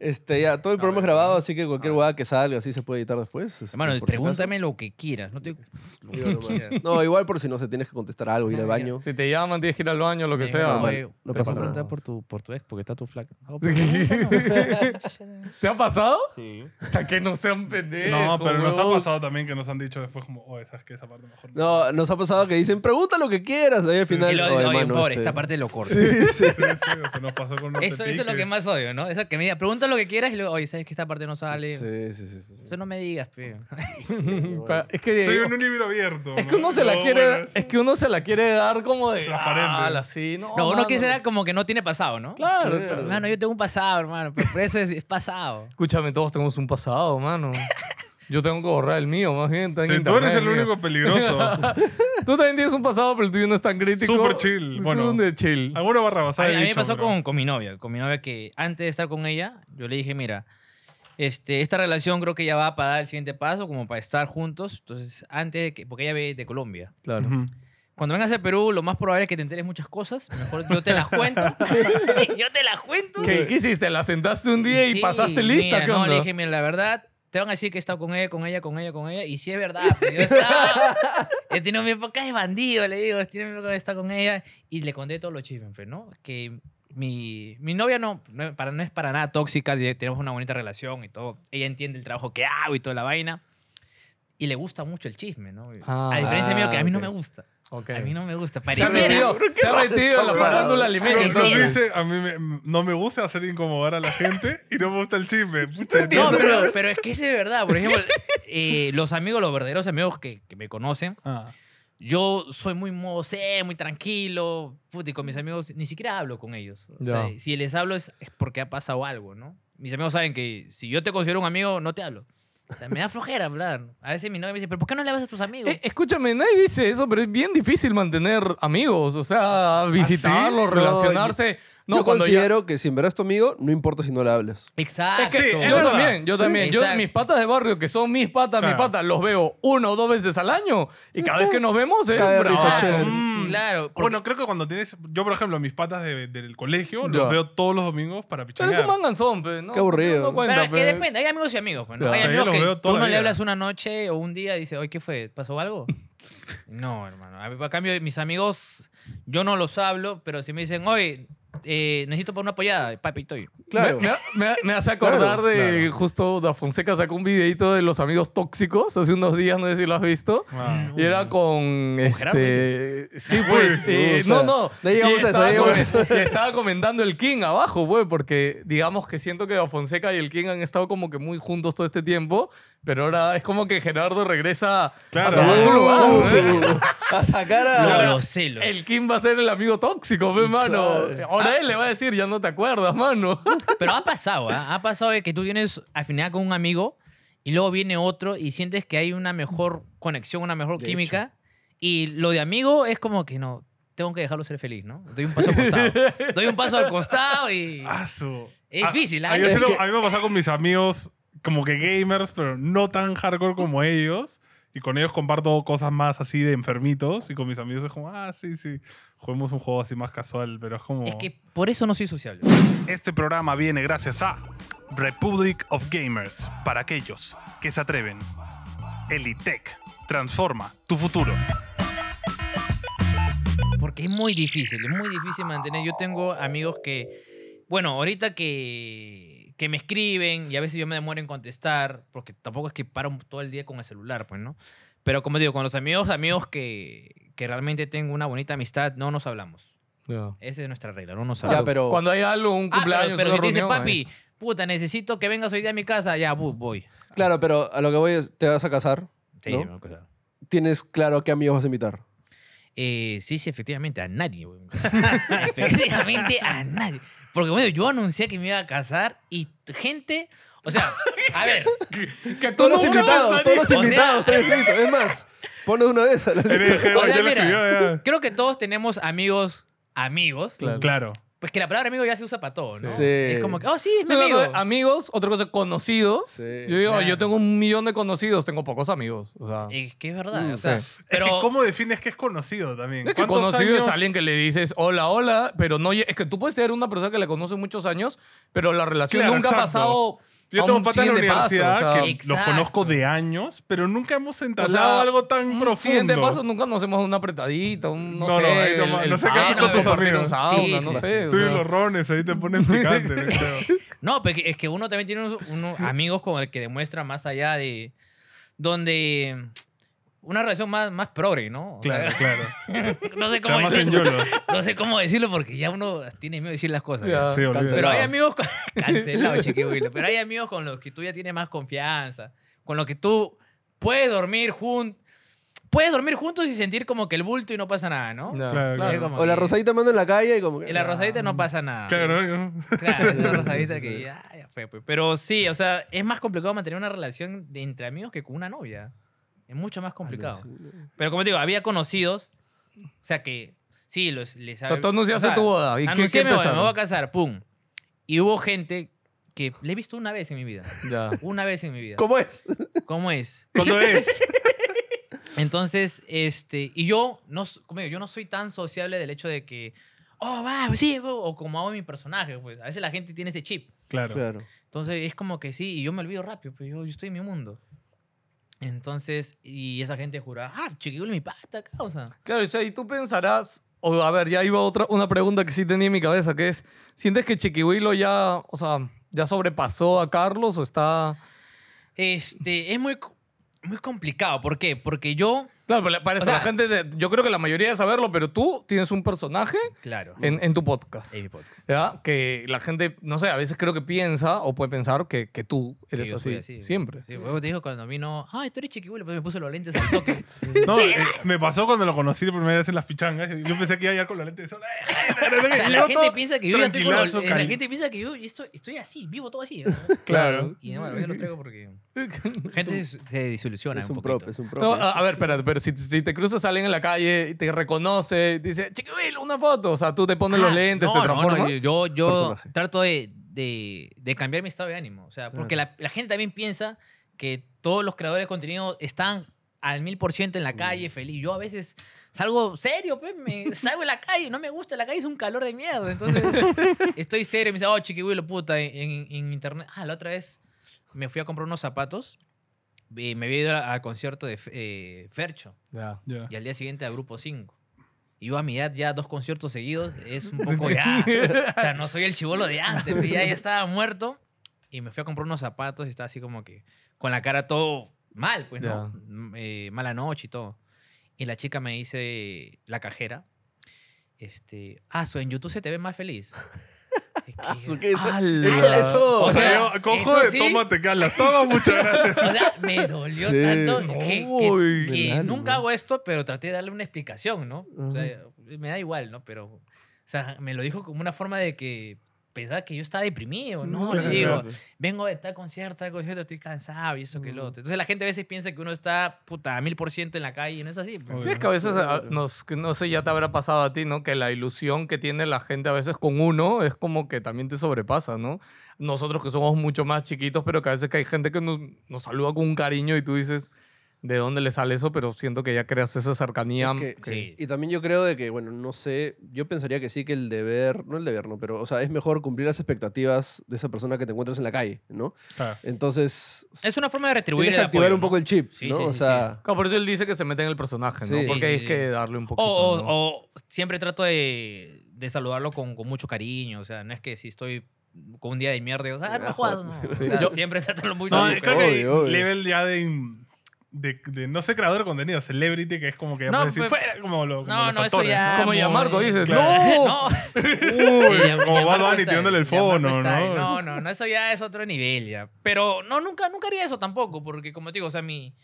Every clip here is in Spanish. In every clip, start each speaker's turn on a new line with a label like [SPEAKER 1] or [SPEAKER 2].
[SPEAKER 1] Este, ya, todo el
[SPEAKER 2] A
[SPEAKER 1] programa es
[SPEAKER 2] ver,
[SPEAKER 1] grabado,
[SPEAKER 2] ¿no?
[SPEAKER 1] así que cualquier
[SPEAKER 2] A ver.
[SPEAKER 1] guada que salga así se puede editar después. este,
[SPEAKER 3] Hermano,
[SPEAKER 1] por si
[SPEAKER 3] pregúntame lo que quieras. No te...
[SPEAKER 1] acaso. Digo nomás. No, igual por si no se tienes que contestar algo, ir al baño.
[SPEAKER 2] Si te llaman, tienes que ir al baño, lo que
[SPEAKER 3] Venga, pues.
[SPEAKER 2] sea.
[SPEAKER 1] normal.
[SPEAKER 3] güey,
[SPEAKER 1] no
[SPEAKER 3] te
[SPEAKER 1] pasa
[SPEAKER 3] puedo
[SPEAKER 1] nada.
[SPEAKER 3] preguntar por tu, por tu ex, porque está tu flaca. No,
[SPEAKER 2] ¿Te ha pasado?
[SPEAKER 3] sí.
[SPEAKER 2] Hasta que no sean pendejos.
[SPEAKER 4] No, pero nos ha
[SPEAKER 2] weón.
[SPEAKER 4] pasado también que nos han dicho después como, oye, ¿sabes qué? Esa parte mejor
[SPEAKER 1] No, nos ha pasado que dicen, pregunta lo que quieras. Ahí al final.
[SPEAKER 3] Y lo
[SPEAKER 1] "Oye,
[SPEAKER 3] digo, oye,
[SPEAKER 1] mano,
[SPEAKER 3] por favor,
[SPEAKER 1] este,
[SPEAKER 3] esta parte lo corto.
[SPEAKER 1] Sí, sí.
[SPEAKER 4] Sí, sí, o sea, nos pasó con los
[SPEAKER 3] Eso, eso es lo que
[SPEAKER 4] tetiques.
[SPEAKER 3] más odio, ¿no? Eso que me diga, pregunta lo que quieras y luego, oye, ¿sabes que esta parte no sale?
[SPEAKER 1] Sí, sí, sí, sí, sí.
[SPEAKER 3] Eso no me digas, pero
[SPEAKER 2] Pa- Es que,
[SPEAKER 4] Soy un libro abierto.
[SPEAKER 2] es que
[SPEAKER 4] ¿no?
[SPEAKER 2] uno se la
[SPEAKER 4] No,
[SPEAKER 2] quiere,
[SPEAKER 4] bueno,
[SPEAKER 2] es que uno se la quiere dar como de
[SPEAKER 4] Transparente.
[SPEAKER 2] "Ala, sí,
[SPEAKER 1] Oh,
[SPEAKER 2] no,
[SPEAKER 3] No, uno
[SPEAKER 2] mano".
[SPEAKER 3] quisiera como que no tiene pasado, ¿no?
[SPEAKER 2] Claro,
[SPEAKER 1] Sí.
[SPEAKER 2] pero-
[SPEAKER 3] Hermano, yo tengo un pasado, hermano. Pero por eso es, es pasado.
[SPEAKER 2] Escúchame, todos tenemos un pasado, mano. Yo tengo que borrar el mío, más bien. está en
[SPEAKER 4] Sí, tú
[SPEAKER 2] internet,
[SPEAKER 4] eres el
[SPEAKER 2] mío.
[SPEAKER 4] único peligroso.
[SPEAKER 2] Tú también tienes un pasado, pero el tuyo no es tan crítico.
[SPEAKER 4] Súper chill,
[SPEAKER 2] Tú
[SPEAKER 4] bueno.
[SPEAKER 2] de chill.
[SPEAKER 4] Alguno barra
[SPEAKER 3] A
[SPEAKER 4] basada
[SPEAKER 3] mí,
[SPEAKER 4] he
[SPEAKER 3] a mí me
[SPEAKER 4] dicho,
[SPEAKER 3] pasó
[SPEAKER 4] pero-
[SPEAKER 3] con, con mi novia. Con mi novia que antes de estar con ella, yo le dije, mira, este, esta relación creo que ya va para dar el siguiente paso, como para estar juntos. Entonces, antes de que... Porque ella ve de Colombia.
[SPEAKER 2] Claro.
[SPEAKER 4] Ujú.
[SPEAKER 3] Cuando vengas a Perú, lo más probable es que te enteres muchas cosas. Mejor yo te las cuento. yo te las cuento.
[SPEAKER 2] ¿Qué, qué hiciste? ¿La sentaste un día y
[SPEAKER 3] Sí,
[SPEAKER 2] pasaste lista?
[SPEAKER 3] mira,
[SPEAKER 2] ¿Qué
[SPEAKER 3] no,
[SPEAKER 2] onda?
[SPEAKER 3] le dije, mira, la verdad, te van a decir que he estado con ella, con ella, con ella, con ella. Y sí es verdad. pues, yo estaba- he tenido mi época de bandido, le digo. He tenido mi época de estar con ella. Y le conté todos los chismes, pues, ¿no? Que mi, mi novia no, no, para, no es para nada tóxica. de- Tenemos una bonita relación y todo. Ella entiende el trabajo que hago y toda la vaina. Y le gusta mucho el chisme, ¿no?
[SPEAKER 2] Ah,
[SPEAKER 3] a diferencia mío, que a mí no
[SPEAKER 1] ok.
[SPEAKER 3] me gusta.
[SPEAKER 2] Ok.
[SPEAKER 3] A mí no me gusta.
[SPEAKER 2] Se ha
[SPEAKER 3] Pareciera...
[SPEAKER 2] metido, se ha metido en la
[SPEAKER 1] raro.
[SPEAKER 2] farándula alimenta.
[SPEAKER 4] Pero nos
[SPEAKER 2] entonces.
[SPEAKER 4] dice, a mí me- no me gusta hacer incomodar a la gente y no me gusta el chisme. Pucha,
[SPEAKER 3] No,
[SPEAKER 4] entonces-
[SPEAKER 3] pero, pero es que eso es verdad. Por ejemplo, eh, los amigos, los verdaderos amigos que, que me conocen,
[SPEAKER 4] Ah,
[SPEAKER 3] yo soy muy modo C, muy tranquilo. Puta, y con mis amigos ni siquiera hablo con ellos. O sea,
[SPEAKER 2] Ya.
[SPEAKER 3] si les hablo es, es porque ha pasado algo, ¿no? Mis amigos saben que si yo te considero un amigo, no te hablo. O sea, me da flojera hablar. A veces mi novia me dice, ¿pero por qué no le hablas a tus amigos?
[SPEAKER 2] Eh, escúchame, nadie dice eso, pero es bien difícil mantener amigos, o sea, visitarlos,
[SPEAKER 1] Ah, No,
[SPEAKER 2] relacionarse. No,
[SPEAKER 1] yo
[SPEAKER 2] cuando ya-
[SPEAKER 1] considero que si en verdad es tu amigo, no importa si no le hablas.
[SPEAKER 3] Exacto.
[SPEAKER 4] Sí, es
[SPEAKER 2] yo
[SPEAKER 4] verdad.
[SPEAKER 2] también, yo
[SPEAKER 3] Sí,
[SPEAKER 2] también. Yo,
[SPEAKER 3] exacto.
[SPEAKER 2] mis patas de barrio, que son mis patas, mis
[SPEAKER 4] Claro.
[SPEAKER 2] patas, los veo uno o dos veces al año. Y cada vez que nos vemos, es
[SPEAKER 1] Cae de risa,
[SPEAKER 2] bravazo.
[SPEAKER 1] chévere.
[SPEAKER 4] Mm.
[SPEAKER 3] Claro. porque-
[SPEAKER 4] Bueno, creo que cuando tienes. Yo, por ejemplo, mis patas de- del colegio
[SPEAKER 2] Ya.
[SPEAKER 4] los veo todos los domingos para
[SPEAKER 2] Pero es
[SPEAKER 4] pichanguear.
[SPEAKER 2] un manganzón, pe, pues, ¿no?
[SPEAKER 1] Qué aburrido.
[SPEAKER 2] No cuenta, pues.
[SPEAKER 3] Pero es que
[SPEAKER 2] pe.
[SPEAKER 3] depende, hay amigos y amigos. pues, ¿no?
[SPEAKER 2] Claro.
[SPEAKER 3] Hay
[SPEAKER 4] Sí,
[SPEAKER 3] amigos
[SPEAKER 4] los
[SPEAKER 3] que
[SPEAKER 4] veo
[SPEAKER 3] tú
[SPEAKER 4] toda la
[SPEAKER 3] no le
[SPEAKER 4] vida.
[SPEAKER 3] hablas una noche o un día y dices, oye, ¿qué fue? ¿Pasó algo? no, hermano. A, mí, a cambio, mis amigos, yo no los hablo, pero si me dicen, oye, eh, necesito para una apoyada, papi, estoy.
[SPEAKER 1] Claro.
[SPEAKER 2] Me, me- me- me hace acordar
[SPEAKER 1] Claro,
[SPEAKER 2] de justo Da Fonseca sacó un videito de los amigos tóxicos hace unos días, no sé si lo has visto.
[SPEAKER 4] Ah.
[SPEAKER 2] Y era con
[SPEAKER 3] Gerardo,
[SPEAKER 2] este. Sí, pues. eh,
[SPEAKER 1] Uy,
[SPEAKER 2] no,
[SPEAKER 1] espera.
[SPEAKER 2] no.
[SPEAKER 1] Ya llegamos
[SPEAKER 2] Y
[SPEAKER 1] a eso, ya
[SPEAKER 2] estaba
[SPEAKER 1] llegamos
[SPEAKER 2] com-
[SPEAKER 1] a eso.
[SPEAKER 2] y estaba comentando el King abajo, pues, porque digamos que siento que Da Fonseca y el King han estado como que muy juntos todo este tiempo, pero ahora es como que Gerardo regresa
[SPEAKER 4] Claro.
[SPEAKER 2] a tomar su
[SPEAKER 4] Uh,
[SPEAKER 2] lugar. ¿eh?
[SPEAKER 1] a sacar a.
[SPEAKER 3] Lo celo.
[SPEAKER 2] El King va a ser el amigo tóxico, pe, mano.
[SPEAKER 1] Sabe.
[SPEAKER 2] Ahora él le va a decir, ya no te acuerdas, mano.
[SPEAKER 3] Pero ha pasado, ¿ah? Ha pasado de que tú tienes afinidad con un amigo y luego viene otro y sientes que hay una mejor conexión, una mejor
[SPEAKER 1] De
[SPEAKER 3] química. Y lo de amigo es como que no, tengo que dejarlo ser feliz, ¿no? Doy un paso al costado. Doy un paso al costado y...
[SPEAKER 4] Ah, su-
[SPEAKER 3] Es
[SPEAKER 4] Ah,
[SPEAKER 3] difícil,
[SPEAKER 4] a,
[SPEAKER 3] ¿ah?
[SPEAKER 4] yo
[SPEAKER 3] Es
[SPEAKER 4] sí lo-
[SPEAKER 1] que-
[SPEAKER 4] a mí me pasa con mis amigos, como que gamers, pero no tan hardcore como ellos. Y con ellos comparto cosas más así de enfermitos. Y con mis amigos es como, ah, sí, sí. Juguemos un juego así más casual, pero es como.
[SPEAKER 3] Es que por eso no soy sociable.
[SPEAKER 4] Este programa viene gracias a Republic of Gamers, para aquellos que se atreven. Elitech, transforma tu futuro.
[SPEAKER 3] Porque es muy difícil, es muy difícil mantener. Yo tengo amigos que, bueno, ahorita que, que me escriben y a veces yo me demoro en contestar, porque tampoco es que paro todo el día con el celular, pues, ¿no? Pero como digo, con los amigos, amigos que, que realmente tengo una bonita amistad, no nos hablamos. Esa es nuestra regla, no nos
[SPEAKER 1] Ya,
[SPEAKER 3] hablamos.
[SPEAKER 1] pero.
[SPEAKER 2] Cuando hay algo, un
[SPEAKER 3] Ah,
[SPEAKER 2] cumpleaños,
[SPEAKER 3] pero, pero
[SPEAKER 2] una
[SPEAKER 3] si te dicen,
[SPEAKER 2] reunión,
[SPEAKER 3] papi, puta, necesito que vengas hoy día a mi casa, ya, bu, voy.
[SPEAKER 1] Claro, pero a lo que voy es, te vas a casar.
[SPEAKER 3] Sí,
[SPEAKER 1] ¿No?
[SPEAKER 3] me voy a casar.
[SPEAKER 1] Tienes claro a qué amigos vas a invitar.
[SPEAKER 3] Eh, sí, sí, efectivamente, a nadie. güey. efectivamente, a nadie. Porque, bueno, yo anuncié que me iba a casar y t- gente. O sea, a ver.
[SPEAKER 2] eh. Que tú
[SPEAKER 1] Todos los
[SPEAKER 2] nunca
[SPEAKER 1] invitados, todos los
[SPEAKER 3] O sea-
[SPEAKER 1] invitados, todos los invitados. Es más, pones una vez a la lista.
[SPEAKER 4] Eres-
[SPEAKER 3] O sea,
[SPEAKER 4] ya le
[SPEAKER 3] mira.
[SPEAKER 4] escribió, ya.
[SPEAKER 3] Creo que todos tenemos amigos, amigos.
[SPEAKER 2] Claro.
[SPEAKER 4] Claro.
[SPEAKER 3] Pues que la palabra amigo ya se usa para todo, ¿no?
[SPEAKER 1] Sí.
[SPEAKER 3] Es como que, oh, sí, es mi
[SPEAKER 2] Sí,
[SPEAKER 3] amigo. Ah.
[SPEAKER 2] claro, Amigos, otra cosa, conocidos.
[SPEAKER 1] Sí.
[SPEAKER 2] Yo digo,
[SPEAKER 3] Claro.
[SPEAKER 2] yo tengo un millón de conocidos, tengo pocos amigos. O sea,
[SPEAKER 3] Es que es verdad,
[SPEAKER 1] Mm,
[SPEAKER 3] o sea. Pero,
[SPEAKER 4] Es que ¿cómo defines que es conocido también?
[SPEAKER 2] es que
[SPEAKER 4] ¿Cuántos
[SPEAKER 2] conocido
[SPEAKER 4] años-
[SPEAKER 2] es alguien que le dices hola, hola, pero no. lle- Es que tú puedes tener una persona que le conoces muchos años, pero la relación
[SPEAKER 4] Claro,
[SPEAKER 2] nunca
[SPEAKER 4] exacto.
[SPEAKER 2] ha pasado. a
[SPEAKER 4] Yo
[SPEAKER 2] un
[SPEAKER 4] tengo patas en la
[SPEAKER 2] siguiente paso,
[SPEAKER 4] universidad
[SPEAKER 2] o sea,
[SPEAKER 4] que los
[SPEAKER 3] Exacto.
[SPEAKER 4] conozco de años, pero nunca hemos entablado
[SPEAKER 2] O sea,
[SPEAKER 4] algo tan
[SPEAKER 3] Mm,
[SPEAKER 2] un
[SPEAKER 4] profundo.
[SPEAKER 2] Siguiente paso, nunca nos hacemos una apretadita, un no,
[SPEAKER 4] No, no, ahí
[SPEAKER 2] sé.
[SPEAKER 4] no-
[SPEAKER 2] el-
[SPEAKER 4] no sé
[SPEAKER 2] el
[SPEAKER 4] qué
[SPEAKER 3] haces
[SPEAKER 2] pan,
[SPEAKER 3] con tus
[SPEAKER 2] compartir
[SPEAKER 4] amigos.
[SPEAKER 2] un sauna,
[SPEAKER 3] Sí,
[SPEAKER 2] no
[SPEAKER 3] sí,
[SPEAKER 2] sé. o
[SPEAKER 4] Tú y
[SPEAKER 2] sea.
[SPEAKER 4] los rones ahí te ponen picante. creo.
[SPEAKER 3] no, pero es que uno también tiene unos, unos amigos con el que demuestra más allá de. Donde. Una relación más, más progre, ¿no? O
[SPEAKER 4] Claro,
[SPEAKER 3] sea,
[SPEAKER 4] claro.
[SPEAKER 3] no, sé
[SPEAKER 4] Se
[SPEAKER 3] cómo
[SPEAKER 4] llama
[SPEAKER 3] decirlo,
[SPEAKER 4] señuelo.
[SPEAKER 3] no sé cómo decirlo porque ya uno tiene miedo de decir las cosas.
[SPEAKER 2] Ya.
[SPEAKER 3] ¿no?
[SPEAKER 4] Sí, olvídate.
[SPEAKER 3] Pero hay
[SPEAKER 1] Cancelado.
[SPEAKER 3] amigos con- cancelado, chiquihuilo. Pero hay amigos con los que tú ya tienes más confianza, con los que tú puedes dormir juntos, puedes dormir juntos y sentir como que el bulto y no pasa nada, ¿no?
[SPEAKER 2] Ya,
[SPEAKER 4] Claro,
[SPEAKER 3] Es
[SPEAKER 2] claro.
[SPEAKER 3] como
[SPEAKER 1] O la
[SPEAKER 3] que-
[SPEAKER 1] rosadita manda en la calle y como que. "Ah,
[SPEAKER 3] En la rosadita no pasa nada.
[SPEAKER 4] Claro, yo-
[SPEAKER 3] Claro, en la rosadita
[SPEAKER 1] Sí, sí,
[SPEAKER 3] que
[SPEAKER 1] sí.
[SPEAKER 3] ya, ya fue, pues. Pero sí, o sea, es más complicado mantener una relación de entre amigos que con una novia. Es mucho más complicado. Pero como te digo, había conocidos, o sea que sí, los, les
[SPEAKER 2] O sea, tú anunciaste
[SPEAKER 3] o sea,
[SPEAKER 2] tu boda. ¿Y qué- qué,
[SPEAKER 3] Anuncié mi boda, me voy a
[SPEAKER 2] empezaron?
[SPEAKER 3] casar, pum. Y hubo gente que le he visto una vez en mi vida.
[SPEAKER 2] Ya.
[SPEAKER 3] Una vez en mi vida. ¿Cómo,
[SPEAKER 1] ¿Cómo es?
[SPEAKER 3] es?
[SPEAKER 4] ¿Cuándo es?
[SPEAKER 3] Entonces, este, y yo no, s- como digo, yo no soy tan sociable del hecho de que, oh, va, sí, bo", o como hago en mi personaje, pues a veces la gente tiene ese chip.
[SPEAKER 4] Claro.
[SPEAKER 1] Claro.
[SPEAKER 3] Entonces es como que sí, y yo me olvido rápido, pues yo, yo estoy en mi mundo. Entonces, y esa gente jura, ah, chiquillo, mi pata, causa.
[SPEAKER 2] Claro, o sea, y tú pensarás, o a ver, ya iba otra, una pregunta que sí tenía en mi cabeza, que es, ¿sientes que Chiquihuilo ya, o sea, ya sobrepasó a Carlos o está...
[SPEAKER 3] Este, es muy, co- muy complicado, ¿por qué? Porque yo,
[SPEAKER 2] Claro, pero para
[SPEAKER 3] O
[SPEAKER 2] eso,
[SPEAKER 3] sea-
[SPEAKER 2] la gente, de- yo creo que la mayoría de saberlo, pero tú tienes un personaje
[SPEAKER 3] claro,
[SPEAKER 2] en, en tu podcast.
[SPEAKER 3] en mi podcast.
[SPEAKER 2] ¿Ya? Que la gente, no sé, a veces creo que piensa o puede pensar que, que tú eres
[SPEAKER 3] Sí, yo
[SPEAKER 2] así,
[SPEAKER 3] soy
[SPEAKER 2] siempre.
[SPEAKER 3] Sí, luego te dijo cuando vino, ay, tú eres chiquihuilo, pues me puso los lentes al toque.
[SPEAKER 4] No, eh, me pasó cuando lo conocí la primera vez en las pichangas. y Yo pensé que iba a llegar con la lente de sol.
[SPEAKER 3] O sea, la gente piensa que yo ya estoy con los-
[SPEAKER 4] tranquilazo,
[SPEAKER 3] eh, La
[SPEAKER 4] cari-
[SPEAKER 3] gente piensa que yo estoy, estoy así, vivo todo así.
[SPEAKER 2] Claro.
[SPEAKER 3] Y bueno, yo lo traigo porque la gente se desilusiona
[SPEAKER 1] Es
[SPEAKER 3] un
[SPEAKER 1] un
[SPEAKER 3] poquito. Oh,
[SPEAKER 1] prop, es un prop.
[SPEAKER 2] No, a, a ver, espérate, pero si, si te cruzas a alguien en la calle y te reconoce y te dice, Chiquihuilo, una foto, o sea, tú te pones
[SPEAKER 3] Ah,
[SPEAKER 2] los lentes,
[SPEAKER 3] no,
[SPEAKER 2] te
[SPEAKER 3] no, no,
[SPEAKER 2] transformas.
[SPEAKER 3] yo yo
[SPEAKER 1] Personaje.
[SPEAKER 3] trato de, de- de cambiar mi estado de ánimo. O sea, porque la, la gente también piensa que todos los creadores de contenido están al mil por ciento en la
[SPEAKER 2] Mm.
[SPEAKER 3] calle, feliz. Yo a veces salgo serio, pues, me- salgo en la calle, no me gusta, la calle es un calor de mierda. Entonces, estoy serio. Me dice, oh, chiquihuilo, puta, en, en internet. Ah, la otra vez me fui a comprar unos zapatos. Y me había ido a- al concierto de F- eh, Fercho
[SPEAKER 2] Ya.
[SPEAKER 4] Ya.
[SPEAKER 3] y al día siguiente a Grupo 5. Y yo a mi edad ya dos conciertos seguidos es un poco ya. O sea, no soy el chivolo de antes. pues, ya, ya estaba muerto y me fui a comprar unos zapatos y estaba así como que con la cara todo mal, pues, ¿no?
[SPEAKER 2] Ya.
[SPEAKER 3] Mm, eh, mala noche y todo. Y la chica me dice, la cajera, este, ah, su- en YouTube se te ve más feliz. Y que-
[SPEAKER 1] Su- que Eso,
[SPEAKER 2] Ala.
[SPEAKER 1] eso, eso.
[SPEAKER 3] oh, O
[SPEAKER 4] O
[SPEAKER 3] sea,
[SPEAKER 4] sea, yo cojo
[SPEAKER 3] eso
[SPEAKER 4] de
[SPEAKER 3] sí.
[SPEAKER 4] tómate, Carla. Toma, muchas gracias.
[SPEAKER 3] O sea, me dolió
[SPEAKER 1] Sí.
[SPEAKER 3] tanto que, que-
[SPEAKER 2] Uy.
[SPEAKER 3] que
[SPEAKER 1] Verdad,
[SPEAKER 3] nunca
[SPEAKER 1] ¿no?
[SPEAKER 3] hago esto, pero traté de darle una explicación, ¿no? O sea, me da igual, ¿no? Pero, o sea, me lo dijo como una forma de que pensaba que yo estaba deprimido, ¿no? Le
[SPEAKER 1] Mm, Claro. Mm.
[SPEAKER 3] digo, vengo de tal concierto, tal concierto, estoy cansado y eso que lo otro. Entonces la gente a veces piensa que uno está, puta, a mil por ciento en la calle y no es así. pues.
[SPEAKER 4] Obvio.
[SPEAKER 2] ¿Crees que a veces, a-
[SPEAKER 1] Claro.
[SPEAKER 2] ah, nos, que no sé, ya te habrá pasado a ti, ¿no? Que la ilusión que tiene la gente a veces con uno es como que también te sobrepasa, ¿no? Nosotros que somos mucho más chiquitos, pero que a veces que hay gente que nos, nos saluda con un cariño y tú dices, ¿de dónde le sale eso? Pero siento que ya creas esa cercanía.
[SPEAKER 1] Es que-
[SPEAKER 3] Sí.
[SPEAKER 1] Y también yo creo de que, bueno, no sé, yo pensaría que sí que el deber, no el deber, no, pero, o sea, es mejor cumplir las expectativas de esa persona que te encuentras en la calle, ¿no?
[SPEAKER 4] Claro.
[SPEAKER 1] Entonces,
[SPEAKER 3] Es una forma de retribuir
[SPEAKER 1] tienes que
[SPEAKER 3] el apoyo,
[SPEAKER 1] activar un
[SPEAKER 3] ¿no?
[SPEAKER 1] poco el chip,
[SPEAKER 3] Sí,
[SPEAKER 1] ¿no?
[SPEAKER 3] sí,
[SPEAKER 1] o
[SPEAKER 3] sí,
[SPEAKER 1] sea,
[SPEAKER 2] Claro, por eso él dice que se mete en el personaje, ¿no?
[SPEAKER 1] Sí.
[SPEAKER 2] Porque
[SPEAKER 3] Sí,
[SPEAKER 2] hay
[SPEAKER 3] sí,
[SPEAKER 2] que darle un poquito.
[SPEAKER 3] O, o-
[SPEAKER 2] ¿no?
[SPEAKER 3] o siempre trato de, de saludarlo con, con mucho cariño. O sea, no es que si estoy con un día de mierda, o sea, "Ah, me
[SPEAKER 1] Ah,
[SPEAKER 3] jodas",
[SPEAKER 1] joder.
[SPEAKER 3] no. O
[SPEAKER 1] Sí.
[SPEAKER 3] sea,
[SPEAKER 1] Yo-
[SPEAKER 3] siempre tratarlo muy
[SPEAKER 4] No, eh,
[SPEAKER 1] Sí,
[SPEAKER 3] bien.
[SPEAKER 4] creo que hay
[SPEAKER 1] obvio, obvio.
[SPEAKER 4] level ya de, de, de- no sé, creador de contenido, celebrity, que es como que ya
[SPEAKER 3] No,
[SPEAKER 4] puedes decir,
[SPEAKER 3] pues-
[SPEAKER 4] fuera, como, lo, como
[SPEAKER 3] No,
[SPEAKER 4] los
[SPEAKER 3] no, eso
[SPEAKER 4] actores,
[SPEAKER 3] ya.
[SPEAKER 4] ¿no?
[SPEAKER 2] Como ya Marco dices,
[SPEAKER 3] Claro.
[SPEAKER 2] ¡no!
[SPEAKER 3] Sí, ya-
[SPEAKER 4] como
[SPEAKER 3] ya
[SPEAKER 4] Bad
[SPEAKER 3] Marco
[SPEAKER 4] Bunny
[SPEAKER 3] está-
[SPEAKER 4] tirándole el
[SPEAKER 3] ya Marco
[SPEAKER 4] fono,
[SPEAKER 3] está ahí.
[SPEAKER 4] ¿no?
[SPEAKER 3] No, no, no, eso ya es otro nivel ya. Pero no, nunca, nunca haría eso tampoco, porque como te digo, o sea, mi,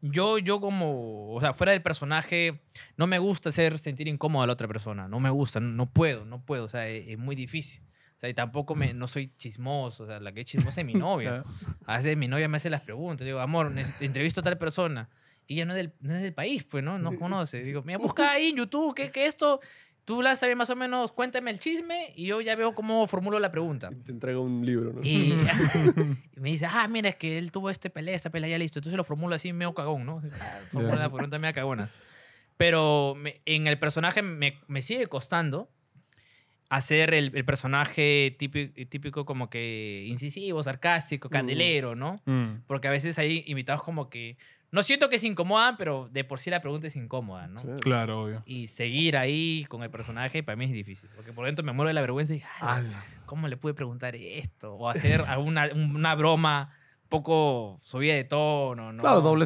[SPEAKER 3] yo, yo como, o sea, fuera del personaje, no me gusta hacer sentir incómodo a la otra persona. No me gusta, no, no puedo, no puedo, o sea, e, es, es muy difícil. O sea, y tampoco me, no soy chismoso, o sea, la que es chismosa es mi novia. A veces mi novia me hace las preguntas, digo, amor, neces- te entrevisto a tal persona. Y ella no es del, no es del país, pues, ¿no? No conoce. Digo, mira, busca ahí en YouTube, ¿qué, qué esto? Tú, Laz, sabes más o menos, cuéntame el chisme y yo ya veo cómo formulo la pregunta.
[SPEAKER 1] Te entrega un libro, ¿no?
[SPEAKER 3] Y, y me dice, ah, mira, es que él tuvo este pelea, esta pelea, ya listo. Entonces lo formulo así, medio cagón, ¿no? Ah, Formulo la pregunta medio cagona. Pero me- en el personaje me, me sigue costando hacer el, el personaje típico, típico como que incisivo, sarcástico, candelero, ¿no?
[SPEAKER 4] Mm.
[SPEAKER 3] Porque a veces hay invitados como que... No siento que se incomodan, pero de por sí la pregunta es incómoda, ¿no?
[SPEAKER 1] Claro.
[SPEAKER 4] Claro, obvio.
[SPEAKER 3] Y seguir ahí con el personaje para mí es difícil. Porque por dentro me muero de la vergüenza y... "Ah,
[SPEAKER 2] Ala.
[SPEAKER 3] ¿cómo le pude preguntar esto? O hacer alguna una broma un poco subida de tono, ¿no?
[SPEAKER 2] Claro, doble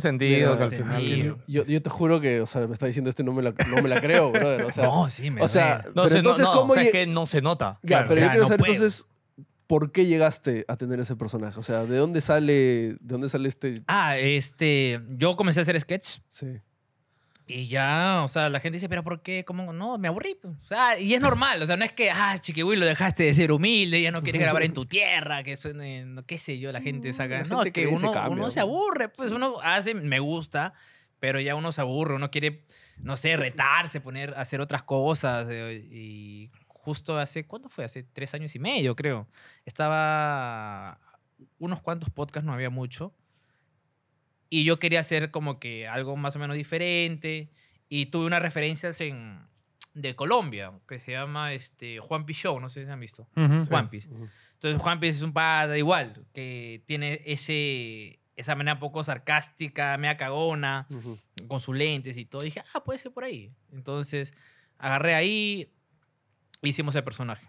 [SPEAKER 1] Mira,
[SPEAKER 2] sentido. que al
[SPEAKER 1] sí,
[SPEAKER 2] final
[SPEAKER 3] sí.
[SPEAKER 2] tiene-
[SPEAKER 1] Yo, yo te juro que, o sea, me está diciendo esto y no me la, no me la creo, brother. O sea,
[SPEAKER 3] no, sí, me
[SPEAKER 1] o sea
[SPEAKER 3] duele.
[SPEAKER 2] No,
[SPEAKER 1] pero
[SPEAKER 2] se- no,
[SPEAKER 1] entonces,
[SPEAKER 2] no,
[SPEAKER 1] ¿cómo
[SPEAKER 2] o sea, es
[SPEAKER 1] lle-
[SPEAKER 2] que no se nota.
[SPEAKER 1] Ya,
[SPEAKER 4] Claro.
[SPEAKER 1] pero yo
[SPEAKER 3] Ya,
[SPEAKER 1] quiero
[SPEAKER 3] no
[SPEAKER 1] saber
[SPEAKER 3] puedo.
[SPEAKER 1] entonces, ¿por qué llegaste a tener ese personaje? O sea, ¿de dónde sale, de dónde sale este...?
[SPEAKER 3] Ah, este, yo comencé a hacer sketch
[SPEAKER 1] Sí.
[SPEAKER 3] y ya, o sea, la gente dice, pero ¿por qué? ¿Cómo? No, me aburrí. pues". O sea, y es normal, o sea, no es que, ah, chiquiwi, lo dejaste de ser humilde, ya no quieres grabar en tu tierra, que suene, no, qué sé yo, la gente saca.
[SPEAKER 1] Mm, la
[SPEAKER 3] no,
[SPEAKER 1] gente
[SPEAKER 3] es que
[SPEAKER 1] crece,
[SPEAKER 3] uno,
[SPEAKER 1] cambia,
[SPEAKER 3] uno se
[SPEAKER 1] ¿no?
[SPEAKER 3] aburre, pues uno hace, me gusta, pero ya uno se aburre, uno quiere, no sé, retarse, poner, hacer otras cosas. eh, Y justo hace, ¿cuánto fue? Hace tres años y medio, creo. Estaba unos cuantos podcasts, no había mucho. Y yo quería hacer como que algo más o menos diferente. Y tuve unas referencias en, de Colombia, que se llama este, Juan Show, no sé si han visto.
[SPEAKER 4] Ujú.
[SPEAKER 3] Juan Pis. Entonces Juan Pis es un pata igual, que tiene ese, esa manera un poco sarcástica, mea cagona,
[SPEAKER 1] Ujú.
[SPEAKER 3] con sus lentes y todo. Y dije, ah, puede ser por ahí. Entonces agarré ahí, hicimos el personaje.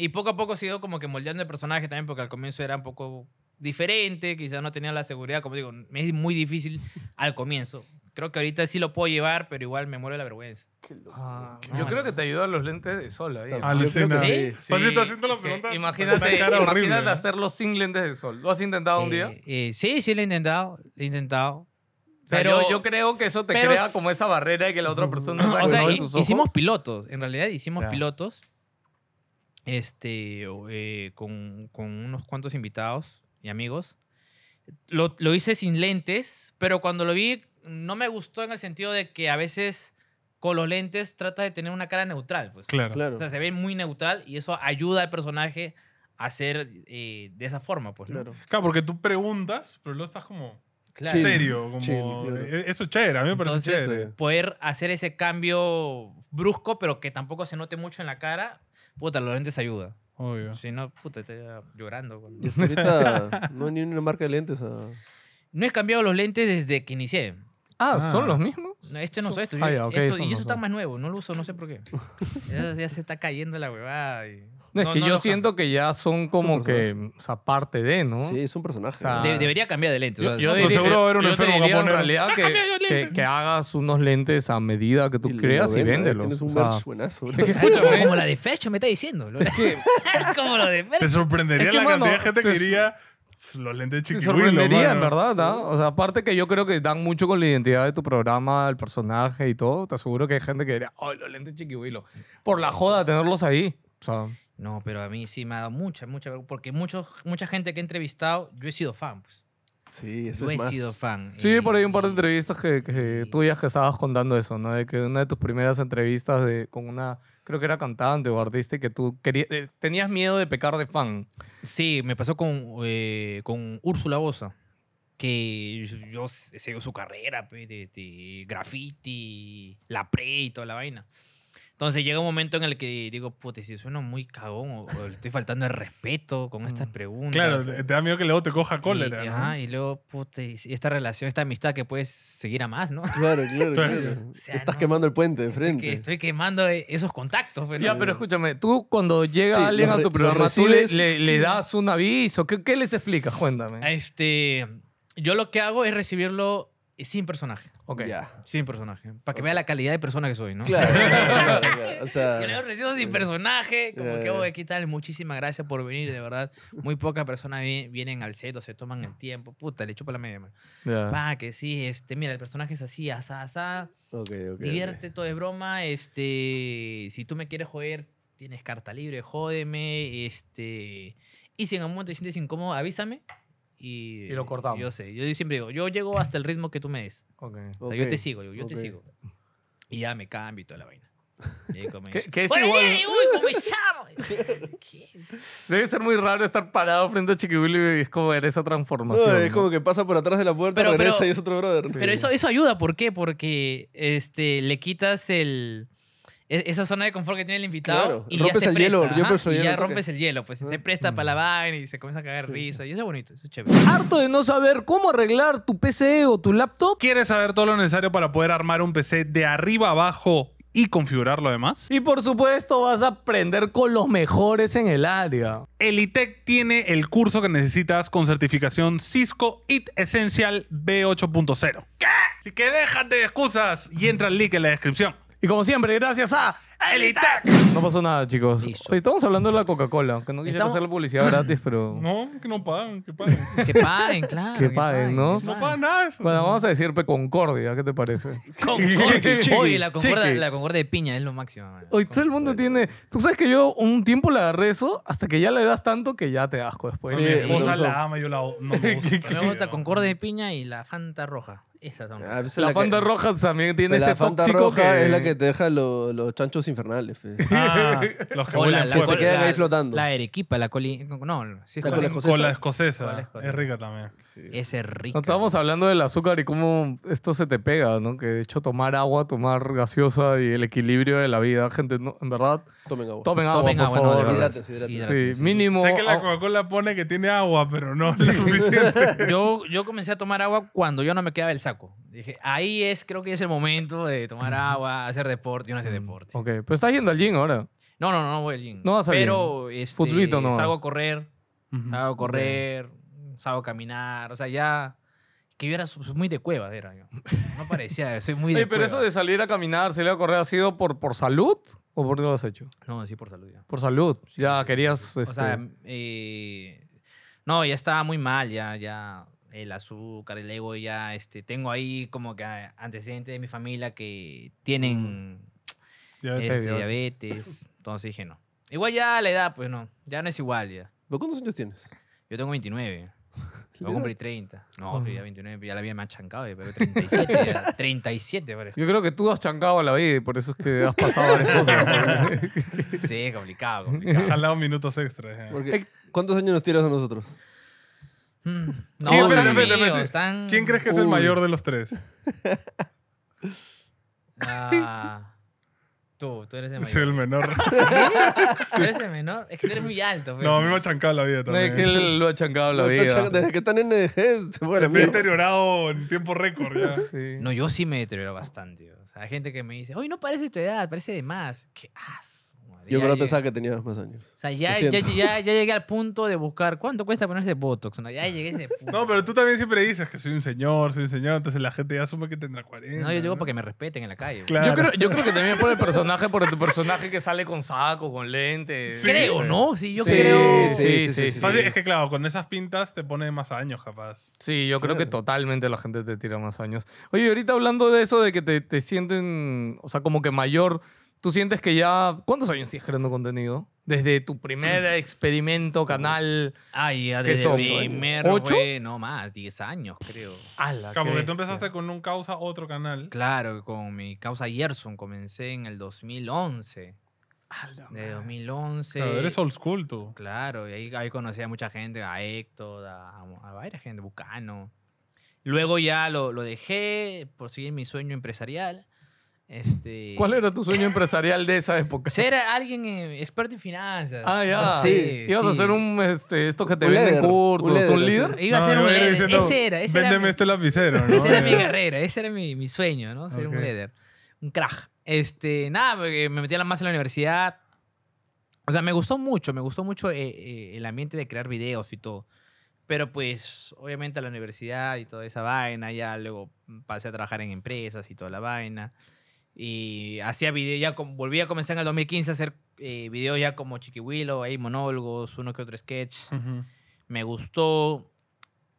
[SPEAKER 3] Y poco a poco se ido como que moldeando el personaje también, porque al comienzo era un poco diferente, quizás no tenía la seguridad, como digo, me es muy difícil al comienzo. Creo que ahorita sí lo puedo llevar, pero igual me muero de la vergüenza.
[SPEAKER 2] Ah,
[SPEAKER 3] Qué
[SPEAKER 2] yo
[SPEAKER 3] mal.
[SPEAKER 2] creo que te ayudó los lentes de sol ahí.
[SPEAKER 1] Tal-
[SPEAKER 4] Ah,
[SPEAKER 1] yo
[SPEAKER 4] la
[SPEAKER 1] creo que
[SPEAKER 4] escena.
[SPEAKER 1] sí.
[SPEAKER 4] Sí. Pues sí, está haciendo la
[SPEAKER 2] es que
[SPEAKER 4] pregunta con
[SPEAKER 2] Imagínate,
[SPEAKER 4] una cara horrible,
[SPEAKER 2] imagínate
[SPEAKER 4] ¿no?
[SPEAKER 2] hacerlo sin lentes de sol. ¿Lo has intentado un día?
[SPEAKER 3] Eh, eh, sí, sí, lo he intentado. Lo he intentado.
[SPEAKER 2] O sea,
[SPEAKER 3] pero-
[SPEAKER 2] yo, yo creo que eso te
[SPEAKER 3] pero
[SPEAKER 2] crea
[SPEAKER 3] s-
[SPEAKER 2] como esa barrera de que la otra persona
[SPEAKER 1] No,
[SPEAKER 2] saca
[SPEAKER 3] o
[SPEAKER 2] el
[SPEAKER 3] sea,
[SPEAKER 2] sol de
[SPEAKER 3] hi-
[SPEAKER 2] tus
[SPEAKER 3] hicimos
[SPEAKER 2] ojos.
[SPEAKER 3] pilotos. En realidad hicimos
[SPEAKER 2] Ya.
[SPEAKER 3] pilotos este, o, eh, con, con unos cuantos invitados y amigos. Lo, lo hice sin lentes, pero cuando lo vi no me gustó en el sentido de que a veces con los lentes trata de tener una cara neutral. Pues.
[SPEAKER 4] Claro.
[SPEAKER 1] Claro.
[SPEAKER 3] O sea, se ve muy neutral y eso ayuda al personaje a ser eh, de esa forma. Pues, ¿no?
[SPEAKER 1] claro.
[SPEAKER 4] Claro, porque tú preguntas, pero luego estás como
[SPEAKER 3] Claro.
[SPEAKER 1] Sí.
[SPEAKER 4] serio. Como,
[SPEAKER 1] Chill, claro.
[SPEAKER 4] eh, Eso es chévere, a mí me parece
[SPEAKER 3] Entonces,
[SPEAKER 4] chévere.
[SPEAKER 1] Sí.
[SPEAKER 3] poder hacer ese cambio brusco, pero que tampoco se note mucho en la cara, puta, los lentes ayuda.
[SPEAKER 4] Obvio.
[SPEAKER 3] Si no, puta, te iba llorando. con-
[SPEAKER 1] Y hasta ahorita no hay ni una marca de lentes. ah.
[SPEAKER 3] No he cambiado los lentes desde que inicié.
[SPEAKER 2] Ah,
[SPEAKER 4] Ah.
[SPEAKER 2] ¿son los mismos?
[SPEAKER 3] No, este no
[SPEAKER 2] Son-
[SPEAKER 3] soy esto.
[SPEAKER 2] Ah, ya, ok,
[SPEAKER 3] esto-
[SPEAKER 2] son
[SPEAKER 3] y
[SPEAKER 2] los
[SPEAKER 3] eso está
[SPEAKER 2] dos.
[SPEAKER 3] más nuevo, no lo uso, no sé por qué. Ya, ya se está cayendo la huevada. y-
[SPEAKER 2] No, es
[SPEAKER 3] no,
[SPEAKER 2] que
[SPEAKER 3] no
[SPEAKER 2] yo
[SPEAKER 3] los
[SPEAKER 2] siento que ya son como
[SPEAKER 1] Son
[SPEAKER 2] que, o sea, parte de, ¿no?
[SPEAKER 1] Sí, es un personaje.
[SPEAKER 2] O sea,
[SPEAKER 3] cambio. De- debería cambiar de lentes. o
[SPEAKER 2] Ah. Yo,
[SPEAKER 3] sea,
[SPEAKER 2] yo diría-
[SPEAKER 3] son-
[SPEAKER 4] Pero seguro era un
[SPEAKER 2] yo te
[SPEAKER 4] enfermo ¡Ah,
[SPEAKER 2] diría en
[SPEAKER 4] japonés.
[SPEAKER 2] realidad que, que, que hagas unos lentes a medida que tú
[SPEAKER 1] lo
[SPEAKER 2] creas y
[SPEAKER 1] venden, ahí
[SPEAKER 2] véndelos.
[SPEAKER 1] Tienes
[SPEAKER 2] o
[SPEAKER 1] un
[SPEAKER 2] sea,
[SPEAKER 1] merch buenazo. bro.
[SPEAKER 2] es que
[SPEAKER 3] Ay,
[SPEAKER 2] escúchame,
[SPEAKER 3] Como
[SPEAKER 2] es-
[SPEAKER 3] la de Fercho me está diciendo. lo-
[SPEAKER 2] es que
[SPEAKER 3] como lo de
[SPEAKER 4] Te
[SPEAKER 3] Fercho.
[SPEAKER 4] sorprendería
[SPEAKER 2] Es que,
[SPEAKER 4] la
[SPEAKER 2] mano,
[SPEAKER 4] cantidad de gente que
[SPEAKER 2] te-
[SPEAKER 4] diría "Pf, los lentes
[SPEAKER 2] Te
[SPEAKER 4] chiquibuilos.
[SPEAKER 2] sorprendería, en
[SPEAKER 4] mano".
[SPEAKER 2] verdad, ¿ah? O sea, aparte que yo creo que dan mucho con la identidad de tu programa, el personaje y todo. Te aseguro que hay gente que diría, ¡ay, los lentes chiquihuilo! Por la joda tenerlos ahí. O sea,
[SPEAKER 3] No, pero a mí sí me ha dado mucha, mucha. Porque muchos, mucha gente que he entrevistado, yo he sido fan. Pues.
[SPEAKER 1] Sí, eso
[SPEAKER 3] Yo he
[SPEAKER 1] es más.
[SPEAKER 3] sido fan.
[SPEAKER 2] sí,
[SPEAKER 3] y-
[SPEAKER 2] por ahí un par de entrevistas que, que
[SPEAKER 3] y-
[SPEAKER 2] tuyas que estabas contando eso, ¿no? De que una de tus primeras entrevistas de, con una, creo que era cantante o artista, y que tú querías, eh, tenías miedo de pecar de fan.
[SPEAKER 3] Sí, me pasó con, eh, con Úrsula Bosa, que yo s- sigo su carrera pe, de, de graffiti, la pre y toda la vaina. Entonces llega un momento en el que digo, puta, si sueno muy cagón o, o le estoy faltando el respeto con estas
[SPEAKER 2] Mm.
[SPEAKER 3] preguntas.
[SPEAKER 4] Claro, te te da miedo que luego te coja cólera.
[SPEAKER 3] y,
[SPEAKER 4] ¿no?
[SPEAKER 3] ajá, y luego, puta, y esta relación, esta amistad que puedes seguir a más, ¿no?
[SPEAKER 1] Claro, claro, claro.
[SPEAKER 4] O
[SPEAKER 3] sea,
[SPEAKER 1] Estás
[SPEAKER 3] no.
[SPEAKER 1] quemando el puente de
[SPEAKER 3] Estoy que-
[SPEAKER 1] frente.
[SPEAKER 3] estoy quemando eh, esos contactos. pues,
[SPEAKER 2] Ya,
[SPEAKER 3] ¿no?
[SPEAKER 2] pero escúchame, tú cuando llega
[SPEAKER 1] Sí,
[SPEAKER 2] alguien
[SPEAKER 1] los
[SPEAKER 2] a
[SPEAKER 1] re-
[SPEAKER 2] tu
[SPEAKER 1] los
[SPEAKER 2] programa, tú le,
[SPEAKER 1] recibes-
[SPEAKER 2] le- le das un aviso. ¿Qué, qué les explicas? Cuéntame.
[SPEAKER 3] Este, yo lo que hago es recibirlo sin personaje.
[SPEAKER 2] Ok.
[SPEAKER 1] Ya.
[SPEAKER 3] Sin personaje. Para que vea la calidad de persona que soy, ¿no?
[SPEAKER 1] Claro. claro, claro. O sea,
[SPEAKER 3] Yo le recibo sin personaje, como
[SPEAKER 1] Ya,
[SPEAKER 3] que,
[SPEAKER 1] ya.
[SPEAKER 3] oye, ¿qué tal? Muchísimas gracias por venir, de verdad. Muy pocas personas vi- vienen al set o se toman el tiempo. Puta, le chupa la media, man.
[SPEAKER 2] Ya.
[SPEAKER 3] Pa, que sí, este, mira, el personaje es así, asá, asá.
[SPEAKER 1] ok, ok, ok.
[SPEAKER 3] Divierte, todo es broma. Este, si tú me quieres joder, tienes carta libre, jódeme. Este, y si en algún momento te sientes incómodo, avísame. Y,
[SPEAKER 2] Y lo cortamos.
[SPEAKER 3] Yo sé, yo siempre digo, yo llego hasta el ritmo que tú me des.
[SPEAKER 2] Ok.
[SPEAKER 3] O sea, yo te
[SPEAKER 1] Ok.
[SPEAKER 3] sigo, yo, yo
[SPEAKER 1] ok.
[SPEAKER 3] te sigo. Y ya me cambio y toda la vaina. Y ahí comenzó.
[SPEAKER 2] Que- que es
[SPEAKER 3] Bueno,
[SPEAKER 2] igual,
[SPEAKER 3] ya,
[SPEAKER 2] ¿no?
[SPEAKER 3] uy, comenzamos. ¿Qué?
[SPEAKER 2] Debe ser muy raro estar parado frente a Chiqui Willy y es como ver esa transformación.
[SPEAKER 1] No, es como que pasa por atrás de la puerta,
[SPEAKER 3] Pero-
[SPEAKER 1] regresa
[SPEAKER 3] pero-
[SPEAKER 1] y es otro brother.
[SPEAKER 3] Pero eso, eso ayuda, ¿por qué? Porque este, le quitas el, e- esa zona de confort que tiene el invitado
[SPEAKER 1] Claro,
[SPEAKER 3] y ya
[SPEAKER 1] rompes
[SPEAKER 3] se
[SPEAKER 1] el hielo,
[SPEAKER 3] presta,
[SPEAKER 1] rompes
[SPEAKER 3] ajá,
[SPEAKER 1] el
[SPEAKER 3] y
[SPEAKER 1] hielo
[SPEAKER 3] ya
[SPEAKER 1] al toque.
[SPEAKER 3] rompes el hielo, pues se presta para la vaina y se comienza a cagar risa y eso es bonito, eso es chévere.
[SPEAKER 5] ¿Harto de no saber cómo arreglar tu PC o tu laptop?
[SPEAKER 4] ¿Quieres saber todo lo necesario para poder armar un PC de arriba abajo y configurarlo además?
[SPEAKER 5] Y por supuesto vas a aprender con los mejores en el área.
[SPEAKER 4] Elitec E tiene el curso que necesitas con certificación Cisco IT Essential B8.0. ¿Qué? Así que déjate de excusas y entra el link en la descripción.
[SPEAKER 5] Y como siempre, gracias a...
[SPEAKER 4] ¡Elitec!
[SPEAKER 2] No pasó nada, chicos.
[SPEAKER 3] Listo.
[SPEAKER 2] Hoy estamos hablando de la Coca-Cola, que no quisiera
[SPEAKER 3] Estamos-
[SPEAKER 2] hacer la publicidad gratis, pero...
[SPEAKER 4] No, que no pagan, que pagan.
[SPEAKER 3] Que paguen, claro.
[SPEAKER 2] Que paguen, ¿no?
[SPEAKER 3] que
[SPEAKER 4] No
[SPEAKER 3] paguen.
[SPEAKER 4] pagan nada de eso.
[SPEAKER 2] Bueno, vamos a decir pe Concordia, ¿qué te parece?
[SPEAKER 3] Oye, la concordia,
[SPEAKER 2] Chiqui.
[SPEAKER 3] la concordia de piña es lo máximo. man.
[SPEAKER 2] Hoy todo el mundo tiene... Tú sabes que yo un tiempo le agarré eso hasta que ya le das tanto que ya te asco después.
[SPEAKER 1] Sí,
[SPEAKER 4] Mi esposa
[SPEAKER 1] no, no.
[SPEAKER 4] la ama, yo la o- no me gusta.
[SPEAKER 3] Me gusta concordia de piña y la Fanta roja. Esas son.
[SPEAKER 1] Ah, esa es
[SPEAKER 2] La
[SPEAKER 1] que-
[SPEAKER 2] Fanta Roja también tiene
[SPEAKER 1] pero
[SPEAKER 2] ese
[SPEAKER 1] la Fanta
[SPEAKER 2] tóxico
[SPEAKER 1] roja
[SPEAKER 2] que...
[SPEAKER 1] es la que te deja lo- los chanchos infernales. pe.
[SPEAKER 4] Ah, los que
[SPEAKER 3] O
[SPEAKER 4] huelen
[SPEAKER 1] que se
[SPEAKER 4] fuerte.
[SPEAKER 1] queda- quedan ahí flotando.
[SPEAKER 3] La Arequipa, la coli... No, sí es
[SPEAKER 1] La
[SPEAKER 3] coli-
[SPEAKER 1] cola
[SPEAKER 4] Con la
[SPEAKER 1] escocesa.
[SPEAKER 3] Cola
[SPEAKER 4] escocesa.
[SPEAKER 3] escocesa.
[SPEAKER 4] Es rica también.
[SPEAKER 3] Ese rico.
[SPEAKER 2] No estábamos hablando del azúcar y cómo esto se te pega, ¿no? Que de hecho tomar agua, tomar gaseosa y el equilibrio de la vida, gente, no, en verdad,
[SPEAKER 1] Tomen agua.
[SPEAKER 2] tomen agua,
[SPEAKER 3] Tomen
[SPEAKER 2] por
[SPEAKER 3] agua, no,
[SPEAKER 2] favor.
[SPEAKER 3] de verdad.
[SPEAKER 1] Hidrátense, hidrátense.
[SPEAKER 2] Sí,
[SPEAKER 3] Hidrátense, sí.
[SPEAKER 2] mínimo.
[SPEAKER 4] Sé que la
[SPEAKER 2] ah,
[SPEAKER 4] Coca-Cola pone que tiene agua, pero no es la suficiente.
[SPEAKER 3] Yo, yo comencé a tomar agua cuando yo no me quedaba el saco. Dije, ahí es, creo que es el momento de tomar agua, hacer deporte. Yo no hacía deporte.
[SPEAKER 2] Mm, Ok, pero estás yendo al gym ahora.
[SPEAKER 3] No, no, no, no voy al gym.
[SPEAKER 2] No vas al
[SPEAKER 3] Pero este,
[SPEAKER 2] Futbolito no Mm,
[SPEAKER 3] salgo
[SPEAKER 2] vas.
[SPEAKER 3] a correr, salgo a correr, salgo a caminar. O sea, ya... Que yo era su- su- muy de cueva, era yo. No parecía, soy muy de
[SPEAKER 2] Oye, pero eso
[SPEAKER 3] cueva.
[SPEAKER 2] de salir a caminar, salir a correr, ¿ha sido por, por salud o por qué lo has hecho?
[SPEAKER 3] No, sí, por salud ya.
[SPEAKER 2] Por salud. ya querías.
[SPEAKER 3] O
[SPEAKER 2] este,
[SPEAKER 3] sea, mm, eh, no, ya estaba muy mal, ya, ya el azúcar, el ego, ya este, tengo ahí como que a- antecedentes de mi familia que
[SPEAKER 4] Mm,
[SPEAKER 3] tienen
[SPEAKER 4] Ya ves.
[SPEAKER 3] este,
[SPEAKER 2] diabetes.
[SPEAKER 3] diabetes, entonces dije no. Igual ya la edad, pues no, ya no es igual ya.
[SPEAKER 1] ¿Pero ¿Cuántos años tienes?
[SPEAKER 3] Yo tengo 29. Yo
[SPEAKER 1] Mira.
[SPEAKER 3] cumplí 30. No,
[SPEAKER 2] Ajá.
[SPEAKER 3] pero ya 29, ya la había más chancado, pero 37, ya, 37 parece.
[SPEAKER 2] yo creo que tú has chancado a la vida y por eso es que has pasado varias cosas.
[SPEAKER 3] Sí, complicado, complicado.
[SPEAKER 4] Jalado minutos extra. eh. ya.
[SPEAKER 1] Porque, ¿Cuántos años nos tiras a nosotros?
[SPEAKER 3] Mm, No,
[SPEAKER 4] ¿Quién-
[SPEAKER 3] están
[SPEAKER 4] espérate, espérate,
[SPEAKER 3] amigos,
[SPEAKER 4] espérate.
[SPEAKER 3] están-
[SPEAKER 4] ¿Quién crees que es el
[SPEAKER 1] Uy.
[SPEAKER 4] mayor de los tres?
[SPEAKER 3] Ah, tú, tú eres el mayor.
[SPEAKER 4] Soy el menor.
[SPEAKER 3] Tú eres el menor. Es que tú eres muy alto. pues.
[SPEAKER 4] No, a mí me ha chancado la vida
[SPEAKER 2] No, es
[SPEAKER 4] también.
[SPEAKER 2] que él lo ha chancado a la
[SPEAKER 1] No, está
[SPEAKER 2] vida.
[SPEAKER 1] chaca- Desde que están en NDG se fue a la
[SPEAKER 4] Me he
[SPEAKER 1] mierda.
[SPEAKER 4] deteriorado en tiempo récord ya.
[SPEAKER 2] Sí.
[SPEAKER 3] No, yo sí me deterioro bastante. O sea, hay gente que me dice, oye, no parece tu edad, parece de más. ¿Qué as? madre,
[SPEAKER 1] Yo creo
[SPEAKER 3] ya llegué-
[SPEAKER 1] que pensaba que tenías más años.
[SPEAKER 3] O sea, ya,
[SPEAKER 1] Lo
[SPEAKER 3] ya,
[SPEAKER 1] siento.
[SPEAKER 3] ya- ya llegué al punto de buscar cuánto cuesta ponerse Botox. No, ya llegué a ese punto.
[SPEAKER 4] No, pero tú también siempre dices que soy un señor, soy un señor, entonces la gente ya asume que tendrá 40.
[SPEAKER 3] No, yo digo para que me respeten en la calle.
[SPEAKER 4] Claro.
[SPEAKER 2] Yo, creo, yo creo que también por el personaje, por tu personaje que sale con saco, con lentes.
[SPEAKER 4] Sí.
[SPEAKER 3] Creo, ¿no? Sí, yo
[SPEAKER 2] Sí,
[SPEAKER 3] creo.
[SPEAKER 2] sí.
[SPEAKER 4] Fácil, Es que claro, con esas pintas te pone más años capaz.
[SPEAKER 2] Sí, yo creo que
[SPEAKER 1] Claro.
[SPEAKER 2] totalmente la gente te tira más años. Oye, ahorita hablando de eso, de que te, te sienten, o sea, como que mayor, tú sientes que ya... ¿Cuántos años sigues creando contenido? Desde tu primer experimento, canal...
[SPEAKER 3] Ay, ya
[SPEAKER 2] Sí,
[SPEAKER 3] desde
[SPEAKER 2] son
[SPEAKER 3] el
[SPEAKER 2] ocho años.
[SPEAKER 3] primer,
[SPEAKER 2] ¿Ocho?
[SPEAKER 3] güey, no más, 10 años, creo. Ah,
[SPEAKER 2] ¡Hala,
[SPEAKER 4] Claro,
[SPEAKER 2] qué
[SPEAKER 4] porque
[SPEAKER 2] bestia!
[SPEAKER 4] tú empezaste con un causa otro canal.
[SPEAKER 3] Claro, con mi causa Gerson comencé en el 2011.
[SPEAKER 2] ¡Hala,
[SPEAKER 3] De
[SPEAKER 2] madre!
[SPEAKER 3] 2011.
[SPEAKER 4] Claro, eres old school tú.
[SPEAKER 3] Claro, y ahí, ahí conocí a mucha gente, a Héctor, a, a varias gente, Bucano. Luego ya lo, lo dejé por seguir mi sueño empresarial. Este,
[SPEAKER 2] ¿Cuál era tu sueño empresarial de esa época?
[SPEAKER 3] Ser alguien eh, experto en finanzas.
[SPEAKER 2] Ah, ya.
[SPEAKER 1] Ah, sí,
[SPEAKER 2] Ibas a
[SPEAKER 3] sí.
[SPEAKER 2] ser un, este, estos que te
[SPEAKER 1] Un
[SPEAKER 2] venden
[SPEAKER 1] líder,
[SPEAKER 2] cursos,
[SPEAKER 1] un líder,
[SPEAKER 2] un
[SPEAKER 1] así.
[SPEAKER 2] líder.
[SPEAKER 3] Iba a
[SPEAKER 4] No,
[SPEAKER 3] ser
[SPEAKER 4] yo
[SPEAKER 3] un
[SPEAKER 4] iba
[SPEAKER 3] líder.
[SPEAKER 4] diciendo,
[SPEAKER 3] ese era, ese era
[SPEAKER 4] Véndeme
[SPEAKER 3] mi-
[SPEAKER 4] este lapicero, ¿no?
[SPEAKER 3] Esa era mi carrera, ese era mi, mi sueño, ¿no? Ser
[SPEAKER 2] Ok.
[SPEAKER 3] un líder, un crack. Este, nada, porque me metí a la más en la universidad. O sea, me gustó mucho, me gustó mucho eh, eh, el ambiente de crear videos y todo. Pero pues, obviamente a la universidad y toda esa vaina, ya luego pasé a trabajar en empresas y toda la vaina. Y hacía video, ya com- volví a comenzar en el 2015 a hacer eh, videos ya como Chiquihuilo, ahí monólogos, uno que otro sketch
[SPEAKER 4] Ujú.
[SPEAKER 3] me gustó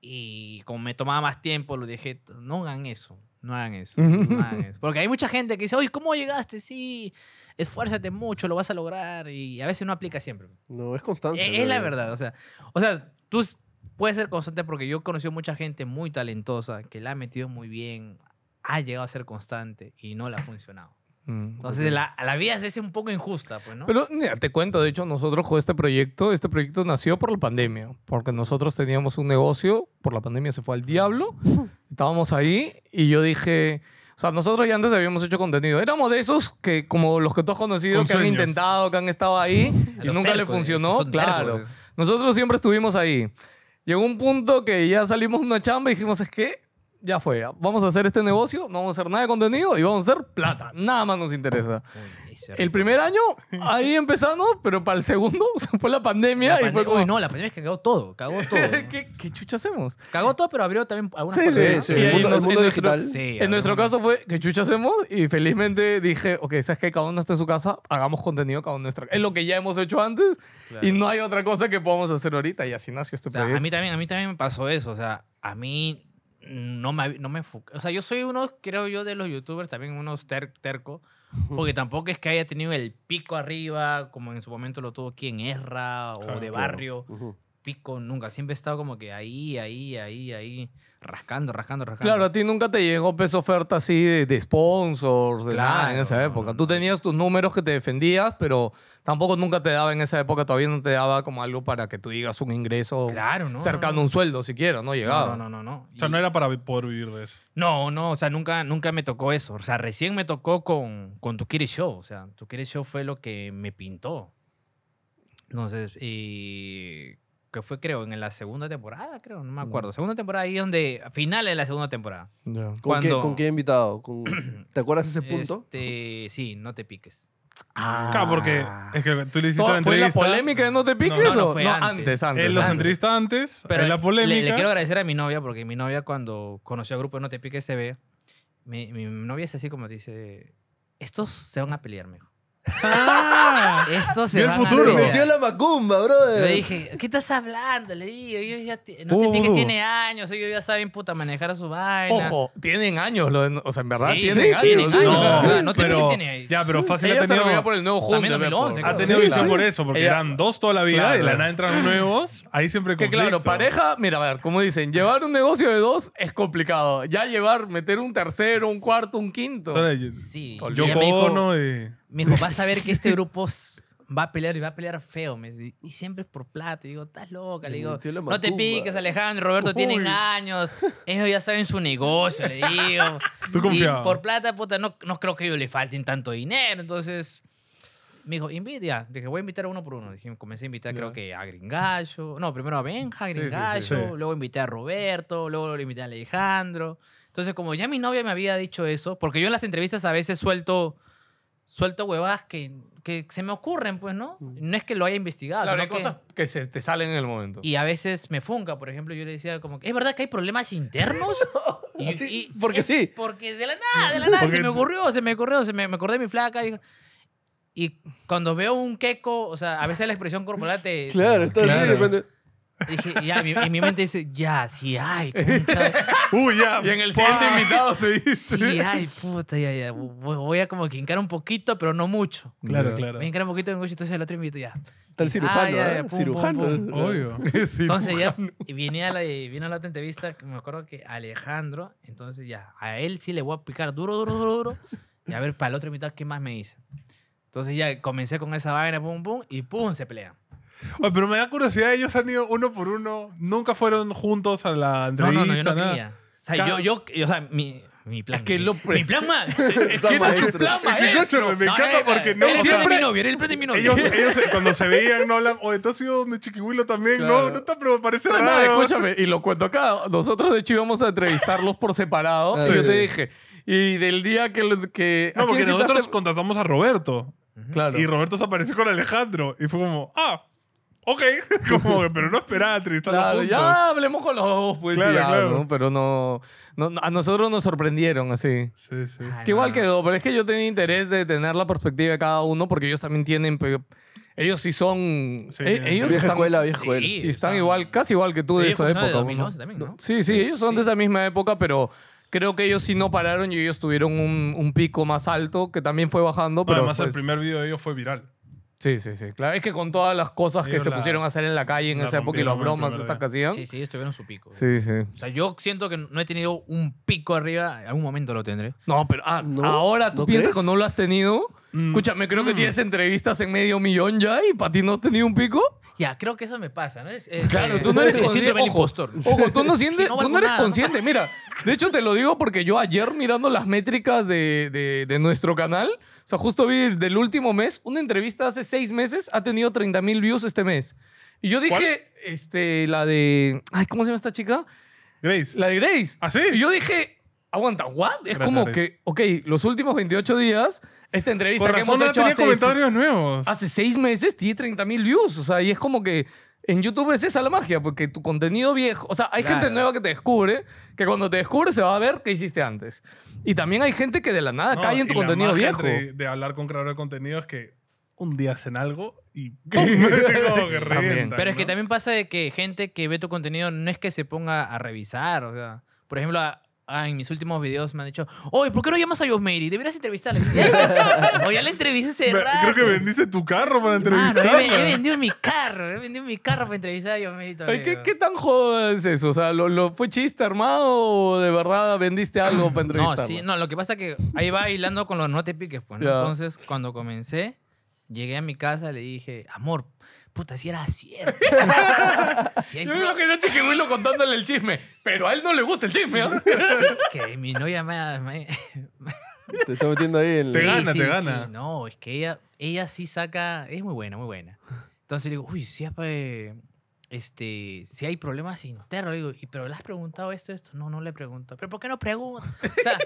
[SPEAKER 3] y como me tomaba más tiempo, lo dejé, "T- no hagan eso, no hagan eso, no hagan eso". Porque hay mucha gente que dice, oye, ¿cómo llegaste? Sí, esfuérzate mucho, lo vas a lograr y a veces no aplica siempre.
[SPEAKER 1] No, es constancia.
[SPEAKER 3] E- Es,
[SPEAKER 1] creo
[SPEAKER 3] la
[SPEAKER 2] eh,
[SPEAKER 1] yo.
[SPEAKER 3] verdad, o sea, o sea, tú s- puedes ser constante porque yo he conocido mucha gente muy talentosa que la ha metido muy bien, ha llegado a ser constante y no le ha funcionado.
[SPEAKER 2] Mm.
[SPEAKER 3] Entonces, la, la vida es un poco injusta, pues, ¿no?
[SPEAKER 2] Pero mira, te cuento, de hecho, nosotros con este proyecto, este proyecto nació por la pandemia, porque nosotros teníamos un negocio, por la pandemia se fue al diablo, estábamos ahí y yo dije, o sea, nosotros ya antes habíamos hecho contenido, éramos de esos que, como los que tú has conocido,
[SPEAKER 4] Con
[SPEAKER 2] que han
[SPEAKER 4] sueños.
[SPEAKER 2] intentado, que han estado ahí
[SPEAKER 3] A
[SPEAKER 2] y
[SPEAKER 3] los
[SPEAKER 2] nunca le
[SPEAKER 3] tercos,
[SPEAKER 2] funcionó,
[SPEAKER 3] esos son
[SPEAKER 2] claro.
[SPEAKER 3] tercos. eh.
[SPEAKER 2] Nosotros siempre estuvimos ahí. Llegó un punto que ya salimos de una chamba y dijimos, es que ya fue, vamos a hacer este negocio, no vamos a hacer nada de contenido y vamos a hacer plata, nada más nos interesa.
[SPEAKER 3] Uy, ahí se
[SPEAKER 2] El primer año, ahí empezamos, pero para el segundo se fue la
[SPEAKER 3] La
[SPEAKER 2] pandemia y
[SPEAKER 3] pandemia-
[SPEAKER 2] fue como,
[SPEAKER 3] Uy, no, la pandemia es que cagó todo, cagó todo.
[SPEAKER 2] ¿qué, qué chucha hacemos?
[SPEAKER 3] Cagó todo, pero abrió también algunas
[SPEAKER 2] Sí,
[SPEAKER 1] Sí,
[SPEAKER 3] puertas,
[SPEAKER 1] sí,
[SPEAKER 2] Y
[SPEAKER 1] el
[SPEAKER 2] ahí
[SPEAKER 1] mundo, el
[SPEAKER 2] nos-
[SPEAKER 1] mundo
[SPEAKER 2] en nuestro-
[SPEAKER 1] digital.
[SPEAKER 3] ¿no? Sí,
[SPEAKER 2] en nuestro
[SPEAKER 3] abrió-
[SPEAKER 2] caso fue, ¿qué chucha hacemos? Y felizmente dije, ok, ¿sabes qué? Cada uno está en su casa, hagamos contenido cada uno en nuestra Es lo que ya hemos hecho antes
[SPEAKER 3] Claro.
[SPEAKER 2] y no hay otra cosa que podamos hacer ahorita. Y así nació este
[SPEAKER 3] O sea, a
[SPEAKER 2] proyecto.
[SPEAKER 3] mí también a mí también me pasó eso o sea a mí no me no me enfoqué. o sea yo soy uno creo yo de los youtubers también unos ter- terco porque tampoco es que haya tenido el pico arriba como en su momento lo tuvo quien Erra o
[SPEAKER 4] Claro,
[SPEAKER 3] de
[SPEAKER 4] claro.
[SPEAKER 3] barrio
[SPEAKER 1] Ujú.
[SPEAKER 3] pico nunca siempre he estado como que ahí ahí ahí ahí rascando rascando rascando
[SPEAKER 2] Claro, a ti nunca te llegó pues oferta así de, de sponsors, de nada en
[SPEAKER 3] Claro,
[SPEAKER 2] esa
[SPEAKER 3] no,
[SPEAKER 2] época.
[SPEAKER 3] no,
[SPEAKER 2] Tú
[SPEAKER 3] no.
[SPEAKER 2] tenías tus números que te defendías, pero tampoco nunca te daba en esa época, todavía no te daba como algo para que tú digas un ingreso
[SPEAKER 3] claro no no,
[SPEAKER 2] cercano a
[SPEAKER 3] no.
[SPEAKER 2] un sueldo siquiera, no llegaba.
[SPEAKER 3] no no no no
[SPEAKER 4] O sea,
[SPEAKER 3] Y-
[SPEAKER 4] no era para vi- poder vivir de eso.
[SPEAKER 3] No, no, o sea, nunca, nunca me tocó eso. O sea, recién me tocó con, con Tu Quieres Show. O sea, Tu Quieres Show fue lo que me pintó. Entonces, y- que fue, creo, en la segunda temporada, creo, no me acuerdo. Segunda temporada ahí donde, finales de la segunda temporada.
[SPEAKER 2] Ya.
[SPEAKER 1] ¿Con, qué,
[SPEAKER 3] Cuando-
[SPEAKER 1] ¿Con qué invitado? ¿Con- ¿Te acuerdas ese punto?
[SPEAKER 3] Este, sí, no te piques.
[SPEAKER 2] Ah.
[SPEAKER 4] Claro, porque es que tú le hiciste
[SPEAKER 2] Todo-
[SPEAKER 4] la
[SPEAKER 2] ¿Fue la
[SPEAKER 4] entrevista.
[SPEAKER 2] polémica de No Te Piques
[SPEAKER 3] No, no,
[SPEAKER 2] o
[SPEAKER 3] fue
[SPEAKER 2] antes?
[SPEAKER 3] antes.
[SPEAKER 2] antes,
[SPEAKER 4] Él los
[SPEAKER 2] antes.
[SPEAKER 4] entrevista antes,
[SPEAKER 3] Pero
[SPEAKER 4] pero la
[SPEAKER 3] le-
[SPEAKER 4] polémica.
[SPEAKER 3] Le, quiero agradecer a mi novia, porque mi novia cuando conoció al grupo de No Te Piques ve mi, mi novia es así como dice, estos se van a pelear, mejor.
[SPEAKER 4] Ah,
[SPEAKER 3] Estos se
[SPEAKER 4] Vio el
[SPEAKER 3] van
[SPEAKER 4] futuro.
[SPEAKER 1] Te
[SPEAKER 3] a
[SPEAKER 4] Mira.
[SPEAKER 1] metió
[SPEAKER 3] pelear.
[SPEAKER 1] la macumba, brother.
[SPEAKER 3] Le
[SPEAKER 4] Eh,
[SPEAKER 3] dije, ¿qué estás hablando? Le digo, yo ya te- no
[SPEAKER 4] Uh.
[SPEAKER 3] te piques, tiene años, ellos ya saben, puta, manejar a su vaina.
[SPEAKER 2] Ojo, tienen años, lo de- o sea, en verdad
[SPEAKER 3] Sí,
[SPEAKER 2] tienen
[SPEAKER 3] sí,
[SPEAKER 2] años.
[SPEAKER 3] tienen
[SPEAKER 2] ¿no?
[SPEAKER 3] años. No, no te
[SPEAKER 4] pero,
[SPEAKER 3] tiene ahí.
[SPEAKER 4] Ya, pero fácil
[SPEAKER 2] Ella se
[SPEAKER 4] ha
[SPEAKER 2] reunía
[SPEAKER 4] tenido,
[SPEAKER 2] por el nuevo junte.
[SPEAKER 3] También 2011,
[SPEAKER 4] ha
[SPEAKER 3] claro.
[SPEAKER 4] tenido
[SPEAKER 1] Sí,
[SPEAKER 4] visión
[SPEAKER 1] claro.
[SPEAKER 4] por eso, porque
[SPEAKER 2] Ella-
[SPEAKER 4] eran dos toda la vida y de la
[SPEAKER 2] Claro.
[SPEAKER 4] nada entran nuevos. Ahí siempre hay
[SPEAKER 2] Que
[SPEAKER 4] conflicto.
[SPEAKER 2] claro, pareja, mira, a ver, como dicen, llevar un negocio de dos es complicado. Ya llevar, meter un tercero, un cuarto, un quinto.
[SPEAKER 4] Ahora, Yo
[SPEAKER 3] Sí.
[SPEAKER 2] Yo
[SPEAKER 3] Y
[SPEAKER 4] yo
[SPEAKER 3] ella me dijo-
[SPEAKER 4] cono y...
[SPEAKER 3] Me dijo, vas a ver que este grupo s- va a pelear y va a pelear feo. Me dice, y siempre es por plata. Y digo, estás loca. Le
[SPEAKER 1] Le
[SPEAKER 3] digo,
[SPEAKER 1] metió la
[SPEAKER 3] no te
[SPEAKER 1] macumba".
[SPEAKER 3] piques, Alejandro. Roberto tienen
[SPEAKER 1] Uy.
[SPEAKER 3] años. Ellos ya saben su negocio, le digo.
[SPEAKER 4] Tú
[SPEAKER 3] y
[SPEAKER 4] confiaba.
[SPEAKER 3] por plata, puta, no, no creo que ellos le falten tanto dinero. Entonces, me dijo, envidia. Dije, voy a invitar uno por uno. Dije, comencé a invitar, creo
[SPEAKER 2] Ya.
[SPEAKER 3] que a Gringallo. No, primero a Benja, a
[SPEAKER 2] Sí, sí, sí,
[SPEAKER 3] Gringallo.
[SPEAKER 4] sí.
[SPEAKER 3] Luego invité a Roberto. Luego le invité a Alejandro. Entonces, como ya mi novia me había dicho eso, porque yo en las entrevistas a veces suelto, suelto huevadas que, que se me ocurren, pues, ¿no?
[SPEAKER 2] Mm.
[SPEAKER 3] No es que lo haya investigado.
[SPEAKER 2] Claro, hay
[SPEAKER 3] sino que-
[SPEAKER 2] cosas que se te salen en el momento.
[SPEAKER 3] Y a veces me funca, por ejemplo, yo le decía como, que, ¿es verdad que hay problemas internos? Y-
[SPEAKER 1] Así,
[SPEAKER 3] y-
[SPEAKER 1] porque
[SPEAKER 3] es
[SPEAKER 1] sí.
[SPEAKER 3] Porque de la nada, de la nada, se
[SPEAKER 4] Porque-
[SPEAKER 3] me ocurrió, se me ocurrió, se me, me acordé de mi flaca. digo, Y, cuando veo un queco, o sea, a veces la expresión corporal te...
[SPEAKER 1] Claro, está así,
[SPEAKER 4] Claro.
[SPEAKER 1] de repente-
[SPEAKER 3] Dije, ya, mi- en mi mente dice, ya, sí hay, concha.
[SPEAKER 4] Uy, ya.
[SPEAKER 2] Y en el siguiente
[SPEAKER 4] ¡pah!
[SPEAKER 2] invitado se dice.
[SPEAKER 3] Sí, ay, puta, ya, ya. Voy voy a como que hincar un poquito, pero no mucho.
[SPEAKER 4] Claro,
[SPEAKER 2] Ya.
[SPEAKER 4] claro.
[SPEAKER 3] Voy a hincar un poquito, entonces entonces el otro invito ya.
[SPEAKER 1] Está el cirujano,
[SPEAKER 3] Ah, ya, ya,
[SPEAKER 1] ¿eh?
[SPEAKER 3] pum, pum,
[SPEAKER 1] cirujano.
[SPEAKER 3] pum.
[SPEAKER 4] Obvio.
[SPEAKER 2] Sí.
[SPEAKER 3] Entonces ya y vine a la, y vino a la otra entrevista, que me acuerdo que Alejandro, entonces ya, a él sí le voy a picar duro, duro, duro, duro. Y a ver, para el otro invitado, ¿qué más me dice? Entonces ya comencé con esa vaina, pum, pum, y pum, se pelean.
[SPEAKER 4] Oye, pero me da curiosidad, ellos han ido uno por uno. Nunca fueron juntos a la
[SPEAKER 3] No,
[SPEAKER 4] entrevista.
[SPEAKER 3] no, no, yo no
[SPEAKER 4] nada.
[SPEAKER 3] quería. O sea,
[SPEAKER 4] Cada-
[SPEAKER 3] yo, yo, o sea, mi, mi plan.
[SPEAKER 2] Es que
[SPEAKER 3] mi,
[SPEAKER 2] lo
[SPEAKER 3] mi plan ma-
[SPEAKER 2] Es que era su
[SPEAKER 1] maestro.
[SPEAKER 2] plan
[SPEAKER 4] Es que,
[SPEAKER 2] maestro.
[SPEAKER 4] cocho, me encanta porque no.
[SPEAKER 3] Era el
[SPEAKER 4] o sea,
[SPEAKER 3] plan de mi novio, era el plan de mi novio.
[SPEAKER 4] Ellos, ellos eh, cuando se veían no hablan. Oye, tú has sido de Chiquihuilo también, ¿no?
[SPEAKER 1] Claro.
[SPEAKER 4] No te pero parece
[SPEAKER 2] No, no,
[SPEAKER 4] raro.
[SPEAKER 2] escúchame, y lo cuento acá. Nosotros, de hecho, íbamos a entrevistarlos por separado.
[SPEAKER 1] Ah,
[SPEAKER 2] y yo
[SPEAKER 1] sí.
[SPEAKER 2] te dije, y del día que. lo- que
[SPEAKER 4] No,
[SPEAKER 2] ¿a quién
[SPEAKER 4] porque
[SPEAKER 2] citaste?
[SPEAKER 4] nosotros contratamos a Roberto.
[SPEAKER 2] Claro.
[SPEAKER 4] Y Roberto se apareció con Alejandro. Y fue como, ah, ok. como, que, pero no esperaba entrevistarlos
[SPEAKER 2] Claro,
[SPEAKER 4] juntos.
[SPEAKER 2] ya hablemos con los dos, pues
[SPEAKER 4] Claro,
[SPEAKER 2] y ya,
[SPEAKER 4] claro.
[SPEAKER 2] ¿no? Pero no, no- no- A nosotros nos sorprendieron así.
[SPEAKER 4] Sí, sí.
[SPEAKER 3] Ay,
[SPEAKER 2] Que igual
[SPEAKER 3] no, no.
[SPEAKER 2] quedó, pero es que yo tenía interés de tener la perspectiva de cada uno porque ellos también tienen. pe- Ellos sí son.
[SPEAKER 4] Sí,
[SPEAKER 2] e-
[SPEAKER 4] tienen-
[SPEAKER 2] ellos
[SPEAKER 1] Vieja
[SPEAKER 2] están,
[SPEAKER 1] escuela, vieja escuela.
[SPEAKER 3] Sí,
[SPEAKER 2] y están
[SPEAKER 3] son-
[SPEAKER 2] igual, casi igual que tú de
[SPEAKER 3] Ellos
[SPEAKER 2] esa
[SPEAKER 3] son de
[SPEAKER 2] época. ¿no?
[SPEAKER 3] 2011 también, ¿no?
[SPEAKER 2] Sí, sí, ellos son de esa misma época, pero creo que ellos sí no pararon y ellos tuvieron un, un pico más alto que también fue bajando.
[SPEAKER 4] No,
[SPEAKER 2] pero
[SPEAKER 4] además, el
[SPEAKER 2] pues-
[SPEAKER 4] primer video de ellos fue viral.
[SPEAKER 2] Sí, sí, sí. Claro, es que con todas las cosas que
[SPEAKER 4] Ellos
[SPEAKER 2] se
[SPEAKER 4] la-
[SPEAKER 2] pusieron a hacer en la calle en
[SPEAKER 4] la
[SPEAKER 2] esa época y las
[SPEAKER 4] rompieron el
[SPEAKER 2] bromas
[SPEAKER 4] primer
[SPEAKER 2] estas
[SPEAKER 4] día.
[SPEAKER 2] que hacían.
[SPEAKER 3] Sí, sí, estuvieron su pico.
[SPEAKER 2] Sí, sí.
[SPEAKER 3] O sea, yo siento que no he tenido un pico arriba. En algún momento lo tendré.
[SPEAKER 2] No, pero ah,
[SPEAKER 1] No,
[SPEAKER 2] ahora tú
[SPEAKER 1] ¿no
[SPEAKER 2] piensas
[SPEAKER 1] crees?
[SPEAKER 2] que no lo has tenido.
[SPEAKER 4] Mm.
[SPEAKER 2] Escúchame, creo que
[SPEAKER 4] Mm.
[SPEAKER 2] tienes entrevistas en medio millón ya y para ti no has tenido un pico.
[SPEAKER 3] Ya, creo que eso me pasa, ¿no? Es, es-
[SPEAKER 2] Claro,
[SPEAKER 3] eh,
[SPEAKER 2] tú no eres
[SPEAKER 3] el
[SPEAKER 2] consciente.
[SPEAKER 3] síndrome del
[SPEAKER 2] Ojo,
[SPEAKER 3] impostor.
[SPEAKER 2] Ojo, tú no, sientes-
[SPEAKER 3] no
[SPEAKER 2] tú
[SPEAKER 3] valgo
[SPEAKER 2] no eres
[SPEAKER 3] nada, ¿no?
[SPEAKER 2] consciente. Mira, de hecho te lo digo porque yo ayer mirando las métricas de, de- de nuestro canal, o sea, justo vi del último mes, una entrevista hace seis meses ha tenido 30 mil views este mes. Y yo dije, este, la de. Ay, ¿cómo se llama esta chica?
[SPEAKER 4] Grace.
[SPEAKER 2] La de Grace.
[SPEAKER 4] ¿Ah, sí?
[SPEAKER 2] Y yo dije, aguanta, ¿what? Es
[SPEAKER 4] Gracias,
[SPEAKER 2] como
[SPEAKER 4] Grace.
[SPEAKER 2] que, ok, los últimos 28 días, esta entrevista
[SPEAKER 4] Por
[SPEAKER 2] que
[SPEAKER 4] razón
[SPEAKER 2] hemos
[SPEAKER 4] no
[SPEAKER 2] hecho Ah,
[SPEAKER 4] tenía
[SPEAKER 2] hace,
[SPEAKER 4] comentarios nuevos.
[SPEAKER 2] hace seis meses tiene 30 mil views. O sea, y es como que en YouTube es esa la magia, porque tu contenido viejo, o sea, hay gente
[SPEAKER 3] Claro.
[SPEAKER 2] nueva que te descubre, que cuando te descubre se va a ver qué hiciste antes. Y también hay gente que de la nada
[SPEAKER 4] No,
[SPEAKER 2] cae en tu
[SPEAKER 4] y la
[SPEAKER 2] contenido
[SPEAKER 4] magia
[SPEAKER 2] viejo.
[SPEAKER 4] entre- de hablar con creadores de contenido es que un día hacen algo y ¡pum! como que revientan,
[SPEAKER 3] Pero es que
[SPEAKER 4] ¿no?
[SPEAKER 3] también pasa de que gente que ve tu contenido no es que se ponga a revisar. O sea, por ejemplo, a- a- en mis últimos videos me han dicho, oye, ¿por qué no llamas a Yosmeiri? Deberías entrevistarla. o ya la entrevisté hace
[SPEAKER 4] Me-
[SPEAKER 3] rato. Ah,
[SPEAKER 4] Creo que vendiste tu carro
[SPEAKER 3] Mano,
[SPEAKER 4] para entrevistarla.
[SPEAKER 3] he, he vendido mi carro. He vendido mi carro para entrevistar a Yosmeiri.
[SPEAKER 2] Ay, ¿qué,
[SPEAKER 3] Toledo.
[SPEAKER 2] qué tan joda es eso? O sea, ¿lo, lo- fue chiste armado o de verdad vendiste algo para
[SPEAKER 3] No,
[SPEAKER 2] entrevistarlo?
[SPEAKER 3] sí, no, lo que pasa que ahí va bailando con los no te piques, pues. ¿no?
[SPEAKER 2] Ya.
[SPEAKER 3] Entonces, cuando comencé, llegué a mi casa, le dije, amor, puta, si era cierto. si hay
[SPEAKER 2] Yo me imagino a Chiquihuilo contándole el chisme, pero a él no le gusta el chisme. ¿ah?
[SPEAKER 3] que mi novia me, me-
[SPEAKER 1] Te está metiendo ahí en
[SPEAKER 4] Te
[SPEAKER 1] la-
[SPEAKER 4] gana, te gana.
[SPEAKER 3] No, es que ella, ella sí saca, es muy buena, muy buena. Entonces le digo, uy, si, hay, este, si hay problemas internos, le digo, "Y, pero le has preguntado esto, esto. No, no le pregunto. Pero ¿por qué no pregunto? O sea,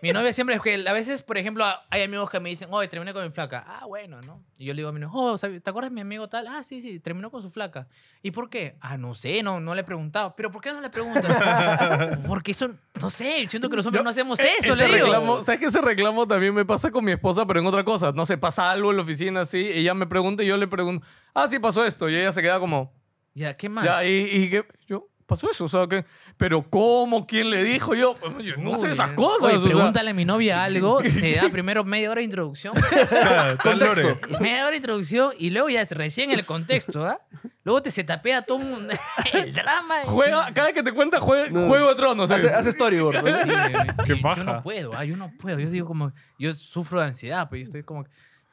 [SPEAKER 3] mi novia siempre es que a veces, por ejemplo, a- hay amigos que me dicen, oye, terminé con mi flaca. Ah, bueno, ¿no? Y yo le digo a mi novia, oh, ¿sab- ¿te acuerdas de mi amigo tal? Ah, sí, sí, terminó con su flaca. ¿Y por qué? Ah, no sé, no, no le he preguntado. ¿Pero por qué no le preguntas? Porque eso, no sé, siento que los hombres
[SPEAKER 2] Yo-
[SPEAKER 3] no hacemos
[SPEAKER 2] E-
[SPEAKER 3] eso,
[SPEAKER 2] ese
[SPEAKER 3] le digo.
[SPEAKER 2] reclamo, ¿Sabes que ese reclamo también me pasa con mi esposa, pero en otra cosa? No sé, pasa algo en la oficina así, ella me pregunta y yo le pregunto, ah, sí, pasó esto. Y ella se queda como,
[SPEAKER 3] Ya, ¿qué más?
[SPEAKER 2] ya, y, y qué? yo, pasó eso, o sea, ¿qué? Pero ¿cómo? ¿Quién le dijo? Yo, yo no sé
[SPEAKER 3] Uy,
[SPEAKER 2] esas
[SPEAKER 3] eh.
[SPEAKER 2] cosas.
[SPEAKER 3] Oye,
[SPEAKER 2] o sea.
[SPEAKER 3] pregúntale a mi novia algo, te da primero media hora de introducción,
[SPEAKER 4] Claro, tal
[SPEAKER 2] Contexto.
[SPEAKER 4] lore.
[SPEAKER 3] media hora de introducción y luego ya es recién el contexto, ¿ah? Luego te se tapea todo un- el drama. y-
[SPEAKER 2] Juega, cada que te cuenta, juega,
[SPEAKER 1] No.
[SPEAKER 2] Juego de Tronos. ¿eh?
[SPEAKER 1] Hace,
[SPEAKER 2] ¿sabes?
[SPEAKER 1] hace storyboard.
[SPEAKER 3] Sí,
[SPEAKER 1] ¿no?
[SPEAKER 3] y
[SPEAKER 4] Qué
[SPEAKER 3] Yo
[SPEAKER 4] paja.
[SPEAKER 3] no puedo, ah, yo no puedo. Yo digo como, yo sufro de ansiedad, pues yo estoy como,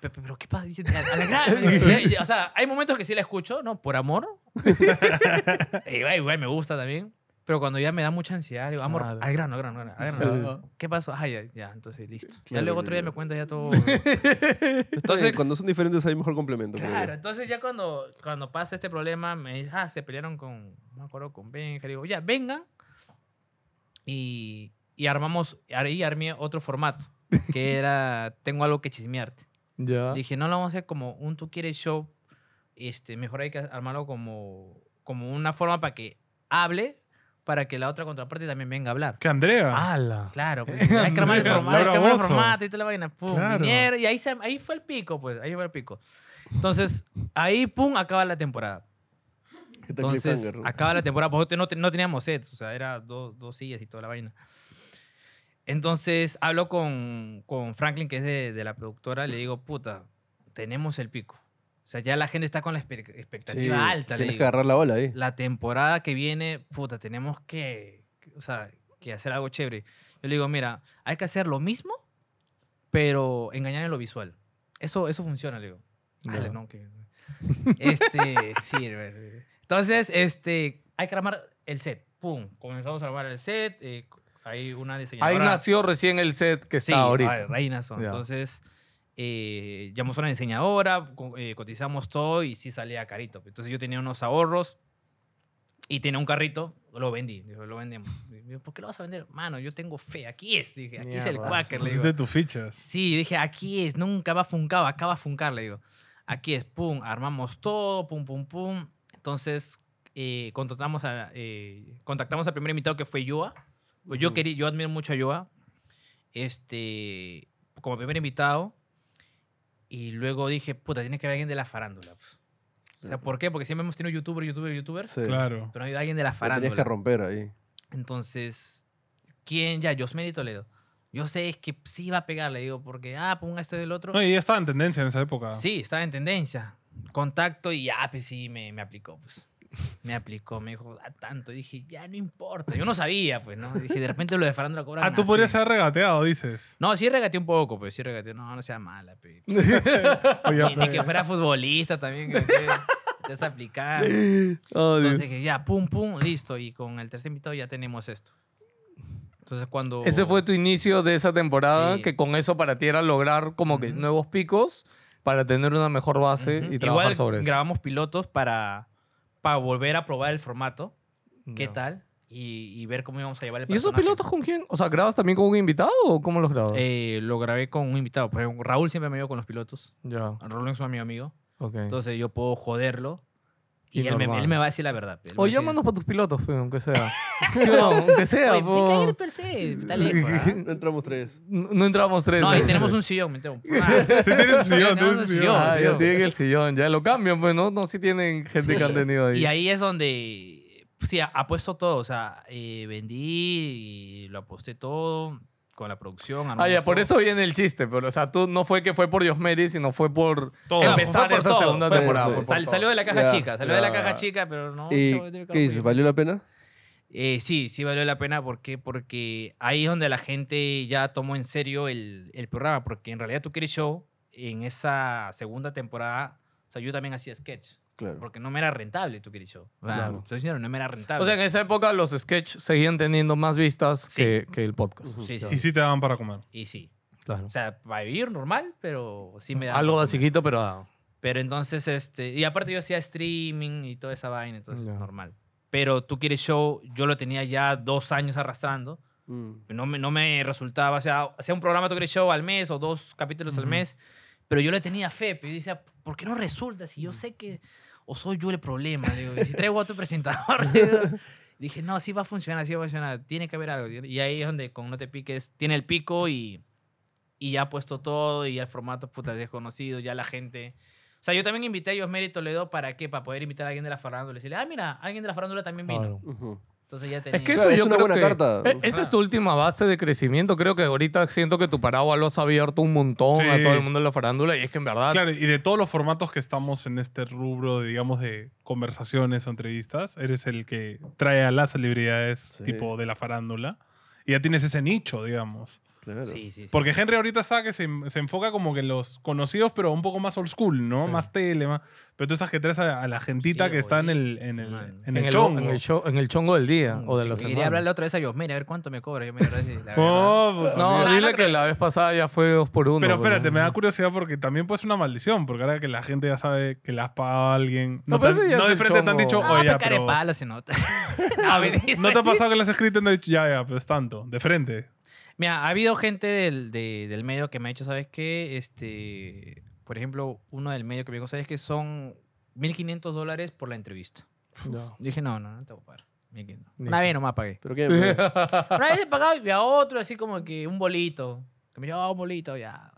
[SPEAKER 3] "Pe- pe- pero ¿qué pasa? Dice, "A- a la gran-". Y- y- O sea, hay momentos que sí la escucho, ¿no? Por amor. Igual, igual me gusta también. Pero cuando ya me da mucha ansiedad, digo, amor,
[SPEAKER 2] Claro.
[SPEAKER 3] al grano, al grano, al grano. al grano".
[SPEAKER 2] Claro.
[SPEAKER 3] ¿Qué pasó? Ah, ya, ya, entonces listo. ya
[SPEAKER 1] Claro,
[SPEAKER 3] luego otro día
[SPEAKER 1] claro.
[SPEAKER 3] me cuenta ya todo.
[SPEAKER 1] Entonces, cuando son diferentes hay mejor complemento. creo
[SPEAKER 3] claro,
[SPEAKER 1] yo.
[SPEAKER 3] entonces ya cuando, cuando pasa este problema, me dice, ah, se pelearon con, no me acuerdo, con Benja. Digo, ya, vengan. Y, y armamos, ahí armé otro formato, que era, tengo algo que chismearte.
[SPEAKER 2] Ya.
[SPEAKER 3] Dije, no lo vamos a hacer como un tú quieres show. Este, mejor hay que armarlo como, como una forma para que hable, para que la otra contraparte también venga a hablar.
[SPEAKER 4] Que Andrea.
[SPEAKER 2] ¡Hala!
[SPEAKER 3] Claro, pues, hay que armar el
[SPEAKER 4] Andrea,
[SPEAKER 3] formato, hay que
[SPEAKER 4] Laura
[SPEAKER 3] armar el
[SPEAKER 4] Bozzo.
[SPEAKER 3] formato y toda la vaina. Pum,
[SPEAKER 4] Claro.
[SPEAKER 3] vinieron, y ahí, se- ahí fue el pico, pues, ahí fue el pico. Entonces, ahí, pum, acaba la temporada.
[SPEAKER 1] Qué tal
[SPEAKER 3] Entonces,
[SPEAKER 1] cliffhanger, ¿no?
[SPEAKER 3] acaba la temporada, porque no, te- no teníamos sets, o sea, era dos, dos sillas y toda la vaina. Entonces, hablo con, con Franklin, que es de, de la productora, le digo, puta, tenemos el pico. O sea, ya la gente está con la espe- expectativa
[SPEAKER 1] Sí,
[SPEAKER 3] alta. le
[SPEAKER 1] Tienes que
[SPEAKER 3] digo
[SPEAKER 1] agarrar la bola ahí.
[SPEAKER 3] la temporada que viene, puta, tenemos que, o sea, que hacer algo chévere. Yo le digo, mira, hay que hacer lo mismo, pero engañar en lo visual. Eso, eso funciona, le digo. Ala,
[SPEAKER 2] Ya.
[SPEAKER 3] no, que- Este, sí, a ver. entonces, este, hay que armar el set. Pum, comenzamos a armar el set. eh, hay una diseñadora.
[SPEAKER 2] Ahí nació recién el set que
[SPEAKER 3] Sí,
[SPEAKER 2] está ahorita.
[SPEAKER 3] a ver, ahí nació.
[SPEAKER 2] Ya.
[SPEAKER 3] Entonces, eh, llamamos a una diseñadora, co- eh, cotizamos todo y sí salía carito. Entonces yo tenía unos ahorros y tenía un carrito, lo vendí, digo, lo vendemos. Y yo, ¿Por qué lo vas a vender? Mano, yo tengo fe, aquí es, dije, aquí es el
[SPEAKER 2] Mierda.
[SPEAKER 3] quacker, le digo.
[SPEAKER 4] Hiciste tus fichas.
[SPEAKER 3] Sí, dije, aquí es, nunca va a funcar, acá va a funcar, le digo. Aquí es, pum, armamos todo, pum, pum, pum. Entonces, eh, contratamos a, eh, contactamos al primer invitado que fue Yoa. Pues yo,
[SPEAKER 1] Ujú.
[SPEAKER 3] quería, yo admiro mucho a Yoa, este, como primer invitado. Y luego dije, puta, tiene que haber alguien de la farándula. pues. O sea, ¿por qué? Porque siempre hemos tenido youtuber, youtuber, youtubers.
[SPEAKER 1] Sí.
[SPEAKER 4] Claro.
[SPEAKER 3] Pero no hay alguien de la
[SPEAKER 1] La tenías que
[SPEAKER 3] farándula.
[SPEAKER 1] romper ahí.
[SPEAKER 3] Entonces, ¿quién? Ya, Josmery Toledo. Yo sé es que sí va a pegar, le digo, porque, ah, ponga este del otro.
[SPEAKER 4] No, y ya estaba en tendencia en esa época.
[SPEAKER 3] Sí, estaba en tendencia. Contacto y ya, pues sí, me, me aplicó, pues. Me aplicó, me dijo, da tanto. Y dije, ya no importa. Yo no sabía, pues, ¿no? Dije, de repente lo de Farándula cobra.
[SPEAKER 4] Ah, tú podrías haber regateado, dices.
[SPEAKER 3] No, sí regateé un poco, pues, sí regateé. No, no sea mala, pues. Ni,
[SPEAKER 4] O ya
[SPEAKER 3] ni
[SPEAKER 4] fue.
[SPEAKER 3] que fuera futbolista también. Que te- te vas a aplicar.
[SPEAKER 1] Oh, Dios.
[SPEAKER 3] Entonces dije, ya, pum, pum, listo. Y con el tercer invitado ya tenemos esto. Entonces cuando...
[SPEAKER 2] Ese fue tu inicio de esa temporada,
[SPEAKER 3] uh. Sí.
[SPEAKER 2] que con eso para ti era lograr como que
[SPEAKER 3] Ujú.
[SPEAKER 2] nuevos picos para tener una mejor
[SPEAKER 3] Ujú.
[SPEAKER 2] base y trabajar
[SPEAKER 3] Igual
[SPEAKER 2] sobre eso.
[SPEAKER 3] grabamos pilotos para, para volver a probar el formato. ¿Qué
[SPEAKER 2] Ya.
[SPEAKER 3] tal? Y, y ver cómo íbamos a llevar el
[SPEAKER 2] ¿Y esos
[SPEAKER 3] personaje.
[SPEAKER 2] pilotos con quién? O sea, ¿grabas también con un invitado o cómo los grabas?
[SPEAKER 3] Eh, lo grabé con un invitado. Pero Raúl siempre me ayudó con los pilotos.
[SPEAKER 2] ya,
[SPEAKER 3] Raúl es un amigo mío.
[SPEAKER 2] ok.
[SPEAKER 3] Entonces yo puedo joderlo.
[SPEAKER 2] Y
[SPEAKER 3] Y él me,
[SPEAKER 2] normal.
[SPEAKER 3] él me va a decir la verdad. él me va
[SPEAKER 2] o
[SPEAKER 3] a decir-
[SPEAKER 2] llámanos para tus pilotos, pe, aunque sea. Sí, no, aunque sea,
[SPEAKER 3] Oye,
[SPEAKER 2] po.
[SPEAKER 3] te cae el per se, está lejos, ¿ah?
[SPEAKER 1] No entramos tres.
[SPEAKER 2] No no entramos tres.
[SPEAKER 3] No, y
[SPEAKER 2] ¿no?
[SPEAKER 3] tenemos un sillón. me tengo- Ah,
[SPEAKER 4] Sí, tienes
[SPEAKER 3] tenemos
[SPEAKER 4] sillón, tienes
[SPEAKER 3] un
[SPEAKER 4] sillón.
[SPEAKER 2] Ah,
[SPEAKER 3] sí,
[SPEAKER 2] ya
[SPEAKER 3] no.
[SPEAKER 2] tienen el sillón, ya lo cambian, pues, ¿no? No, si tienen gente que han tenido ahí.
[SPEAKER 3] Y ahí es donde, pues sí, a- apuesto todo, o sea, eh, vendí y lo aposté todo con la producción.
[SPEAKER 2] Ah, ya,
[SPEAKER 3] armamos
[SPEAKER 2] por
[SPEAKER 3] todo.
[SPEAKER 2] eso viene el chiste, pero, o sea, tú no fue que fue por Diosmeri, sino fue por
[SPEAKER 4] Todo.
[SPEAKER 2] empezar
[SPEAKER 3] Fue por
[SPEAKER 2] esa
[SPEAKER 3] todo,
[SPEAKER 2] segunda
[SPEAKER 1] fue-
[SPEAKER 2] temporada.
[SPEAKER 1] sí.
[SPEAKER 2] fue por
[SPEAKER 3] Sal-
[SPEAKER 2] todo.
[SPEAKER 3] salió de la caja
[SPEAKER 1] Ya,
[SPEAKER 3] chica, salió de la
[SPEAKER 2] ya.
[SPEAKER 3] caja chica, pero no.
[SPEAKER 1] ¿Y
[SPEAKER 3] chavo, tiene que
[SPEAKER 1] qué dices?
[SPEAKER 3] apoyar.
[SPEAKER 1] ¿Valió la pena?
[SPEAKER 3] Eh, sí, sí valió la pena porque, porque ahí es donde la gente ya tomó en serio el, el programa, porque en realidad tú quieres show en esa segunda temporada, o sea, yo también hacía sketch,
[SPEAKER 1] Claro.
[SPEAKER 3] porque no me era rentable tu quieres show. O sea,
[SPEAKER 2] Claro.
[SPEAKER 3] soy sincero, no me era rentable.
[SPEAKER 2] O sea, en esa época los sketches seguían teniendo más vistas
[SPEAKER 3] Sí.
[SPEAKER 2] que, que el podcast.
[SPEAKER 1] Ujú,
[SPEAKER 3] Sí, sí.
[SPEAKER 1] claro.
[SPEAKER 4] Y sí te daban para comer.
[SPEAKER 3] y sí.
[SPEAKER 2] Claro.
[SPEAKER 3] O sea, para vivir normal, pero sí me da.
[SPEAKER 2] Algo
[SPEAKER 3] para
[SPEAKER 2] de
[SPEAKER 3] comer.
[SPEAKER 2] chiquito, pero ah,
[SPEAKER 3] Pero entonces, este. Y aparte, yo hacía streaming y toda esa vaina, entonces
[SPEAKER 2] Ya.
[SPEAKER 3] normal. Pero tú quieres show, yo lo tenía ya dos años arrastrando.
[SPEAKER 1] Mm.
[SPEAKER 3] No me, no me resultaba. O sea, hacía un programa tú quieres show al mes o dos capítulos al
[SPEAKER 2] Ujú.
[SPEAKER 3] mes. Pero yo le tenía fe. pero Yo decía, ¿por qué no resulta? Si yo sé que. O soy yo el problema. le Digo, y si traigo a otro presentador. le digo, dije, no, así va a funcionar, así va a funcionar. Tiene que haber algo. Y ahí es donde con No Te Piques tiene el pico y, y ya ha puesto todo y ya el formato puta desconocido, ya la gente. O sea, yo también invité a Yosmeri Toledo para qué, para poder invitar a alguien de la farándula y decirle, ah, mira, alguien de la farándula también vino.
[SPEAKER 2] claro.
[SPEAKER 1] Ujú.
[SPEAKER 3] Entonces ya tenía.
[SPEAKER 2] ah, Es que eso
[SPEAKER 1] Claro, es
[SPEAKER 2] yo
[SPEAKER 1] una
[SPEAKER 2] creo
[SPEAKER 1] buena
[SPEAKER 2] que-
[SPEAKER 1] carta.
[SPEAKER 2] e- Esa
[SPEAKER 3] Ah.
[SPEAKER 2] es tu última base de crecimiento. Creo que ahorita siento que tu paraguas lo has abierto un montón a
[SPEAKER 4] Sí.
[SPEAKER 2] todo el mundo de la farándula. Y es que en verdad.
[SPEAKER 4] Claro, y de todos los formatos que estamos en este rubro, de, digamos, de conversaciones o entrevistas, eres el que trae a las celebridades
[SPEAKER 1] Sí.
[SPEAKER 4] tipo de la farándula. Y ya tienes ese nicho, digamos.
[SPEAKER 1] Claro.
[SPEAKER 3] Sí, sí, sí.
[SPEAKER 4] Porque Henry ahorita está que se, se enfoca como que en los conocidos, pero un poco más old school, ¿no?
[SPEAKER 2] Sí.
[SPEAKER 4] Más tele, más... Pero tú estás que traes a, a la gentita
[SPEAKER 3] Sí,
[SPEAKER 4] que está en el,
[SPEAKER 3] bonito,
[SPEAKER 4] en el,
[SPEAKER 3] man.
[SPEAKER 4] en el chongo.
[SPEAKER 2] En el, cho- en el chongo del día o de la
[SPEAKER 3] Mm, Y
[SPEAKER 2] semana.
[SPEAKER 3] Quería hablarle otra vez a Yosmeri, a ver cuánto me cobra. Yosmeri, a ver si- la verdad.
[SPEAKER 4] Oh, puta
[SPEAKER 2] No,
[SPEAKER 4] mierda.
[SPEAKER 2] dile que la vez pasada ya fue dos por uno.
[SPEAKER 4] Pero
[SPEAKER 2] pues,
[SPEAKER 4] espérate,
[SPEAKER 2] ¿no?
[SPEAKER 4] me da curiosidad porque también puede ser una maldición, porque ahora que la gente ya sabe que le has pagado a alguien. No,
[SPEAKER 2] No, pero
[SPEAKER 4] te-
[SPEAKER 2] eso ya
[SPEAKER 4] no
[SPEAKER 2] es
[SPEAKER 4] de
[SPEAKER 2] el
[SPEAKER 4] frente te han
[SPEAKER 2] chongo.
[SPEAKER 4] dicho,
[SPEAKER 3] No,
[SPEAKER 4] oye,
[SPEAKER 3] pero
[SPEAKER 4] ya,
[SPEAKER 3] cara de
[SPEAKER 4] pero-
[SPEAKER 3] palo se nota. no, mentira.
[SPEAKER 4] ¿No te ha pasado que le has escrito y te han dicho, ya, ya, pero es tanto, de frente?
[SPEAKER 3] Mira, ha habido gente del, de- del medio que me ha dicho, ¿sabes qué? Este, por ejemplo, uno del medio que me dijo, ¿sabes qué? Son 1.500 dólares por la entrevista.
[SPEAKER 2] Ya.
[SPEAKER 3] Dije, no, no, no te voy a pagar. 1.500.
[SPEAKER 2] Ni-
[SPEAKER 3] Una vez nomás pagué.
[SPEAKER 1] Pero qué.
[SPEAKER 3] Una vez he pagado y a otro así como que un bolito. Que me dijo, ah, un bolito, ya.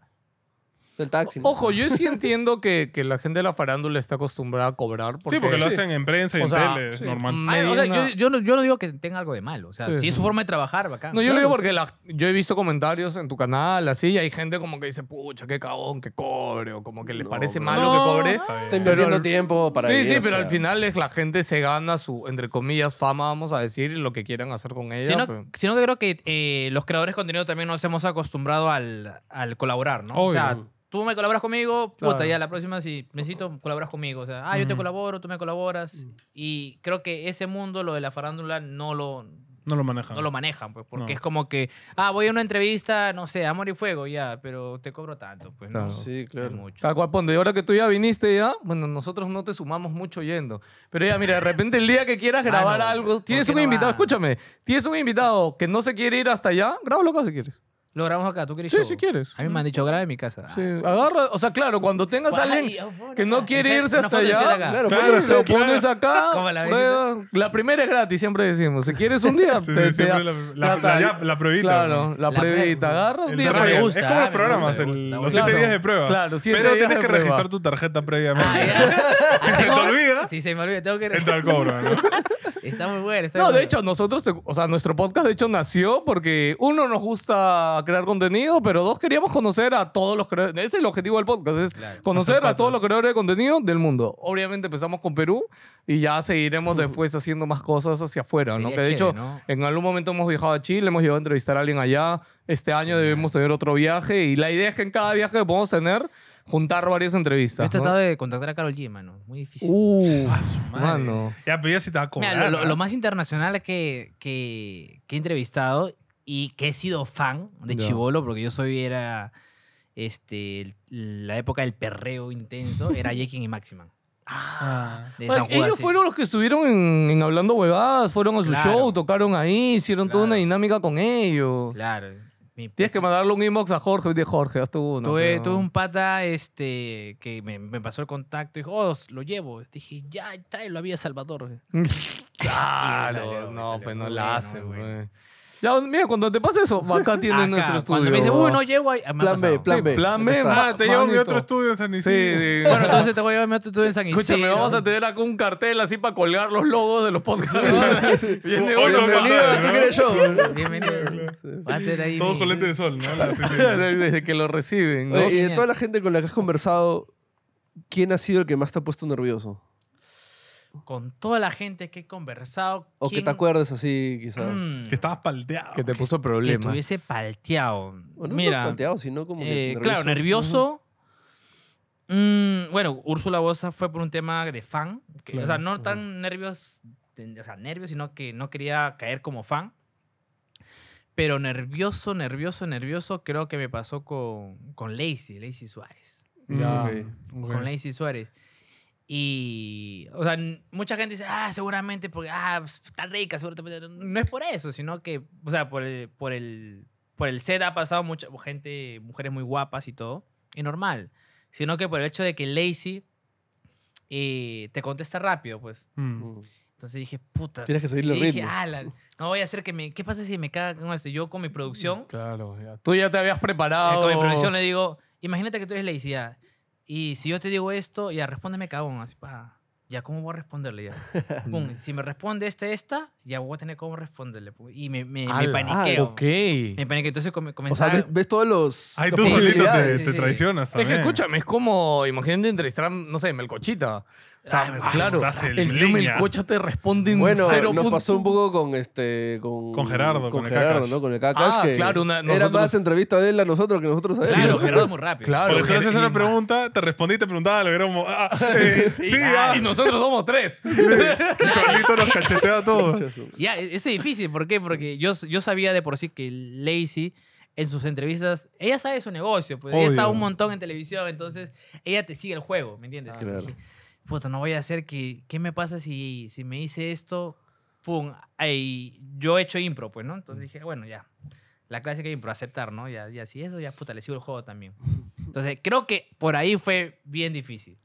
[SPEAKER 1] El taxi. ¿no?
[SPEAKER 2] Ojo, yo sí entiendo que, que la gente de la farándula está acostumbrada a cobrar.
[SPEAKER 4] sí, porque lo hacen en prensa y
[SPEAKER 2] O
[SPEAKER 4] en
[SPEAKER 2] sea,
[SPEAKER 4] tele, es
[SPEAKER 2] sí,
[SPEAKER 4] normal.
[SPEAKER 2] mm,
[SPEAKER 3] Ay, o sea,
[SPEAKER 2] Medina-
[SPEAKER 3] yo, yo no, yo no digo que tenga algo de malo. O sea,
[SPEAKER 2] Sí.
[SPEAKER 3] si es su forma de trabajar, bacán.
[SPEAKER 2] No, yo lo digo porque la- yo he visto comentarios en tu canal, así, y hay gente como que dice, pucha, qué cagón que cobre, o como que le
[SPEAKER 1] No,
[SPEAKER 2] parece
[SPEAKER 1] bro.
[SPEAKER 2] malo
[SPEAKER 4] No,
[SPEAKER 2] que cobre.
[SPEAKER 4] está bien.
[SPEAKER 1] Está invirtiendo
[SPEAKER 2] al-
[SPEAKER 1] tiempo para
[SPEAKER 2] sí,
[SPEAKER 1] ir,
[SPEAKER 2] sí,
[SPEAKER 1] o
[SPEAKER 2] pero
[SPEAKER 1] sea,
[SPEAKER 2] al final es la gente se gana su, entre comillas, fama, vamos a decir, y lo que quieran hacer con ella.
[SPEAKER 3] sino,
[SPEAKER 2] pues.
[SPEAKER 3] sino que creo que eh, los creadores de contenido también nos hemos acostumbrado al, al colaborar, ¿no? O sea,
[SPEAKER 4] Obvio.
[SPEAKER 3] tú me colaboras conmigo, puta,
[SPEAKER 2] Claro.
[SPEAKER 3] ya la próxima si necesito, colaboras conmigo. O sea, ah, yo te
[SPEAKER 4] Ujú.
[SPEAKER 3] colaboro, tú me colaboras.
[SPEAKER 2] Mm.
[SPEAKER 3] Y creo que ese mundo, lo de la farándula, no lo,
[SPEAKER 4] No lo manejan.
[SPEAKER 3] no lo manejan, pues, porque
[SPEAKER 4] No.
[SPEAKER 3] es como que, ah, voy a una entrevista, no sé, Amor y Fuego, ya, pero te cobro tanto, pues,
[SPEAKER 2] Claro.
[SPEAKER 3] no sé,
[SPEAKER 1] Sí,
[SPEAKER 3] es
[SPEAKER 1] claro.
[SPEAKER 3] mucho.
[SPEAKER 2] Tal cual, ponte, y ahora que tú ya viniste ya, bueno, nosotros no te sumamos mucho yendo. Pero ya, mira, de repente el día que quieras
[SPEAKER 3] Mano,
[SPEAKER 2] grabar
[SPEAKER 3] ¿por
[SPEAKER 2] algo, tienes
[SPEAKER 3] qué
[SPEAKER 2] un
[SPEAKER 3] Ah, no
[SPEAKER 2] invitado,
[SPEAKER 3] van?
[SPEAKER 2] escúchame, tienes un invitado que no se quiere ir hasta allá, grábalo acá si quieres.
[SPEAKER 3] Lo grabamos acá, ¿tú quieres
[SPEAKER 2] Sí,
[SPEAKER 3] show?
[SPEAKER 2] si quieres.
[SPEAKER 3] A mí me han dicho, graba en mi casa. Ah,
[SPEAKER 2] Sí, agarra, o sea, claro, cuando tengas a alguien que no quiere irse hasta allá,
[SPEAKER 1] Claro,
[SPEAKER 4] Claro,
[SPEAKER 1] puede
[SPEAKER 4] sí,
[SPEAKER 1] ser,
[SPEAKER 2] Lo pones acá,
[SPEAKER 3] Como la
[SPEAKER 2] prueba. la, primera es gratis, siempre decimos. Si quieres un día,
[SPEAKER 4] Sí,
[SPEAKER 2] te-
[SPEAKER 4] sí,
[SPEAKER 2] te da-
[SPEAKER 4] siempre la, la,
[SPEAKER 2] ya está.
[SPEAKER 4] la- ya- la pruebita.
[SPEAKER 2] Claro, la,
[SPEAKER 3] La
[SPEAKER 2] pruebita.
[SPEAKER 3] prueba.
[SPEAKER 2] Agarra un
[SPEAKER 4] El
[SPEAKER 2] día.
[SPEAKER 4] trial.
[SPEAKER 3] me
[SPEAKER 2] previa.
[SPEAKER 3] gusta,
[SPEAKER 4] es como
[SPEAKER 3] me
[SPEAKER 4] los
[SPEAKER 3] gusta,
[SPEAKER 4] programas,
[SPEAKER 3] me
[SPEAKER 4] el-
[SPEAKER 3] gusta.
[SPEAKER 4] los 7
[SPEAKER 2] Claro,
[SPEAKER 4] días de prueba.
[SPEAKER 2] claro, siete
[SPEAKER 4] Pero
[SPEAKER 2] días
[SPEAKER 4] tienes
[SPEAKER 2] de
[SPEAKER 4] que
[SPEAKER 2] prueba.
[SPEAKER 4] registrar tu tarjeta previamente. si se te olvida,
[SPEAKER 3] Si se me olvida, tengo que...
[SPEAKER 4] entra al cobro. ¿no?
[SPEAKER 3] Está muy bueno. está
[SPEAKER 2] No,
[SPEAKER 3] muy
[SPEAKER 2] de
[SPEAKER 3] bueno.
[SPEAKER 2] hecho, nosotros, te- o sea, nuestro podcast de hecho nació porque uno nos gusta a crear contenido, pero dos, queríamos conocer a todos los creadores. Ese es el objetivo del podcast, es
[SPEAKER 3] Claro.
[SPEAKER 2] conocer a
[SPEAKER 4] Hacer
[SPEAKER 2] todos los
[SPEAKER 4] patas.
[SPEAKER 2] creadores de contenido del mundo. Obviamente empezamos con Perú y ya seguiremos después haciendo más cosas hacia afuera, ¿no?
[SPEAKER 3] Sería
[SPEAKER 2] Que de hecho,
[SPEAKER 3] chévere, ¿no?
[SPEAKER 2] en algún momento hemos viajado a Chile, hemos llegado a entrevistar a alguien allá. Este año debemos tener otro viaje y la idea es que en cada viaje que podamos tener, juntar varias
[SPEAKER 3] Yo he
[SPEAKER 2] entrevistas. ¿no?
[SPEAKER 3] tratado Ah, de contactar a Carol G, mano. Muy difícil.
[SPEAKER 2] Uh, ¿eh?
[SPEAKER 4] Madre.
[SPEAKER 2] mano.
[SPEAKER 4] Ya, pero ya sí te va a cobrar.
[SPEAKER 3] Mira, lo, lo-
[SPEAKER 4] ¿ah?
[SPEAKER 3] lo más internacional que, que, que he entrevistado y que he sido fan de
[SPEAKER 2] Ya.
[SPEAKER 3] Chivolo, porque yo soy, era este, el- la época del perreo intenso, era Jekin y Maximan.
[SPEAKER 4] Ah.
[SPEAKER 3] de
[SPEAKER 2] Ay,
[SPEAKER 3] San Judas,
[SPEAKER 2] ellos
[SPEAKER 3] sí.
[SPEAKER 2] fueron los que estuvieron en, en Hablando Huevadas, fueron a su
[SPEAKER 3] Claro.
[SPEAKER 2] show, tocaron ahí, hicieron toda una
[SPEAKER 3] Claro.
[SPEAKER 2] dinámica con ellos.
[SPEAKER 3] Claro. Mi
[SPEAKER 2] Tienes que
[SPEAKER 3] pata.
[SPEAKER 2] mandarle un inbox a Jorge, de Jorge, haz tú una.
[SPEAKER 3] tuve,
[SPEAKER 2] pero-
[SPEAKER 3] tuve un pata este, que me, me pasó el contacto y dijo, oh, lo llevo. Dije, ya, tráelo a Villa Salvador.
[SPEAKER 2] Claro,
[SPEAKER 3] Me salió, me
[SPEAKER 2] no,
[SPEAKER 3] salió.
[SPEAKER 2] pues no
[SPEAKER 3] Muy
[SPEAKER 2] la
[SPEAKER 3] bueno,
[SPEAKER 2] hacen,
[SPEAKER 3] muy bueno.
[SPEAKER 2] güey. Ya, mira, cuando te pase eso, acá tienen nuestro
[SPEAKER 3] Acá,
[SPEAKER 2] estudio.
[SPEAKER 3] Cuando me dice, uy, no
[SPEAKER 2] Sí,
[SPEAKER 3] llego ahí. ah, me ha
[SPEAKER 1] Plan B,
[SPEAKER 3] pasado.
[SPEAKER 1] plan B.
[SPEAKER 2] plan
[SPEAKER 1] Acá
[SPEAKER 2] B,
[SPEAKER 1] está.
[SPEAKER 4] Ah, te llevo mi
[SPEAKER 2] manito.
[SPEAKER 4] otro estudio en San
[SPEAKER 2] Sí,
[SPEAKER 4] Isidro.
[SPEAKER 2] sí.
[SPEAKER 3] Bueno, entonces te voy a llevar mi otro tú en San Isidro.
[SPEAKER 2] Escúchame, vamos a tener acá un cartel así para colgar los logos de los podcasts. ¿no? Viene
[SPEAKER 4] Oye,
[SPEAKER 2] uno
[SPEAKER 4] bienvenido
[SPEAKER 2] para-
[SPEAKER 4] a tu
[SPEAKER 1] Secret Show.
[SPEAKER 3] Bienvenido. Va a tener ahí
[SPEAKER 4] Todos
[SPEAKER 3] mi-
[SPEAKER 4] con lente de sol, ¿no? La oficina.
[SPEAKER 2] Desde que lo reciben, ¿no?
[SPEAKER 1] Oye, y de
[SPEAKER 3] Genial.
[SPEAKER 1] toda la gente con la que has conversado, ¿quién ha sido el que más te ha puesto nervioso?
[SPEAKER 3] Con toda la gente que he conversado.
[SPEAKER 1] O que
[SPEAKER 3] ¿quién-
[SPEAKER 1] te acuerdes así, quizás.
[SPEAKER 3] Mm,
[SPEAKER 4] que estabas palteado.
[SPEAKER 2] Que te puso
[SPEAKER 3] que
[SPEAKER 2] problemas.
[SPEAKER 3] tuviese palteado.
[SPEAKER 1] Bueno,
[SPEAKER 3] Mira,
[SPEAKER 1] no planteado, sino como que
[SPEAKER 3] eh, claro, nervioso. Mm, bueno, Úrsula Bosa fue por un tema de fan. que- O sea,
[SPEAKER 2] Claro.
[SPEAKER 3] no tan nervios, o sea, nervios, sino que no quería caer como fan. Pero nervioso, nervioso, nervioso, creo que me pasó con, con Lacey, Lacey Suárez.
[SPEAKER 2] Ya, ok.
[SPEAKER 3] con Lacey Suárez. Y, o sea, n- mucha gente dice, ah, seguramente, porque, ah, pues, está rica, seguramente. No es por eso, sino que, o sea, por el, por el, por el set ha pasado mucha gente, mujeres muy guapas y todo, y normal. Sino que por el hecho de que Lacey eh, te contesta rápido, pues.
[SPEAKER 4] Mm.
[SPEAKER 1] Mm.
[SPEAKER 3] Entonces dije, puta.
[SPEAKER 1] Tienes que seguirle
[SPEAKER 3] y
[SPEAKER 1] el
[SPEAKER 3] dije,
[SPEAKER 1] ritmo.
[SPEAKER 3] "Ah, la- no voy a hacer que me. ¿Qué pasa si me caga con esto? Yo con mi producción
[SPEAKER 2] Mm, Claro, ya. Tú ya te habías
[SPEAKER 3] eh,
[SPEAKER 2] preparado.
[SPEAKER 3] con mi profesión le digo, imagínate que tú eres Lacey, ya. Y si yo te digo esto, ya, respóndeme, cabrón. Así, pa. Ya, ¿cómo voy a responderle ya? Pum, si me responde este, esta, ya voy a tener cómo responderle. pu. Y me, eh, me, me
[SPEAKER 2] Ala,
[SPEAKER 3] paniqueo.
[SPEAKER 2] ah, ok. Es
[SPEAKER 3] Me paniqueo. Entonces come-
[SPEAKER 1] O sea,
[SPEAKER 3] comenzaba...
[SPEAKER 1] ves, ves todos los.
[SPEAKER 4] Ay,
[SPEAKER 1] las
[SPEAKER 4] tú solito te,
[SPEAKER 1] posibilidades.
[SPEAKER 4] te
[SPEAKER 3] sí.
[SPEAKER 4] traicionas
[SPEAKER 2] que
[SPEAKER 4] también.
[SPEAKER 2] escúchame, es como, imagínate entrevistar, a, no sé, Melcochita. O sea,
[SPEAKER 3] Ay, Melcochita.
[SPEAKER 2] claro,
[SPEAKER 4] Estás en
[SPEAKER 2] el tío
[SPEAKER 4] línea.
[SPEAKER 2] Melcocha te responde en
[SPEAKER 1] Bueno,
[SPEAKER 2] cero
[SPEAKER 1] nos
[SPEAKER 2] punto-
[SPEAKER 1] pasó un poco con este. Con,
[SPEAKER 4] Con Gerardo,
[SPEAKER 1] Con
[SPEAKER 4] con el
[SPEAKER 1] Gerardo,
[SPEAKER 4] Kakash.
[SPEAKER 1] ¿no? Con el Kakash.
[SPEAKER 2] Ah,
[SPEAKER 1] que
[SPEAKER 2] claro, una-
[SPEAKER 1] Era
[SPEAKER 2] nosotros-
[SPEAKER 1] más entrevista de él a nosotros que nosotros a él.
[SPEAKER 3] Claro, Gerardo muy rápido.
[SPEAKER 2] Claro.
[SPEAKER 4] Porque tú le haces
[SPEAKER 2] Gerardo
[SPEAKER 4] una pregunta, te respondí y te preguntaba, lo era como, ah, eh, sí, ah.
[SPEAKER 2] Y nosotros somos tres.
[SPEAKER 4] Y solito nos cachetea a todos.
[SPEAKER 1] Muchazo.
[SPEAKER 3] Ya, e- ese es difícil. ¿Por qué? Porque yo, yo sabía de por sí que Lacey en sus entrevistas, ella sabe su negocio, pues ella
[SPEAKER 4] Obvio.
[SPEAKER 3] está un montón en televisión, entonces ella te sigue el juego, ¿me entiendes?
[SPEAKER 1] Ah, claro.
[SPEAKER 3] Dije, Puta, no voy a hacer que, ¿qué me pasa si, si me hice esto? Pum, ahí, yo he hecho impro, pues, ¿no?
[SPEAKER 1] Mm.
[SPEAKER 3] Entonces dije, bueno, ya, la clásica impro, aceptar, ¿no? Ya, ya, si eso, ya, puta, le sigo el juego también. Entonces, creo que por ahí fue bien difícil.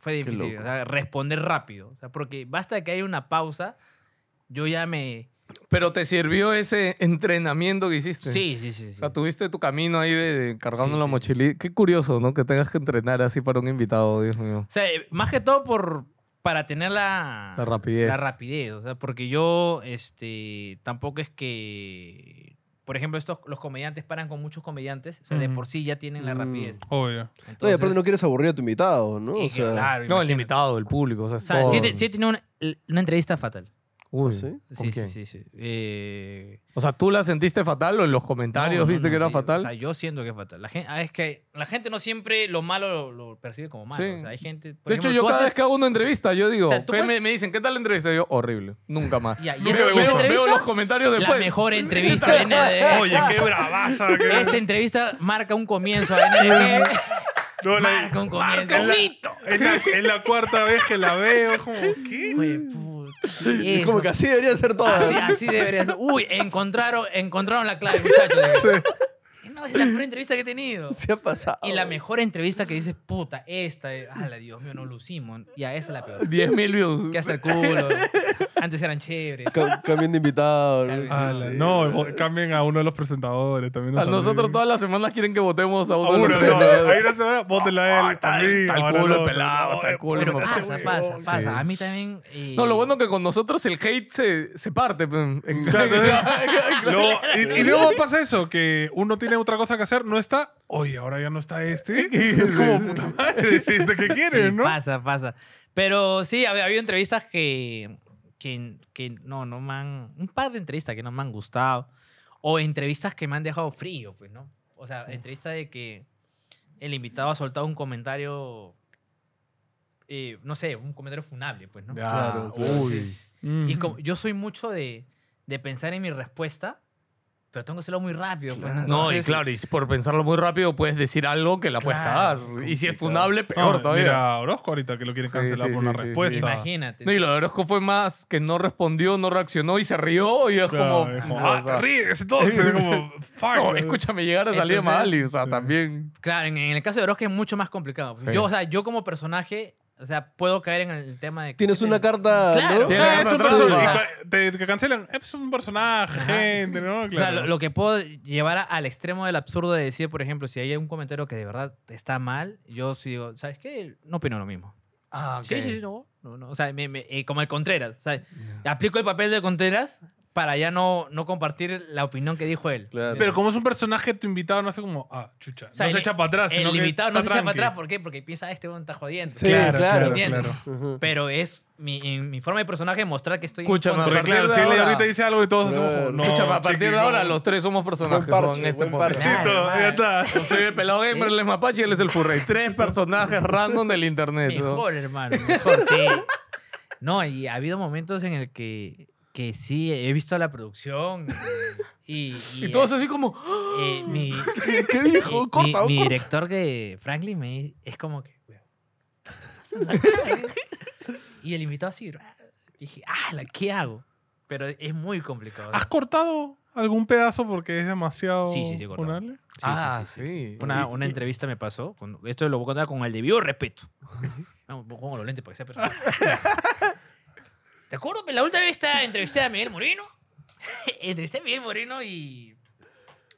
[SPEAKER 3] Fue difícil,
[SPEAKER 1] loco.
[SPEAKER 3] o sea, responder rápido, o sea, porque basta que haya una pausa, yo ya me...
[SPEAKER 2] Pero te sirvió ese entrenamiento que hiciste.
[SPEAKER 3] Sí, sí, sí. sí.
[SPEAKER 2] O sea, tuviste tu camino ahí de, de cargando
[SPEAKER 3] Sí,
[SPEAKER 2] la
[SPEAKER 3] sí,
[SPEAKER 2] mochilita. Qué curioso, ¿no? Que tengas que entrenar así para un invitado, Dios mío.
[SPEAKER 3] O sea, eh, más que todo por, para tener la,
[SPEAKER 2] La rapidez.
[SPEAKER 3] la rapidez, O sea, porque yo este, tampoco es que... Por ejemplo, estos, los comediantes paran con muchos comediantes. O sea, de
[SPEAKER 4] Ujú.
[SPEAKER 3] por sí ya tienen la
[SPEAKER 1] Mm.
[SPEAKER 3] rapidez.
[SPEAKER 4] Obvio.
[SPEAKER 1] No, y
[SPEAKER 3] Entonces,
[SPEAKER 1] aparte no quieres aburrir a tu invitado, ¿no? O
[SPEAKER 3] dije,
[SPEAKER 1] sea,
[SPEAKER 3] claro,
[SPEAKER 2] No, el
[SPEAKER 3] imagínate.
[SPEAKER 2] invitado, el público. O sea,
[SPEAKER 3] O
[SPEAKER 2] es
[SPEAKER 3] sea,
[SPEAKER 2] todo.
[SPEAKER 3] sí, te- sí tiene una, una entrevista fatal.
[SPEAKER 2] Uy.
[SPEAKER 1] ¿Sí?
[SPEAKER 2] ¿con
[SPEAKER 3] Sí, sí,
[SPEAKER 2] quién?
[SPEAKER 3] sí, sí. Eh,
[SPEAKER 2] O sea, ¿tú la sentiste fatal o en los comentarios
[SPEAKER 3] no, no,
[SPEAKER 2] viste
[SPEAKER 3] no,
[SPEAKER 2] que era
[SPEAKER 3] sí,
[SPEAKER 2] fatal?
[SPEAKER 3] O sea, yo siento que es fatal. La gente, es que la gente no siempre lo malo lo, lo percibe como malo.
[SPEAKER 2] Sí.
[SPEAKER 3] O sea, hay gente... por
[SPEAKER 2] de hecho,
[SPEAKER 3] ejemplo,
[SPEAKER 2] yo
[SPEAKER 3] tú
[SPEAKER 2] cada
[SPEAKER 3] haces-
[SPEAKER 2] vez que hago una entrevista, yo digo,
[SPEAKER 3] O sea, tú
[SPEAKER 2] ¿qué me-
[SPEAKER 3] puedes-
[SPEAKER 2] me, dicen, ¿qué tal la entrevista? Y yo, horrible, nunca más.
[SPEAKER 3] Ya, y
[SPEAKER 2] Veo-
[SPEAKER 3] esa-
[SPEAKER 2] veo,
[SPEAKER 3] esa
[SPEAKER 2] veo
[SPEAKER 3] entrevista,
[SPEAKER 2] los comentarios
[SPEAKER 3] La
[SPEAKER 2] después.
[SPEAKER 3] mejor entrevista de NDE.
[SPEAKER 4] Oye, qué bravaza.
[SPEAKER 1] Este
[SPEAKER 4] qué-
[SPEAKER 3] Esta entrevista marca un comienzo a NDG.
[SPEAKER 4] No, la-
[SPEAKER 3] marca un comienzo.
[SPEAKER 4] es, la, es la- es la cuarta vez que la veo. Es como, ¿qué?
[SPEAKER 3] Fue puta, y
[SPEAKER 1] Es como
[SPEAKER 3] eso.
[SPEAKER 1] que así debería ser todo.
[SPEAKER 3] Así, así debería ser. Uy, encontraron, encontraron la clave, muchachos. no, es la mejor entrevista que he tenido.
[SPEAKER 1] Se ha pasado.
[SPEAKER 3] Y la mejor entrevista que dices, puta, esta, eh, ala, Dios mío, no lucimos. Ya, esa es la peor.
[SPEAKER 2] 10.000 views.
[SPEAKER 3] Que hace el culo. Antes eran chéveres.
[SPEAKER 1] Ca- Cambien de invitado. ¿no?
[SPEAKER 3] Claro, sí,
[SPEAKER 4] Ah,
[SPEAKER 1] Sí,
[SPEAKER 4] la-
[SPEAKER 1] sí.
[SPEAKER 4] No, vo- cambien a uno de los presentadores. También nos
[SPEAKER 2] A nosotros
[SPEAKER 4] olviden.
[SPEAKER 2] todas las semanas quieren que votemos a
[SPEAKER 4] A
[SPEAKER 2] uno. de
[SPEAKER 4] uno,
[SPEAKER 2] los
[SPEAKER 4] no.
[SPEAKER 2] tres.
[SPEAKER 4] Hay una semana, bótela a él.
[SPEAKER 2] Está
[SPEAKER 4] a mí,
[SPEAKER 2] está
[SPEAKER 4] ahora
[SPEAKER 2] el culo
[SPEAKER 4] no,
[SPEAKER 2] pelado,
[SPEAKER 4] no,
[SPEAKER 2] está el
[SPEAKER 4] no,
[SPEAKER 2] culo.
[SPEAKER 3] Pero
[SPEAKER 2] me
[SPEAKER 3] pasa,
[SPEAKER 2] parece,
[SPEAKER 3] pasa,
[SPEAKER 2] weón.
[SPEAKER 3] pasa.
[SPEAKER 2] Sí.
[SPEAKER 3] A mí también. eh,
[SPEAKER 2] No, lo bueno que con nosotros el hate se, se parte. pe. En-
[SPEAKER 4] Claro, entonces, luego- y, y luego pasa eso, que uno tiene otra cosa que hacer, no está, oye, ahora ya no está este. Es como puta madre, sí, ¿de ¿qué quieres,
[SPEAKER 3] sí,
[SPEAKER 4] no?
[SPEAKER 3] Pasa, pasa. Pero sí, había, habido entrevistas que, que, que no, no me han. Un par de entrevistas que no me han gustado. O entrevistas que me han dejado frío, pues, ¿no? O sea, entrevistas de que el invitado ha soltado un comentario. eh, no sé, un comentario funable, pues, ¿no?
[SPEAKER 1] Claro, claro.
[SPEAKER 4] uy.
[SPEAKER 3] Y como- yo soy mucho de, de pensar en mi respuesta, pero tengo que hacerlo muy rápido. pues, ¿no?
[SPEAKER 2] No, y
[SPEAKER 3] Entonces,
[SPEAKER 2] claro, y por pensarlo muy rápido puedes decir algo que la puedes
[SPEAKER 3] Claro,
[SPEAKER 2] cagar. Y si
[SPEAKER 1] complicado.
[SPEAKER 2] es funable, peor
[SPEAKER 4] Ah,
[SPEAKER 2] todavía.
[SPEAKER 4] mira a Orozco ahorita que lo quieren
[SPEAKER 2] Sí,
[SPEAKER 4] cancelar
[SPEAKER 2] sí,
[SPEAKER 4] por
[SPEAKER 2] sí,
[SPEAKER 4] una
[SPEAKER 2] sí, sí.
[SPEAKER 4] respuesta.
[SPEAKER 3] Imagínate.
[SPEAKER 2] No, y lo de Orozco fue más que no respondió, no reaccionó y se rió y es
[SPEAKER 4] Claro,
[SPEAKER 2] como...
[SPEAKER 4] es como,
[SPEAKER 2] "Ah,
[SPEAKER 4] ah, te ríes entonces. es como, fuck.
[SPEAKER 2] no, escúchame, llegar a salir
[SPEAKER 3] Entonces,
[SPEAKER 2] mal y, o sea,
[SPEAKER 4] sí.
[SPEAKER 2] también...
[SPEAKER 3] Claro, en, en el caso de Orozco es mucho más complicado.
[SPEAKER 2] Sí.
[SPEAKER 3] Yo, o sea, yo como personaje, o sea, puedo caer en el tema de... que
[SPEAKER 1] Tienes
[SPEAKER 3] sí
[SPEAKER 1] una
[SPEAKER 3] te-
[SPEAKER 1] carta.
[SPEAKER 3] Claro.
[SPEAKER 1] ¿no?
[SPEAKER 2] Tienes
[SPEAKER 4] Ah, es
[SPEAKER 2] Tiene
[SPEAKER 4] un
[SPEAKER 2] razón.
[SPEAKER 4] personaje.
[SPEAKER 3] O
[SPEAKER 4] Y Te, te cancelan. "Eh, Es un personaje,
[SPEAKER 3] Ajá.
[SPEAKER 4] gente, ¿no? Claro.
[SPEAKER 3] O sea, lo, lo que puedo llevar a- al extremo del absurdo de decir, por ejemplo, si hay un comentario que de verdad está mal, yo sí digo, ¿sabes qué? No opino lo mismo.
[SPEAKER 2] Ah,
[SPEAKER 3] Sí, sí, sí, no. no, no. O sea, me- me- eh, como el Contreras. o sea, Aplico el papel de Contreras para ya no, no compartir la opinión que dijo él.
[SPEAKER 1] Claro.
[SPEAKER 4] Pero como es un personaje, tu invitado no hace como, ah, chucha.
[SPEAKER 3] O sea,
[SPEAKER 4] no se
[SPEAKER 3] el-
[SPEAKER 4] echa para atrás.
[SPEAKER 3] El
[SPEAKER 4] Ah, sino que
[SPEAKER 3] invitado Eh, no se
[SPEAKER 4] está
[SPEAKER 3] echa para
[SPEAKER 4] tranqui.
[SPEAKER 3] atrás. ¿Por qué? Porque piensa, "Ah, este weón está jodiendo.
[SPEAKER 1] Sí, claro, claro,
[SPEAKER 3] ¿entiendes?
[SPEAKER 4] claro.
[SPEAKER 1] Ujú.
[SPEAKER 3] Pero es mi, en mi forma de personaje mostrar que estoy... en
[SPEAKER 2] Escúchame,
[SPEAKER 3] contra.
[SPEAKER 4] Porque
[SPEAKER 2] A partir
[SPEAKER 4] claro,
[SPEAKER 2] de
[SPEAKER 4] si él
[SPEAKER 2] ahora-
[SPEAKER 4] ahorita dice algo y todos hacemos
[SPEAKER 1] Claro.
[SPEAKER 4] como, Eh, no,
[SPEAKER 2] Escúchame, a partir
[SPEAKER 4] chiqui,
[SPEAKER 2] de ahora
[SPEAKER 4] no".
[SPEAKER 2] los tres somos personajes
[SPEAKER 1] Buen
[SPEAKER 2] ¿no? en
[SPEAKER 1] parche,
[SPEAKER 2] este
[SPEAKER 1] buen
[SPEAKER 2] podcast.
[SPEAKER 1] parche.
[SPEAKER 4] Listo,
[SPEAKER 3] Claro,
[SPEAKER 4] ya está.
[SPEAKER 2] Yo soy el pelado
[SPEAKER 3] eh.
[SPEAKER 2] gamer, él es mapache y él es el furrey. Tres personajes random del internet. ¿no?
[SPEAKER 3] Mejor, hermano. Mejor. te- No, y ha habido momentos en el que, que sí, he visto la producción. Y, y,
[SPEAKER 2] Y todos
[SPEAKER 3] eh,
[SPEAKER 2] así como... "Ah".
[SPEAKER 3] eh, mi,
[SPEAKER 1] ¿Qué, qué dijo?
[SPEAKER 3] mi-
[SPEAKER 1] corta,
[SPEAKER 3] mi,
[SPEAKER 1] corta.
[SPEAKER 3] director de Franklin me es como que. "Weón, y el invitado así. "Ah". Dije, ah, ¿qué hago? Pero es muy complicado.
[SPEAKER 4] ¿Has cortado algún pedazo porque es demasiado
[SPEAKER 3] Sí, sí, sí, he cortado.
[SPEAKER 4] funable?
[SPEAKER 3] Sí, sí,
[SPEAKER 2] ah,
[SPEAKER 3] sí, sí, sí.
[SPEAKER 2] sí.
[SPEAKER 3] Una, una entrevista me pasó. con- esto lo voy a contar con el debido respeto. No, pongo los lentes para que sea personal. ¿Te acuerdas? La última vez esta- entrevisté a Miguel Moreno. entrevisté a Miguel Moreno y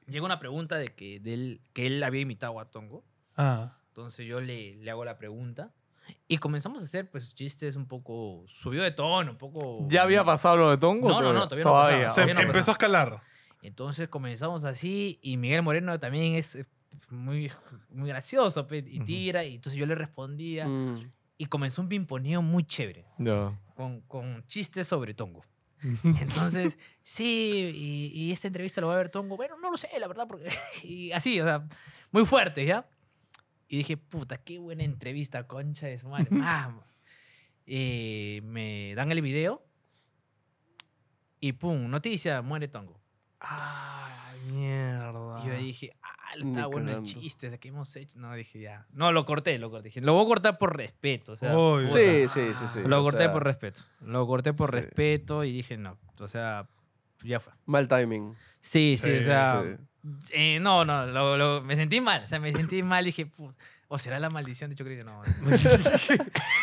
[SPEAKER 3] llega una pregunta de que, de él, que él había imitado a Tongo.
[SPEAKER 4] Ah.
[SPEAKER 3] Entonces yo le, le hago la pregunta y comenzamos a hacer pues chistes un poco subido de tono, un poco...
[SPEAKER 2] ¿Ya había pasado lo de Tongo?
[SPEAKER 3] No, no, no, todavía no pasaba.
[SPEAKER 4] O sea,
[SPEAKER 3] Todavía no,
[SPEAKER 4] empezó a escalar.
[SPEAKER 3] Entonces comenzamos así y Miguel Moreno también es eh, muy, muy gracioso pe, y
[SPEAKER 2] Ujú.
[SPEAKER 3] tira. Y entonces yo le respondía
[SPEAKER 1] Mm.
[SPEAKER 3] y comenzó un pimponeo muy chévere
[SPEAKER 2] Ya.
[SPEAKER 3] con, con chistes sobre Tongo. Entonces, sí, y, y esta entrevista lo va a ver Tongo. Bueno, no lo sé, la verdad, porque y así, o sea, muy fuerte, ¿ya? Y dije, puta, qué buena entrevista, concha de su madre. Vamos. Eh, me dan el video y pum, noticia, muere Tongo.
[SPEAKER 2] Ah, mierda.
[SPEAKER 3] Y yo dije, ah,
[SPEAKER 1] Ni
[SPEAKER 3] está bueno el
[SPEAKER 1] cagando.
[SPEAKER 3] chiste de que hemos hecho. No, dije ya. No, lo corté, lo corté. Dije, lo voy a cortar por respeto. O sea,
[SPEAKER 4] Obvio.
[SPEAKER 3] puta.
[SPEAKER 1] Sí, sí, sí, sí.
[SPEAKER 3] Lo
[SPEAKER 1] o
[SPEAKER 3] corté
[SPEAKER 1] sea,
[SPEAKER 3] por respeto. Lo corté por
[SPEAKER 1] sí.
[SPEAKER 3] respeto y dije, no. O sea, ya fue.
[SPEAKER 1] Mal timing.
[SPEAKER 3] Sí, sí, o
[SPEAKER 4] Sí,
[SPEAKER 3] sea.
[SPEAKER 1] sí.
[SPEAKER 3] eh, no, no, lo- lo- me sentí mal. O sea, me sentí mal. Dije, "Pu- o será la maldición de Chocrilla. No, no,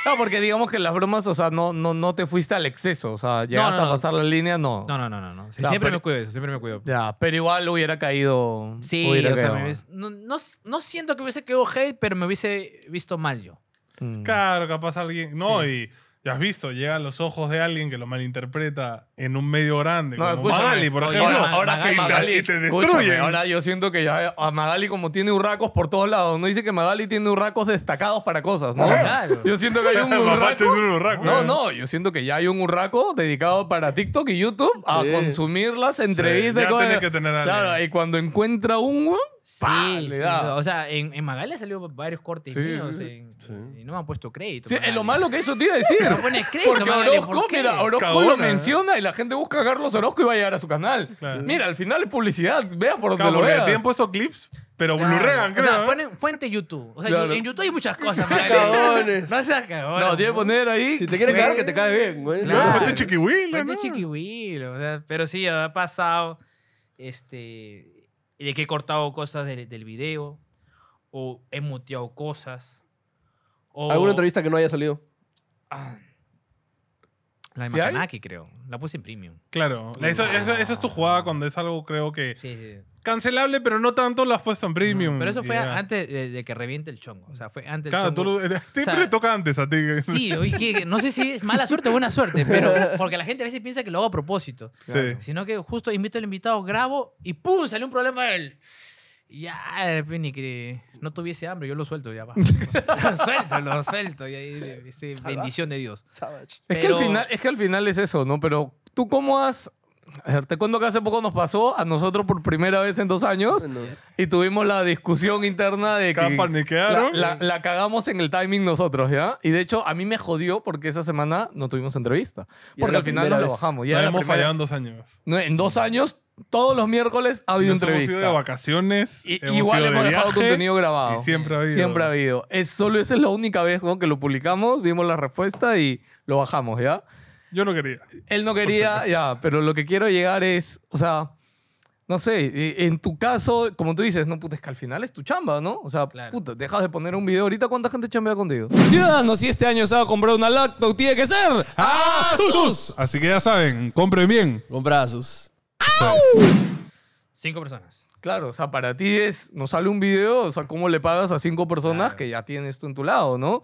[SPEAKER 2] No, porque digamos que las bromas, o sea, no, no, no te fuiste al exceso. O sea, llegaste
[SPEAKER 3] no, no.
[SPEAKER 2] a pasar la línea, no.
[SPEAKER 3] no, no. no, no. Sí,
[SPEAKER 2] No,
[SPEAKER 3] siempre
[SPEAKER 2] pero-
[SPEAKER 3] me cuido de eso, siempre me cuido.
[SPEAKER 2] Ya, pero igual hubiera caído.
[SPEAKER 3] Sí,
[SPEAKER 2] hubiera
[SPEAKER 3] o sea,
[SPEAKER 2] caído.
[SPEAKER 3] me hubiese- no, no, no siento que hubiese quedado hate, pero me hubiese visto mal yo.
[SPEAKER 2] Mm.
[SPEAKER 4] Claro, capaz alguien. No,
[SPEAKER 3] Sí.
[SPEAKER 4] y ya has visto, llegan los ojos de alguien que lo malinterpreta en un medio grande.
[SPEAKER 2] No,
[SPEAKER 4] como
[SPEAKER 2] escúchame.
[SPEAKER 4] Magali, por
[SPEAKER 3] Oye,
[SPEAKER 4] ejemplo.
[SPEAKER 3] Magali,
[SPEAKER 4] que
[SPEAKER 3] Magali,
[SPEAKER 4] y te
[SPEAKER 2] escúchame,
[SPEAKER 4] destruyen.
[SPEAKER 2] Ahora yo siento que ya a Magali, como tiene urracos por todos lados, no dice que Magali tiene urracos destacados para cosas, ¿no?
[SPEAKER 3] Claro.
[SPEAKER 2] Yo siento que hay un
[SPEAKER 4] Mapache es
[SPEAKER 2] urraco.
[SPEAKER 4] un urraco,
[SPEAKER 2] No,
[SPEAKER 4] eh.
[SPEAKER 2] no, yo siento que ya hay un urraco dedicado para TikTok y YouTube a
[SPEAKER 1] Sí.
[SPEAKER 2] consumir las entrevistas.
[SPEAKER 4] ya
[SPEAKER 2] con-
[SPEAKER 4] tiene que tener a alguien.
[SPEAKER 2] Claro, y cuando encuentra un weón,
[SPEAKER 3] Sí,
[SPEAKER 2] ¡pa!
[SPEAKER 3] sí,
[SPEAKER 2] le da.
[SPEAKER 3] o sea, en, en Magali han salido varios cortes
[SPEAKER 2] Sí,
[SPEAKER 3] míos
[SPEAKER 2] sí, sí.
[SPEAKER 3] en-
[SPEAKER 1] Sí.
[SPEAKER 3] y no me han puesto crédito.
[SPEAKER 2] Sí, es
[SPEAKER 3] Magali.
[SPEAKER 2] lo malo que eso te iba a decir.
[SPEAKER 1] pues,
[SPEAKER 3] No pones crédito,
[SPEAKER 2] Porque
[SPEAKER 3] Magali,
[SPEAKER 2] Orozco,
[SPEAKER 3] ¿por qué?
[SPEAKER 2] mira, Orozco
[SPEAKER 4] Cagona,
[SPEAKER 2] lo
[SPEAKER 4] ¿eh?
[SPEAKER 2] menciona y la gente busca a Carlos Orozco y va a llegar a su canal.
[SPEAKER 4] Claro.
[SPEAKER 2] Mira, al final es publicidad, vea por donde
[SPEAKER 4] Claro,
[SPEAKER 2] lo
[SPEAKER 4] porque
[SPEAKER 2] veas.
[SPEAKER 4] tienen puesto clips, pero
[SPEAKER 3] Claro.
[SPEAKER 4] blurrean,
[SPEAKER 3] O
[SPEAKER 4] creo.
[SPEAKER 3] sea,
[SPEAKER 4] ¿eh?
[SPEAKER 3] ponen fuente YouTube. O sea,
[SPEAKER 2] Claro.
[SPEAKER 3] en YouTube hay muchas cosas. Magali.
[SPEAKER 1] Cagones.
[SPEAKER 3] No seas cagón.
[SPEAKER 2] No, tiene que poner ahí.
[SPEAKER 1] Si te quieres cagar, que te cae bien, güey.
[SPEAKER 4] No,
[SPEAKER 3] Claro.
[SPEAKER 4] fuente chiquihuila,
[SPEAKER 3] Fuente
[SPEAKER 4] ¿no?
[SPEAKER 3] chiquihuilo, o sea, pero sí, ha pasado. Este. de que he cortado cosas del, del video, o he muteado cosas. O,
[SPEAKER 1] ¿Alguna entrevista que no haya salido?
[SPEAKER 3] Ah. la de
[SPEAKER 2] ¿Sí hay?
[SPEAKER 3] Makanaki, creo. La puse en premium.
[SPEAKER 4] Claro. Eso, eso- eso es tu jugada cuando es algo, creo que.
[SPEAKER 3] Sí, sí.
[SPEAKER 4] Cancelable, pero no tanto, la has puesto en premium.
[SPEAKER 3] Pero eso fue
[SPEAKER 4] y ya.
[SPEAKER 3] antes de, de que reviente el chongo. O sea, fue antes del
[SPEAKER 4] Claro, tú
[SPEAKER 3] chongo.
[SPEAKER 4] lo- siempre
[SPEAKER 3] sea,
[SPEAKER 4] te toca antes a ti.
[SPEAKER 3] Sí, oye, que- no sé si es mala suerte o buena suerte, pero porque la gente a veces piensa que lo hago a propósito.
[SPEAKER 4] Sí.
[SPEAKER 3] Sino que justo invito al invitado, grabo y ¡pum! Salió un problema de él. Y Ya, pues, ni que no tuviese hambre, yo lo suelto ya. va. suelto, lo suelto. Y ahí, sí, bendición de Dios.
[SPEAKER 1] Savage.
[SPEAKER 2] Es, que al
[SPEAKER 3] Pero-
[SPEAKER 2] final, es que al final es eso, ¿no? Pero tú cómo has... A ver, te cuento que hace poco nos pasó a nosotros por primera vez en dos años
[SPEAKER 1] No.
[SPEAKER 2] y tuvimos la discusión interna de que...
[SPEAKER 4] Acá
[SPEAKER 2] La,
[SPEAKER 4] paniquearon.
[SPEAKER 2] la- la cagamos en el timing nosotros, ¿ya? Y de hecho, a mí me jodió porque esa semana no tuvimos entrevista.
[SPEAKER 1] Y
[SPEAKER 2] Porque
[SPEAKER 1] era la
[SPEAKER 2] al final
[SPEAKER 1] primera
[SPEAKER 2] nos lo
[SPEAKER 1] vez.
[SPEAKER 2] bajamos. Y
[SPEAKER 4] La
[SPEAKER 2] era la
[SPEAKER 4] hemos
[SPEAKER 2] primera-
[SPEAKER 4] fallado en dos años.
[SPEAKER 2] No, en dos años, todos los miércoles ha habido
[SPEAKER 4] Nos hemos ido de
[SPEAKER 2] entrevista.
[SPEAKER 4] vacaciones.
[SPEAKER 2] Y-
[SPEAKER 4] hemos
[SPEAKER 2] igual
[SPEAKER 4] ido
[SPEAKER 2] hemos
[SPEAKER 4] de
[SPEAKER 2] dejado
[SPEAKER 4] viaje,
[SPEAKER 2] contenido grabado.
[SPEAKER 4] Y siempre ha habido.
[SPEAKER 2] Siempre ha habido. Es, solo esa es la única vez ¿no? que lo publicamos, vimos la respuesta y lo bajamos, ¿ya?
[SPEAKER 4] Yo no quería.
[SPEAKER 2] Él no quería, ya, pero lo que quiero llegar es, o sea, no sé, e- en tu caso, como tú dices, no, puta, es que al final es tu chamba, ¿no? O sea,
[SPEAKER 3] Claro.
[SPEAKER 2] puta, dejas de poner un video ahorita, ¿cuánta gente chambea contigo?
[SPEAKER 6] Ciudadanos, si este año se va a comprar una laptop, tiene que ser
[SPEAKER 4] Ah,
[SPEAKER 6] Asus.
[SPEAKER 4] Así que ya saben, compren bien.
[SPEAKER 1] Compra Asus.
[SPEAKER 3] Cinco personas.
[SPEAKER 2] Claro, o sea, para ti es, nos sale un video, o sea, cómo le pagas a cinco personas
[SPEAKER 3] Claro.
[SPEAKER 2] que ya tienes tú en tu lado, ¿no?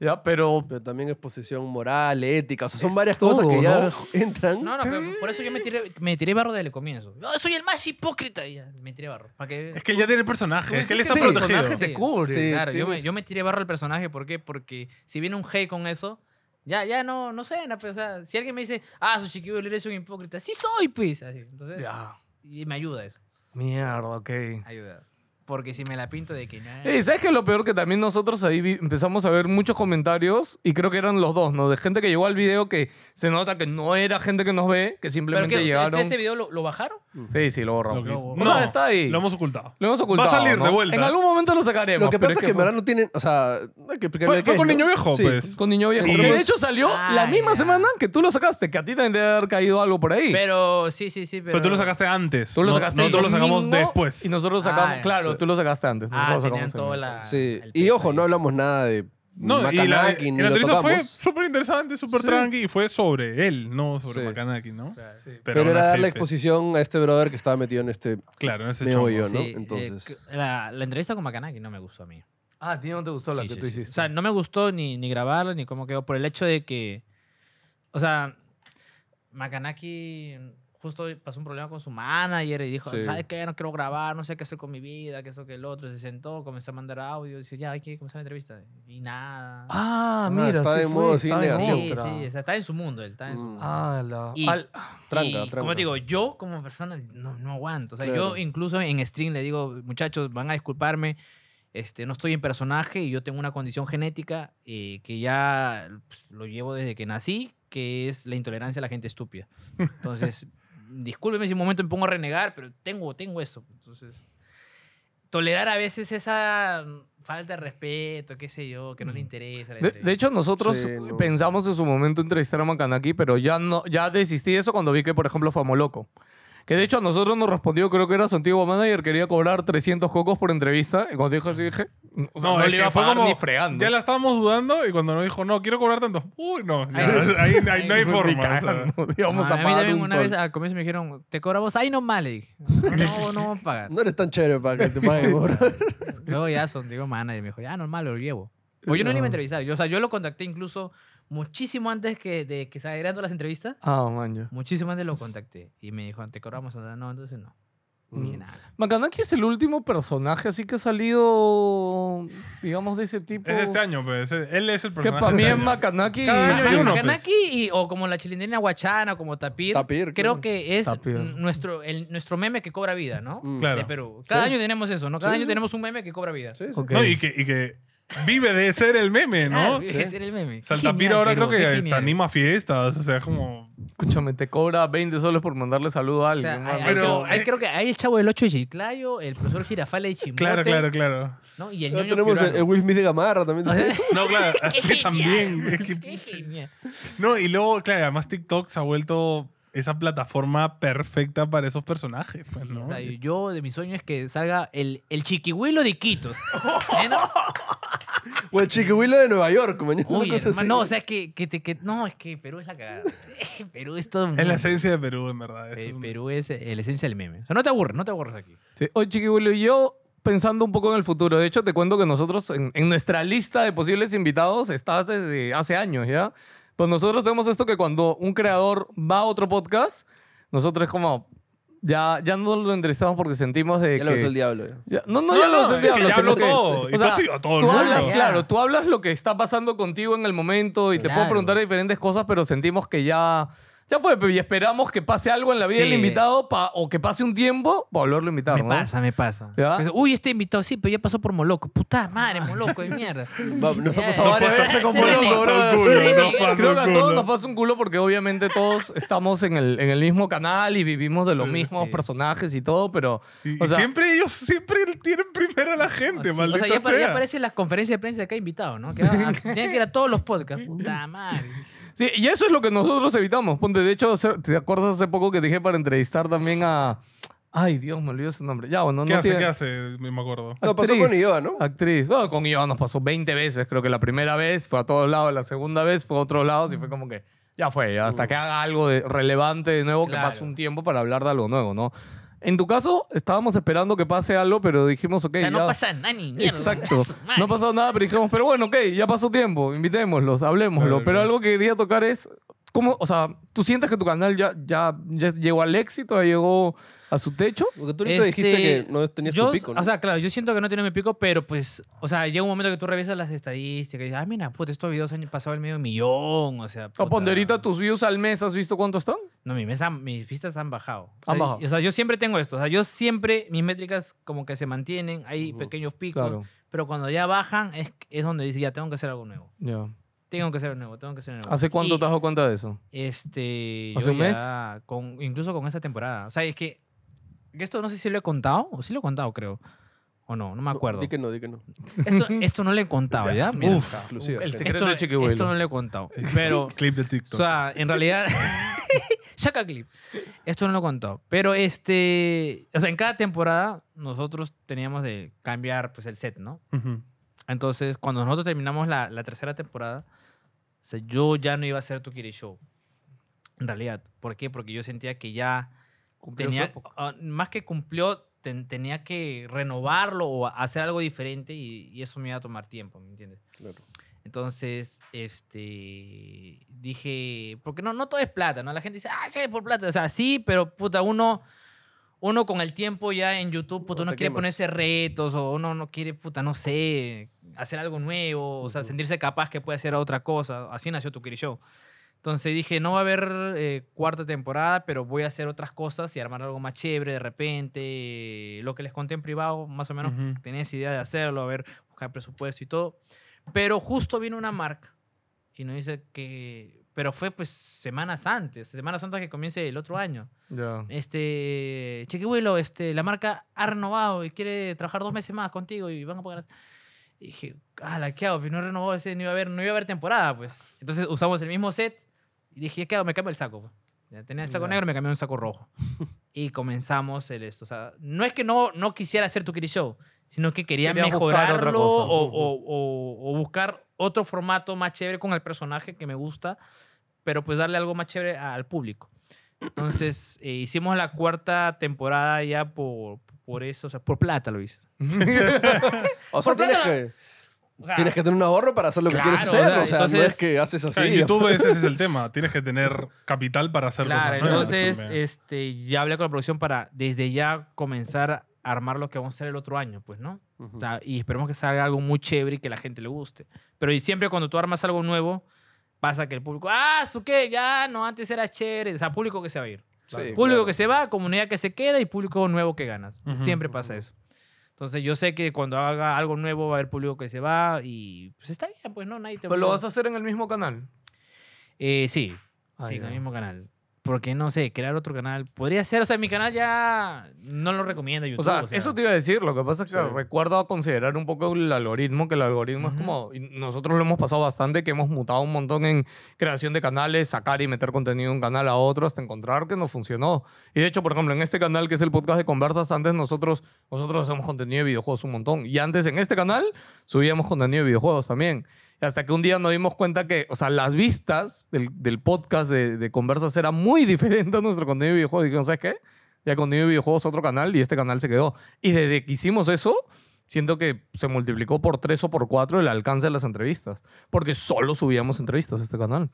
[SPEAKER 2] Ya, pero
[SPEAKER 1] Pero también exposición moral, ética. O sea, son varias
[SPEAKER 2] todo,
[SPEAKER 1] cosas que ya
[SPEAKER 2] ¿no?
[SPEAKER 1] entran.
[SPEAKER 3] No, no, pero por eso yo me tiré, me tiré barro desde el comienzo. Yo soy el más hipócrita. Y ya, me tiré barro. Para que...
[SPEAKER 4] Es que ya tiene el personaje. Es que él
[SPEAKER 1] dices
[SPEAKER 4] está
[SPEAKER 1] que el
[SPEAKER 4] protegido.
[SPEAKER 2] personaje te
[SPEAKER 3] Sí.
[SPEAKER 2] cubre.
[SPEAKER 1] Sí.
[SPEAKER 3] Claro, yo me,
[SPEAKER 1] tienes-
[SPEAKER 3] yo me tiré barro al personaje, ¿por qué? Porque si viene un hate con eso, ya, ya no, no suena, pues, o sea, si alguien me dice, ah, su chiquillo eres un hipócrita, sí soy, pues, así, entonces,
[SPEAKER 2] Ya,
[SPEAKER 3] y me ayuda eso,
[SPEAKER 2] mierda, ok.
[SPEAKER 3] ayuda. Porque si me la pinto de que nada,
[SPEAKER 2] Y ¿Sabes qué es lo peor? Que también nosotros ahí vi- empezamos a ver muchos comentarios y creo que eran los dos, ¿no? De gente que llegó al video que se nota que no era gente que nos ve, que
[SPEAKER 3] pero
[SPEAKER 2] simplemente
[SPEAKER 3] que
[SPEAKER 2] llegaron.
[SPEAKER 3] ese ¿este video lo, lo bajaron,
[SPEAKER 2] Sí, sí, lo borramos.
[SPEAKER 4] Lo que-
[SPEAKER 2] O sea, está ahí.
[SPEAKER 4] Lo
[SPEAKER 2] Lo hemos,
[SPEAKER 4] hemos ocultado.
[SPEAKER 2] ocultado.
[SPEAKER 4] Va a salir
[SPEAKER 2] ¿no?
[SPEAKER 4] de vuelta.
[SPEAKER 2] En algún momento lo sacaremos.
[SPEAKER 1] Lo que
[SPEAKER 2] pero
[SPEAKER 1] pasa es que en
[SPEAKER 2] fue-
[SPEAKER 1] verdad no tienen. O sea, no hay que explicarle
[SPEAKER 4] Fue,
[SPEAKER 1] qué
[SPEAKER 4] fue
[SPEAKER 1] es,
[SPEAKER 4] con
[SPEAKER 1] ¿no?
[SPEAKER 4] Niño Viejo,
[SPEAKER 1] Sí.
[SPEAKER 4] pues.
[SPEAKER 2] Con Niño Viejo.
[SPEAKER 4] Y-
[SPEAKER 2] Que de hecho salió la
[SPEAKER 3] Ah,
[SPEAKER 2] misma
[SPEAKER 3] ya.
[SPEAKER 2] semana que tú lo sacaste, que a ti también debe haber caído algo por ahí.
[SPEAKER 3] pero sí, sí, sí, pero...
[SPEAKER 4] Pero tú lo sacaste antes.
[SPEAKER 2] tú lo
[SPEAKER 4] No-
[SPEAKER 2] sacaste
[SPEAKER 4] No,
[SPEAKER 2] el
[SPEAKER 4] todos lo sacamos
[SPEAKER 2] domingo
[SPEAKER 4] después.
[SPEAKER 2] Y nosotros
[SPEAKER 3] Ah,
[SPEAKER 2] sacamos,
[SPEAKER 3] ya.
[SPEAKER 2] claro,
[SPEAKER 1] Sí.
[SPEAKER 2] tú lo sacaste antes.
[SPEAKER 3] Ah,
[SPEAKER 2] Nosotros lo
[SPEAKER 3] tenían
[SPEAKER 2] sacamos
[SPEAKER 3] toda
[SPEAKER 2] en-
[SPEAKER 3] la...
[SPEAKER 1] Sí.
[SPEAKER 3] Ah, el
[SPEAKER 1] Y
[SPEAKER 3] peso
[SPEAKER 1] ojo,
[SPEAKER 3] ahí.
[SPEAKER 1] no hablamos nada de.
[SPEAKER 4] No, y la,
[SPEAKER 1] Macanaki,
[SPEAKER 4] y
[SPEAKER 1] ni
[SPEAKER 4] la
[SPEAKER 1] lo
[SPEAKER 4] entrevista fue
[SPEAKER 1] tocamos.
[SPEAKER 4] súper interesante, súper
[SPEAKER 1] Sí.
[SPEAKER 4] tranqui. Y fue sobre él, no sobre
[SPEAKER 1] Sí.
[SPEAKER 4] Macanaki, ¿no?
[SPEAKER 3] Claro.
[SPEAKER 1] Pero,
[SPEAKER 4] aún
[SPEAKER 1] era
[SPEAKER 4] así,
[SPEAKER 1] dar la
[SPEAKER 4] pues,
[SPEAKER 1] exposición a este brother que estaba metido en este.
[SPEAKER 4] Claro, en ese
[SPEAKER 1] Me
[SPEAKER 4] chongo.
[SPEAKER 1] voy yo, ¿no?
[SPEAKER 3] Sí, eh,
[SPEAKER 1] Entonces.
[SPEAKER 3] c- la, la entrevista con Macanaki no me gustó a mí.
[SPEAKER 2] Ah, a ti no te gustó la
[SPEAKER 3] Sí,
[SPEAKER 2] que
[SPEAKER 3] sí,
[SPEAKER 2] tú
[SPEAKER 3] sí.
[SPEAKER 2] hiciste.
[SPEAKER 3] O sea, no me gustó ni, ni grabarla ni cómo quedó por el hecho de que. O sea, Makanaki justo pasó un problema con su manager y dijo:
[SPEAKER 1] Sí.
[SPEAKER 3] ¿Sabes qué? No quiero grabar, no sé qué hacer con mi vida, que eso, que el otro. Se sentó, comenzó a mandar audio. Dice: Ya, hay que comenzar la entrevista. Y nada.
[SPEAKER 2] Ah,
[SPEAKER 1] Ah,
[SPEAKER 2] mira,
[SPEAKER 1] está
[SPEAKER 2] sí
[SPEAKER 1] en
[SPEAKER 2] fue,
[SPEAKER 1] modo
[SPEAKER 2] estaba
[SPEAKER 1] sin
[SPEAKER 2] en
[SPEAKER 1] negación.
[SPEAKER 3] sí,
[SPEAKER 2] otra.
[SPEAKER 3] sí, o sea, está en su mundo. Él, está en su
[SPEAKER 1] Mm.
[SPEAKER 3] mundo.
[SPEAKER 2] Ah, la-
[SPEAKER 3] Y-
[SPEAKER 2] al-
[SPEAKER 1] Tranca,
[SPEAKER 3] y, Como
[SPEAKER 1] tranca.
[SPEAKER 3] te digo, yo como persona no, no aguanto. O sea,
[SPEAKER 1] Claro.
[SPEAKER 3] yo incluso en stream le digo, muchachos, van a disculparme. Este, no estoy en personaje y yo tengo una condición genética eh, que ya pues, lo llevo desde que nací, que es la intolerancia a la gente estúpida. Entonces, discúlpeme si un momento me pongo a renegar, pero tengo, tengo eso. Entonces, tolerar a veces esa falta de respeto, qué sé yo, que no le interesa. la
[SPEAKER 2] Mm. De,
[SPEAKER 3] entrevista.
[SPEAKER 2] de hecho, nosotros
[SPEAKER 1] Sí, no.
[SPEAKER 2] pensamos en su momento entrevistar a Macanaki, pero ya no, ya desistí de eso cuando vi que, por ejemplo, Famoloco. Que de hecho a nosotros nos respondió, creo que era su antiguo manager, quería cobrar 300 cocos por entrevista. Y cuando dijo así, dije, o sea, no,
[SPEAKER 4] es
[SPEAKER 2] le
[SPEAKER 4] que
[SPEAKER 2] iba a
[SPEAKER 4] fue
[SPEAKER 2] pagar
[SPEAKER 4] como,
[SPEAKER 2] ni fregando.
[SPEAKER 4] Ya la estábamos dudando y cuando nos dijo, no, quiero cobrar tanto. Uy, no. ya, ahí, ahí no hay
[SPEAKER 2] Ni
[SPEAKER 4] forma. o sea.
[SPEAKER 2] cagando, íbamos
[SPEAKER 3] Ah,
[SPEAKER 2] a
[SPEAKER 3] mí
[SPEAKER 2] pagar
[SPEAKER 3] también
[SPEAKER 2] un
[SPEAKER 3] una
[SPEAKER 2] sol.
[SPEAKER 3] vez al comienzo me dijeron, te cobra vos, ahí nomás le dije. No, no vamos a pagar.
[SPEAKER 1] No eres tan chévere para que te paguen, bro.
[SPEAKER 3] Luego ya son, digo, manager, me dijo, ya normal, lo llevo. Pues yo no le iba a entrevistar. Yo, o sea, yo lo contacté incluso muchísimo antes que, de que salieran todas las entrevistas.
[SPEAKER 2] Ah, man, ya.
[SPEAKER 3] Muchísimo antes lo contacté. Y me dijo, te cobramos. O sea, no, entonces no. Y dije,
[SPEAKER 1] Mm.
[SPEAKER 3] nada.
[SPEAKER 2] Macanaki es el último personaje así que ha salido, digamos, de ese tipo.
[SPEAKER 4] Es este año, pues. Él es el
[SPEAKER 2] Que
[SPEAKER 4] personaje.
[SPEAKER 2] para mí
[SPEAKER 4] de
[SPEAKER 2] es
[SPEAKER 4] este año.
[SPEAKER 2] Macanaki.
[SPEAKER 4] Cada año hay
[SPEAKER 3] Ma-
[SPEAKER 4] uno,
[SPEAKER 3] Ma-
[SPEAKER 4] pues.
[SPEAKER 3] Kanaki y- o como la chilindrina guachana, como tapir.
[SPEAKER 1] Tapir,
[SPEAKER 3] creo
[SPEAKER 1] claro.
[SPEAKER 3] que es
[SPEAKER 2] Tapir.
[SPEAKER 3] n- nuestro, el, nuestro meme que cobra vida, ¿no?
[SPEAKER 1] Mm.
[SPEAKER 4] Claro.
[SPEAKER 3] De Perú. Cada
[SPEAKER 1] Sí.
[SPEAKER 3] año tenemos eso, ¿no? Cada
[SPEAKER 1] Sí,
[SPEAKER 3] año
[SPEAKER 1] sí.
[SPEAKER 3] tenemos un meme que cobra vida.
[SPEAKER 1] Sí, sí.
[SPEAKER 2] Ok.
[SPEAKER 4] No, y que, y que vive de ser el meme,
[SPEAKER 3] Claro,
[SPEAKER 4] ¿no?
[SPEAKER 3] tiene que ser Ah, el meme. Qué
[SPEAKER 4] Saltapiro
[SPEAKER 3] genial,
[SPEAKER 4] ahora
[SPEAKER 3] Perú,
[SPEAKER 4] creo
[SPEAKER 3] qué
[SPEAKER 4] que se
[SPEAKER 3] genial.
[SPEAKER 4] anima a fiestas. O sea, es como.
[SPEAKER 2] Escúchame, te cobra 20 soles por mandarle saludo a
[SPEAKER 3] O sea,
[SPEAKER 2] alguien.
[SPEAKER 3] hay-
[SPEAKER 2] mano.
[SPEAKER 3] hay
[SPEAKER 4] Pero-
[SPEAKER 3] como- hay creo que hay el chavo del 8 de Chiclayo, el profesor Girafale de Chimbote.
[SPEAKER 4] Claro, claro, claro.
[SPEAKER 3] ¿no? Y el
[SPEAKER 1] Ahora
[SPEAKER 3] ñoño
[SPEAKER 1] tenemos el,
[SPEAKER 3] Piurano.
[SPEAKER 1] el Will Smith de Gamarra también.
[SPEAKER 4] No, claro, así
[SPEAKER 3] genial.
[SPEAKER 4] también. Es que-
[SPEAKER 3] Qué genial.
[SPEAKER 4] no, y luego, claro, además TikTok se ha vuelto esa plataforma perfecta para esos personajes, pues, ¿no?
[SPEAKER 3] O sea, yo de mi sueño es que salga el, el chiquihuilo de Quitos. ¿Eh, no?
[SPEAKER 1] O el Chiquihuila de Nueva York, mañana. una
[SPEAKER 3] Uy,
[SPEAKER 1] cosa
[SPEAKER 3] hermano,
[SPEAKER 1] así.
[SPEAKER 3] no, o sea, que, que, te- que- no, es que Perú es la cagada. Perú es todo. un
[SPEAKER 4] Es la
[SPEAKER 3] mundo.
[SPEAKER 4] esencia de Perú, en verdad.
[SPEAKER 3] Pe-
[SPEAKER 4] Eso es un-
[SPEAKER 3] Perú es eh, la esencia del meme. O sea, no te aburres, no te aburres aquí.
[SPEAKER 2] Sí. Oye, Chiquibulo, y yo pensando un poco en el futuro, de hecho te cuento que nosotros en, en nuestra lista de posibles invitados está desde hace años, ¿ya? Pues nosotros tenemos esto que cuando un creador va a otro podcast, nosotros es como, ya, ya no lo entrevistamos porque sentimos de
[SPEAKER 1] Ya
[SPEAKER 2] que...
[SPEAKER 1] lo besó el diablo. ya.
[SPEAKER 2] Ya- no, no, ya lo
[SPEAKER 4] no,
[SPEAKER 2] hace
[SPEAKER 4] es
[SPEAKER 2] el
[SPEAKER 4] que
[SPEAKER 2] diablo.
[SPEAKER 4] ya
[SPEAKER 2] sino
[SPEAKER 4] hablo
[SPEAKER 2] que-
[SPEAKER 4] todo, y
[SPEAKER 2] o sea,
[SPEAKER 4] tú sí, a todo el
[SPEAKER 2] tú
[SPEAKER 4] mundo.
[SPEAKER 2] hablas,
[SPEAKER 3] Ya.
[SPEAKER 2] claro, tú hablas lo que está pasando contigo en el momento y te puedo
[SPEAKER 3] Claro.
[SPEAKER 2] preguntar diferentes cosas, pero sentimos que ya, ya fue pe, y esperamos que pase algo en la vida del
[SPEAKER 3] Sí.
[SPEAKER 2] invitado pa- o que pase un tiempo para volverlo a invitar,
[SPEAKER 3] me
[SPEAKER 2] ¿no?
[SPEAKER 3] pasa, me pasa.
[SPEAKER 2] ¿Ya?
[SPEAKER 3] Pues, Uy, este invitado, sí, pero ya pasó por Moloco. Puta madre, Moloco de mierda.
[SPEAKER 1] Va, Nos ha
[SPEAKER 3] Ya,
[SPEAKER 1] pasado
[SPEAKER 3] no
[SPEAKER 1] varias
[SPEAKER 3] pasa-
[SPEAKER 1] veces
[SPEAKER 3] no
[SPEAKER 1] como
[SPEAKER 3] pasa
[SPEAKER 1] loco,
[SPEAKER 3] un
[SPEAKER 1] brother.
[SPEAKER 4] culo,
[SPEAKER 1] Sí.
[SPEAKER 4] no pasa
[SPEAKER 2] Creo
[SPEAKER 4] un
[SPEAKER 2] que a todos
[SPEAKER 4] culo.
[SPEAKER 2] nos pasa un culo porque obviamente todos estamos en el, en el mismo canal y vivimos de los
[SPEAKER 4] Sí,
[SPEAKER 2] mismos
[SPEAKER 3] sí.
[SPEAKER 2] personajes y todo, pero
[SPEAKER 4] Y,
[SPEAKER 2] o
[SPEAKER 4] y
[SPEAKER 2] sea-
[SPEAKER 4] siempre ellos siempre tienen primero a la gente,
[SPEAKER 3] Sí, o
[SPEAKER 4] maldita
[SPEAKER 3] sea, ya, pare- ya
[SPEAKER 4] sea.
[SPEAKER 3] aparecen las conferencias de prensa que ha invitado, ¿no? Que va a- tienen que ir a todos los podcasts. Puta madre.
[SPEAKER 2] Sí, y eso es lo que nosotros evitamos. Ponte, de hecho, hace- ¿te acuerdas hace poco que dije para entrevistar también a. Ay, Dios, me olvidé su nombre. Ya, bueno,
[SPEAKER 4] ¿Qué
[SPEAKER 2] no
[SPEAKER 4] hace?
[SPEAKER 2] tiene-
[SPEAKER 4] ¿Qué hace? Me acuerdo.
[SPEAKER 1] No, pasó
[SPEAKER 2] Actriz.
[SPEAKER 1] con Ioa, ¿no?
[SPEAKER 2] Actriz. Bueno, con Iván nos pasó 20 veces. Creo que la primera vez fue a todos lados, la segunda vez fue a otros lados y fue como que ya fue, ya,
[SPEAKER 4] Mm.
[SPEAKER 2] hasta que haga algo de relevante de nuevo,
[SPEAKER 3] Claro.
[SPEAKER 2] que pase un tiempo para hablar de algo nuevo, ¿no? En tu caso, estábamos esperando que pase algo, pero dijimos, ok,
[SPEAKER 3] O
[SPEAKER 2] ya.
[SPEAKER 3] sea, no pasa nada ni mierda.
[SPEAKER 2] Exacto.
[SPEAKER 3] Su madre.
[SPEAKER 2] No ha pasado nada, pero dijimos, pero bueno, ok, ya pasó tiempo, invitémoslos, hablemoslo.
[SPEAKER 4] Claro,
[SPEAKER 2] pero
[SPEAKER 4] claro.
[SPEAKER 2] algo que quería tocar es, ¿cómo, o sea, tú sientes que tu canal ya, ya, ya llegó al éxito, ya llegó a su techo?
[SPEAKER 1] Porque tú ahorita dijiste
[SPEAKER 3] Este,
[SPEAKER 1] que no tenías
[SPEAKER 3] yo,
[SPEAKER 1] tu pico, ¿no?
[SPEAKER 3] O sea, claro, yo siento que no tenía mi pico, pero pues, o sea, llega un momento que tú revisas las estadísticas y dices, ah, mira, puta, estos videos han pasado el medio millón, o sea.
[SPEAKER 2] O
[SPEAKER 3] puta.
[SPEAKER 2] ponte ahorita tus views al mes, ¿has visto cuánto están?
[SPEAKER 3] No, mis, mesa- mis vistas han bajado. O sea,
[SPEAKER 2] Han bajado.
[SPEAKER 3] y- O sea, yo siempre tengo esto. O sea, yo siempre, mis métricas como que se mantienen, hay
[SPEAKER 1] Ujú.
[SPEAKER 3] pequeños picos, pero cuando ya bajan es, es donde dices, ya, tengo que hacer algo nuevo.
[SPEAKER 2] Ya.
[SPEAKER 3] Tengo que hacer algo nuevo, tengo que hacer algo nuevo.
[SPEAKER 2] ¿Hace cuánto
[SPEAKER 3] Y,
[SPEAKER 2] te has dado cuenta de eso?
[SPEAKER 3] Este.
[SPEAKER 2] ¿Hace
[SPEAKER 3] yo
[SPEAKER 2] un
[SPEAKER 3] ya con- incluso con esta temporada. O sea, es que, que esto no sé si lo he contado, o sí lo he contado, creo. O no, no
[SPEAKER 1] No,
[SPEAKER 3] me acuerdo.
[SPEAKER 1] Di que no, di que no.
[SPEAKER 3] Esto, esto no le he contado, ¿ya? Mira,
[SPEAKER 1] Uf, exclusiva.
[SPEAKER 2] el secreto
[SPEAKER 3] esto,
[SPEAKER 2] de Chiquihuilo.
[SPEAKER 3] esto no le he contado. Pero,
[SPEAKER 4] Clip de
[SPEAKER 3] o
[SPEAKER 4] TikTok.
[SPEAKER 3] sea, en realidad... Saca clip. Esto no lo he contado. Pero, este... O sea, en cada temporada nosotros teníamos de cambiar, pues, el set, ¿no?
[SPEAKER 4] Ujú.
[SPEAKER 3] Entonces, cuando nosotros terminamos la, la tercera temporada, o sea, yo ya no iba a hacer tu Kiri Show. En realidad. ¿Por qué? Porque yo sentía que ya
[SPEAKER 2] Cumplió su
[SPEAKER 3] tenía,
[SPEAKER 2] época.
[SPEAKER 3] ah, más que cumplió, ten- tenía que renovarlo o hacer algo diferente y, y eso me iba a tomar tiempo, ¿me entiendes?
[SPEAKER 1] Claro.
[SPEAKER 3] Entonces, este, dije, porque no, no todo es plata, ¿no? La gente dice, ah, sí, por plata. O sea, sí, pero puta, uno, uno con el tiempo ya en YouTube,
[SPEAKER 1] No
[SPEAKER 3] puta, uno
[SPEAKER 1] te
[SPEAKER 3] quiere
[SPEAKER 1] quemas.
[SPEAKER 3] ponerse retos o uno no quiere, puta, no sé, hacer algo nuevo, o sea,
[SPEAKER 1] Ujú.
[SPEAKER 3] sentirse capaz que puede hacer otra cosa. Así nació tu Kiri Show. Entonces dije, no va a haber eh, cuarta temporada, pero voy a hacer otras cosas y armar algo más chévere de repente. Lo que les conté en privado, más o menos,
[SPEAKER 4] Ujú.
[SPEAKER 3] tenía esa idea de hacerlo, a ver, buscar presupuesto y todo. Pero justo vino una marca y nos dice que... Pero fue pues semanas antes, semanas antes que comience el otro año.
[SPEAKER 2] Ya.
[SPEAKER 3] Este, Chiquihuilo, este, la marca ha renovado y quiere trabajar dos meses más contigo y van a pagar... Y dije, la ¿qué hago? Pues no he renovado ese, no iba a haber, no iba a haber temporada, pues. Entonces usamos el mismo set y dije, ¿qué hago? Me cambio el saco. pues. Ya Tenía el saco
[SPEAKER 2] Ya.
[SPEAKER 3] negro, me cambié un saco rojo. y comenzamos el esto. O sea, no es que no, no quisiera hacer tu Kiri Show, sino que quería
[SPEAKER 2] Quería buscar
[SPEAKER 3] mejorarlo
[SPEAKER 2] otra
[SPEAKER 3] o,
[SPEAKER 2] cosa.
[SPEAKER 3] o- o- o buscar otro formato más chévere con el personaje que me gusta, pero pues darle algo más chévere al público. Entonces, eh, hicimos la cuarta temporada ya por, por eso, o sea, por plata lo hice.
[SPEAKER 1] O sea,
[SPEAKER 3] Por
[SPEAKER 1] tienes
[SPEAKER 3] plata-
[SPEAKER 1] que,
[SPEAKER 3] O sea,
[SPEAKER 1] tienes que tener un ahorro para hacer lo que
[SPEAKER 3] Claro,
[SPEAKER 1] quieres hacer.
[SPEAKER 3] o
[SPEAKER 1] O sea,
[SPEAKER 3] sea,
[SPEAKER 1] no
[SPEAKER 3] entonces-
[SPEAKER 1] es que haces
[SPEAKER 4] O
[SPEAKER 1] así.
[SPEAKER 4] sea, en YouTube ese, ese es el tema. Tienes que tener capital para hacer
[SPEAKER 3] Claro,
[SPEAKER 4] cosas nuevas
[SPEAKER 3] entonces
[SPEAKER 4] también.
[SPEAKER 3] este, ya hablé con la producción para desde ya comenzar a armar lo que vamos a hacer el otro año, pues, ¿no?
[SPEAKER 1] Ujú.
[SPEAKER 3] O sea, y esperemos que salga algo muy chévere y que la gente le guste. Pero y siempre cuando tú armas algo nuevo, pasa que el público, ah, su qué, ya, no, antes era chévere. O sea, público que se va a ir.
[SPEAKER 1] Sí,
[SPEAKER 3] Público
[SPEAKER 1] claro.
[SPEAKER 3] que se va, comunidad que se queda y público nuevo que ganas.
[SPEAKER 4] Ujú,
[SPEAKER 3] Siempre pasa eso. Entonces yo sé que cuando haga algo nuevo va a haber público que se va y pues está bien, pues no, nadie te
[SPEAKER 2] ¿Pero lo
[SPEAKER 3] obliga.
[SPEAKER 2] vas a hacer en el mismo canal?
[SPEAKER 3] Eh, sí,
[SPEAKER 2] Ah,
[SPEAKER 3] sí, en
[SPEAKER 2] ya.
[SPEAKER 3] el mismo canal. Porque no sé, crear otro canal. Podría ser, o sea, mi canal ya no lo recomienda YouTube.
[SPEAKER 2] O sea, eso te iba a decir. Lo que pasa es que recuerdo a considerar un poco el algoritmo, que el algoritmo es
[SPEAKER 3] Ujú.
[SPEAKER 2] como. y Nosotros lo hemos pasado bastante, que hemos mutado un montón en creación de canales, sacar y meter contenido de un canal a otro hasta encontrar que nos funcionó. Y de hecho, por ejemplo, en este canal que es el podcast de conversas, antes nosotros, nosotros hacemos contenido de videojuegos un montón. Y antes en este canal subíamos contenido de videojuegos también. Y Hasta que un día nos dimos cuenta que, o sea, las vistas del, del podcast de, de conversas era muy diferente a nuestro contenido de videojuegos. Y dijimos, ¿sabes qué? Ya contenido de videojuegos otro canal y este canal se quedó. Y desde que hicimos eso, siento que se multiplicó por tres o por cuatro el alcance de las entrevistas. Porque solo subíamos entrevistas a este canal.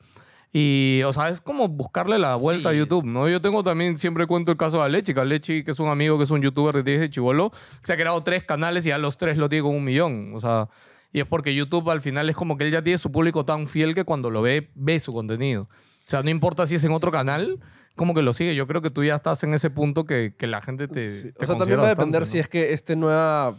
[SPEAKER 2] Y, o sea, es como buscarle la vuelta a
[SPEAKER 3] Sí.
[SPEAKER 2] YouTube, ¿no? Yo tengo también, siempre cuento el caso de Alechi, que Alechi, que es un amigo, que es un youtuber de Tigres de Chivolo, se ha creado tres canales y a los tres lo tiene con un millón. O sea, y es porque YouTube al final es como que él ya tiene su público tan fiel que cuando lo ve, ve su contenido. O sea, no importa si es en otro canal, como que lo sigue. Yo creo que tú ya estás en ese punto que, que la gente te.
[SPEAKER 1] Sí,
[SPEAKER 2] te
[SPEAKER 1] O sea, también
[SPEAKER 2] considera
[SPEAKER 1] va a depender
[SPEAKER 2] bastante,
[SPEAKER 1] si
[SPEAKER 2] ¿no?
[SPEAKER 1] es que este nuevo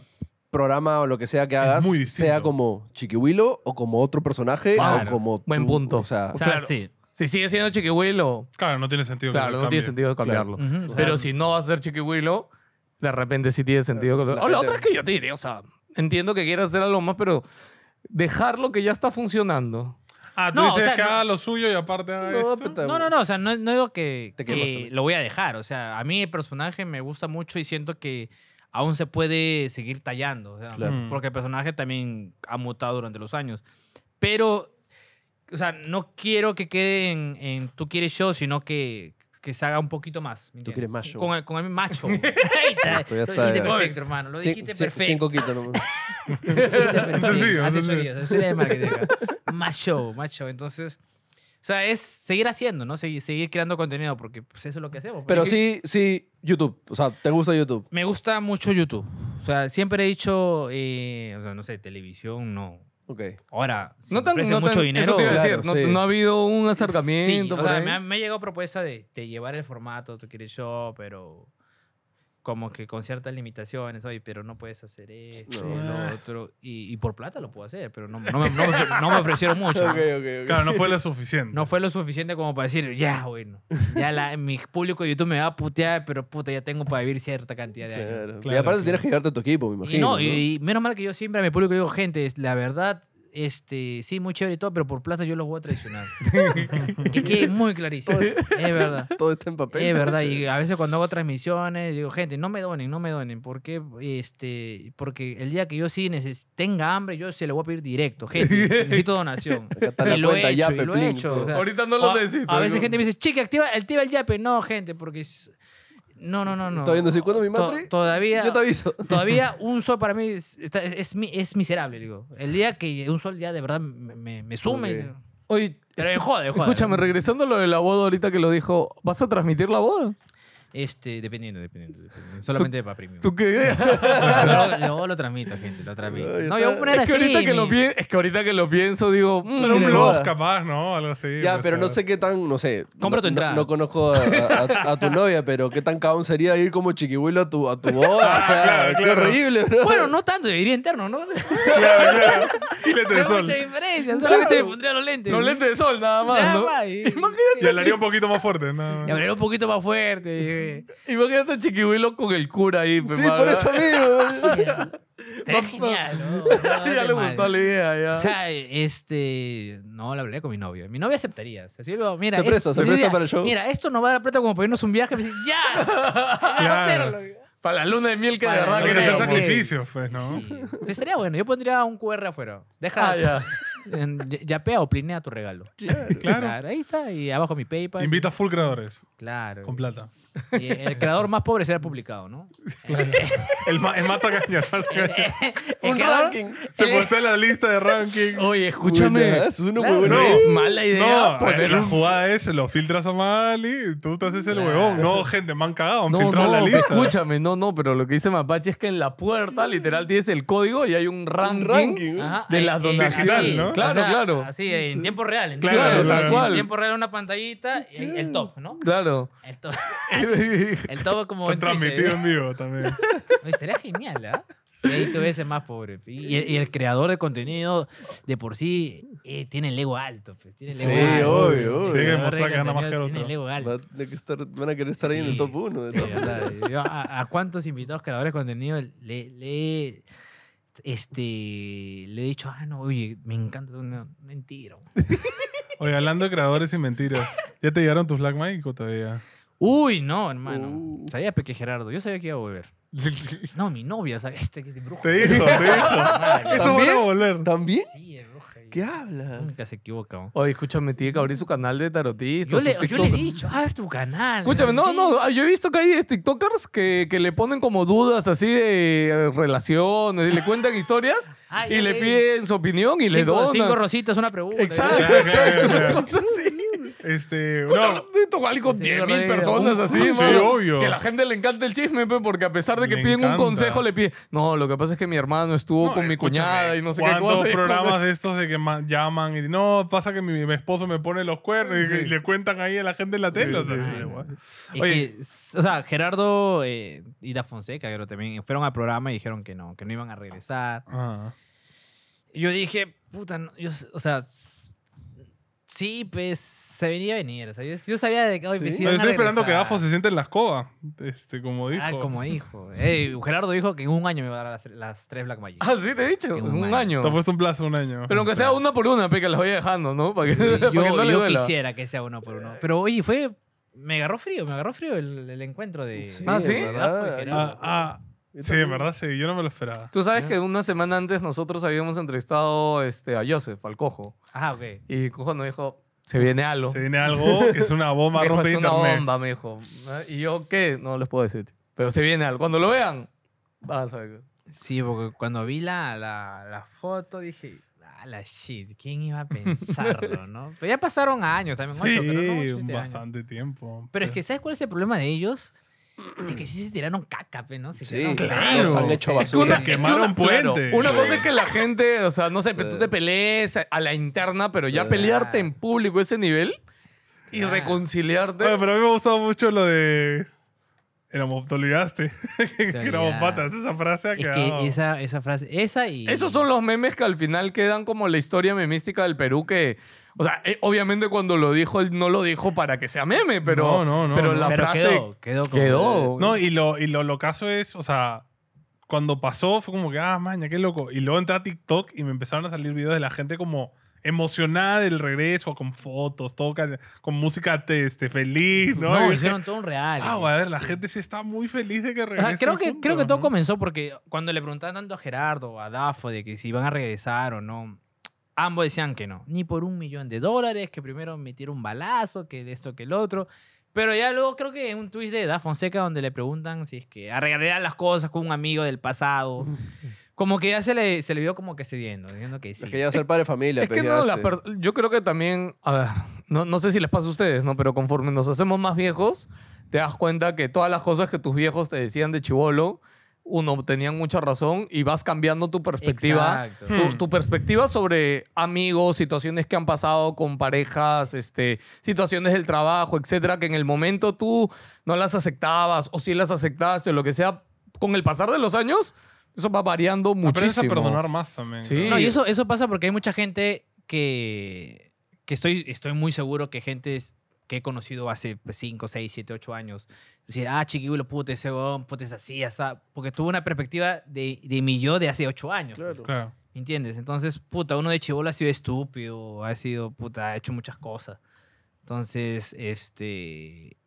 [SPEAKER 1] programa o lo que sea que hagas
[SPEAKER 4] muy
[SPEAKER 1] sea
[SPEAKER 4] distinto.
[SPEAKER 1] como Chiquihuilo o como otro personaje
[SPEAKER 2] Claro.
[SPEAKER 1] o como tú.
[SPEAKER 2] Buen punto.
[SPEAKER 1] O sea,
[SPEAKER 3] O sea,
[SPEAKER 2] claro.
[SPEAKER 3] sí.
[SPEAKER 2] Si sigue siendo Chiquihuilo,
[SPEAKER 4] Claro, no tiene sentido. que
[SPEAKER 2] claro,
[SPEAKER 4] se
[SPEAKER 2] no tiene
[SPEAKER 4] cambie.
[SPEAKER 2] sentido cambiarlo.
[SPEAKER 3] Ujú, o sea,
[SPEAKER 2] Pero si no va a ser Chiquihuilo, de repente sí tiene sentido. que-
[SPEAKER 1] la
[SPEAKER 2] o
[SPEAKER 1] gente-
[SPEAKER 2] la otra es que yo te diré, o sea, entiendo que quieras hacer algo más, pero dejar lo que ya está funcionando.
[SPEAKER 4] Ah, tú
[SPEAKER 3] No, o
[SPEAKER 4] dices
[SPEAKER 3] sea,
[SPEAKER 4] que
[SPEAKER 3] no-
[SPEAKER 4] haga lo suyo y aparte haga
[SPEAKER 1] no,
[SPEAKER 4] esto.
[SPEAKER 1] puta,
[SPEAKER 3] No, no, no, o sea, no, no digo que,
[SPEAKER 1] Te
[SPEAKER 3] que
[SPEAKER 1] quemas también.
[SPEAKER 3] lo voy a dejar, o sea, a mí el personaje me gusta mucho y siento que aún se puede seguir tallando, o sea,
[SPEAKER 1] Claro.
[SPEAKER 4] Mm.
[SPEAKER 3] porque el personaje también ha mutado durante los años, pero, o sea, no quiero que quede en, en tú quieres show, sino que, que se haga un poquito más. ¿me
[SPEAKER 1] Tú
[SPEAKER 3] entiendes?
[SPEAKER 1] quieres más show.
[SPEAKER 3] Con el, con el macho. Ahí está,
[SPEAKER 1] Listo, ya
[SPEAKER 3] lo
[SPEAKER 1] está,
[SPEAKER 3] dijiste
[SPEAKER 1] ya.
[SPEAKER 3] perfecto, hermano, lo
[SPEAKER 1] Cin-
[SPEAKER 3] dijiste
[SPEAKER 1] cin-
[SPEAKER 3] perfecto.
[SPEAKER 1] Cinco quitos nomás.
[SPEAKER 4] Sencillo,
[SPEAKER 3] Asesoría,
[SPEAKER 4] sencillo.
[SPEAKER 3] asesoría, asesoría de marketing. acá. Más show, más show. Entonces, o sea, es seguir haciendo, ¿no? Seguir, seguir creando contenido porque pues, eso es lo que hacemos.
[SPEAKER 1] Pero
[SPEAKER 3] Es que
[SPEAKER 1] sí, sí, YouTube. O sea, ¿te gusta YouTube?
[SPEAKER 3] Me gusta mucho YouTube. O sea, siempre he dicho, eh, o sea, no sé, televisión, no.
[SPEAKER 1] Ok.
[SPEAKER 3] Ahora, si
[SPEAKER 2] No
[SPEAKER 3] me
[SPEAKER 2] tan,
[SPEAKER 3] ofrecen
[SPEAKER 2] no tan-
[SPEAKER 3] mucho dinero.
[SPEAKER 2] Eso te iba a decir.
[SPEAKER 1] Claro,
[SPEAKER 2] no,
[SPEAKER 1] sí.
[SPEAKER 2] no ha habido un
[SPEAKER 3] sí,
[SPEAKER 2] acercamiento.
[SPEAKER 3] o
[SPEAKER 2] por
[SPEAKER 3] sea,
[SPEAKER 2] ahí.
[SPEAKER 3] me, ha- me ha llegado propuesta de, de llevar el formato, tú quieres show, pero como que con ciertas limitaciones, oye, pero no puedes hacer esto,
[SPEAKER 1] No.
[SPEAKER 3] lo otro. Y, y por plata lo puedo hacer, pero no, no me, no me- no me ofrecieron mucho. ¿no?
[SPEAKER 4] Claro, no fue lo suficiente.
[SPEAKER 3] No fue lo suficiente como para decir, ya, bueno, ya la, mi público de YouTube me va a putear, pero puta, ya tengo para vivir cierta cantidad de años.
[SPEAKER 1] Claro. y
[SPEAKER 4] Claro,
[SPEAKER 1] aparte
[SPEAKER 4] claro.
[SPEAKER 1] tienes que llevarte a tu equipo, me imagino.
[SPEAKER 3] Y no,
[SPEAKER 1] ¿no?
[SPEAKER 3] y, y menos mal que yo siempre a mi público digo, gente, es- la verdad, este, sí, muy chévere y todo, pero por plata yo los voy a traicionar. que quede muy clarísimo.
[SPEAKER 1] Todo-
[SPEAKER 3] es verdad.
[SPEAKER 1] Todo está en papel.
[SPEAKER 3] Es verdad, y a veces cuando hago transmisiones digo, gente, no me donen, no me donen, porque este, porque el día que yo sí neces- tenga hambre, yo se lo voy a pedir directo, gente, necesito donación.
[SPEAKER 1] Acá está la
[SPEAKER 3] y lo he
[SPEAKER 1] cuenta,
[SPEAKER 3] hecho,
[SPEAKER 1] Yape,
[SPEAKER 3] y lo he
[SPEAKER 1] plin,
[SPEAKER 3] hecho,
[SPEAKER 1] todo.
[SPEAKER 3] o sea,
[SPEAKER 2] Ahorita no
[SPEAKER 3] o
[SPEAKER 2] lo
[SPEAKER 3] a-
[SPEAKER 2] necesito.
[SPEAKER 3] Ah, A veces
[SPEAKER 2] digo.
[SPEAKER 3] gente me dice, chica, activa, activa el yape. No, gente, porque es... No, no, no, no.
[SPEAKER 1] Está viendo, ¿sí? ¿Cuándo mi
[SPEAKER 3] To-
[SPEAKER 1] matri?
[SPEAKER 3] Todavía,
[SPEAKER 1] Yo te aviso.
[SPEAKER 3] todavía un sol para mí es, está- es, mi- es miserable, digo. El día que un sol ya de verdad me, me, me sume.
[SPEAKER 1] Ok.
[SPEAKER 2] Oye,
[SPEAKER 3] Pero me jode, me jode.
[SPEAKER 2] escúchame, regresando a lo de la boda ahorita que lo dijo, ¿vas a transmitir la boda?
[SPEAKER 3] Este, dependiendo, dependiendo. dependiendo. Solamente para premium.
[SPEAKER 2] ¿Tú qué?
[SPEAKER 3] Luego, luego lo transmito, gente, lo transmito.
[SPEAKER 1] Ay,
[SPEAKER 3] No,
[SPEAKER 1] está-
[SPEAKER 3] yo voy a poner
[SPEAKER 2] es, que
[SPEAKER 3] así.
[SPEAKER 2] ahorita que lo
[SPEAKER 3] mi-
[SPEAKER 2] pien- es que ahorita que lo pienso, digo, mm,
[SPEAKER 4] Pero un
[SPEAKER 1] Mira,
[SPEAKER 4] blog
[SPEAKER 1] boda.
[SPEAKER 4] capaz, ¿no? Algo así.
[SPEAKER 1] Ya, pero
[SPEAKER 4] sea,
[SPEAKER 1] no sé qué tan, no sé.
[SPEAKER 3] Compra
[SPEAKER 1] no-
[SPEAKER 3] tu
[SPEAKER 1] no-
[SPEAKER 3] entrada.
[SPEAKER 1] No, conozco a, a- a- a tu novia, pero qué tan caón sería ir como chiquihuilo a tu, a tu boda. O sea,
[SPEAKER 4] Claro,
[SPEAKER 1] qué
[SPEAKER 4] claro.
[SPEAKER 1] horrible, bro.
[SPEAKER 3] Bueno, no tanto, yo iría interno, ¿no? No
[SPEAKER 4] Claro, claro. Filete de
[SPEAKER 3] hay
[SPEAKER 4] sol.
[SPEAKER 3] mucha diferencia, solamente me pondría los lentes.
[SPEAKER 2] los lentes de sol nada más,
[SPEAKER 3] Nada
[SPEAKER 2] ¿no?
[SPEAKER 3] más, y-
[SPEAKER 4] Y hablaría un poquito más fuerte. nada
[SPEAKER 3] Y
[SPEAKER 4] más.
[SPEAKER 3] hablaré un poquito más fuerte.
[SPEAKER 2] Imagínate a Chiquihuilo con el cura ahí.
[SPEAKER 4] Pues,
[SPEAKER 2] pe,
[SPEAKER 1] Sí,
[SPEAKER 2] madre.
[SPEAKER 1] por eso mismo. pues,
[SPEAKER 3] Estaría genial. ¿no?
[SPEAKER 2] ya le gustó la idea, ya.
[SPEAKER 3] O sea, este. No, la hablaré con mi novio. Mi novia aceptaría. O sea, si yo le digo, mira,
[SPEAKER 1] Se presta,
[SPEAKER 3] esto-
[SPEAKER 1] se
[SPEAKER 3] yo
[SPEAKER 1] presta
[SPEAKER 3] diría,
[SPEAKER 1] para el show.
[SPEAKER 3] Mira, esto nos va a dar plata como para irnos un viaje. Me dice, ¡ya! Vamos a hacerlo.
[SPEAKER 2] para la luna de miel que de
[SPEAKER 3] Para
[SPEAKER 2] verdad
[SPEAKER 3] la
[SPEAKER 4] Hay
[SPEAKER 3] luna
[SPEAKER 4] que
[SPEAKER 3] de
[SPEAKER 4] hacer
[SPEAKER 2] queremos.
[SPEAKER 3] miel.
[SPEAKER 4] sacrificios, pues, ¿no?
[SPEAKER 3] Sí. Pues estaría bueno. Yo pondría un QR afuera. Deja.
[SPEAKER 2] Ah, ya.
[SPEAKER 3] en- ya- Yapea o plinea tu regalo.
[SPEAKER 4] Claro.
[SPEAKER 3] Ahí está. Y abajo mi PayPal.
[SPEAKER 4] Invita a full creadores
[SPEAKER 3] Claro.
[SPEAKER 4] con plata.
[SPEAKER 3] Y el creador más pobre será publicado, ¿no?
[SPEAKER 4] El, ma- el mata caña.
[SPEAKER 3] El
[SPEAKER 1] Un
[SPEAKER 3] creador-
[SPEAKER 1] ranking.
[SPEAKER 4] Se
[SPEAKER 3] el-
[SPEAKER 4] postó en la lista de ranking.
[SPEAKER 2] Oye, ah, escúchame.
[SPEAKER 1] Buenas, uno
[SPEAKER 3] Claro.
[SPEAKER 1] muy bueno.
[SPEAKER 4] No.
[SPEAKER 2] es mala idea
[SPEAKER 4] No, eh,
[SPEAKER 3] pues.
[SPEAKER 2] poner
[SPEAKER 4] la
[SPEAKER 2] un
[SPEAKER 4] jugada es, lo filtras a Mali, tú te haces el
[SPEAKER 3] Claro.
[SPEAKER 4] huevón. No, gente, me han cagado, han
[SPEAKER 2] No,
[SPEAKER 4] filtrado
[SPEAKER 2] no,
[SPEAKER 4] la
[SPEAKER 2] pero
[SPEAKER 4] lista.
[SPEAKER 2] escúchame, no, no, pero lo que dice Mapache es que en la puerta literal tienes el código y hay un ranking.
[SPEAKER 1] Un ranking.
[SPEAKER 3] Ajá,
[SPEAKER 2] De
[SPEAKER 3] eh,
[SPEAKER 2] las
[SPEAKER 3] eh,
[SPEAKER 2] donaciones,
[SPEAKER 3] así,
[SPEAKER 4] ¿no?
[SPEAKER 2] Claro, claro.
[SPEAKER 3] Así, en tiempo real. En
[SPEAKER 4] Claro,
[SPEAKER 3] tiempo real,
[SPEAKER 4] tal
[SPEAKER 3] en
[SPEAKER 2] cual.
[SPEAKER 3] tiempo real una pantallita, el, el top, ¿no?
[SPEAKER 2] Claro.
[SPEAKER 3] El top, el top como...
[SPEAKER 4] Está
[SPEAKER 3] en Twitch,
[SPEAKER 4] transmitido
[SPEAKER 3] ¿eh?
[SPEAKER 4] en vivo también.
[SPEAKER 3] Oye, Estaría genial, ¿ah? Y ahí tú ves el más pobre. Y, y el creador de contenido de por sí eh, tiene el ego alto. pues, tiene el
[SPEAKER 1] Sí,
[SPEAKER 3] ego alto.
[SPEAKER 1] obvio, obvio.
[SPEAKER 4] Tiene que
[SPEAKER 3] El
[SPEAKER 4] demostrar que gana más
[SPEAKER 3] reggaetonero
[SPEAKER 4] que
[SPEAKER 3] Tiene
[SPEAKER 4] otro.
[SPEAKER 3] el ego
[SPEAKER 1] Va
[SPEAKER 3] alto.
[SPEAKER 1] a tener que estar- van a querer estar ahí en el
[SPEAKER 3] Sí.
[SPEAKER 1] top 1.
[SPEAKER 3] de verdad. Yo a, a cuántos invitados creadores de contenido le, le- este, le he dicho, ah, no, oye, me encanta. No, mentira.
[SPEAKER 4] Oye, hablando de creadores y mentiras, ¿ya te llegaron tus Black Mike o todavía?
[SPEAKER 3] Uy, no, hermano.
[SPEAKER 1] Uh.
[SPEAKER 3] Sabía pe, que Gerardo, yo sabía que iba a volver. No, mi novia, ¿sabes? Este que es bruja.
[SPEAKER 4] Te dijo, te dijo.
[SPEAKER 3] Madre,
[SPEAKER 4] Eso van a
[SPEAKER 1] ¿También?
[SPEAKER 4] volver.
[SPEAKER 1] ¿También?
[SPEAKER 3] Sí, es bruja.
[SPEAKER 1] ¿Qué hablas?
[SPEAKER 3] Nunca se equivoca. ¿no?
[SPEAKER 2] Oye, escúchame, tiene que abrir su canal de tarotista.
[SPEAKER 3] Yo
[SPEAKER 2] su
[SPEAKER 3] le, yo le he
[SPEAKER 2] TikTok.
[SPEAKER 3] dicho, abre tu canal.
[SPEAKER 2] Escúchame, no,
[SPEAKER 3] sí.
[SPEAKER 2] no, yo he visto que hay este, TikTokers que, que le ponen como dudas así de eh, relaciones y le cuentan historias
[SPEAKER 3] Ah,
[SPEAKER 2] y
[SPEAKER 3] ya
[SPEAKER 2] le
[SPEAKER 3] leí.
[SPEAKER 2] piden su opinión y le
[SPEAKER 3] Cinco-
[SPEAKER 2] donan.
[SPEAKER 3] Cinco rositas, una pregunta.
[SPEAKER 2] Exacto,
[SPEAKER 4] Claro, claro,
[SPEAKER 2] exacto,
[SPEAKER 4] claro.
[SPEAKER 2] una cosa así.
[SPEAKER 4] Este,
[SPEAKER 2] No.
[SPEAKER 4] no,
[SPEAKER 2] con
[SPEAKER 3] Sí,
[SPEAKER 2] 10.000
[SPEAKER 3] Rodrigo.
[SPEAKER 2] personas así,
[SPEAKER 4] Sí,
[SPEAKER 2] mano,
[SPEAKER 4] obvio.
[SPEAKER 2] Que la gente le encanta el chisme, pe, porque a pesar de que
[SPEAKER 4] Le
[SPEAKER 2] piden
[SPEAKER 4] encanta.
[SPEAKER 2] un consejo, le piden. No, lo que pasa es que mi hermano estuvo
[SPEAKER 4] No,
[SPEAKER 2] con mi
[SPEAKER 4] escúchame,
[SPEAKER 2] cuñada y no sé qué
[SPEAKER 4] ¿cuántos
[SPEAKER 2] cosa. y es como que-
[SPEAKER 4] programas de estos de que ma- llaman y no, pasa que mi, mi esposo me pone los cuernos y, y le cuentan ahí a la gente en la tele. o sea,
[SPEAKER 3] sí,
[SPEAKER 4] da
[SPEAKER 3] sí.
[SPEAKER 4] igual.
[SPEAKER 3] Es
[SPEAKER 4] Oye.
[SPEAKER 3] que, s- o sea, Gerardo eh, y Da Fonseca creo, también fueron al programa y dijeron que no, que no iban a regresar.
[SPEAKER 4] Ah.
[SPEAKER 3] Yo dije, puta, no, yo s- o sea, s- sí, pues se venía a venir. o sea, yo, yo sabía de que hoy
[SPEAKER 1] Sí.
[SPEAKER 3] pues,
[SPEAKER 1] No,
[SPEAKER 3] iban a
[SPEAKER 4] Yo estoy esperando que
[SPEAKER 3] regresar.
[SPEAKER 4] Dafo se siente en la escoba, este, como dijo.
[SPEAKER 3] Ah, como dijo. Eh, Gerardo dijo que en un año me va a dar las, las tres Black Magic.
[SPEAKER 2] Ah, sí, te he dicho.
[SPEAKER 3] En
[SPEAKER 2] En
[SPEAKER 3] un
[SPEAKER 2] un
[SPEAKER 3] año.
[SPEAKER 2] año.
[SPEAKER 4] Te ha puesto un plazo un año.
[SPEAKER 2] Pero aunque sea una por una, pe, que las voy dejando, ¿no? Para que,
[SPEAKER 3] Y
[SPEAKER 2] para
[SPEAKER 3] Yo,
[SPEAKER 2] que no le
[SPEAKER 3] yo
[SPEAKER 2] duela.
[SPEAKER 3] quisiera que sea uno por uno. Pero oye, fue. Me agarró frío, me agarró frío el, el encuentro de.
[SPEAKER 1] Sí,
[SPEAKER 2] Ah, ¿sí?
[SPEAKER 3] de
[SPEAKER 1] ¿verdad?
[SPEAKER 3] Dafo y Gerardo.
[SPEAKER 4] Ah, ah,
[SPEAKER 1] Yo
[SPEAKER 4] sí,
[SPEAKER 1] también.
[SPEAKER 4] en verdad sí, yo no me lo esperaba.
[SPEAKER 2] Tú sabes que una semana antes nosotros habíamos entrevistado este, a Joseph, al cojo.
[SPEAKER 3] Ah, ok.
[SPEAKER 2] Y Cojo nos dijo, se viene algo.
[SPEAKER 4] Se viene algo que es una bomba
[SPEAKER 2] Me dijo,
[SPEAKER 4] rompe
[SPEAKER 2] es una
[SPEAKER 4] internet.
[SPEAKER 2] bomba, me dijo. ¿Ah? ¿Y yo qué? No les puedo decir. Pero se viene algo. Cuando lo vean, vas a ver.
[SPEAKER 3] Sí, porque cuando vi la, la, la foto dije, ah, la shit, ¿quién iba a pensarlo, no? Pero ya pasaron años también,
[SPEAKER 4] Sí,
[SPEAKER 3] ocho, creo, ¿no? este Ocho, siete años.
[SPEAKER 4] bastante tiempo.
[SPEAKER 3] Pero es que, ¿sabes cuál es el problema de ellos? Es
[SPEAKER 4] Mm.
[SPEAKER 3] que sí se tiraron caca, pe, ¿no? Se
[SPEAKER 1] Sí,
[SPEAKER 3] tiraron caca.
[SPEAKER 4] claro.
[SPEAKER 1] Los han hecho
[SPEAKER 2] Es que una-
[SPEAKER 1] basura.
[SPEAKER 4] Se quemaron
[SPEAKER 2] es que una- claro,
[SPEAKER 4] puentes.
[SPEAKER 2] una
[SPEAKER 4] Sí.
[SPEAKER 2] cosa es que la gente, o sea, no sé,
[SPEAKER 1] Sí.
[SPEAKER 2] pero tú te pelees a la interna, pero ya
[SPEAKER 1] Sí.
[SPEAKER 2] pelearte en público a ese nivel y
[SPEAKER 3] Claro.
[SPEAKER 2] reconciliarte.
[SPEAKER 4] Oye, pero a mí me ha gustado mucho lo de... Éramos, te olvidaste. que éramos
[SPEAKER 3] olvidaste.
[SPEAKER 4] patas. Esa frase ha
[SPEAKER 3] Es
[SPEAKER 4] quedado...
[SPEAKER 3] que esa, esa frase, esa y...
[SPEAKER 2] Esos son los memes que al final quedan como la historia memística del Perú que... O sea, eh, obviamente cuando lo dijo, él no lo dijo para que sea meme, pero,
[SPEAKER 4] No, no, no,
[SPEAKER 2] pero
[SPEAKER 4] no.
[SPEAKER 2] la
[SPEAKER 3] Pero
[SPEAKER 2] frase
[SPEAKER 3] quedó, quedó. como-
[SPEAKER 2] quedó.
[SPEAKER 4] No, y lo, y lo locazo es, o sea, cuando pasó fue como que, ah, maña, qué loco. Y luego entré a TikTok y me empezaron a salir videos de la gente como emocionada del regreso, con fotos, todo, cal- con música te- este, feliz, ¿no?
[SPEAKER 3] No,
[SPEAKER 4] Y dije,
[SPEAKER 3] hicieron todo un real.
[SPEAKER 4] ah, a ver, la gente sí está muy feliz de que
[SPEAKER 3] O sea,
[SPEAKER 4] regrese.
[SPEAKER 3] creo, que,
[SPEAKER 4] juntos,
[SPEAKER 3] creo que todo
[SPEAKER 4] ¿no?
[SPEAKER 3] comenzó porque cuando le preguntaban tanto a Gerardo, a Dafo, de que si iban a regresar o no, ambos decían que no. Ni por un millón de dólares, que primero metieron un balazo, que de esto, que el otro. Pero ya luego creo que en un tweet de Da Fonseca donde le preguntan si es que arreglarán las cosas con un amigo del pasado. Como que ya se le, se le vio como que cediendo, diciendo que sí.
[SPEAKER 1] Es que ya va a ser padre de familia.
[SPEAKER 2] Es
[SPEAKER 1] pues,
[SPEAKER 2] que
[SPEAKER 1] ya,
[SPEAKER 2] no, la
[SPEAKER 1] este,
[SPEAKER 2] per- yo creo que también, a ver, no, no sé si les pasa a ustedes, ¿no? Pero conforme nos hacemos más viejos, te das cuenta que todas las cosas que tus viejos te decían de chivolo, uno, tenían mucha razón y vas cambiando tu perspectiva.
[SPEAKER 3] Exacto.
[SPEAKER 2] Tu,
[SPEAKER 4] Hmm.
[SPEAKER 2] tu perspectiva sobre amigos, situaciones que han pasado con parejas, este, situaciones del trabajo, etcétera, que en el momento tú no las aceptabas o sí las aceptaste o lo que sea, con el pasar de los años, eso va variando
[SPEAKER 4] Aprendes a
[SPEAKER 2] muchísimo.
[SPEAKER 4] perdonar más también.
[SPEAKER 2] Sí.
[SPEAKER 4] creo.
[SPEAKER 3] No, y eso, eso pasa porque hay mucha gente que, que estoy, estoy muy seguro que gente es- que he conocido hace pues, 5, 6, 7, 8 años, decir, ah, chiquibulo, puta, ese huevón, puta, es así, asá", porque tuvo una perspectiva de, de mi yo de hace 8 años,
[SPEAKER 1] Claro.
[SPEAKER 4] Claro.
[SPEAKER 3] ¿me ¿entiendes? Entonces, puta, uno de chivolo ha sido estúpido, ha sido, puta, ha hecho muchas cosas. Entonces, este...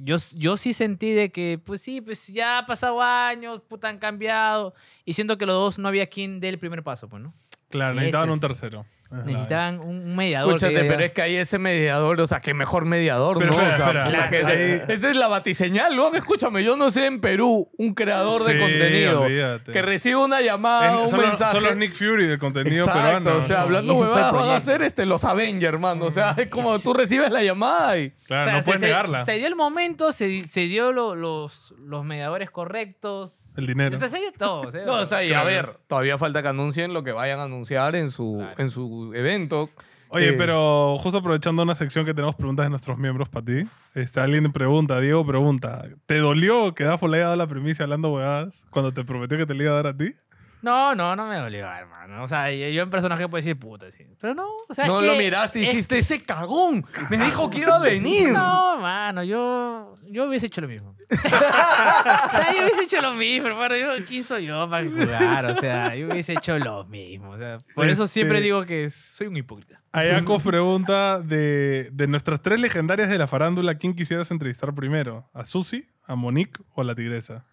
[SPEAKER 3] Yo, yo sí sentí de que, pues sí, pues ya ha pasado años, puta, han cambiado. Y siento que los dos no había quien dé el primer paso, pues, ¿no?
[SPEAKER 4] Claro, necesitaban
[SPEAKER 3] Ese
[SPEAKER 4] un
[SPEAKER 3] es.
[SPEAKER 4] tercero. Es verdad.
[SPEAKER 3] Necesitaban un, un mediador. que
[SPEAKER 2] Escúchate,
[SPEAKER 3] diga,
[SPEAKER 2] pero es que ahí ese mediador, o sea, qué mejor mediador,
[SPEAKER 4] Pero
[SPEAKER 2] ¿no?
[SPEAKER 4] espera,
[SPEAKER 2] O sea,
[SPEAKER 4] espera.
[SPEAKER 2] puta, que-
[SPEAKER 4] Ahí-
[SPEAKER 2] esa es la batiseñal, ¿no? Escúchame, yo no sé en Perú un creador
[SPEAKER 4] Sí,
[SPEAKER 2] de contenido
[SPEAKER 4] olvídate.
[SPEAKER 2] que reciba una llamada,
[SPEAKER 4] Es-
[SPEAKER 2] un
[SPEAKER 4] son, los,
[SPEAKER 2] mensaje.
[SPEAKER 4] son los Nick Fury del contenido
[SPEAKER 2] Exacto,
[SPEAKER 4] peruano.
[SPEAKER 2] o sea,
[SPEAKER 4] ¿no?
[SPEAKER 2] hablando
[SPEAKER 3] Y ese fue el
[SPEAKER 2] huevadas van a
[SPEAKER 3] proyecto.
[SPEAKER 2] ser este, los Avengers, hermano. O sea, es como
[SPEAKER 3] Es-
[SPEAKER 2] tú recibes la llamada y...
[SPEAKER 4] Claro,
[SPEAKER 3] o sea,
[SPEAKER 4] no
[SPEAKER 3] se-
[SPEAKER 4] puedes
[SPEAKER 3] se,
[SPEAKER 4] negarla.
[SPEAKER 3] Se dio el momento, se, se dio lo- los, los mediadores correctos.
[SPEAKER 4] El dinero.
[SPEAKER 3] O sea, se dio todo. se dio
[SPEAKER 2] No, o
[SPEAKER 3] todo.
[SPEAKER 2] sea, y a
[SPEAKER 4] Claro.
[SPEAKER 2] ver, todavía falta que anuncien lo que vayan a anunciar en su,
[SPEAKER 3] Claro.
[SPEAKER 2] en su evento.
[SPEAKER 4] Oye,
[SPEAKER 2] Eh,
[SPEAKER 4] pero justo aprovechando una sección que tenemos preguntas de nuestros miembros para ti. Este, alguien pregunta, Diego pregunta, ¿te dolió que Dafo le haya dado la primicia hablando huevadas cuando te prometió que te le iba a dar a ti?
[SPEAKER 3] No, no, no me dolió, hermano. O sea, yo, yo en personaje puedo decir puta, sí. Pero no, o sea. es
[SPEAKER 2] No lo
[SPEAKER 3] que-
[SPEAKER 2] miraste y
[SPEAKER 3] es-
[SPEAKER 2] dijiste, ese cagón. Me dijo que iba a venir.
[SPEAKER 3] No, mano, yo, yo hubiese hecho lo mismo. o sea, yo hubiese hecho lo mismo, hermano. Yo, ¿Quién soy yo para jugar? O sea, yo hubiese hecho lo mismo. O sea, por eso siempre
[SPEAKER 4] Este-
[SPEAKER 3] digo que es- soy un hipócrita.
[SPEAKER 4] Ayakov pregunta de, de nuestras tres legendarias de la farándula, ¿quién quisieras entrevistar primero? ¿A Susi, a Monique o a la tigresa?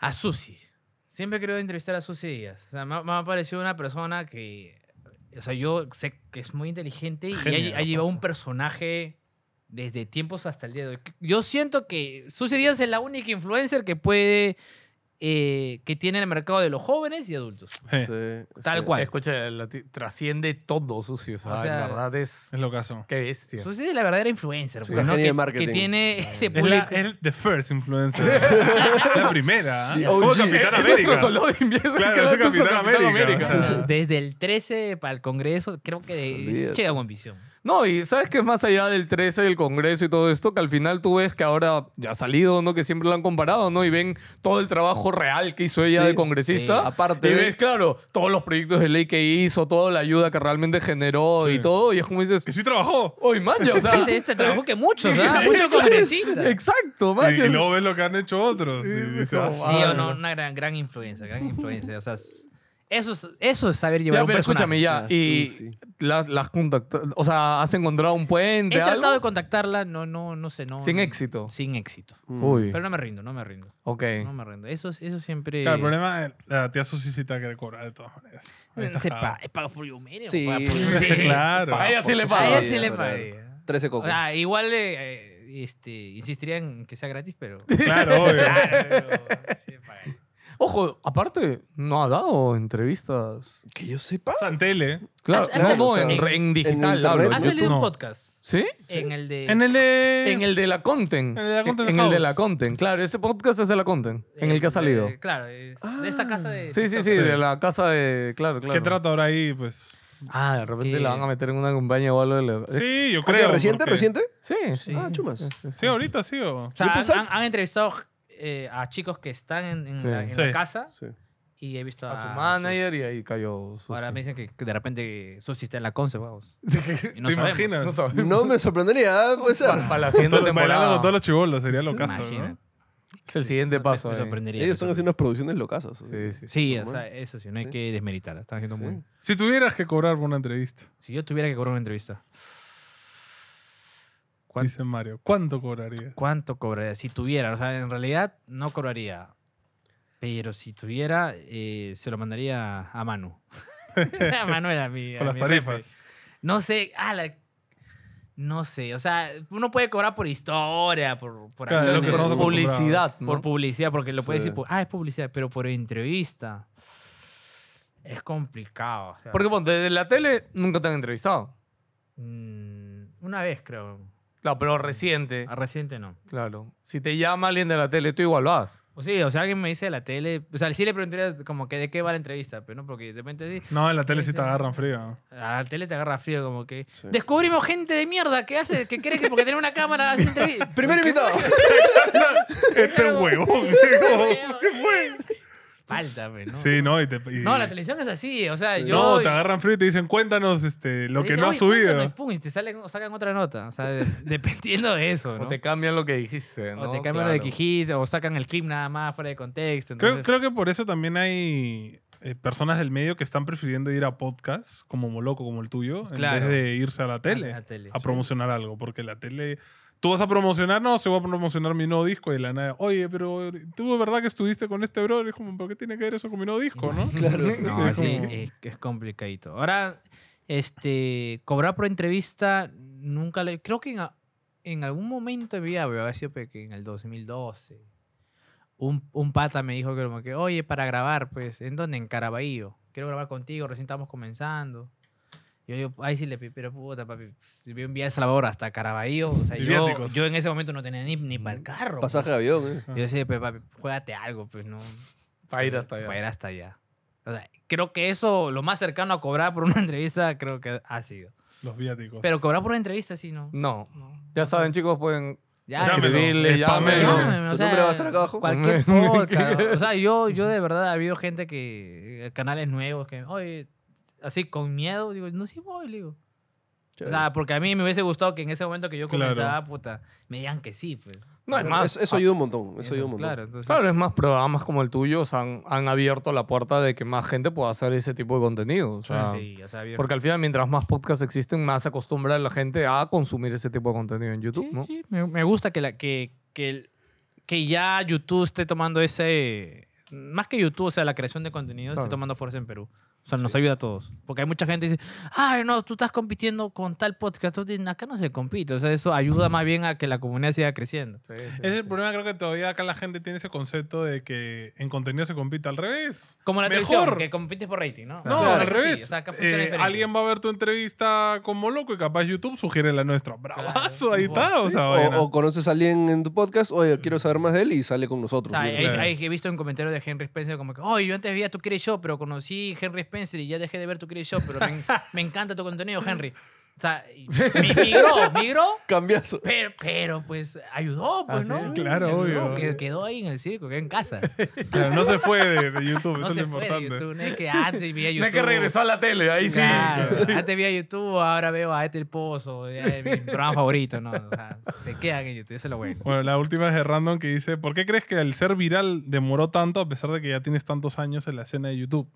[SPEAKER 3] A Susi. Siempre he querido entrevistar a Susi Díaz. O sea, me, ha- me ha parecido una persona que. O sea, yo sé que es muy inteligente y
[SPEAKER 4] Genia,
[SPEAKER 3] ha, ha llevado un
[SPEAKER 4] pasa.
[SPEAKER 3] personaje desde tiempos hasta el día de hoy. Yo siento que Susi Díaz es la única influencer que puede. eh, que tiene en el mercado de los jóvenes y adultos.
[SPEAKER 4] Eh,
[SPEAKER 1] Sí,
[SPEAKER 3] Tal
[SPEAKER 1] sí.
[SPEAKER 3] cual.
[SPEAKER 2] Escucha, la ti- trasciende todo, sucio. O sea,
[SPEAKER 3] O sea,
[SPEAKER 2] en verdad es...
[SPEAKER 4] Es lo caso.
[SPEAKER 2] Qué bestia.
[SPEAKER 3] Susi es la verdadera influencer,
[SPEAKER 1] Sí,
[SPEAKER 3] pues,
[SPEAKER 1] la
[SPEAKER 3] ¿no?
[SPEAKER 1] genia de
[SPEAKER 3] que,
[SPEAKER 1] marketing.
[SPEAKER 3] que tiene ese
[SPEAKER 4] Es la,
[SPEAKER 3] este público.
[SPEAKER 4] es the first influencer. la primera.
[SPEAKER 1] The
[SPEAKER 4] ¿eh? Como
[SPEAKER 1] OG.
[SPEAKER 4] Capitán
[SPEAKER 2] Es nuestro
[SPEAKER 4] América.
[SPEAKER 2] Solovin, es
[SPEAKER 4] Claro,
[SPEAKER 2] nuestro
[SPEAKER 4] es Capitán América.
[SPEAKER 3] O sea, Desde el 13 para el Congreso, creo que
[SPEAKER 1] Olvídate.
[SPEAKER 3] es- llega a Visión.
[SPEAKER 2] No, y sabes que más allá del 13, del Congreso y todo esto, que al final tú ves que ahora ya ha salido, ¿no? Que siempre lo han comparado, ¿no? Y ven todo el trabajo real que hizo ella
[SPEAKER 1] Sí,
[SPEAKER 2] de congresista.
[SPEAKER 1] sí. Aparte
[SPEAKER 2] Y
[SPEAKER 1] de-
[SPEAKER 2] ves, claro, todos los proyectos de ley que hizo, toda la ayuda que realmente generó y
[SPEAKER 4] Sí.
[SPEAKER 2] todo. Y es como dices,
[SPEAKER 4] Que sí trabajó.
[SPEAKER 2] ¡Oy, maña! O sea,
[SPEAKER 3] Este, este trabajo que muchos, ¿ah?
[SPEAKER 2] Eso
[SPEAKER 3] Muchos
[SPEAKER 2] es.
[SPEAKER 3] congresistas.
[SPEAKER 2] Exacto,
[SPEAKER 4] Y,
[SPEAKER 2] maña.
[SPEAKER 4] y luego ves lo que han hecho otros. Y
[SPEAKER 2] Sí,
[SPEAKER 4] dices,
[SPEAKER 2] como,
[SPEAKER 4] "Ah,
[SPEAKER 3] Sí o no, una gran, gran influencia, gran influencia. O sea, s- eso es, eso es saber llevar
[SPEAKER 2] Ya,
[SPEAKER 3] un
[SPEAKER 2] pero
[SPEAKER 3] personaje.
[SPEAKER 2] escúchame, ya.
[SPEAKER 1] Ah,
[SPEAKER 2] Y
[SPEAKER 1] Susi.
[SPEAKER 2] las, las contacta- O sea, ¿has encontrado un puente?
[SPEAKER 3] He tratado de
[SPEAKER 2] algo?
[SPEAKER 3] contactarla, no, no, no sé, no.
[SPEAKER 2] Sin
[SPEAKER 3] no-
[SPEAKER 2] éxito.
[SPEAKER 3] Sin éxito.
[SPEAKER 1] Mm.
[SPEAKER 2] Uy,
[SPEAKER 3] Pero no me rindo, no me rindo.
[SPEAKER 2] ok.
[SPEAKER 3] No me rindo. Eso, es- eso siempre.
[SPEAKER 4] Claro, el problema es la tía Susi sí te va a querer cobrar de todas maneras. Ahí está.
[SPEAKER 3] Mm, Se pa- es pago por Yumere o
[SPEAKER 1] Sí.
[SPEAKER 3] paga por-
[SPEAKER 4] Claro.
[SPEAKER 2] A ella sí
[SPEAKER 1] por
[SPEAKER 2] le
[SPEAKER 1] su
[SPEAKER 2] paga.
[SPEAKER 3] A ella
[SPEAKER 1] Sí,
[SPEAKER 3] sí le
[SPEAKER 1] claro.
[SPEAKER 3] pagaría.
[SPEAKER 1] 13
[SPEAKER 3] O
[SPEAKER 1] cocos.
[SPEAKER 3] sea, igual eh, eh, este, insistiría en que sea gratis, pero.
[SPEAKER 4] Claro, obvio.
[SPEAKER 3] Claro, pero sí le pagaría.
[SPEAKER 2] Ojo, aparte, no ha dado entrevistas.
[SPEAKER 1] Que yo sepa. Ah,
[SPEAKER 4] Está en tele.
[SPEAKER 2] Claro,
[SPEAKER 3] Has- has
[SPEAKER 2] no,
[SPEAKER 1] salido-
[SPEAKER 2] no,
[SPEAKER 1] o sea,
[SPEAKER 2] en, re- en
[SPEAKER 1] en
[SPEAKER 2] digital.
[SPEAKER 1] internet.
[SPEAKER 2] hablo.
[SPEAKER 3] Ha
[SPEAKER 1] Has-
[SPEAKER 3] salido
[SPEAKER 4] no.
[SPEAKER 3] un podcast.
[SPEAKER 2] Ah, ¿Sí,
[SPEAKER 3] En el de.
[SPEAKER 4] En el de...
[SPEAKER 2] en el de la Content.
[SPEAKER 4] En el de la Content
[SPEAKER 2] En el de
[SPEAKER 4] House.
[SPEAKER 2] la Content, claro, ese podcast es de la Content, en el que ha
[SPEAKER 3] de-
[SPEAKER 2] salido. Ah.
[SPEAKER 3] claro, es de esta casa de.
[SPEAKER 2] Sí, sí,
[SPEAKER 3] Eh, TikTok.
[SPEAKER 2] sí, de la casa de. Claro, claro.
[SPEAKER 4] ¿Qué trato ahora ahí? Pues...
[SPEAKER 2] Ah, de repente
[SPEAKER 3] Que-
[SPEAKER 2] la van a meter en una campaña o algo. de la-
[SPEAKER 4] Sí, yo
[SPEAKER 1] Ah, ¿que
[SPEAKER 4] creo.
[SPEAKER 1] ¿Reciente?
[SPEAKER 4] porque-
[SPEAKER 1] ¿Reciente?
[SPEAKER 2] Sí,
[SPEAKER 3] Sí.
[SPEAKER 1] Ah, chumas.
[SPEAKER 4] Sí, ahorita sí o...
[SPEAKER 3] O sea,
[SPEAKER 1] Yo
[SPEAKER 3] han,
[SPEAKER 1] pensaba-
[SPEAKER 3] han- han entrevistado eh, a chicos que están en, en
[SPEAKER 2] Sí.
[SPEAKER 3] la, en
[SPEAKER 4] Sí.
[SPEAKER 3] la casa
[SPEAKER 1] Sí.
[SPEAKER 3] y he visto a.
[SPEAKER 2] A su manager y ahí cayó.
[SPEAKER 3] Susi. Ahora me dicen que, que de repente Susi está en la Conce, vamos. Y no
[SPEAKER 4] ¿Te
[SPEAKER 3] sabemos.
[SPEAKER 4] imaginas?
[SPEAKER 2] No sabemos.
[SPEAKER 1] No me sorprendería, ¿eh? puede ser.
[SPEAKER 2] Para, la siguiente
[SPEAKER 4] Todo- bailando con
[SPEAKER 2] temporada.
[SPEAKER 4] todos los chibolos, sería lo caso,
[SPEAKER 3] Imagínate.
[SPEAKER 4] ¿no?
[SPEAKER 2] Es el siguiente paso,
[SPEAKER 3] Me,
[SPEAKER 2] eh.
[SPEAKER 3] me sorprendería.
[SPEAKER 1] Ellos
[SPEAKER 3] me
[SPEAKER 1] están haciendo unas producciones locasas. así.
[SPEAKER 2] Sí, sí.
[SPEAKER 3] Sí, o
[SPEAKER 1] normal.
[SPEAKER 3] sea, eso sí, no hay
[SPEAKER 1] Sí.
[SPEAKER 3] que desmeritarla. Están haciendo
[SPEAKER 1] Sí.
[SPEAKER 3] muy.
[SPEAKER 4] Si tuvieras que cobrar por una entrevista,
[SPEAKER 3] Si yo tuviera que cobrar una entrevista, ¿cuán-
[SPEAKER 4] dice Mario, ¿cuánto cobrarías?
[SPEAKER 3] ¿cuánto cobraría? Si tuviera, o sea, en realidad no cobraría. Pero si tuviera, eh, se lo mandaría a Manu. a Manu era mi. a
[SPEAKER 4] Con las
[SPEAKER 3] mi jefe.
[SPEAKER 4] tarifas.
[SPEAKER 3] No sé, ah, la- no sé, o sea, uno puede cobrar por historia, por, por
[SPEAKER 4] Claro, es lo que
[SPEAKER 3] acciones,
[SPEAKER 4] estamos
[SPEAKER 2] Por publicidad,
[SPEAKER 3] por
[SPEAKER 2] ¿no?
[SPEAKER 3] publicidad, porque lo puede
[SPEAKER 1] Sí.
[SPEAKER 3] decir, por- ah, es publicidad, pero por entrevista es complicado. o sea,
[SPEAKER 2] Porque ponte, desde la tele nunca te han entrevistado.
[SPEAKER 3] mm, una vez creo,
[SPEAKER 2] Claro, pero reciente.
[SPEAKER 3] a reciente no.
[SPEAKER 2] Claro. Si te llama alguien de la tele, tú igual vas.
[SPEAKER 3] O Pues sí, o sea, alguien me dice de la tele, o sea, sí le preguntaría como que de qué va la entrevista, pero no, porque de repente sí,
[SPEAKER 4] No, en la tele sí
[SPEAKER 3] Ese-
[SPEAKER 4] te agarran frío.
[SPEAKER 3] a la tele te agarra frío, como que
[SPEAKER 1] Sí.
[SPEAKER 3] descubrimos gente de mierda que hace, que cree que porque tiene una cámara hace entrevista.
[SPEAKER 1] Primer invitado.
[SPEAKER 4] Este huevón.
[SPEAKER 3] ¿Qué fue? Falta, pues, ¿no?
[SPEAKER 4] Sí, no, y te... y-
[SPEAKER 3] No, la televisión es así. O sea,
[SPEAKER 1] Sí.
[SPEAKER 3] yo.
[SPEAKER 4] No, te agarran frío y te dicen, cuéntanos este, lo
[SPEAKER 3] te
[SPEAKER 4] que
[SPEAKER 3] dicen,
[SPEAKER 4] no has
[SPEAKER 3] "Oye, cuéntame",
[SPEAKER 4] subido.
[SPEAKER 3] pum, y te salen, sacan otra nota. O sea, de- dependiendo de eso. ¿no?
[SPEAKER 2] O te cambian lo que dijiste, ¿no?
[SPEAKER 3] O te cambian
[SPEAKER 2] Claro.
[SPEAKER 3] lo de Quijiste, o sacan el clip nada más fuera de contexto.
[SPEAKER 4] Creo,
[SPEAKER 3] entonces-
[SPEAKER 4] creo que por eso también hay eh, personas del medio que están prefiriendo ir a podcasts como Moloco, como el tuyo, en
[SPEAKER 3] Claro.
[SPEAKER 4] vez de irse a la tele.
[SPEAKER 3] A la tele,
[SPEAKER 4] a
[SPEAKER 3] sí.
[SPEAKER 4] promocionar algo, porque la tele... Tú vas a promocionar, no, se va a promocionar mi nuevo disco y de la nada. Oye, pero tú de verdad que estuviste con este bro, es como, ¿por qué tiene que ver eso con mi nuevo disco, no?
[SPEAKER 1] Claro.
[SPEAKER 3] No,
[SPEAKER 4] Es
[SPEAKER 3] sí,
[SPEAKER 4] como-
[SPEAKER 3] es, es complicadito. Ahora, este, cobrar por entrevista, nunca lo... Creo que en, a- en algún momento de mi vida, había sido pe- que en el 2012, un, un pata me dijo que como que, oye, para grabar, pues, ¿en dónde? En Caraballo. Quiero grabar contigo, recién estamos comenzando. Yo digo, ay, sí, le pi- pero puta, papi, si voy a enviar a El Salvador hasta Caraballo, o sea,
[SPEAKER 4] Y
[SPEAKER 3] yo,
[SPEAKER 4] viáticos.
[SPEAKER 3] yo en ese momento no tenía ni, ni para el carro.
[SPEAKER 1] Pasaje de avión, ¿eh?
[SPEAKER 3] pues. Yo decía, pues, papi, juégate algo, pues, no...
[SPEAKER 2] Para ir hasta allá.
[SPEAKER 3] Para ir hasta allá. O sea, creo que eso, lo más cercano a cobrar por una entrevista, creo que ha sido.
[SPEAKER 4] Los viáticos.
[SPEAKER 3] Pero cobrar por una entrevista, sí, no.
[SPEAKER 2] No. Ya saben, chicos, pueden
[SPEAKER 3] Ya,
[SPEAKER 4] Llámelo,
[SPEAKER 2] escribirle,
[SPEAKER 4] spamelo.
[SPEAKER 2] llámelo.
[SPEAKER 3] Llámeme,
[SPEAKER 1] Su
[SPEAKER 3] o sea,
[SPEAKER 1] número va a estar acá abajo.
[SPEAKER 3] Cualquier podcast. ¿no? O sea, yo, yo de verdad ha habido gente que. eh, Canales nuevos que. Oye, así con miedo, digo, no sí voy, le digo. O
[SPEAKER 1] Chévere.
[SPEAKER 3] sea, porque a mí me hubiese gustado que en ese momento que yo
[SPEAKER 4] Claro.
[SPEAKER 3] comenzaba, puta, me digan que sí, pues.
[SPEAKER 2] No, es
[SPEAKER 1] Bueno,
[SPEAKER 2] más.
[SPEAKER 1] eso- eso ayuda un montón. Eso ayuda un montón.
[SPEAKER 3] Claro, entonces.
[SPEAKER 2] Claro, es más programas como el tuyo o sea, han, han abierto la puerta de que más gente pueda hacer ese tipo de contenido. o sea,
[SPEAKER 3] pues, sí, o sea, bien.
[SPEAKER 2] Porque al final, mientras más podcasts existen, más se acostumbra la gente a consumir ese tipo de contenido en YouTube,
[SPEAKER 3] Sí,
[SPEAKER 2] ¿no?
[SPEAKER 3] sí, me, me gusta que, la, que, que, el- que ya YouTube esté tomando ese... Más que YouTube, o sea, la creación de contenido
[SPEAKER 2] Claro.
[SPEAKER 3] esté tomando fuerza en Perú. O sea, nos ayuda a todos. Porque hay mucha gente que dice, ay, no, tú estás compitiendo con tal podcast. Tú dices, acá no se compite. O sea, eso ayuda más bien a que la comunidad siga creciendo.
[SPEAKER 4] Ese es el problema, creo que todavía acá la gente tiene ese concepto de que en contenido se compite al revés.
[SPEAKER 3] Como la
[SPEAKER 4] Mejor.
[SPEAKER 3] televisión, que compites por rating, ¿no?
[SPEAKER 4] No,
[SPEAKER 1] Claro.
[SPEAKER 4] al
[SPEAKER 3] Sí,
[SPEAKER 4] revés.
[SPEAKER 3] o sea, acá funciona
[SPEAKER 4] Eh,
[SPEAKER 3] diferente.
[SPEAKER 4] alguien va a ver tu entrevista como loco y capaz YouTube sugiere la nuestra. Bravazo, ahí
[SPEAKER 3] Claro.
[SPEAKER 4] está. Ah, O
[SPEAKER 1] Sí,
[SPEAKER 4] sea,
[SPEAKER 1] o,
[SPEAKER 4] vaina.
[SPEAKER 1] o conoces a alguien en tu podcast, oye, quiero saber más de él y sale con
[SPEAKER 3] O
[SPEAKER 1] nosotros.
[SPEAKER 3] sea,
[SPEAKER 1] yo qué
[SPEAKER 3] hay-
[SPEAKER 1] sé.
[SPEAKER 4] Claro.
[SPEAKER 3] hay- he visto un comentario de Henry Spencer como que, oye, yo antes veía Tu Cure Show, pero conocí Henry Spencer y ya dejé de ver Tu Cure Show, pero me, en- me encanta tu contenido, Henry. O sea, y- mi- migró, migró,
[SPEAKER 1] Cambiazo.
[SPEAKER 3] pero, pero pues ayudó,
[SPEAKER 2] Así
[SPEAKER 3] pues, ¿no?
[SPEAKER 2] es.
[SPEAKER 4] Claro,
[SPEAKER 3] Ayudó,
[SPEAKER 4] obvio.
[SPEAKER 3] que- Quedó ahí en el circo, quedó en casa.
[SPEAKER 4] Claro, no se fue de, de YouTube,
[SPEAKER 3] No
[SPEAKER 4] eso es
[SPEAKER 3] se
[SPEAKER 4] lo
[SPEAKER 3] fue de
[SPEAKER 4] importante.
[SPEAKER 3] YouTube, no es que "Ah, antes veía YouTube.
[SPEAKER 2] No es que regresó a la tele, ahí sí.
[SPEAKER 3] Claro, antes veía YouTube, ahora veo a este el pozo, ya es mi programa favorito, ¿no? O sea, se quedan en YouTube, eso es lo bueno.
[SPEAKER 4] Bueno, la última es de Random que dice, ¿por qué crees que el ser viral demoró tanto a pesar de que ya tienes tantos años en la escena de YouTube?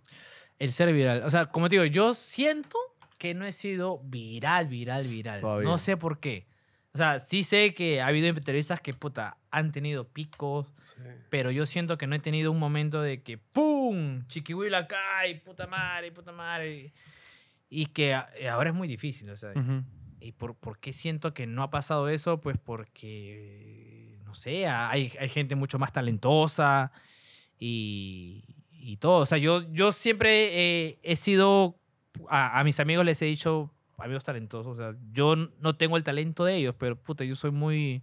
[SPEAKER 3] El ser viral. O sea, como te digo, yo siento que no he sido viral, viral, viral.
[SPEAKER 1] Todavía.
[SPEAKER 3] No sé por qué. O sea, sí sé que ha habido entrevistas que, puta, han tenido picos, pero yo siento que no he tenido un momento de que, ¡pum! Chiquihuila acá y puta madre, y puta madre. Y que a- ahora es muy difícil, o sea,
[SPEAKER 4] Ujú.
[SPEAKER 3] ¿Y por, por qué siento que no ha pasado eso? Pues porque, no sé, hay, hay gente mucho más talentosa y, y todo. O sea, yo, yo siempre eh, he sido, a, a mis amigos les he dicho, amigos talentosos, o sea, yo n- no tengo el talento de ellos, pero puta, yo soy muy,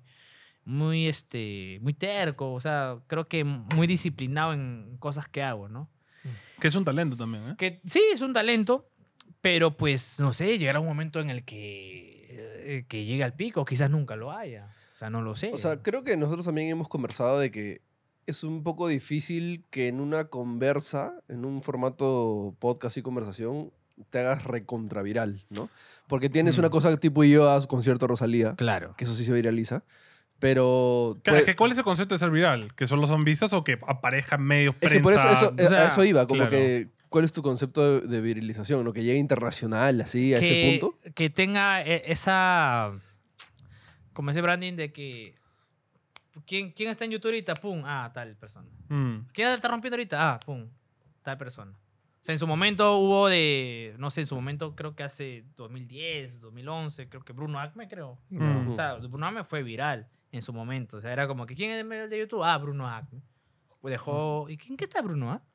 [SPEAKER 3] muy, este, muy terco, o sea, creo que muy disciplinado en cosas que hago, ¿no?
[SPEAKER 4] Que es un talento también, ¿eh?
[SPEAKER 3] que sí, es un talento, pero pues, no sé, llegará un momento en el que, eh, que llegue al pico, quizás nunca lo haya. O sea, no lo sé.
[SPEAKER 1] O sea, creo que nosotros también hemos conversado de que es un poco difícil que en una conversa, en un formato podcast y conversación, te hagas recontraviral, ¿no? Porque tienes una
[SPEAKER 4] Mm.
[SPEAKER 1] cosa tipo Ibas, concierto Rosalía,
[SPEAKER 3] claro.
[SPEAKER 1] que eso sí se viraliza, pero...
[SPEAKER 4] Claro, es
[SPEAKER 1] puede-
[SPEAKER 4] que ¿cuál es el concepto de ser viral? ¿Que solo son vistas o que aparezcan medios,
[SPEAKER 1] es
[SPEAKER 4] prensa?
[SPEAKER 1] que por eso, eso-
[SPEAKER 3] o sea,
[SPEAKER 1] a eso iba, como
[SPEAKER 4] claro.
[SPEAKER 1] que... ¿Cuál es tu concepto de, de virilización? ¿Lo que llegue internacional, así, a ese
[SPEAKER 3] Que,
[SPEAKER 1] punto?
[SPEAKER 3] que tenga eh, esa. Como ese branding de que. ¿Quién, quién está en YouTube ahorita? Pum. Ah, tal persona.
[SPEAKER 4] Mm.
[SPEAKER 3] ¿Quién la está rompiendo ahorita? Ah, pum. Tal persona. O sea, en su momento hubo de. No sé, en su momento creo que hace 2010, 2011, creo que Bruno Acme, creo.
[SPEAKER 4] Mm.
[SPEAKER 3] O sea, Bruno Acme fue viral en su momento. O sea, era como que ¿quién es el medio de YouTube? Ah, Bruno Acme. Pues dejó.
[SPEAKER 1] Mm.
[SPEAKER 3] ¿Y quién qué está Bruno ah? Acme?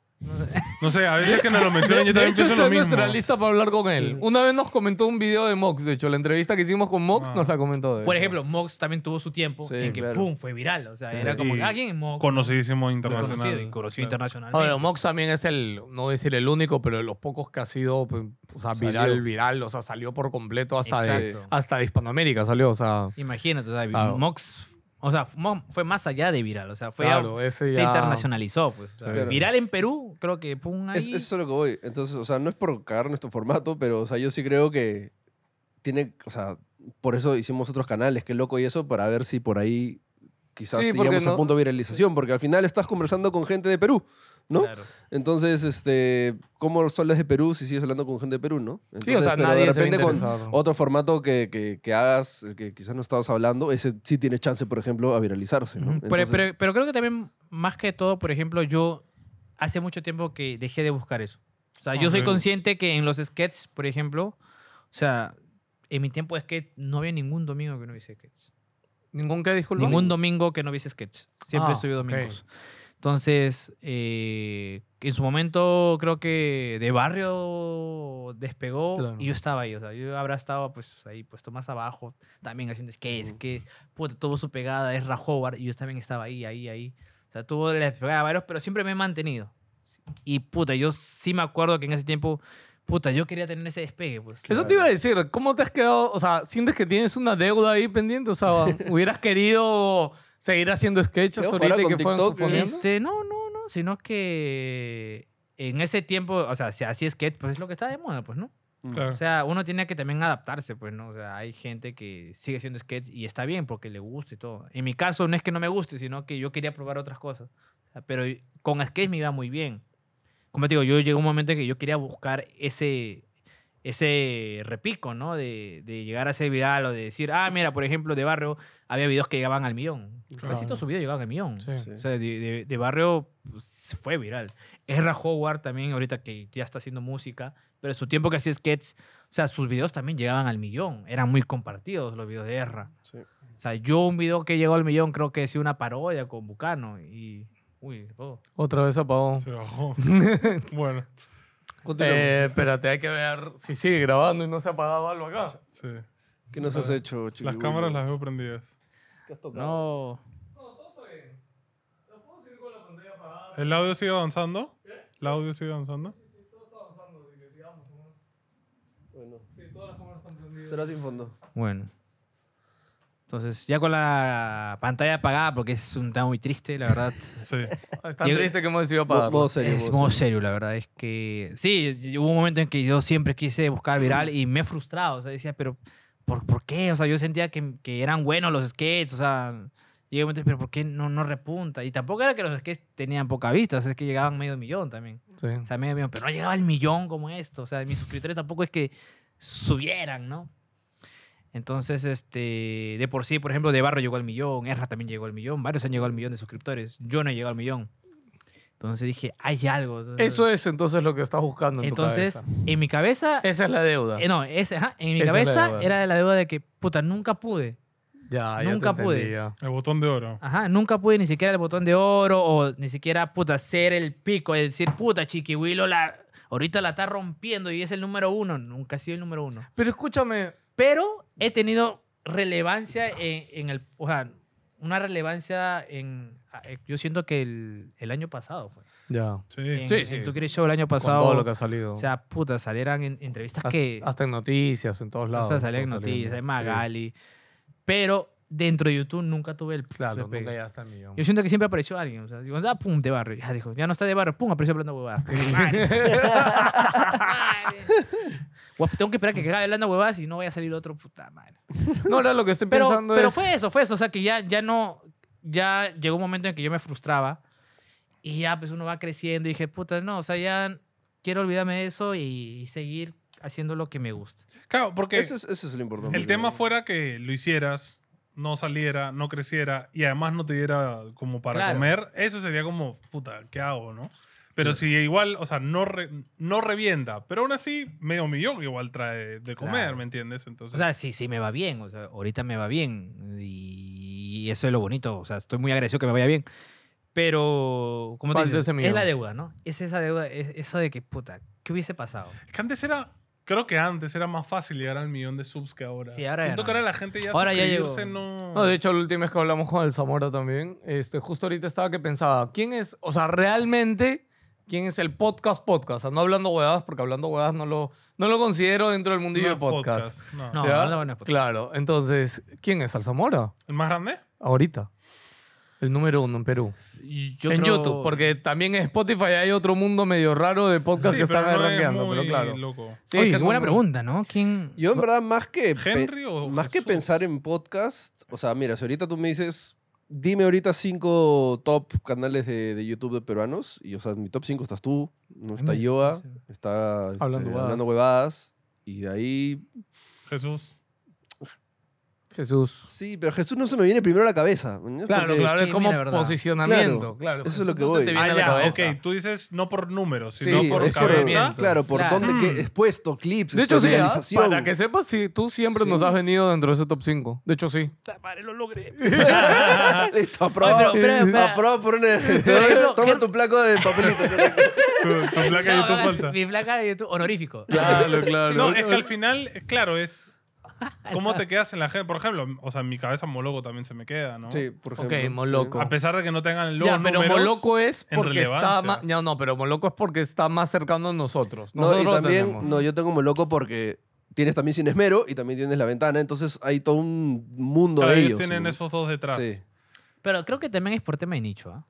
[SPEAKER 4] No sé, a veces que nos lo
[SPEAKER 2] De,
[SPEAKER 4] mencionan yo
[SPEAKER 2] de
[SPEAKER 4] también
[SPEAKER 2] hecho,
[SPEAKER 4] pienso
[SPEAKER 2] está
[SPEAKER 4] lo
[SPEAKER 2] en
[SPEAKER 4] mismo.
[SPEAKER 2] nuestra lista para hablar con él.
[SPEAKER 1] Sí.
[SPEAKER 2] Una vez nos comentó un video de Mox, de hecho, la entrevista que hicimos con Mox
[SPEAKER 4] Ah.
[SPEAKER 2] nos la comentó. de
[SPEAKER 3] Por
[SPEAKER 2] eso.
[SPEAKER 3] ejemplo, Mox también tuvo su tiempo
[SPEAKER 1] Sí,
[SPEAKER 3] en que
[SPEAKER 1] claro.
[SPEAKER 3] pum fue viral. O sea,
[SPEAKER 1] Sí.
[SPEAKER 3] era como
[SPEAKER 4] Y
[SPEAKER 3] que, ah, ¿quién es Mox?
[SPEAKER 4] Conocidísimo
[SPEAKER 3] Conocido,
[SPEAKER 4] internacional.
[SPEAKER 3] y conocido
[SPEAKER 4] Claro.
[SPEAKER 3] internacionalmente.
[SPEAKER 1] Ah,
[SPEAKER 2] Ahora, Mox también es el, no voy a decir el único, pero de los pocos que ha sido, pues, o sea,
[SPEAKER 1] Salió.
[SPEAKER 2] viral, viral, o sea, salió por completo hasta de,
[SPEAKER 3] Exacto.
[SPEAKER 1] Ah.
[SPEAKER 2] hasta de Hispanoamérica, salió, o sea,
[SPEAKER 3] Imagínate, o sea,
[SPEAKER 2] Claro.
[SPEAKER 3] Mox. O sea, Mox fue más allá de viral. O sea, fue a-
[SPEAKER 2] claro, ese
[SPEAKER 3] se
[SPEAKER 2] ya-
[SPEAKER 3] internacionalizó. Pues, o sea,
[SPEAKER 1] Claro.
[SPEAKER 3] Viral en Perú, creo que pum, ahí.
[SPEAKER 1] Es, eso es a lo que voy. Entonces, o sea, no es por cagar nuestro formato, pero, o sea, yo sí creo que tiene, o sea, por eso hicimos otros canales, qué loco y eso, para ver si por ahí quizás
[SPEAKER 2] Sí,
[SPEAKER 1] te
[SPEAKER 2] porque
[SPEAKER 1] llegamos a
[SPEAKER 2] no-
[SPEAKER 1] un punto de viralización, porque al final estás conversando con gente de Perú, ¿no?
[SPEAKER 3] Claro.
[SPEAKER 1] Entonces, este, ¿cómo sales de Perú si sigues hablando con gente de Perú, no?
[SPEAKER 2] Sí, o
[SPEAKER 1] Entonces,
[SPEAKER 2] sea,
[SPEAKER 1] pero
[SPEAKER 2] nadie
[SPEAKER 1] de
[SPEAKER 2] se ve
[SPEAKER 1] repente con
[SPEAKER 2] interesado.
[SPEAKER 1] otro formato que, que, que hagas, el que quizás no estabas hablando, ese sí tiene chance, por ejemplo, a viralizarse, ¿no?
[SPEAKER 2] Ujú.
[SPEAKER 3] Pero,
[SPEAKER 1] Entonces,
[SPEAKER 3] pero, pero creo que también, más que todo, por ejemplo, yo hace mucho tiempo que dejé de buscar eso. O sea, yo soy
[SPEAKER 4] Ok.
[SPEAKER 3] consciente que en los sketches, por ejemplo, o sea, en mi tiempo de sketch no había ningún domingo que no hubiese sketch.
[SPEAKER 2] ¿Ningún que disculpa?
[SPEAKER 3] Ningún domingo que no hubiese sketch. Siempre
[SPEAKER 2] Ah,
[SPEAKER 3] subí
[SPEAKER 2] ok.
[SPEAKER 3] domingos. Entonces, eh, en su momento creo que de barrio despegó
[SPEAKER 2] Claro.
[SPEAKER 3] y yo estaba ahí. O sea, yo habrá estado pues ahí puesto más abajo, también haciendo sketch, que puta, tuvo su pegada, es Howard, y yo también estaba ahí, ahí, ahí. O sea, tuvo la pegada de varios, pero siempre me he mantenido. Y puta, yo sí me acuerdo que en ese tiempo Puta, yo quería tener ese despegue, pues.
[SPEAKER 2] Eso te iba a decir, ¿cómo te has quedado? O sea, ¿sientes que tienes una deuda ahí pendiente? O sea, ¿hubieras querido seguir haciendo sketches
[SPEAKER 1] Creo que
[SPEAKER 2] ahorita
[SPEAKER 1] ahora
[SPEAKER 2] y
[SPEAKER 1] con
[SPEAKER 2] que fueran
[SPEAKER 1] TikTok, ¿eh?
[SPEAKER 2] sufriendo?
[SPEAKER 3] Este, no, no, no, sino que en ese tiempo, o sea, si así es que, pues es lo que está de moda, pues, ¿no?
[SPEAKER 1] mm.
[SPEAKER 4] Claro.
[SPEAKER 3] O sea, uno tiene que también adaptarse, pues, ¿no? O sea, hay gente que sigue haciendo sketch y está bien porque le gusta y todo. En mi caso, no es que no me guste, sino que yo quería probar otras cosas. O sea, Pero con sketch me iba muy bien. Como te digo, yo llegué a un momento en que yo quería buscar ese, ese repico, ¿no? De, de llegar a ser viral o de decir, ah, mira, por ejemplo, de barrio había videos que llegaban al millón.
[SPEAKER 2] Claro.
[SPEAKER 3] Casi todos sus videos llegaban al millón.
[SPEAKER 2] Sí.
[SPEAKER 1] Sí.
[SPEAKER 3] O sea, de, de- de barrio pues, se fue viral. Erra Howard también, ahorita que ya está haciendo música, pero en su tiempo que hacía sketches, o sea, sus videos también llegaban al millón. Eran muy compartidos los videos de Erra.
[SPEAKER 1] Sí.
[SPEAKER 3] O sea, yo un video que llegó al millón creo que sido una parodia con Bucano y... Uy, oh.
[SPEAKER 2] Otra vez apagó.
[SPEAKER 4] Se bajó. bueno,
[SPEAKER 1] Continuamos.
[SPEAKER 2] Eh, espérate, hay que ver si sigue grabando y no se ha apagado algo acá.
[SPEAKER 4] sí.
[SPEAKER 1] ¿Qué nos has hecho, chiquibuy?
[SPEAKER 4] Las cámaras las veo prendidas.
[SPEAKER 1] ¿Qué has tocado?
[SPEAKER 3] No.
[SPEAKER 4] ¿El audio sigue avanzando? ¿El audio sigue avanzando?
[SPEAKER 1] Bueno. Será sin fondo.
[SPEAKER 3] Bueno. Entonces, ya con la pantalla apagada, porque es un tema muy triste, la verdad.
[SPEAKER 4] Sí.
[SPEAKER 2] Está
[SPEAKER 3] Llega-
[SPEAKER 2] triste que hemos decidido
[SPEAKER 1] Mo-
[SPEAKER 2] apagar.
[SPEAKER 1] Modo serio.
[SPEAKER 3] es
[SPEAKER 1] modo
[SPEAKER 3] muy
[SPEAKER 1] serio.
[SPEAKER 3] serio, la verdad. Es que sí, y- hubo un momento en que yo siempre quise buscar viral y me he frustrado. O sea, decía, pero ¿por, por qué? O sea, yo sentía que, que eran buenos los sketches. O sea, llegué un momento, pero ¿por qué no, no repunta? Y tampoco era que los sketches tenían poca vista, o sea, es que llegaban medio millón también.
[SPEAKER 2] Sí.
[SPEAKER 3] O sea, medio millón, pero no llegaba al millón como esto. O sea, mis suscriptores tampoco es que subieran, ¿no? Entonces, este, de por sí, por ejemplo, De Barro llegó al millón, Erra también llegó al millón, varios han llegado al millón de suscriptores, yo no he llegado al millón. Entonces dije, hay algo.
[SPEAKER 2] Eso es entonces lo que estás buscando en
[SPEAKER 3] Entonces,
[SPEAKER 2] tu cabeza.
[SPEAKER 3] en mi cabeza,
[SPEAKER 2] Esa es la deuda.
[SPEAKER 3] eh, no, ese, ajá, en mi
[SPEAKER 2] Esa es la
[SPEAKER 3] cabeza
[SPEAKER 2] deuda.
[SPEAKER 3] era la deuda de que, puta, nunca pude.
[SPEAKER 2] Ya, ya te
[SPEAKER 3] nunca pude.
[SPEAKER 2] entendí, ya.
[SPEAKER 4] El botón de oro.
[SPEAKER 3] Ajá, nunca pude ni siquiera el botón de oro o ni siquiera, puta, ser el pico. Es decir, puta, Chiqui Willow la, ahorita la está rompiendo y es el número uno. Nunca ha sido el número uno.
[SPEAKER 2] Pero escúchame,
[SPEAKER 3] Pero he tenido relevancia en, en el... O sea, una relevancia en... eh, Yo siento que el, el año pasado fue.
[SPEAKER 2] ya,
[SPEAKER 4] Sí.
[SPEAKER 3] En,
[SPEAKER 2] Sí, sí.
[SPEAKER 3] en Tú Quieres Show el año
[SPEAKER 2] con
[SPEAKER 3] pasado.
[SPEAKER 2] todo lo que ha salido.
[SPEAKER 3] O sea, puta, salieran en, entrevistas
[SPEAKER 2] Hasta-
[SPEAKER 3] que...
[SPEAKER 2] hasta en noticias, en todos
[SPEAKER 3] O
[SPEAKER 2] lados.
[SPEAKER 3] sea, salía en
[SPEAKER 2] están
[SPEAKER 3] noticias,
[SPEAKER 2] saliendo.
[SPEAKER 3] en
[SPEAKER 2] Sí.
[SPEAKER 3] Magali. Pero dentro de YouTube nunca tuve el
[SPEAKER 2] Claro,
[SPEAKER 3] el pegue.
[SPEAKER 2] nunca llegaste al millón.
[SPEAKER 3] Yo siento que siempre apareció alguien. O sea, digo, ah, pum, de barrio. Ya dijo, ya no está de barrio, pum, apareció hablando huevadas. Madre. Madre. Guau, tengo que esperar que acabe hablando huevadas y no vaya a salir otro puta madre.
[SPEAKER 2] No, ahora lo que estoy
[SPEAKER 3] Pero,
[SPEAKER 2] pensando
[SPEAKER 3] pero
[SPEAKER 2] es...
[SPEAKER 3] fue eso, fue eso. O sea, que ya, ya no. Ya llegó un momento en que yo me frustraba. Y ya, pues uno va creciendo. Y dije, puta, no, o sea, ya quiero olvidarme de eso y, y seguir haciendo lo que me gusta.
[SPEAKER 4] Claro, porque
[SPEAKER 1] Ese es, ese es lo importante.
[SPEAKER 4] el
[SPEAKER 1] creo.
[SPEAKER 4] tema fuera que lo hicieras, no saliera, no creciera y además no te diera como para
[SPEAKER 3] Claro.
[SPEAKER 4] comer, eso sería como, puta, ¿qué hago, no? Pero si igual, o sea, no, re- no revienta, pero aún así, medio millón igual trae de comer,
[SPEAKER 3] Claro.
[SPEAKER 4] ¿me entiendes?
[SPEAKER 3] O
[SPEAKER 4] Entonces,
[SPEAKER 3] sea, sí, sí me va bien. O sea, ahorita me va bien. Y eso es lo bonito. O sea, estoy muy agradecido que me vaya bien. Pero, como te
[SPEAKER 2] Falta
[SPEAKER 3] dices,
[SPEAKER 2] ese
[SPEAKER 3] es
[SPEAKER 2] millón.
[SPEAKER 3] la deuda, ¿no? Es esa deuda, es eso de que, puta, ¿qué hubiese pasado?
[SPEAKER 4] es que antes era, creo que antes era más fácil llegar al millón de subs que ahora.
[SPEAKER 3] Sí, ahora ya
[SPEAKER 4] Siento
[SPEAKER 3] no.
[SPEAKER 4] que ahora la gente ya
[SPEAKER 3] Ahora ya llegó.
[SPEAKER 4] suscribirse no...
[SPEAKER 2] No, de hecho, la última vez que hablamos con el Zamora también, este, justo ahorita estaba que pensaba, ¿quién es, o sea, realmente, quién es el podcast podcast? O sea, no hablando huevadas, porque hablando huevadas no lo, no lo considero dentro del
[SPEAKER 4] no
[SPEAKER 2] mundillo
[SPEAKER 4] es
[SPEAKER 2] de podcast.
[SPEAKER 4] podcast, no.
[SPEAKER 3] No,
[SPEAKER 2] ¿Ya?
[SPEAKER 3] no, no es podcast.
[SPEAKER 2] Claro, entonces, ¿quién es el Zamora?
[SPEAKER 4] ¿El más grande?
[SPEAKER 2] Ahorita. El número uno en Perú.
[SPEAKER 3] Yo
[SPEAKER 2] en
[SPEAKER 3] creo-
[SPEAKER 2] YouTube, porque también en Spotify hay otro mundo medio raro de podcast que están
[SPEAKER 4] no es
[SPEAKER 2] arranqueando, pero
[SPEAKER 4] muy
[SPEAKER 2] claro.
[SPEAKER 4] loco.
[SPEAKER 2] Sí,
[SPEAKER 3] Oye,
[SPEAKER 2] es
[SPEAKER 3] qué
[SPEAKER 2] que
[SPEAKER 3] buena
[SPEAKER 2] como-
[SPEAKER 3] pregunta, ¿no? ¿Quién...?
[SPEAKER 1] Yo, en verdad, más que, pe-
[SPEAKER 4] ¿Henry o
[SPEAKER 1] más que
[SPEAKER 4] Jesús?
[SPEAKER 1] pensar en podcast, o sea, mira, si ahorita tú me dices, dime ahorita cinco top canales de, de YouTube de peruanos, y o sea, en mi top 5 estás tú, no está
[SPEAKER 3] Mm,
[SPEAKER 1] Yoa,
[SPEAKER 3] sí.
[SPEAKER 1] está este,
[SPEAKER 2] Hablando huevadas.
[SPEAKER 1] hablando huevadas, y de ahí
[SPEAKER 4] Jesús.
[SPEAKER 2] Jesús.
[SPEAKER 1] Sí, pero Jesús no se me viene primero a la cabeza. ¿no?
[SPEAKER 2] Claro,
[SPEAKER 1] Porque-
[SPEAKER 2] claro, es
[SPEAKER 3] Sí,
[SPEAKER 2] como
[SPEAKER 3] mira, ¿verdad?
[SPEAKER 2] posicionamiento. Claro,
[SPEAKER 1] eso es
[SPEAKER 2] Jesús
[SPEAKER 1] lo que
[SPEAKER 2] no se
[SPEAKER 1] voy.
[SPEAKER 2] te viene
[SPEAKER 4] Ah,
[SPEAKER 2] a la
[SPEAKER 4] ya,
[SPEAKER 2] cabeza.
[SPEAKER 4] ok. Tú dices no por números,
[SPEAKER 1] Sí,
[SPEAKER 4] sino por
[SPEAKER 1] es por-
[SPEAKER 4] cabeza.
[SPEAKER 1] claro, por
[SPEAKER 3] Claro.
[SPEAKER 1] dónde que expuesto, clips,
[SPEAKER 2] Mm. De hecho,
[SPEAKER 1] este,
[SPEAKER 2] sí, ¿ah?
[SPEAKER 1] organización.
[SPEAKER 2] para que sepas, sí, tú siempre
[SPEAKER 1] Sí.
[SPEAKER 2] nos has venido dentro de ese top 5. De hecho, sí.
[SPEAKER 3] Puta madre, lo logré.
[SPEAKER 1] Listo, aprobado.
[SPEAKER 3] Oye, pero, espera, espera.
[SPEAKER 1] Aprobado por un eje. Te
[SPEAKER 3] Por
[SPEAKER 1] doy-
[SPEAKER 3] ejemplo,
[SPEAKER 1] Toma
[SPEAKER 3] Ger-
[SPEAKER 1] tu placo de papelito.
[SPEAKER 4] tu, tu placa de
[SPEAKER 3] No,
[SPEAKER 4] YouTube
[SPEAKER 3] no,
[SPEAKER 4] falsa.
[SPEAKER 3] Mi placa de YouTube, honorífico.
[SPEAKER 2] Claro, claro.
[SPEAKER 4] No, es que al final, eh, claro, es ¿Cómo te quedas en la gente? Por ejemplo, o sea, en mi cabeza Moloco también se me queda, ¿no?
[SPEAKER 1] Sí, por
[SPEAKER 2] Ok,
[SPEAKER 1] ejemplo. sí. Ah,
[SPEAKER 2] Moloco.
[SPEAKER 4] A pesar de que no tengan los
[SPEAKER 2] Ya, pero
[SPEAKER 4] números,
[SPEAKER 2] Moloco es
[SPEAKER 4] en
[SPEAKER 2] porque está
[SPEAKER 4] relevancia.
[SPEAKER 2] más. No, no, pero Moloco es porque está más cercano a nosotros.
[SPEAKER 1] No,
[SPEAKER 2] Nosotros
[SPEAKER 1] y
[SPEAKER 2] lo
[SPEAKER 1] también,
[SPEAKER 2] tenemos.
[SPEAKER 1] no, yo tengo Moloco porque tienes también Sin Esmero y también tienes La Ventana, entonces hay todo un mundo
[SPEAKER 4] cada
[SPEAKER 1] de
[SPEAKER 4] ellos
[SPEAKER 1] ellos.
[SPEAKER 4] tienen
[SPEAKER 1] ¿no?
[SPEAKER 4] esos dos detrás.
[SPEAKER 1] Sí.
[SPEAKER 4] Sí.
[SPEAKER 3] Pero creo que también es por tema de nicho, ¿ah?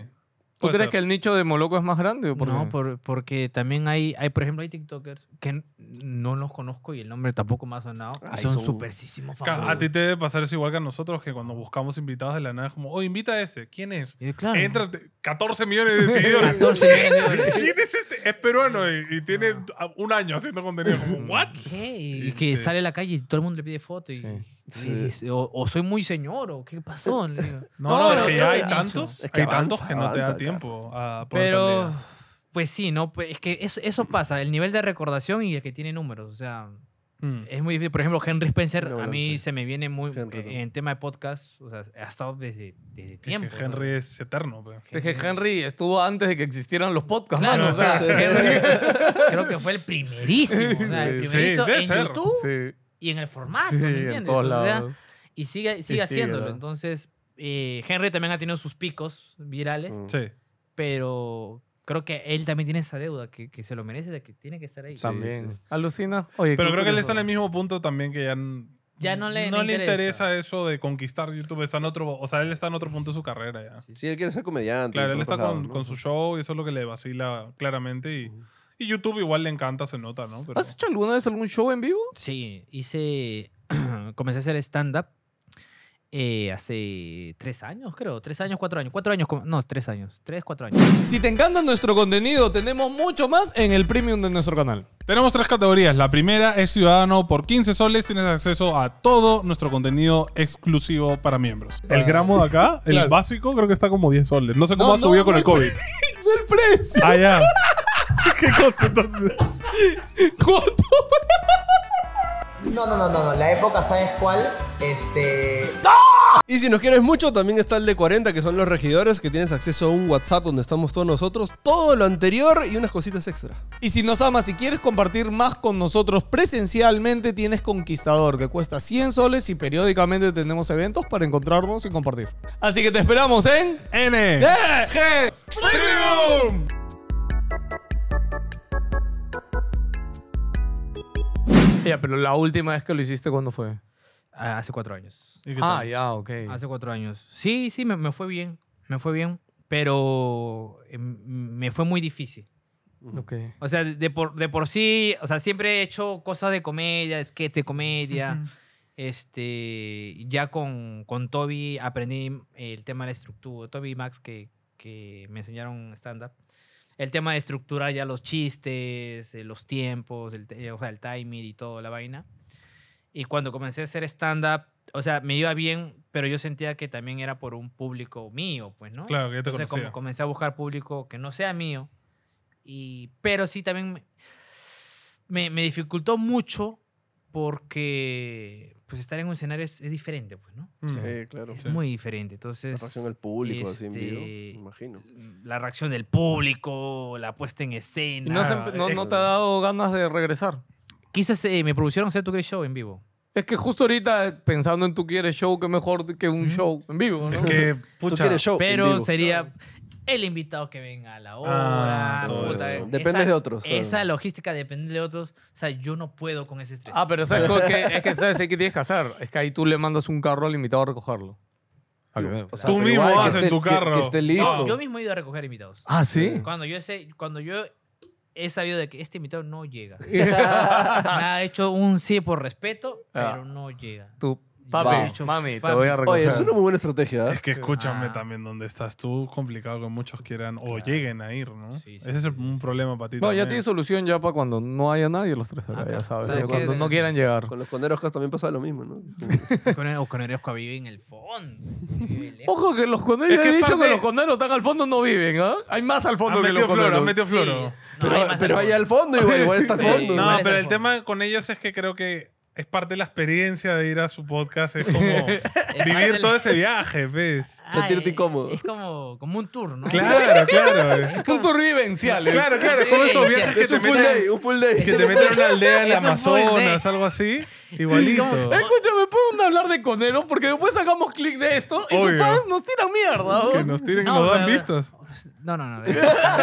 [SPEAKER 2] ¿Tú
[SPEAKER 4] Puede
[SPEAKER 2] crees
[SPEAKER 4] ser.
[SPEAKER 2] que el nicho de Moloco es más grande? o por
[SPEAKER 3] no,
[SPEAKER 2] qué?
[SPEAKER 3] por- porque también hay, hay, por ejemplo, hay TikTokers que n- no los conozco y el nombre tampoco me ha sonado. y
[SPEAKER 1] Ay,
[SPEAKER 3] son
[SPEAKER 1] son-
[SPEAKER 3] supersísimos
[SPEAKER 4] Ca-
[SPEAKER 3] famosos.
[SPEAKER 4] A ti te debe pasar eso igual que a nosotros, que cuando buscamos invitados de la nada es como, oh, invita a este. ¿Quién es?
[SPEAKER 3] Y claro,
[SPEAKER 4] Entra te- 14 millones de seguidores.
[SPEAKER 3] 14 millones de dólares.
[SPEAKER 4] ¿Quién es este? Es peruano y, y tiene a- un año haciendo contenido. Como, ¿what?
[SPEAKER 3] ¿Qué? Y
[SPEAKER 4] Sí,
[SPEAKER 3] que
[SPEAKER 4] sí.
[SPEAKER 3] sale a la calle y todo el mundo le pide foto. Y,
[SPEAKER 2] Sí.
[SPEAKER 3] y
[SPEAKER 1] Sí.
[SPEAKER 3] dice, o, o soy muy señor, o qué pasó. Le digo.
[SPEAKER 4] No,
[SPEAKER 3] No,
[SPEAKER 4] no, es
[SPEAKER 3] no,
[SPEAKER 4] que
[SPEAKER 3] creo
[SPEAKER 4] ya
[SPEAKER 3] que
[SPEAKER 4] hay
[SPEAKER 3] no.
[SPEAKER 4] tantos,
[SPEAKER 1] Es que
[SPEAKER 4] hay tantos
[SPEAKER 1] avanza,
[SPEAKER 4] que no
[SPEAKER 1] avanza,
[SPEAKER 4] te da
[SPEAKER 1] claro.
[SPEAKER 4] tiempo a poder
[SPEAKER 3] Pero,
[SPEAKER 4] tantear.
[SPEAKER 3] pues sí, ¿no? Pues Es que eso, eso pasa, el nivel de recordación y el que tiene números. O sea,
[SPEAKER 4] Mm.
[SPEAKER 3] es muy difícil. Por ejemplo, Henry Spencer,
[SPEAKER 1] Una
[SPEAKER 3] a mí
[SPEAKER 1] balanza.
[SPEAKER 3] se me viene muy.
[SPEAKER 1] Henry,
[SPEAKER 3] eh, En tema de podcast, o sea, ha estado desde, desde
[SPEAKER 4] Es
[SPEAKER 3] tiempo. pues.
[SPEAKER 4] que
[SPEAKER 3] ¿no?
[SPEAKER 4] Henry es eterno. pues. pe.
[SPEAKER 2] Es que Henry estuvo antes de que existieran los podcasts,
[SPEAKER 3] Claro,
[SPEAKER 2] mano, o sea,
[SPEAKER 3] o sea, Henry- creo que fue el primerísimo. O sea, el
[SPEAKER 2] Sí,
[SPEAKER 3] primerizo
[SPEAKER 4] debe
[SPEAKER 3] en
[SPEAKER 4] ser.
[SPEAKER 3] YouTube
[SPEAKER 2] sí,
[SPEAKER 3] y en el formato,
[SPEAKER 2] sí,
[SPEAKER 3] ¿me
[SPEAKER 2] en
[SPEAKER 3] entiendes?
[SPEAKER 2] todos
[SPEAKER 3] O sea,
[SPEAKER 2] lados.
[SPEAKER 3] y sigue, sigue
[SPEAKER 2] sigue,
[SPEAKER 3] haciéndolo.
[SPEAKER 2] ¿verdad?
[SPEAKER 3] Entonces, eh, Henry también ha tenido sus picos virales,
[SPEAKER 1] Mm. Sí.
[SPEAKER 4] Sí.
[SPEAKER 3] pero creo que él también tiene esa deuda que, que se lo merece, de que tiene que estar ahí.
[SPEAKER 1] Sí.
[SPEAKER 2] También. Alucina. Oye,
[SPEAKER 4] Pero
[SPEAKER 2] qué
[SPEAKER 4] creo que él
[SPEAKER 2] curioso.
[SPEAKER 4] está en el mismo punto también que ya. n-
[SPEAKER 3] Ya no le- no
[SPEAKER 4] le
[SPEAKER 3] interesa.
[SPEAKER 4] interesa eso de conquistar YouTube. Está en otro, o sea, él está en otro punto de su carrera ya.
[SPEAKER 1] Sí, él quiere ser comediante.
[SPEAKER 4] Claro,
[SPEAKER 1] por
[SPEAKER 4] él está
[SPEAKER 1] otros
[SPEAKER 4] con,
[SPEAKER 1] lados, ¿no? Mm.
[SPEAKER 4] con su show y eso es lo que le vacila claramente. Y, y YouTube igual le encanta, se nota, ¿no?
[SPEAKER 1] Pues
[SPEAKER 4] Pero-
[SPEAKER 2] ¿Has hecho alguna vez algún show en vivo?
[SPEAKER 3] Sí, hice. comencé a hacer stand-up eh, hace tres años, creo. Tres años, cuatro años. Cuatro años, com- no, tres años. Tres, cuatro años.
[SPEAKER 6] Si te encanta nuestro contenido, tenemos mucho más en el premium de nuestro canal.
[SPEAKER 4] Tenemos tres categorías. La primera es ciudadano. Por 15 soles tienes acceso a todo nuestro contenido exclusivo para miembros. Ah. El gramo de acá, el
[SPEAKER 6] Claro.
[SPEAKER 4] básico, creo que está como 10 soles. No sé cómo
[SPEAKER 6] No,
[SPEAKER 4] ha
[SPEAKER 6] no,
[SPEAKER 4] subido con
[SPEAKER 6] no
[SPEAKER 4] el
[SPEAKER 6] hay
[SPEAKER 4] COVID.
[SPEAKER 6] ¡El precio!
[SPEAKER 4] Ah, ya. ¿Qué cosa entonces?
[SPEAKER 6] ¿Cuánto?
[SPEAKER 7] No, no, no, no, no. La época, ¿sabes cuál? Este.
[SPEAKER 1] Y si nos quieres mucho, también está el de 40, que son los regidores, que tienes acceso a un WhatsApp donde estamos todos nosotros, todo lo anterior y unas cositas extra.
[SPEAKER 6] Y si nos amas y quieres compartir más con nosotros presencialmente, tienes Conquistador, que cuesta 100 soles y periódicamente tenemos eventos para encontrarnos y compartir. Así que te esperamos en...
[SPEAKER 4] N.
[SPEAKER 6] DG.
[SPEAKER 2] Ya, pero la última vez que lo hiciste, ¿cuándo fue?
[SPEAKER 3] Ah, Hace cuatro años.
[SPEAKER 4] ¿Y qué tal?
[SPEAKER 2] Ah, ya, ok.
[SPEAKER 3] Hace cuatro años. Sí, sí, me, me fue bien. Me fue bien. Pero eh, m- me fue muy difícil.
[SPEAKER 2] Ok.
[SPEAKER 1] Mm.
[SPEAKER 3] O sea, de- de por, de por sí, o sea, siempre he hecho cosas de comedia, sketch de comedia. este, ya con, con Toby aprendí el tema de la estructura. Toby y Max que, que me enseñaron stand-up. El tema de estructurar ya los chistes, eh, los tiempos, el, te- o sea, el timing y toda la vaina. Y cuando comencé a hacer stand-up, o sea, me iba bien, pero yo sentía que también era por un público mío, pues, ¿no?
[SPEAKER 4] Claro, que ya te
[SPEAKER 3] Entonces como
[SPEAKER 4] conocía.
[SPEAKER 3] comencé a buscar público que no sea mío, y, pero sí también me, me- me dificultó mucho porque pues estar en un escenario es, es diferente, pues, ¿no?
[SPEAKER 4] Mm.
[SPEAKER 1] Sí, claro.
[SPEAKER 3] es
[SPEAKER 4] sí.
[SPEAKER 3] muy diferente.
[SPEAKER 1] La
[SPEAKER 3] Entonces,
[SPEAKER 1] reacción del público, así en vivo, me
[SPEAKER 3] este,
[SPEAKER 1] imagino.
[SPEAKER 3] la reacción del público, la puesta en
[SPEAKER 2] ¿Y
[SPEAKER 3] escena. Eh,
[SPEAKER 2] no, se-
[SPEAKER 4] Nada,
[SPEAKER 2] no-
[SPEAKER 4] es-
[SPEAKER 2] no te ha dado ganas de regresar?
[SPEAKER 3] Quizás eh, me produjeron hacer tu Great show en vivo.
[SPEAKER 2] Es que justo ahorita, pensando en tú quieres show, qué mejor que un show en vivo, ¿no?
[SPEAKER 4] Es que,
[SPEAKER 1] ¿Tú
[SPEAKER 4] pucha.
[SPEAKER 1] quieres show? en
[SPEAKER 3] Pero
[SPEAKER 1] vivo?
[SPEAKER 3] sería el invitado que venga a la hora.
[SPEAKER 4] Ah, todo
[SPEAKER 3] puta,
[SPEAKER 4] eso.
[SPEAKER 1] Depende de otros, ¿sabes?
[SPEAKER 3] Esa logística depende de otros. O sea, yo no puedo con ese estrés.
[SPEAKER 2] Ah, pero ¿sabes cómo es que, es que sabes qué tienes que hacer? Es que ahí tú le mandas un carro al invitado a recogerlo.
[SPEAKER 1] O sea,
[SPEAKER 4] Tú
[SPEAKER 1] pero
[SPEAKER 4] mismo
[SPEAKER 1] igual que
[SPEAKER 4] vas en
[SPEAKER 1] esté-
[SPEAKER 4] tu
[SPEAKER 1] que-
[SPEAKER 4] carro.
[SPEAKER 1] Que, esté
[SPEAKER 3] No,
[SPEAKER 1] listo.
[SPEAKER 3] yo mismo he ido a recoger invitados.
[SPEAKER 2] Ah, ¿sí?
[SPEAKER 3] Cuando yo sé, cuando yo he sabido de que este invitado no llega. Me
[SPEAKER 1] Ah.
[SPEAKER 3] ha hecho un sí por respeto,
[SPEAKER 2] Ah.
[SPEAKER 3] pero no llega.
[SPEAKER 2] Tú,
[SPEAKER 1] Wow.
[SPEAKER 2] papi, mami, te
[SPEAKER 3] Papi.
[SPEAKER 2] voy a recoger.
[SPEAKER 1] Oye, es una muy buena estrategia. ¿eh?
[SPEAKER 4] Es que escúchame
[SPEAKER 3] Ah.
[SPEAKER 4] también donde estás tú, complicado que muchos quieran o lleguen a ir, ¿no?
[SPEAKER 3] Sí, sí,
[SPEAKER 4] Ese es
[SPEAKER 3] sí,
[SPEAKER 4] un
[SPEAKER 3] sí.
[SPEAKER 4] problema para ti.
[SPEAKER 2] No, ya
[SPEAKER 4] también.
[SPEAKER 2] tiene solución ya para cuando no haya nadie los tres acá,
[SPEAKER 3] Ah,
[SPEAKER 2] ya
[SPEAKER 3] claro.
[SPEAKER 2] sabes.
[SPEAKER 1] Sí,
[SPEAKER 2] ya
[SPEAKER 1] que-
[SPEAKER 2] cuando no quieran llegar.
[SPEAKER 1] Con los coneros Cas también pasa lo mismo, ¿no?
[SPEAKER 3] Con el, o con el Oscar vive en el fondo. Vive lejos.
[SPEAKER 2] Ojo que los conderos,
[SPEAKER 4] Es que
[SPEAKER 2] he dicho
[SPEAKER 4] parte-
[SPEAKER 2] que los conderos están al fondo, no viven, ¿ah? Hay más al
[SPEAKER 4] Han
[SPEAKER 2] fondo que los
[SPEAKER 4] metido floro, han
[SPEAKER 2] conderos.
[SPEAKER 4] metido floro.
[SPEAKER 3] Sí. No,
[SPEAKER 1] pero
[SPEAKER 3] más
[SPEAKER 1] pero
[SPEAKER 3] al
[SPEAKER 1] ahí al fondo,
[SPEAKER 3] fondo.
[SPEAKER 1] igual, igual está al
[SPEAKER 3] Sí.
[SPEAKER 1] fondo.
[SPEAKER 4] No,
[SPEAKER 3] Igual es
[SPEAKER 4] pero
[SPEAKER 3] al
[SPEAKER 4] el
[SPEAKER 3] fondo.
[SPEAKER 4] tema con ellos es que creo que es parte de la experiencia de ir a su podcast. Es como
[SPEAKER 8] parte de
[SPEAKER 4] vivir todo
[SPEAKER 8] la-
[SPEAKER 4] ese viaje, ¿ves?
[SPEAKER 8] Ah,
[SPEAKER 1] Sentirte
[SPEAKER 8] eh,
[SPEAKER 1] incómodo.
[SPEAKER 8] Es como, como un tour, ¿no?
[SPEAKER 4] Claro, claro. eh.
[SPEAKER 2] Un tour vivencial. ¿eh?
[SPEAKER 4] Claro, claro. Es como estos viajes que
[SPEAKER 1] Es
[SPEAKER 4] te
[SPEAKER 1] un full day,
[SPEAKER 4] meten,
[SPEAKER 1] un full day.
[SPEAKER 4] que te meten a una aldea en
[SPEAKER 3] Es un full day.
[SPEAKER 4] Amazonas, algo así. Igualito.
[SPEAKER 2] Escúchame, ¿pueden hablar de Conero? Porque después sacamos clic de esto y sus
[SPEAKER 4] Obvio.
[SPEAKER 2] fans nos tiran mierda. ¿ah? ¿no?
[SPEAKER 4] Que nos tiren, nos dan
[SPEAKER 3] pero-
[SPEAKER 4] vistas.
[SPEAKER 3] No, no, no. No,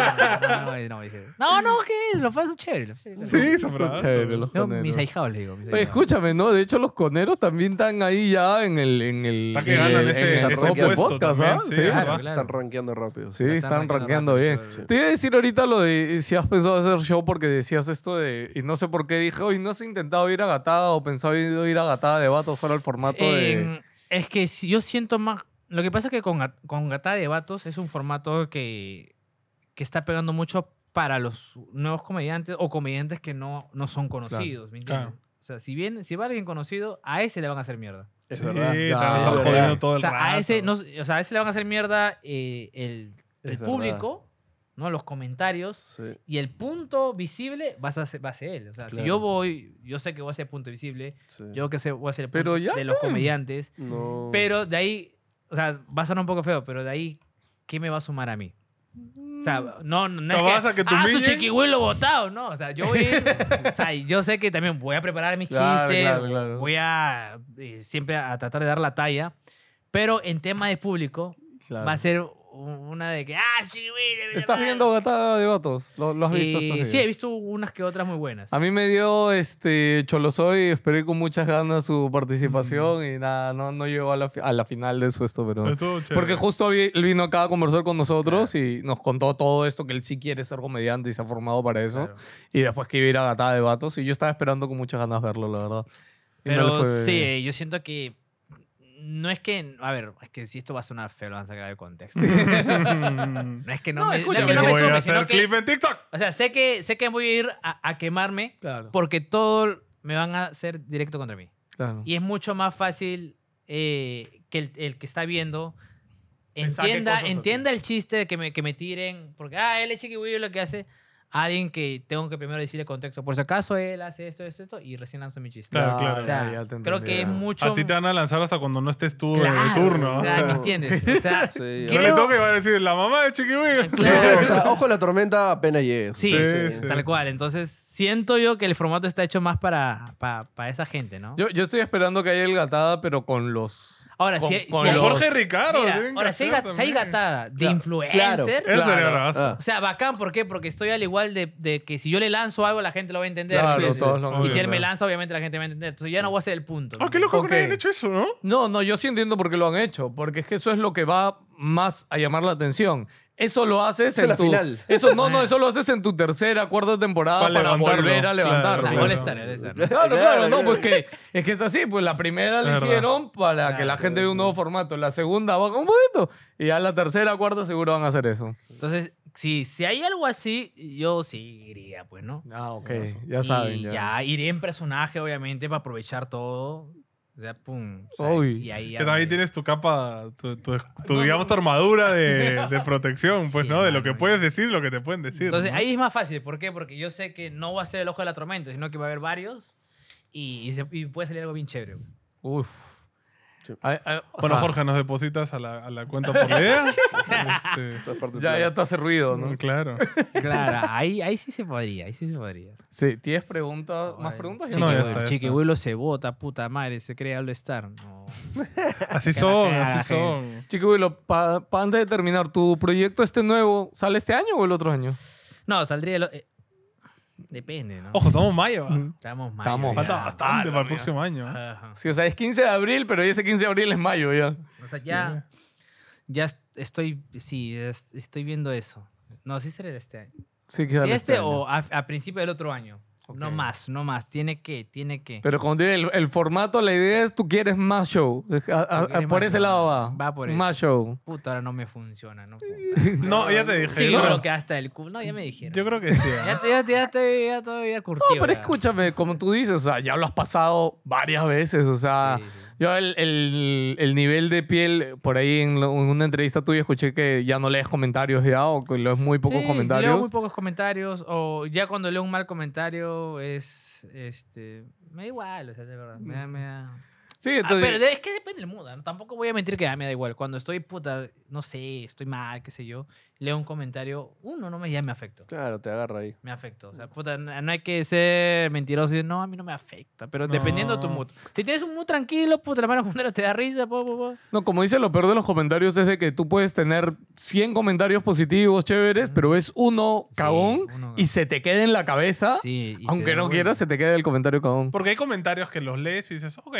[SPEAKER 3] no, no, no, no, no, no, que los fans son chéveres. los fans son chéveres.
[SPEAKER 4] Sí, son
[SPEAKER 2] Son
[SPEAKER 4] bravazos.
[SPEAKER 2] chéveres los
[SPEAKER 3] Yo,
[SPEAKER 2] coneros.
[SPEAKER 3] mis ahijados les digo. mis
[SPEAKER 2] Oye,
[SPEAKER 3] ahijados.
[SPEAKER 2] escúchame, ¿no? De hecho, los coneros también están ahí ya en el. En el
[SPEAKER 4] Está que
[SPEAKER 2] en
[SPEAKER 4] ganan
[SPEAKER 2] el- en
[SPEAKER 4] ese,
[SPEAKER 2] el
[SPEAKER 4] ese
[SPEAKER 2] top de
[SPEAKER 4] puesto
[SPEAKER 2] podcast, ¿ah?
[SPEAKER 4] también. Sí,
[SPEAKER 2] Sí,
[SPEAKER 4] es
[SPEAKER 3] claro,
[SPEAKER 4] verdad.
[SPEAKER 3] claro.
[SPEAKER 1] Están rankeando rápido.
[SPEAKER 2] Sí, están rankeando
[SPEAKER 3] rápido,
[SPEAKER 2] bien.
[SPEAKER 3] eso es-
[SPEAKER 2] Te iba a decir ahorita lo de si has pensado hacer show porque decías esto de. Y no sé por qué dije, hoy no has intentado ir a Gatada o pensado ir a Gatada de Vato solo al formato de.
[SPEAKER 3] Eh, es que si- yo siento más. Lo que pasa es que con, Gat- con Gatada de Vatos es un formato que, que está pegando mucho para los nuevos comediantes o comediantes que no, no son conocidos. ¿me entiendes?
[SPEAKER 4] Claro.
[SPEAKER 3] O sea, si, bien, si va alguien conocido, a ese le van a hacer mierda.
[SPEAKER 1] Es
[SPEAKER 4] Sí,
[SPEAKER 1] verdad.
[SPEAKER 4] también
[SPEAKER 2] ya,
[SPEAKER 4] están
[SPEAKER 1] es
[SPEAKER 4] jodiendo
[SPEAKER 1] verdad.
[SPEAKER 4] todo
[SPEAKER 3] O
[SPEAKER 4] el
[SPEAKER 3] sea, a
[SPEAKER 4] rato.
[SPEAKER 3] ese, no, o sea, a ese le van a hacer mierda eh, el, el
[SPEAKER 1] Es verdad.
[SPEAKER 3] público, ¿no? los comentarios.
[SPEAKER 1] Sí.
[SPEAKER 3] Y el punto visible vas a ser- va a ser él. O sea, si
[SPEAKER 1] Claro.
[SPEAKER 3] yo voy, yo sé que voy a ser punto visible,
[SPEAKER 1] Sí.
[SPEAKER 3] yo que sé, voy a ser el
[SPEAKER 2] Pero
[SPEAKER 3] punto
[SPEAKER 2] ya,
[SPEAKER 3] de los
[SPEAKER 2] pe.
[SPEAKER 3] comediantes.
[SPEAKER 1] No.
[SPEAKER 3] Pero de ahí, o sea, va a sonar un poco feo, pero de ahí, ¿qué me va a sumar a mí? O sea, no, no, no
[SPEAKER 4] ¿Lo
[SPEAKER 3] es
[SPEAKER 4] vas a que te
[SPEAKER 3] ah, su
[SPEAKER 4] humillen?
[SPEAKER 3] chiquihuilo botado, no. O sea, yo voy a ir- o sea, yo sé que también voy a preparar mis
[SPEAKER 2] Claro,
[SPEAKER 3] chistes,
[SPEAKER 2] claro, claro.
[SPEAKER 3] voy a eh, siempre a tratar de dar la talla, pero en tema de público
[SPEAKER 2] Claro.
[SPEAKER 3] va a ser u- una de que, ah, chiquihuilo.
[SPEAKER 2] ¿Estás viendo Gatada de Vatos? ¿Lo, lo has visto? estos
[SPEAKER 3] Eh,
[SPEAKER 2] días?
[SPEAKER 3] sí, he visto unas que otras muy buenas.
[SPEAKER 2] A mí me dio este Cholosoy, esperé con muchas ganas su participación y nada, no, no llegó a la, fi- a la final de su esto, pero...
[SPEAKER 4] Estuvo chévere.
[SPEAKER 2] Porque justo vi- él vino acá a conversar con nosotros y nos contó todo esto, que él sí quiere ser comediante y se ha formado para eso.
[SPEAKER 3] Claro.
[SPEAKER 2] Y después que iba a ir a Gatada de Vatos y yo estaba esperando con muchas ganas verlo, la verdad. Y no
[SPEAKER 3] Pero
[SPEAKER 2] le fue-
[SPEAKER 3] sí, eh, yo siento que no es que, a ver, es que si esto va a sonar feo, lo van a sacar de contexto.
[SPEAKER 4] Mm.
[SPEAKER 3] No es que no,
[SPEAKER 2] No,
[SPEAKER 3] me, no es
[SPEAKER 2] escúchame,
[SPEAKER 3] que no me
[SPEAKER 4] voy
[SPEAKER 3] sume,
[SPEAKER 4] a
[SPEAKER 3] sino
[SPEAKER 4] hacer
[SPEAKER 3] que-
[SPEAKER 4] clip en TikTok.
[SPEAKER 3] o sea, sé que, sé que voy a ir a, a quemarme
[SPEAKER 2] Claro,
[SPEAKER 3] porque todo me van a hacer directo contra mí.
[SPEAKER 2] claro.
[SPEAKER 3] Y es mucho más fácil eh, que el, el que está viendo
[SPEAKER 9] Te saque
[SPEAKER 3] entienda,
[SPEAKER 9] cosas a ti.
[SPEAKER 3] entienda el chiste de que me, que me tiren, porque, ah, él es chiquihuillo lo que hace. a Alguien que tengo que primero decirle contexto. Por si acaso él hace esto, esto, esto, y recién lanzo mi chiste.
[SPEAKER 4] Claro, claro.
[SPEAKER 3] O sea,
[SPEAKER 2] ya te entendí,
[SPEAKER 3] creo que
[SPEAKER 2] ya.
[SPEAKER 3] es mucho...
[SPEAKER 4] A ti te van a lanzar hasta cuando no estés tú en
[SPEAKER 3] Claro,
[SPEAKER 4] el turno.
[SPEAKER 3] o
[SPEAKER 4] ¿no?
[SPEAKER 3] sea,
[SPEAKER 4] O sea,
[SPEAKER 3] ¿me entiendes? O sea,
[SPEAKER 1] Sí,
[SPEAKER 4] no
[SPEAKER 1] ahora-
[SPEAKER 4] le
[SPEAKER 3] creo-
[SPEAKER 4] toque y va a decir la mamá de Chiquihuil.
[SPEAKER 3] claro.
[SPEAKER 1] No, o sea, ojo a la tormenta apenas llegue.
[SPEAKER 3] Sí,
[SPEAKER 4] Sí, sí.
[SPEAKER 3] Tal cual. Entonces, siento yo que el formato está hecho más para, para, para esa gente, ¿no?
[SPEAKER 2] Yo, yo estoy esperando que haya el Gatada, pero con los...
[SPEAKER 3] ahora,
[SPEAKER 2] con-
[SPEAKER 3] si, si
[SPEAKER 2] con
[SPEAKER 4] Con
[SPEAKER 3] hay-
[SPEAKER 2] los-
[SPEAKER 4] Jorge Ricardo.
[SPEAKER 3] mira,
[SPEAKER 4] tienen que
[SPEAKER 3] ahora, si hay,
[SPEAKER 4] hacer
[SPEAKER 3] ga- si hay
[SPEAKER 4] también.
[SPEAKER 3] gatada de
[SPEAKER 1] Claro,
[SPEAKER 3] influencer,
[SPEAKER 4] Eso sería
[SPEAKER 1] Claro.
[SPEAKER 4] bravazo.
[SPEAKER 1] Ah.
[SPEAKER 3] o sea, bacán, ¿por qué? Porque estoy al igual de, de que si yo le lanzo algo, la gente lo va a entender.
[SPEAKER 2] Claro,
[SPEAKER 3] Sí, sí.
[SPEAKER 2] todos los-
[SPEAKER 4] Obvio,
[SPEAKER 3] y si él me
[SPEAKER 2] claro.
[SPEAKER 3] lanza, obviamente la gente va a entender. Entonces, ya no voy a hacer el punto.
[SPEAKER 4] Ah, qué loco
[SPEAKER 2] Ok.
[SPEAKER 4] que hayan hecho eso, ¿no?
[SPEAKER 2] No, no, yo sí entiendo por qué lo han hecho, porque es que eso es lo que va más a llamar la atención. Eso lo haces
[SPEAKER 1] Eso
[SPEAKER 2] en
[SPEAKER 1] es la
[SPEAKER 2] tu
[SPEAKER 1] final.
[SPEAKER 2] Eso no, no, eso lo haces en tu tercera, cuarta temporada
[SPEAKER 4] Para
[SPEAKER 2] para
[SPEAKER 4] levantarlo,
[SPEAKER 2] volver a
[SPEAKER 4] claro,
[SPEAKER 2] levantarlo.
[SPEAKER 3] Claro,
[SPEAKER 4] claro.
[SPEAKER 2] Claro,
[SPEAKER 3] molestar, molestar, ¿no?
[SPEAKER 2] claro,
[SPEAKER 1] Claro,
[SPEAKER 2] no,
[SPEAKER 1] claro.
[SPEAKER 2] pues que es que es así, pues la primera la
[SPEAKER 4] Es verdad.
[SPEAKER 2] hicieron para que
[SPEAKER 3] Claro,
[SPEAKER 2] la gente
[SPEAKER 1] sí,
[SPEAKER 2] vea un
[SPEAKER 1] sí.
[SPEAKER 2] nuevo formato, la segunda va con un poquito y ya la tercera, cuarta seguro van a hacer eso.
[SPEAKER 3] Entonces, si, si hay algo así, yo sí iría, pues, ¿no?
[SPEAKER 2] Ah, ok, ya saben
[SPEAKER 3] Y
[SPEAKER 2] ya.
[SPEAKER 3] iré en personaje, obviamente, para aprovechar todo. O sea, pum. o sea,
[SPEAKER 2] Uy.
[SPEAKER 3] Y ahí ya
[SPEAKER 4] Que
[SPEAKER 3] me-
[SPEAKER 4] también tienes tu capa, tu, tu- tu,
[SPEAKER 3] No,
[SPEAKER 4] digamos, tu armadura de, de protección, pues,
[SPEAKER 3] Sí,
[SPEAKER 4] ¿no? De lo
[SPEAKER 3] mano,
[SPEAKER 4] que
[SPEAKER 3] ya.
[SPEAKER 4] puedes decir, lo que te pueden decir.
[SPEAKER 3] Entonces,
[SPEAKER 4] ¿no?
[SPEAKER 3] ahí es más fácil. ¿Por qué? Porque yo sé que no va a ser el ojo de la tormenta, sino que va a haber varios y, y se- y puede salir algo bien chévere. güey.
[SPEAKER 2] Uf. Ay, ay, o
[SPEAKER 4] Bueno,
[SPEAKER 2] sea,
[SPEAKER 4] Jorge, nos depositas a la, a la cuenta por la idea. Este,
[SPEAKER 1] Esto es parte del
[SPEAKER 2] Ya,
[SPEAKER 1] plan.
[SPEAKER 2] ya te hace ruido,
[SPEAKER 4] mm,
[SPEAKER 2] ¿no?
[SPEAKER 4] Claro.
[SPEAKER 3] Claro, ahí, ahí sí se podría, ahí sí se podría.
[SPEAKER 2] Sí, ¿tienes preguntas? Oh, ¿Más
[SPEAKER 3] Ay,
[SPEAKER 2] preguntas?
[SPEAKER 3] Chiqui,
[SPEAKER 2] no,
[SPEAKER 4] No, ya
[SPEAKER 3] güey,
[SPEAKER 4] está, ya
[SPEAKER 3] Chiqui
[SPEAKER 4] está.
[SPEAKER 3] Willow se bota, puta madre, se cree All Star. No.
[SPEAKER 4] Así
[SPEAKER 3] Que la
[SPEAKER 4] son,
[SPEAKER 3] caga,
[SPEAKER 4] así
[SPEAKER 3] gente.
[SPEAKER 4] son.
[SPEAKER 2] Chico, Willo, para antes de terminar, ¿tu proyecto este nuevo sale este año o el otro año?
[SPEAKER 3] No, saldría... el o- eh, depende, ¿no?
[SPEAKER 4] Ojo, estamos en mayo. ¿ah?
[SPEAKER 3] Estamos mal.
[SPEAKER 2] Estamos.
[SPEAKER 3] Mm. ya.
[SPEAKER 4] Falta bastante para el próximo año. ¿ah?
[SPEAKER 3] Ajá.
[SPEAKER 2] Sí, o sea, es 15 de abril, pero ese 15 de abril es mayo ya.
[SPEAKER 3] O sea, ya, ya est- estoy, sí, es- estoy viendo eso. No, sí será este año.
[SPEAKER 2] Sí, que
[SPEAKER 3] Si
[SPEAKER 2] sale
[SPEAKER 3] este,
[SPEAKER 2] año.
[SPEAKER 3] o a, a principio del otro año. No
[SPEAKER 2] Ok.
[SPEAKER 3] más, no más. Tiene que, tiene que.
[SPEAKER 2] Pero como te digo, el, el formato, la idea es tú quieres más show. Es que a- a-
[SPEAKER 3] Tú quieres
[SPEAKER 2] por
[SPEAKER 3] más
[SPEAKER 2] ese
[SPEAKER 3] show.
[SPEAKER 2] lado va.
[SPEAKER 3] Va por
[SPEAKER 2] Más show.
[SPEAKER 3] Puta, ahora no me funciona. No,
[SPEAKER 4] No, ya te dije.
[SPEAKER 3] sí,
[SPEAKER 4] yo,
[SPEAKER 3] yo
[SPEAKER 4] creo,
[SPEAKER 3] creo que hasta el culo. No, ya me dijeron.
[SPEAKER 4] yo creo que sí. ¿ah?
[SPEAKER 3] Ya, te- ya, te- ya, te- ya todavía curtido.
[SPEAKER 2] No, pero
[SPEAKER 3] ya.
[SPEAKER 2] escúchame, como tú dices, o sea, ya lo has pasado varias veces, o sea,
[SPEAKER 3] Sí, sí.
[SPEAKER 2] Yo el, el- el nivel de piel, por ahí en, lo- en una entrevista tuya escuché que ya no lees comentarios ya o que lees muy pocos
[SPEAKER 3] Sí,
[SPEAKER 2] comentarios.
[SPEAKER 3] Leo muy pocos comentarios. O ya cuando leo un mal comentario es. Este, me da igual, o sea, de verdad. Me da. Me da...
[SPEAKER 2] Sí,
[SPEAKER 3] Ah,
[SPEAKER 2] entonces,
[SPEAKER 3] pero de- es que depende del mood. ¿no? Tampoco voy a mentir que ah, me da igual. Cuando estoy puta, no sé, estoy mal, qué sé yo, leo un comentario, uno no me ya me afecto.
[SPEAKER 1] Claro, te agarra ahí.
[SPEAKER 3] Me afecta. O sea, puta, n- no hay que ser mentiroso y decir, no, a mí no me afecta. Pero dependiendo de tu
[SPEAKER 4] No.
[SPEAKER 3] mood. Si tienes un mood tranquilo, puta, la mano contraria te da risa, po, po, po.
[SPEAKER 2] no, como dice, lo peor de los comentarios es de que tú puedes tener 100 comentarios positivos, chéveres, pero es uno
[SPEAKER 3] Sí,
[SPEAKER 2] cagón
[SPEAKER 3] uno-
[SPEAKER 2] y se te queda en la cabeza.
[SPEAKER 3] Sí, y te
[SPEAKER 2] Aunque
[SPEAKER 3] da
[SPEAKER 2] no
[SPEAKER 3] un-
[SPEAKER 2] quieras, se te queda el comentario cagón.
[SPEAKER 4] Porque hay comentarios que los lees y dices, ok,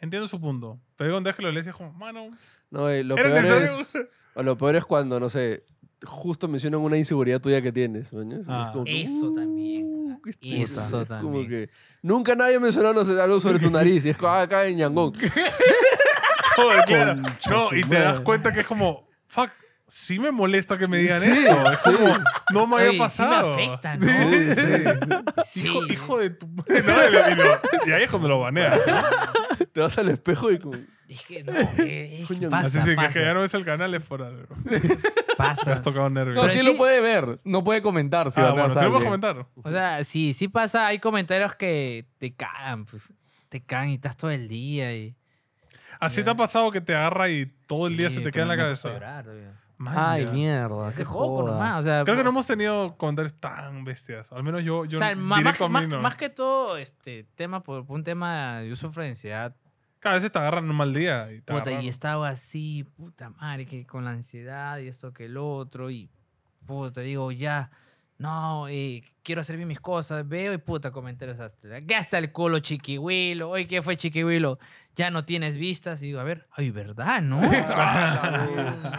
[SPEAKER 4] entiendo su punto. Pero hay comentarios que los lees y es como, mano,
[SPEAKER 1] No, eh, lo
[SPEAKER 4] era
[SPEAKER 1] peor
[SPEAKER 4] necesario.
[SPEAKER 1] es... O lo peor es cuando, no sé, justo mencionan una inseguridad tuya que tienes. ¿no? Es
[SPEAKER 4] Ah.
[SPEAKER 1] como que,
[SPEAKER 3] Eso también, ah,
[SPEAKER 1] "Uh, qué estúpido".
[SPEAKER 3] eso
[SPEAKER 1] Es Como
[SPEAKER 3] también.
[SPEAKER 1] que nunca nadie mencionó no sé, algo sobre tu nariz. Y es como, "Ah, acá en Yangón.
[SPEAKER 4] Joder, claro.
[SPEAKER 1] Concha
[SPEAKER 4] No,
[SPEAKER 1] su
[SPEAKER 4] y te das
[SPEAKER 1] madre.
[SPEAKER 4] cuenta que es como, fuck, sí me molesta que me digan
[SPEAKER 1] Sí,
[SPEAKER 4] eso. Es
[SPEAKER 1] sí.
[SPEAKER 4] como, no me
[SPEAKER 3] Oye, sí
[SPEAKER 4] había
[SPEAKER 3] me
[SPEAKER 4] pasado.
[SPEAKER 3] afecta, ¿no?
[SPEAKER 4] Sí, sí.
[SPEAKER 3] Sí.
[SPEAKER 4] Hijo, hijo de tu madre. No, y, lo- y lo- y ahí es cuando lo banean.
[SPEAKER 1] Te vas al espejo y como...
[SPEAKER 3] Es que no, eh, es que
[SPEAKER 1] Coño,
[SPEAKER 3] pasa,
[SPEAKER 4] Así sí, que,
[SPEAKER 3] pasa,
[SPEAKER 4] que ya no ves el canal es por algo. Te
[SPEAKER 3] pasa.
[SPEAKER 4] has tocado nervios.
[SPEAKER 2] No,
[SPEAKER 3] Pero
[SPEAKER 2] sí,
[SPEAKER 3] sí-
[SPEAKER 2] lo puede ver, no puede comentar. Si van
[SPEAKER 4] ah,
[SPEAKER 2] a
[SPEAKER 4] bueno, se lo
[SPEAKER 2] alguien.
[SPEAKER 4] puedo comentar.
[SPEAKER 3] O sea, sí, sí pasa. Hay comentarios que te cagan, pues. Te cagan y estás todo el día y...
[SPEAKER 4] Así
[SPEAKER 3] Ya.
[SPEAKER 4] te ha pasado que te agarra y todo el día
[SPEAKER 3] Sí,
[SPEAKER 4] se te
[SPEAKER 3] que
[SPEAKER 4] queda en
[SPEAKER 3] me-
[SPEAKER 4] la
[SPEAKER 3] me
[SPEAKER 4] cabeza.
[SPEAKER 3] puso a llorar, oye.
[SPEAKER 4] Man,
[SPEAKER 2] Ay,
[SPEAKER 4] ya.
[SPEAKER 2] mierda,
[SPEAKER 3] Qué
[SPEAKER 2] qué
[SPEAKER 3] joco
[SPEAKER 2] joda.
[SPEAKER 3] nomás, o sea,
[SPEAKER 4] Creo que
[SPEAKER 3] po-
[SPEAKER 4] no hemos tenido comentarios tan bestias. Al menos yo, yo
[SPEAKER 3] o sea, ma- más,
[SPEAKER 4] directo a mí
[SPEAKER 3] más-
[SPEAKER 4] no.
[SPEAKER 3] más que todo, este tema, por, por un tema, yo sufro de ansiedad.
[SPEAKER 4] Cada vez te agarran en un mal día. Y te
[SPEAKER 3] Puta,
[SPEAKER 4] agarran.
[SPEAKER 3] y estaba así, puta madre, que con la ansiedad y esto que el otro, y puta, digo, ya, no, eh, quiero hacer bien mis cosas, veo y puta, comentarios hasta, gasta el culo chiquihuilo, oye, ¿qué fue chiquihuilo? Ya no tienes vistas, y digo, a ver, ay, ¿verdad, no?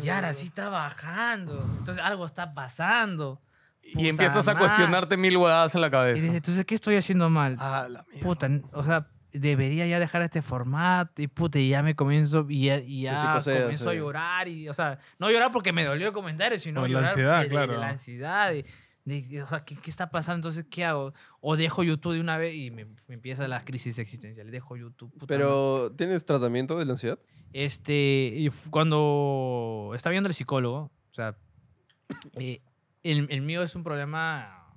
[SPEAKER 3] y ahora sí está bajando, entonces algo está pasando.
[SPEAKER 2] Y empiezas a
[SPEAKER 3] madre.
[SPEAKER 2] cuestionarte mil huevadas en la
[SPEAKER 3] Y
[SPEAKER 2] cabeza.
[SPEAKER 3] dices, entonces, ¿qué estoy haciendo mal?
[SPEAKER 2] Ah, la mierda.
[SPEAKER 3] Puta, n- o sea, debería ya dejar este formato y puta, y ya me comienzo y ya, y ya
[SPEAKER 1] psicoseas,
[SPEAKER 3] comienzo a
[SPEAKER 1] sí.
[SPEAKER 3] llorar y, o sea, no llorar porque me dolió el comentario, sino
[SPEAKER 4] Por la
[SPEAKER 3] llorar
[SPEAKER 4] ansiedad,
[SPEAKER 3] de, de- de
[SPEAKER 4] claro.
[SPEAKER 3] la ansiedad, de- de- o sea, ¿qué, qué está pasando? Entonces, ¿qué hago? O dejo YouTube de una vez y me, me empiezan las crisis existenciales. Dejo YouTube. puta madre.
[SPEAKER 1] Pero, ¿tienes tratamiento de la ansiedad?
[SPEAKER 3] este, y f- cuando está viendo el psicólogo, o sea, eh, el, el mío es un problema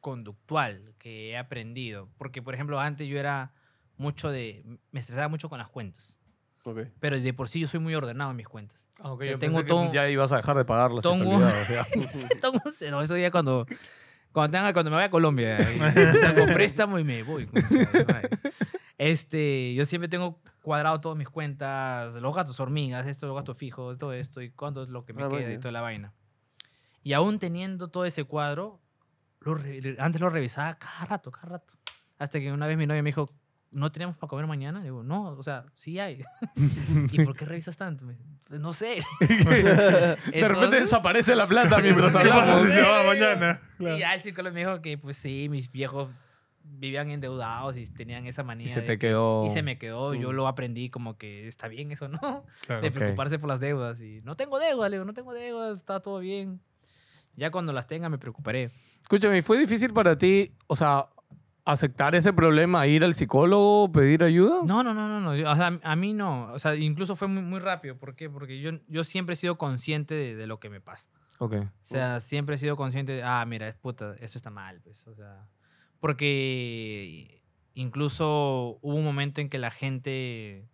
[SPEAKER 3] conductual que he aprendido. Porque, por ejemplo, antes yo era mucho de. Me estresaba mucho con las cuentas.
[SPEAKER 1] Ok.
[SPEAKER 3] Pero de por sí yo soy muy ordenado en mis cuentas.
[SPEAKER 2] Ah, ok,
[SPEAKER 3] O sea,
[SPEAKER 2] yo
[SPEAKER 3] tengo
[SPEAKER 2] pensé que
[SPEAKER 3] todo-
[SPEAKER 2] ya ibas a dejar de pagarlas.
[SPEAKER 3] todo un-
[SPEAKER 2] Tengo...
[SPEAKER 3] Entonces, no, eso ya cuando. Cuando, tenga, cuando me vaya a Colombia, eh, saco préstamo y me voy. con su madre. Este, yo siempre tengo cuadrado todas mis cuentas, los gastos hormigas, esto, los gastos fijos, todo esto, y cuánto es lo que me
[SPEAKER 1] Ah,
[SPEAKER 3] queda y
[SPEAKER 1] vaya.
[SPEAKER 3] toda la vaina. Y aún teniendo todo ese cuadro, lo re- antes lo revisaba cada rato, cada rato. Hasta que una vez mi novia me dijo, ¿no tenemos para comer mañana? Digo, no, o sea, sí hay. ¿Y por qué revisas tanto? Me- No sé.
[SPEAKER 2] De repente
[SPEAKER 3] Entonces-
[SPEAKER 2] desaparece la plata mientras
[SPEAKER 4] ¿Qué pasa
[SPEAKER 2] hablamos.
[SPEAKER 4] si se va
[SPEAKER 3] Sí.
[SPEAKER 4] mañana? Claro.
[SPEAKER 3] Y ya el psicólogo me dijo que, pues sí, mis viejos vivían endeudados y tenían esa manía.
[SPEAKER 2] Y se
[SPEAKER 3] de
[SPEAKER 2] te
[SPEAKER 3] que-
[SPEAKER 2] quedó.
[SPEAKER 3] Y se me quedó. Yo
[SPEAKER 1] Mm.
[SPEAKER 3] lo aprendí como que está bien eso, ¿no?
[SPEAKER 4] Claro.
[SPEAKER 3] De
[SPEAKER 2] Ok.
[SPEAKER 3] preocuparse por las deudas. Y no tengo deudas, le digo, no tengo deudas, está todo bien. Ya cuando las tenga me preocuparé.
[SPEAKER 2] Escúchame, ¿y ¿fue difícil para ti, o sea, aceptar ese problema, ir al psicólogo, pedir ayuda?
[SPEAKER 3] No, no, no, no, no. yo- o sea, a mí no. O sea, incluso fue muy, muy rápido. ¿Por qué? Porque yo, yo siempre he sido consciente de, de lo que me pasa.
[SPEAKER 2] Ok.
[SPEAKER 3] O sea, siempre he sido consciente de, ah, mira, es puta, esto está mal, pues, o sea, porque incluso hubo un momento en que la gente,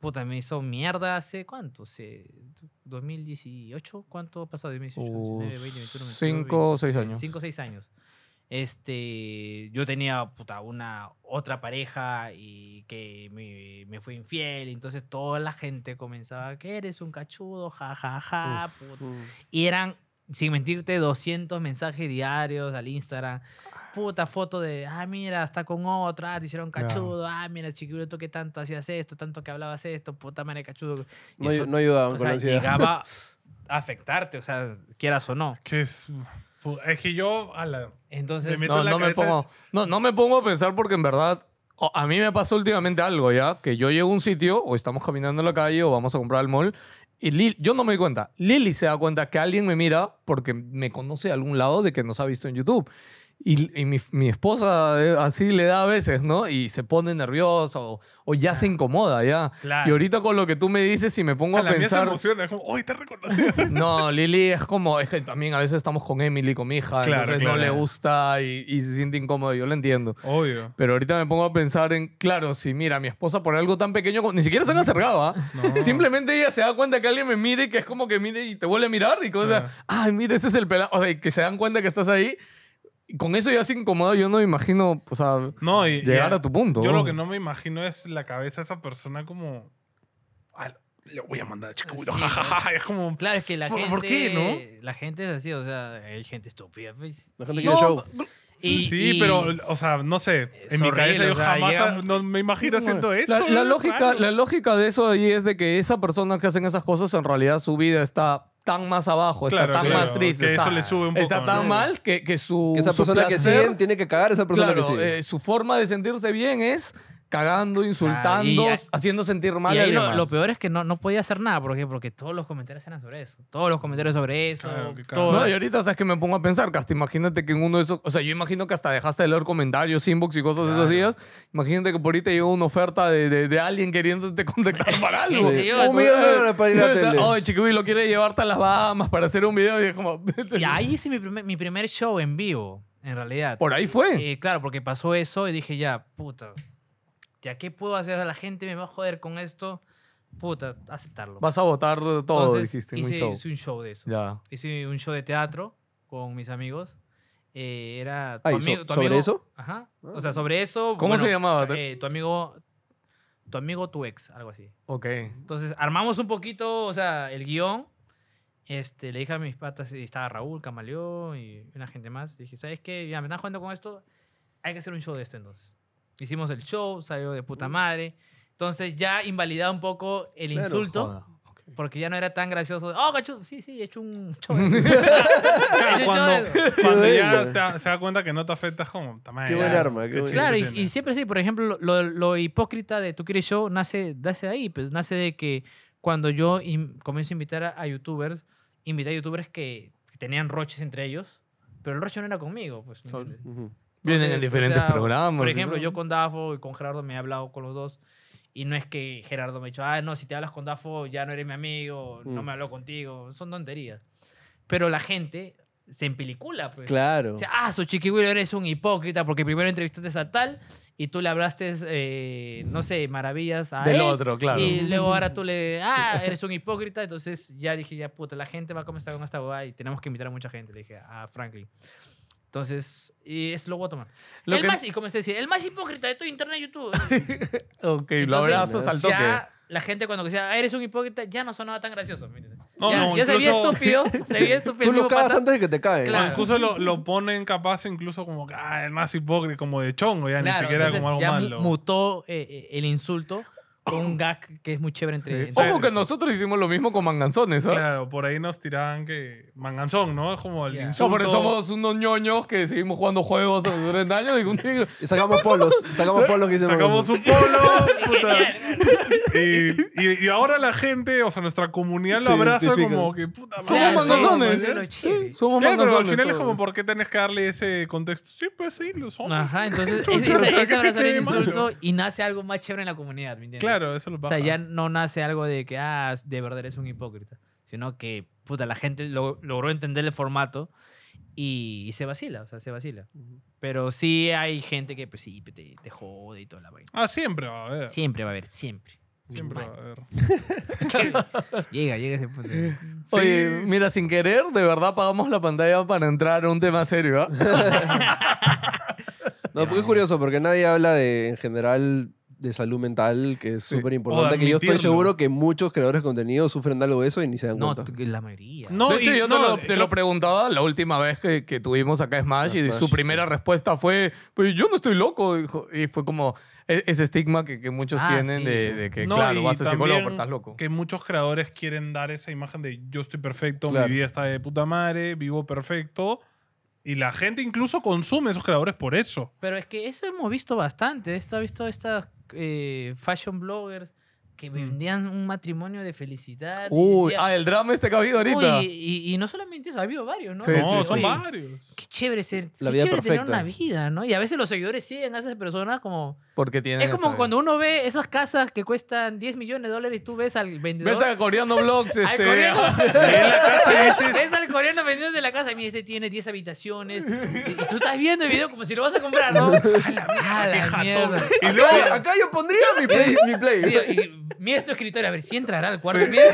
[SPEAKER 3] puta, me hizo mierda hace, ¿cuánto? Hace 2018, ¿cuánto ha pasado? 2018, 19, 20, 21, 22,
[SPEAKER 2] 5 o 6 años.
[SPEAKER 3] 5 o 6 años. Este, yo tenía puta, una otra pareja y que me, me fue infiel, entonces toda la gente comenzaba que eres un cachudo, ja ja ja, puta. y eran sin mentirte 200 mensajes diarios al Instagram. Puta foto de, ah, mira, está con otra, te hicieron
[SPEAKER 2] Claro.
[SPEAKER 3] cachudo, ah, mira, chiquillo, tú que tanto hacías esto, tanto que hablabas esto, puta madre cachudo. Y
[SPEAKER 1] No,
[SPEAKER 3] eso,
[SPEAKER 1] no ayudaban
[SPEAKER 3] o
[SPEAKER 1] con la
[SPEAKER 3] sea,
[SPEAKER 1] ansiedad.
[SPEAKER 3] llegaba a afectarte, o sea, quieras o no.
[SPEAKER 4] Que es, pu- es que yo, ala,
[SPEAKER 3] Entonces,
[SPEAKER 4] Me meto
[SPEAKER 2] No,
[SPEAKER 4] en la
[SPEAKER 2] no me
[SPEAKER 4] cabeza
[SPEAKER 2] pongo, no, no me pongo a pensar porque en verdad o- a mí me pasó últimamente algo ya, que yo llego a un sitio o estamos caminando en la calle o vamos a comprar al mall y Lil- yo no me doy cuenta. Lily se da cuenta que alguien me mira porque me conoce de algún lado de que nos ha visto en YouTube. Y, y mi, mi esposa eh, así le da a veces, ¿no? Y se pone nerviosa o, o ya se incomoda, ya.
[SPEAKER 4] Claro.
[SPEAKER 2] Y ahorita con lo que tú me dices, si me pongo
[SPEAKER 4] A
[SPEAKER 2] a,
[SPEAKER 4] Ah. la mía se
[SPEAKER 2] pensar...
[SPEAKER 4] emociona, es como, ¡ay, te reconocí!
[SPEAKER 2] No, Lili es como, es que también a veces estamos con Emily, con mi hija,
[SPEAKER 4] Claro,
[SPEAKER 2] entonces
[SPEAKER 4] claro.
[SPEAKER 2] no le gusta y, y se siente incómodo, yo lo entiendo.
[SPEAKER 4] Obvio.
[SPEAKER 2] Pero ahorita me pongo a pensar en, claro, si mira, mi esposa por algo tan pequeño, como- ni siquiera se han acercado, ¿ah?
[SPEAKER 4] No.
[SPEAKER 2] Simplemente ella se da cuenta que alguien me mire y que es como que mire y te vuelve a mirar y cosas. Ay, mire, ese es el pelado. O sea, y que se dan cuenta que estás ahí. Y con eso ya se incomoda. Yo no me imagino, o sea,
[SPEAKER 4] No, y,
[SPEAKER 2] llegar
[SPEAKER 4] y-
[SPEAKER 2] a tu punto.
[SPEAKER 4] Yo lo que no me imagino es la cabeza de esa persona como... "Ah, le voy a mandar a Chicago,
[SPEAKER 3] Sí,
[SPEAKER 4] jajaja. Es como...
[SPEAKER 3] Claro, es que la
[SPEAKER 4] ¿Por-
[SPEAKER 3] gente.
[SPEAKER 4] por qué, no?
[SPEAKER 3] La gente es así, o sea, hay gente estúpida. pues.
[SPEAKER 1] La gente
[SPEAKER 3] Y-
[SPEAKER 1] quiere show.
[SPEAKER 3] y-
[SPEAKER 4] sí,
[SPEAKER 3] y-
[SPEAKER 4] pero, o sea, no sé.
[SPEAKER 3] Es
[SPEAKER 4] En mi cabeza
[SPEAKER 3] horrible,
[SPEAKER 4] yo
[SPEAKER 3] o sea,
[SPEAKER 4] jamás
[SPEAKER 3] llega-
[SPEAKER 4] a- no me imagino haciendo eso.
[SPEAKER 2] La, la
[SPEAKER 4] es
[SPEAKER 2] lógica,
[SPEAKER 4] raro.
[SPEAKER 2] la lógica de eso ahí es de que esa persona que hacen esas cosas, en realidad su vida está tan más abajo, está
[SPEAKER 4] Claro,
[SPEAKER 2] tan
[SPEAKER 4] claro,
[SPEAKER 2] más triste,
[SPEAKER 4] Que
[SPEAKER 2] está,
[SPEAKER 4] eso le sube un poco.
[SPEAKER 2] está tan
[SPEAKER 4] ¿no?
[SPEAKER 2] mal que, que su.
[SPEAKER 1] Que esa
[SPEAKER 2] su
[SPEAKER 1] persona que
[SPEAKER 2] placer-
[SPEAKER 1] siguen tiene que cagar a esa persona
[SPEAKER 2] claro,
[SPEAKER 1] que siguen.
[SPEAKER 2] eh, su forma de sentirse bien es cagando,
[SPEAKER 3] Ah, y
[SPEAKER 2] insultando,
[SPEAKER 3] ahí-
[SPEAKER 2] haciendo sentir mal
[SPEAKER 3] y
[SPEAKER 2] a
[SPEAKER 3] ahí
[SPEAKER 2] alguien
[SPEAKER 3] lo,
[SPEAKER 2] más.
[SPEAKER 3] lo peor es que no, no podía hacer nada. ¿Por qué? Porque todos los comentarios eran sobre eso. Todos los comentarios sobre eso.
[SPEAKER 4] Claro, qué
[SPEAKER 3] todo.
[SPEAKER 2] No, y ahorita sabes que me pongo a pensar, que hasta imagínate que en uno de esos, o sea, yo imagino que hasta dejaste de leer comentarios, inbox y cosas esos días. Imagínate que por ahí te llegó una oferta de, de, de alguien queriéndote contactar para
[SPEAKER 1] Sí.
[SPEAKER 2] algo.
[SPEAKER 3] Este, yo-
[SPEAKER 1] Un millón de dólares para ir a la
[SPEAKER 2] Está,
[SPEAKER 1] tele.
[SPEAKER 2] Oye, Chiquibi lo quiere llevarte a las Bahamas para hacer un video y es como...
[SPEAKER 3] Y ahí hice mi primer, mi primer show en vivo, en realidad.
[SPEAKER 2] Por ahí fue.
[SPEAKER 3] Eh, claro, porque pasó eso y dije, ya, puta, ¿ya qué puedo hacer? La gente me va a joder con esto. Puta, aceptarlo.
[SPEAKER 2] Vas a votar todo,
[SPEAKER 3] Entonces,
[SPEAKER 2] hiciste en un
[SPEAKER 3] hice,
[SPEAKER 2] show.
[SPEAKER 3] hice un show de eso.
[SPEAKER 2] Ya.
[SPEAKER 3] Hice un show de teatro con mis amigos. Eh, era tu
[SPEAKER 1] Ah, ¿y
[SPEAKER 3] amigo-
[SPEAKER 1] so-
[SPEAKER 3] tu
[SPEAKER 1] sobre
[SPEAKER 3] amigo-
[SPEAKER 1] eso? Ah.
[SPEAKER 3] Ajá. O sea, sobre eso.
[SPEAKER 2] ¿Cómo se llamaba?
[SPEAKER 3] eh, tu amigo, tu amigo, tu ex, algo así.
[SPEAKER 2] Ok.
[SPEAKER 3] Entonces, armamos un poquito, o sea, el guión. Este, le dije a mis patas, y estaba Raúl, Camaleón y una gente más. Dije, ¿sabes qué? Ya me están jugando con esto. Hay que hacer un show de esto entonces. Hicimos el show, salió de puta madre. Entonces ya invalidaba un poco el
[SPEAKER 1] Claro,
[SPEAKER 3] insulto.
[SPEAKER 2] Joda. Ok.
[SPEAKER 3] Porque ya no era tan gracioso. Oh, cacho, sí, sí, he hecho un show. de eso".
[SPEAKER 4] Claro,
[SPEAKER 3] Yo- yo-
[SPEAKER 4] cuando,
[SPEAKER 1] Qué
[SPEAKER 4] cuando ya
[SPEAKER 1] bello.
[SPEAKER 4] te- se da cuenta que no te afectas como "Ta madre,
[SPEAKER 1] Qué buen
[SPEAKER 4] ya,
[SPEAKER 1] arma, qué buen-
[SPEAKER 4] chiste
[SPEAKER 3] Claro, y,
[SPEAKER 4] tiene".
[SPEAKER 3] y siempre sí. Por ejemplo, lo, lo hipócrita de Tú quieres show nace, nace de ahí. Pues, nace de que cuando yo in- comienzo a invitar a, a youtubers, invité a youtubers que, que tenían roches entre ellos, pero el roche no era conmigo. Pues, ¿me
[SPEAKER 2] Claro.
[SPEAKER 3] entiendes?
[SPEAKER 1] Ujú.
[SPEAKER 2] Vienen en
[SPEAKER 3] Entonces, o
[SPEAKER 2] diferentes
[SPEAKER 3] sea,
[SPEAKER 2] programas.
[SPEAKER 3] Por
[SPEAKER 2] y
[SPEAKER 3] ejemplo,
[SPEAKER 2] todo.
[SPEAKER 3] yo con Dafo y con Gerardo me he hablado con los dos. Y no es que Gerardo me ha dicho, ah, no, si te hablas con Dafo ya no eres mi amigo, no
[SPEAKER 1] Mm.
[SPEAKER 3] me hablo contigo. Son tonterías. Pero la gente se empelicula, pues.
[SPEAKER 1] Claro.
[SPEAKER 3] O sea, ah, su chiquihuilo eres un hipócrita porque primero entrevistaste a tal y tú le hablaste, eh, no sé, maravillas a
[SPEAKER 2] Del
[SPEAKER 3] él.
[SPEAKER 2] otro, claro.
[SPEAKER 3] Y luego ahora tú le, ah, eres un hipócrita. Entonces ya dije, ya puta, la gente va a comenzar con esta huevada y tenemos que invitar a mucha gente, le dije a Franklin. Entonces, y eso lo voy a tomar.
[SPEAKER 2] Lo
[SPEAKER 3] el
[SPEAKER 2] que-
[SPEAKER 3] más, y comencé a decir, el más hipócrita de todo internet y YouTube.
[SPEAKER 2] Ok, lo
[SPEAKER 3] Entonces,
[SPEAKER 2] abrazas al toque.
[SPEAKER 3] Ya la gente cuando decía, ah, eres un hipócrita, ya no sonaba tan gracioso. ¿me entiendes?
[SPEAKER 4] No,
[SPEAKER 3] ya
[SPEAKER 4] no,
[SPEAKER 3] ya se veía
[SPEAKER 4] incluso-
[SPEAKER 3] estúpido, se veía estúpido.
[SPEAKER 1] Tú
[SPEAKER 3] el
[SPEAKER 1] lo
[SPEAKER 3] mismo
[SPEAKER 1] cagas
[SPEAKER 3] pata.
[SPEAKER 1] antes de que te caen.
[SPEAKER 3] Claro.
[SPEAKER 4] O incluso lo, lo ponen capaz, incluso como que, ah, es más hipócrita, como de chongo, ya ni
[SPEAKER 3] Claro,
[SPEAKER 4] siquiera
[SPEAKER 3] entonces
[SPEAKER 4] como algo
[SPEAKER 3] ya mu-
[SPEAKER 4] malo.
[SPEAKER 3] mutó eh, eh, el insulto con un gag que es muy chévere entre...
[SPEAKER 2] Sí.
[SPEAKER 3] entre-
[SPEAKER 2] Ojo que nosotros hicimos lo mismo con manganzones, ¿ah?
[SPEAKER 4] Claro, por ahí nos tiraban que manganzón, ¿no? Es como el
[SPEAKER 3] Ya. No,
[SPEAKER 2] No,
[SPEAKER 4] insulto.
[SPEAKER 2] porque somos unos ñoños que seguimos jugando juegos hace 30 años y un día-
[SPEAKER 1] Y sacamos polos. Sacamos polos que hicimos.
[SPEAKER 4] Sacamos
[SPEAKER 1] eso.
[SPEAKER 4] un polo, puta. Y, y- y ahora la gente, o sea, nuestra comunidad
[SPEAKER 1] Se
[SPEAKER 4] lo abraza
[SPEAKER 1] identifica.
[SPEAKER 4] como que puta madre.
[SPEAKER 2] somos
[SPEAKER 3] Claro,
[SPEAKER 2] manganzones.
[SPEAKER 3] sí, sí, lo chévere.
[SPEAKER 2] Sí, somos
[SPEAKER 4] Claro, pero al
[SPEAKER 2] manganzones
[SPEAKER 4] final es como,
[SPEAKER 2] todos.
[SPEAKER 4] ¿por qué tenés que darle ese contexto? Sí, pues sí, lo somos.
[SPEAKER 3] Ajá, entonces
[SPEAKER 4] Chucha,
[SPEAKER 3] ese,
[SPEAKER 4] o sea,
[SPEAKER 3] ese-
[SPEAKER 4] ¿qué
[SPEAKER 3] ese abrazo
[SPEAKER 4] tiene
[SPEAKER 3] el
[SPEAKER 4] de malo?
[SPEAKER 3] insulto y nace algo más chévere en la comunidad, ¿me entiendes?
[SPEAKER 4] Claro, eso lo
[SPEAKER 3] O
[SPEAKER 4] pasa.
[SPEAKER 3] sea, ya no nace algo de que, ah, de verdad eres un hipócrita, sino que, puta, la gente lo- logró entender el formato y, y se vacila, o sea, se vacila. Pero sí hay gente que, pues sí, te, te jode y toda la vaina.
[SPEAKER 4] Ah, siempre va a haber.
[SPEAKER 3] Siempre va a haber, siempre.
[SPEAKER 4] Siempre va a haber.
[SPEAKER 3] Llega, llega ese punto.
[SPEAKER 2] Oye,
[SPEAKER 4] Sí.
[SPEAKER 2] mira, sin querer, de verdad apagamos la pantalla para entrar a un tema serio, ¿ah?
[SPEAKER 1] No, porque es curioso, porque nadie habla de, en general, de salud mental, que es
[SPEAKER 2] Sí.
[SPEAKER 1] súper
[SPEAKER 4] O
[SPEAKER 1] importante.
[SPEAKER 4] de
[SPEAKER 1] Que yo estoy
[SPEAKER 4] admitirlo. seguro
[SPEAKER 1] seguro que muchos creadores de contenido sufren de algo de eso y ni se dan
[SPEAKER 3] No,
[SPEAKER 1] cuenta.
[SPEAKER 3] tú- la mayoría.
[SPEAKER 4] No,
[SPEAKER 2] de hecho,
[SPEAKER 4] y-
[SPEAKER 2] yo te,
[SPEAKER 4] no,
[SPEAKER 2] lo, te lo preguntaba la última vez que, que tuvimos acá Smash, y
[SPEAKER 1] Smash,
[SPEAKER 2] su
[SPEAKER 1] sí.
[SPEAKER 2] primera respuesta fue, pues yo no estoy loco. dijo, y fue como e- ese estigma que, que muchos
[SPEAKER 3] Ah,
[SPEAKER 2] tienen
[SPEAKER 3] sí.
[SPEAKER 2] de, de que,
[SPEAKER 4] No,
[SPEAKER 2] claro,
[SPEAKER 4] y
[SPEAKER 2] vas a psicólogo,
[SPEAKER 4] también
[SPEAKER 2] pero estás loco.
[SPEAKER 4] Que muchos creadores quieren dar esa imagen de yo estoy perfecto,
[SPEAKER 1] Claro.
[SPEAKER 4] mi vida está de puta madre, vivo perfecto. Y la gente incluso consume esos creadores por eso.
[SPEAKER 3] Pero es que eso hemos visto bastante. Esto ha visto estas eh, fashion bloggers que vendían un matrimonio de felicidad. y
[SPEAKER 2] Uy,
[SPEAKER 3] decía,
[SPEAKER 2] ah, el drama este que ha habido ahorita.
[SPEAKER 3] "Uy", y, y no solamente eso, ha habido varios, ¿no?
[SPEAKER 2] Sí,
[SPEAKER 4] no,
[SPEAKER 2] sí,
[SPEAKER 4] son
[SPEAKER 2] sí.
[SPEAKER 4] varios.
[SPEAKER 3] Qué chévere ser,
[SPEAKER 1] La
[SPEAKER 3] qué
[SPEAKER 1] vida
[SPEAKER 3] chévere tener
[SPEAKER 1] perfecta.
[SPEAKER 3] una vida, ¿no? Y a veces los seguidores siguen a esas personas como...
[SPEAKER 2] Porque tienen
[SPEAKER 3] Es como
[SPEAKER 2] esa-
[SPEAKER 3] cuando uno ve esas casas que cuestan 10 millones de dólares y tú ves al vendedor...
[SPEAKER 2] Ves a Coreano Vlogs, este.
[SPEAKER 3] al coreano,
[SPEAKER 4] dices-
[SPEAKER 3] ves al coreano vendiendo de la casa. Mira, este tiene 10 habitaciones. Y, y tú estás viendo el video como si lo vas a comprar, ¿no? A la mierda.
[SPEAKER 1] Y luego, acá yo pondría mi play. Mi play.
[SPEAKER 3] Sí, y mira tu escritorio, a ver si entrará al cuarto. Mira,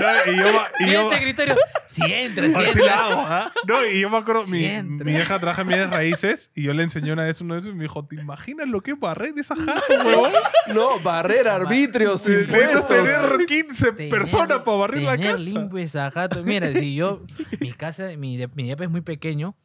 [SPEAKER 4] No, y yo, ma- y
[SPEAKER 3] mira
[SPEAKER 4] yo,
[SPEAKER 3] este escritorio, si entra, si
[SPEAKER 4] a ver si
[SPEAKER 3] entra.
[SPEAKER 4] la hago, ¿ah? No, y yo me acuerdo,
[SPEAKER 3] Sí
[SPEAKER 4] mi,
[SPEAKER 3] entra.
[SPEAKER 4] mi vieja trabaja en bienes raíces y yo le enseñé una vez uno de esos y me dijo, ¿te imaginas lo que es barrer esa jata, huevón?
[SPEAKER 1] No, barrera, arbitrios,
[SPEAKER 4] Debes
[SPEAKER 1] impuestos.
[SPEAKER 4] tener 15
[SPEAKER 3] Tener-
[SPEAKER 4] personas para barrer la
[SPEAKER 3] tener
[SPEAKER 4] casa.
[SPEAKER 3] limpio esa jato. Mira, si yo, mi casa, mi, de- mi depa es muy pequeño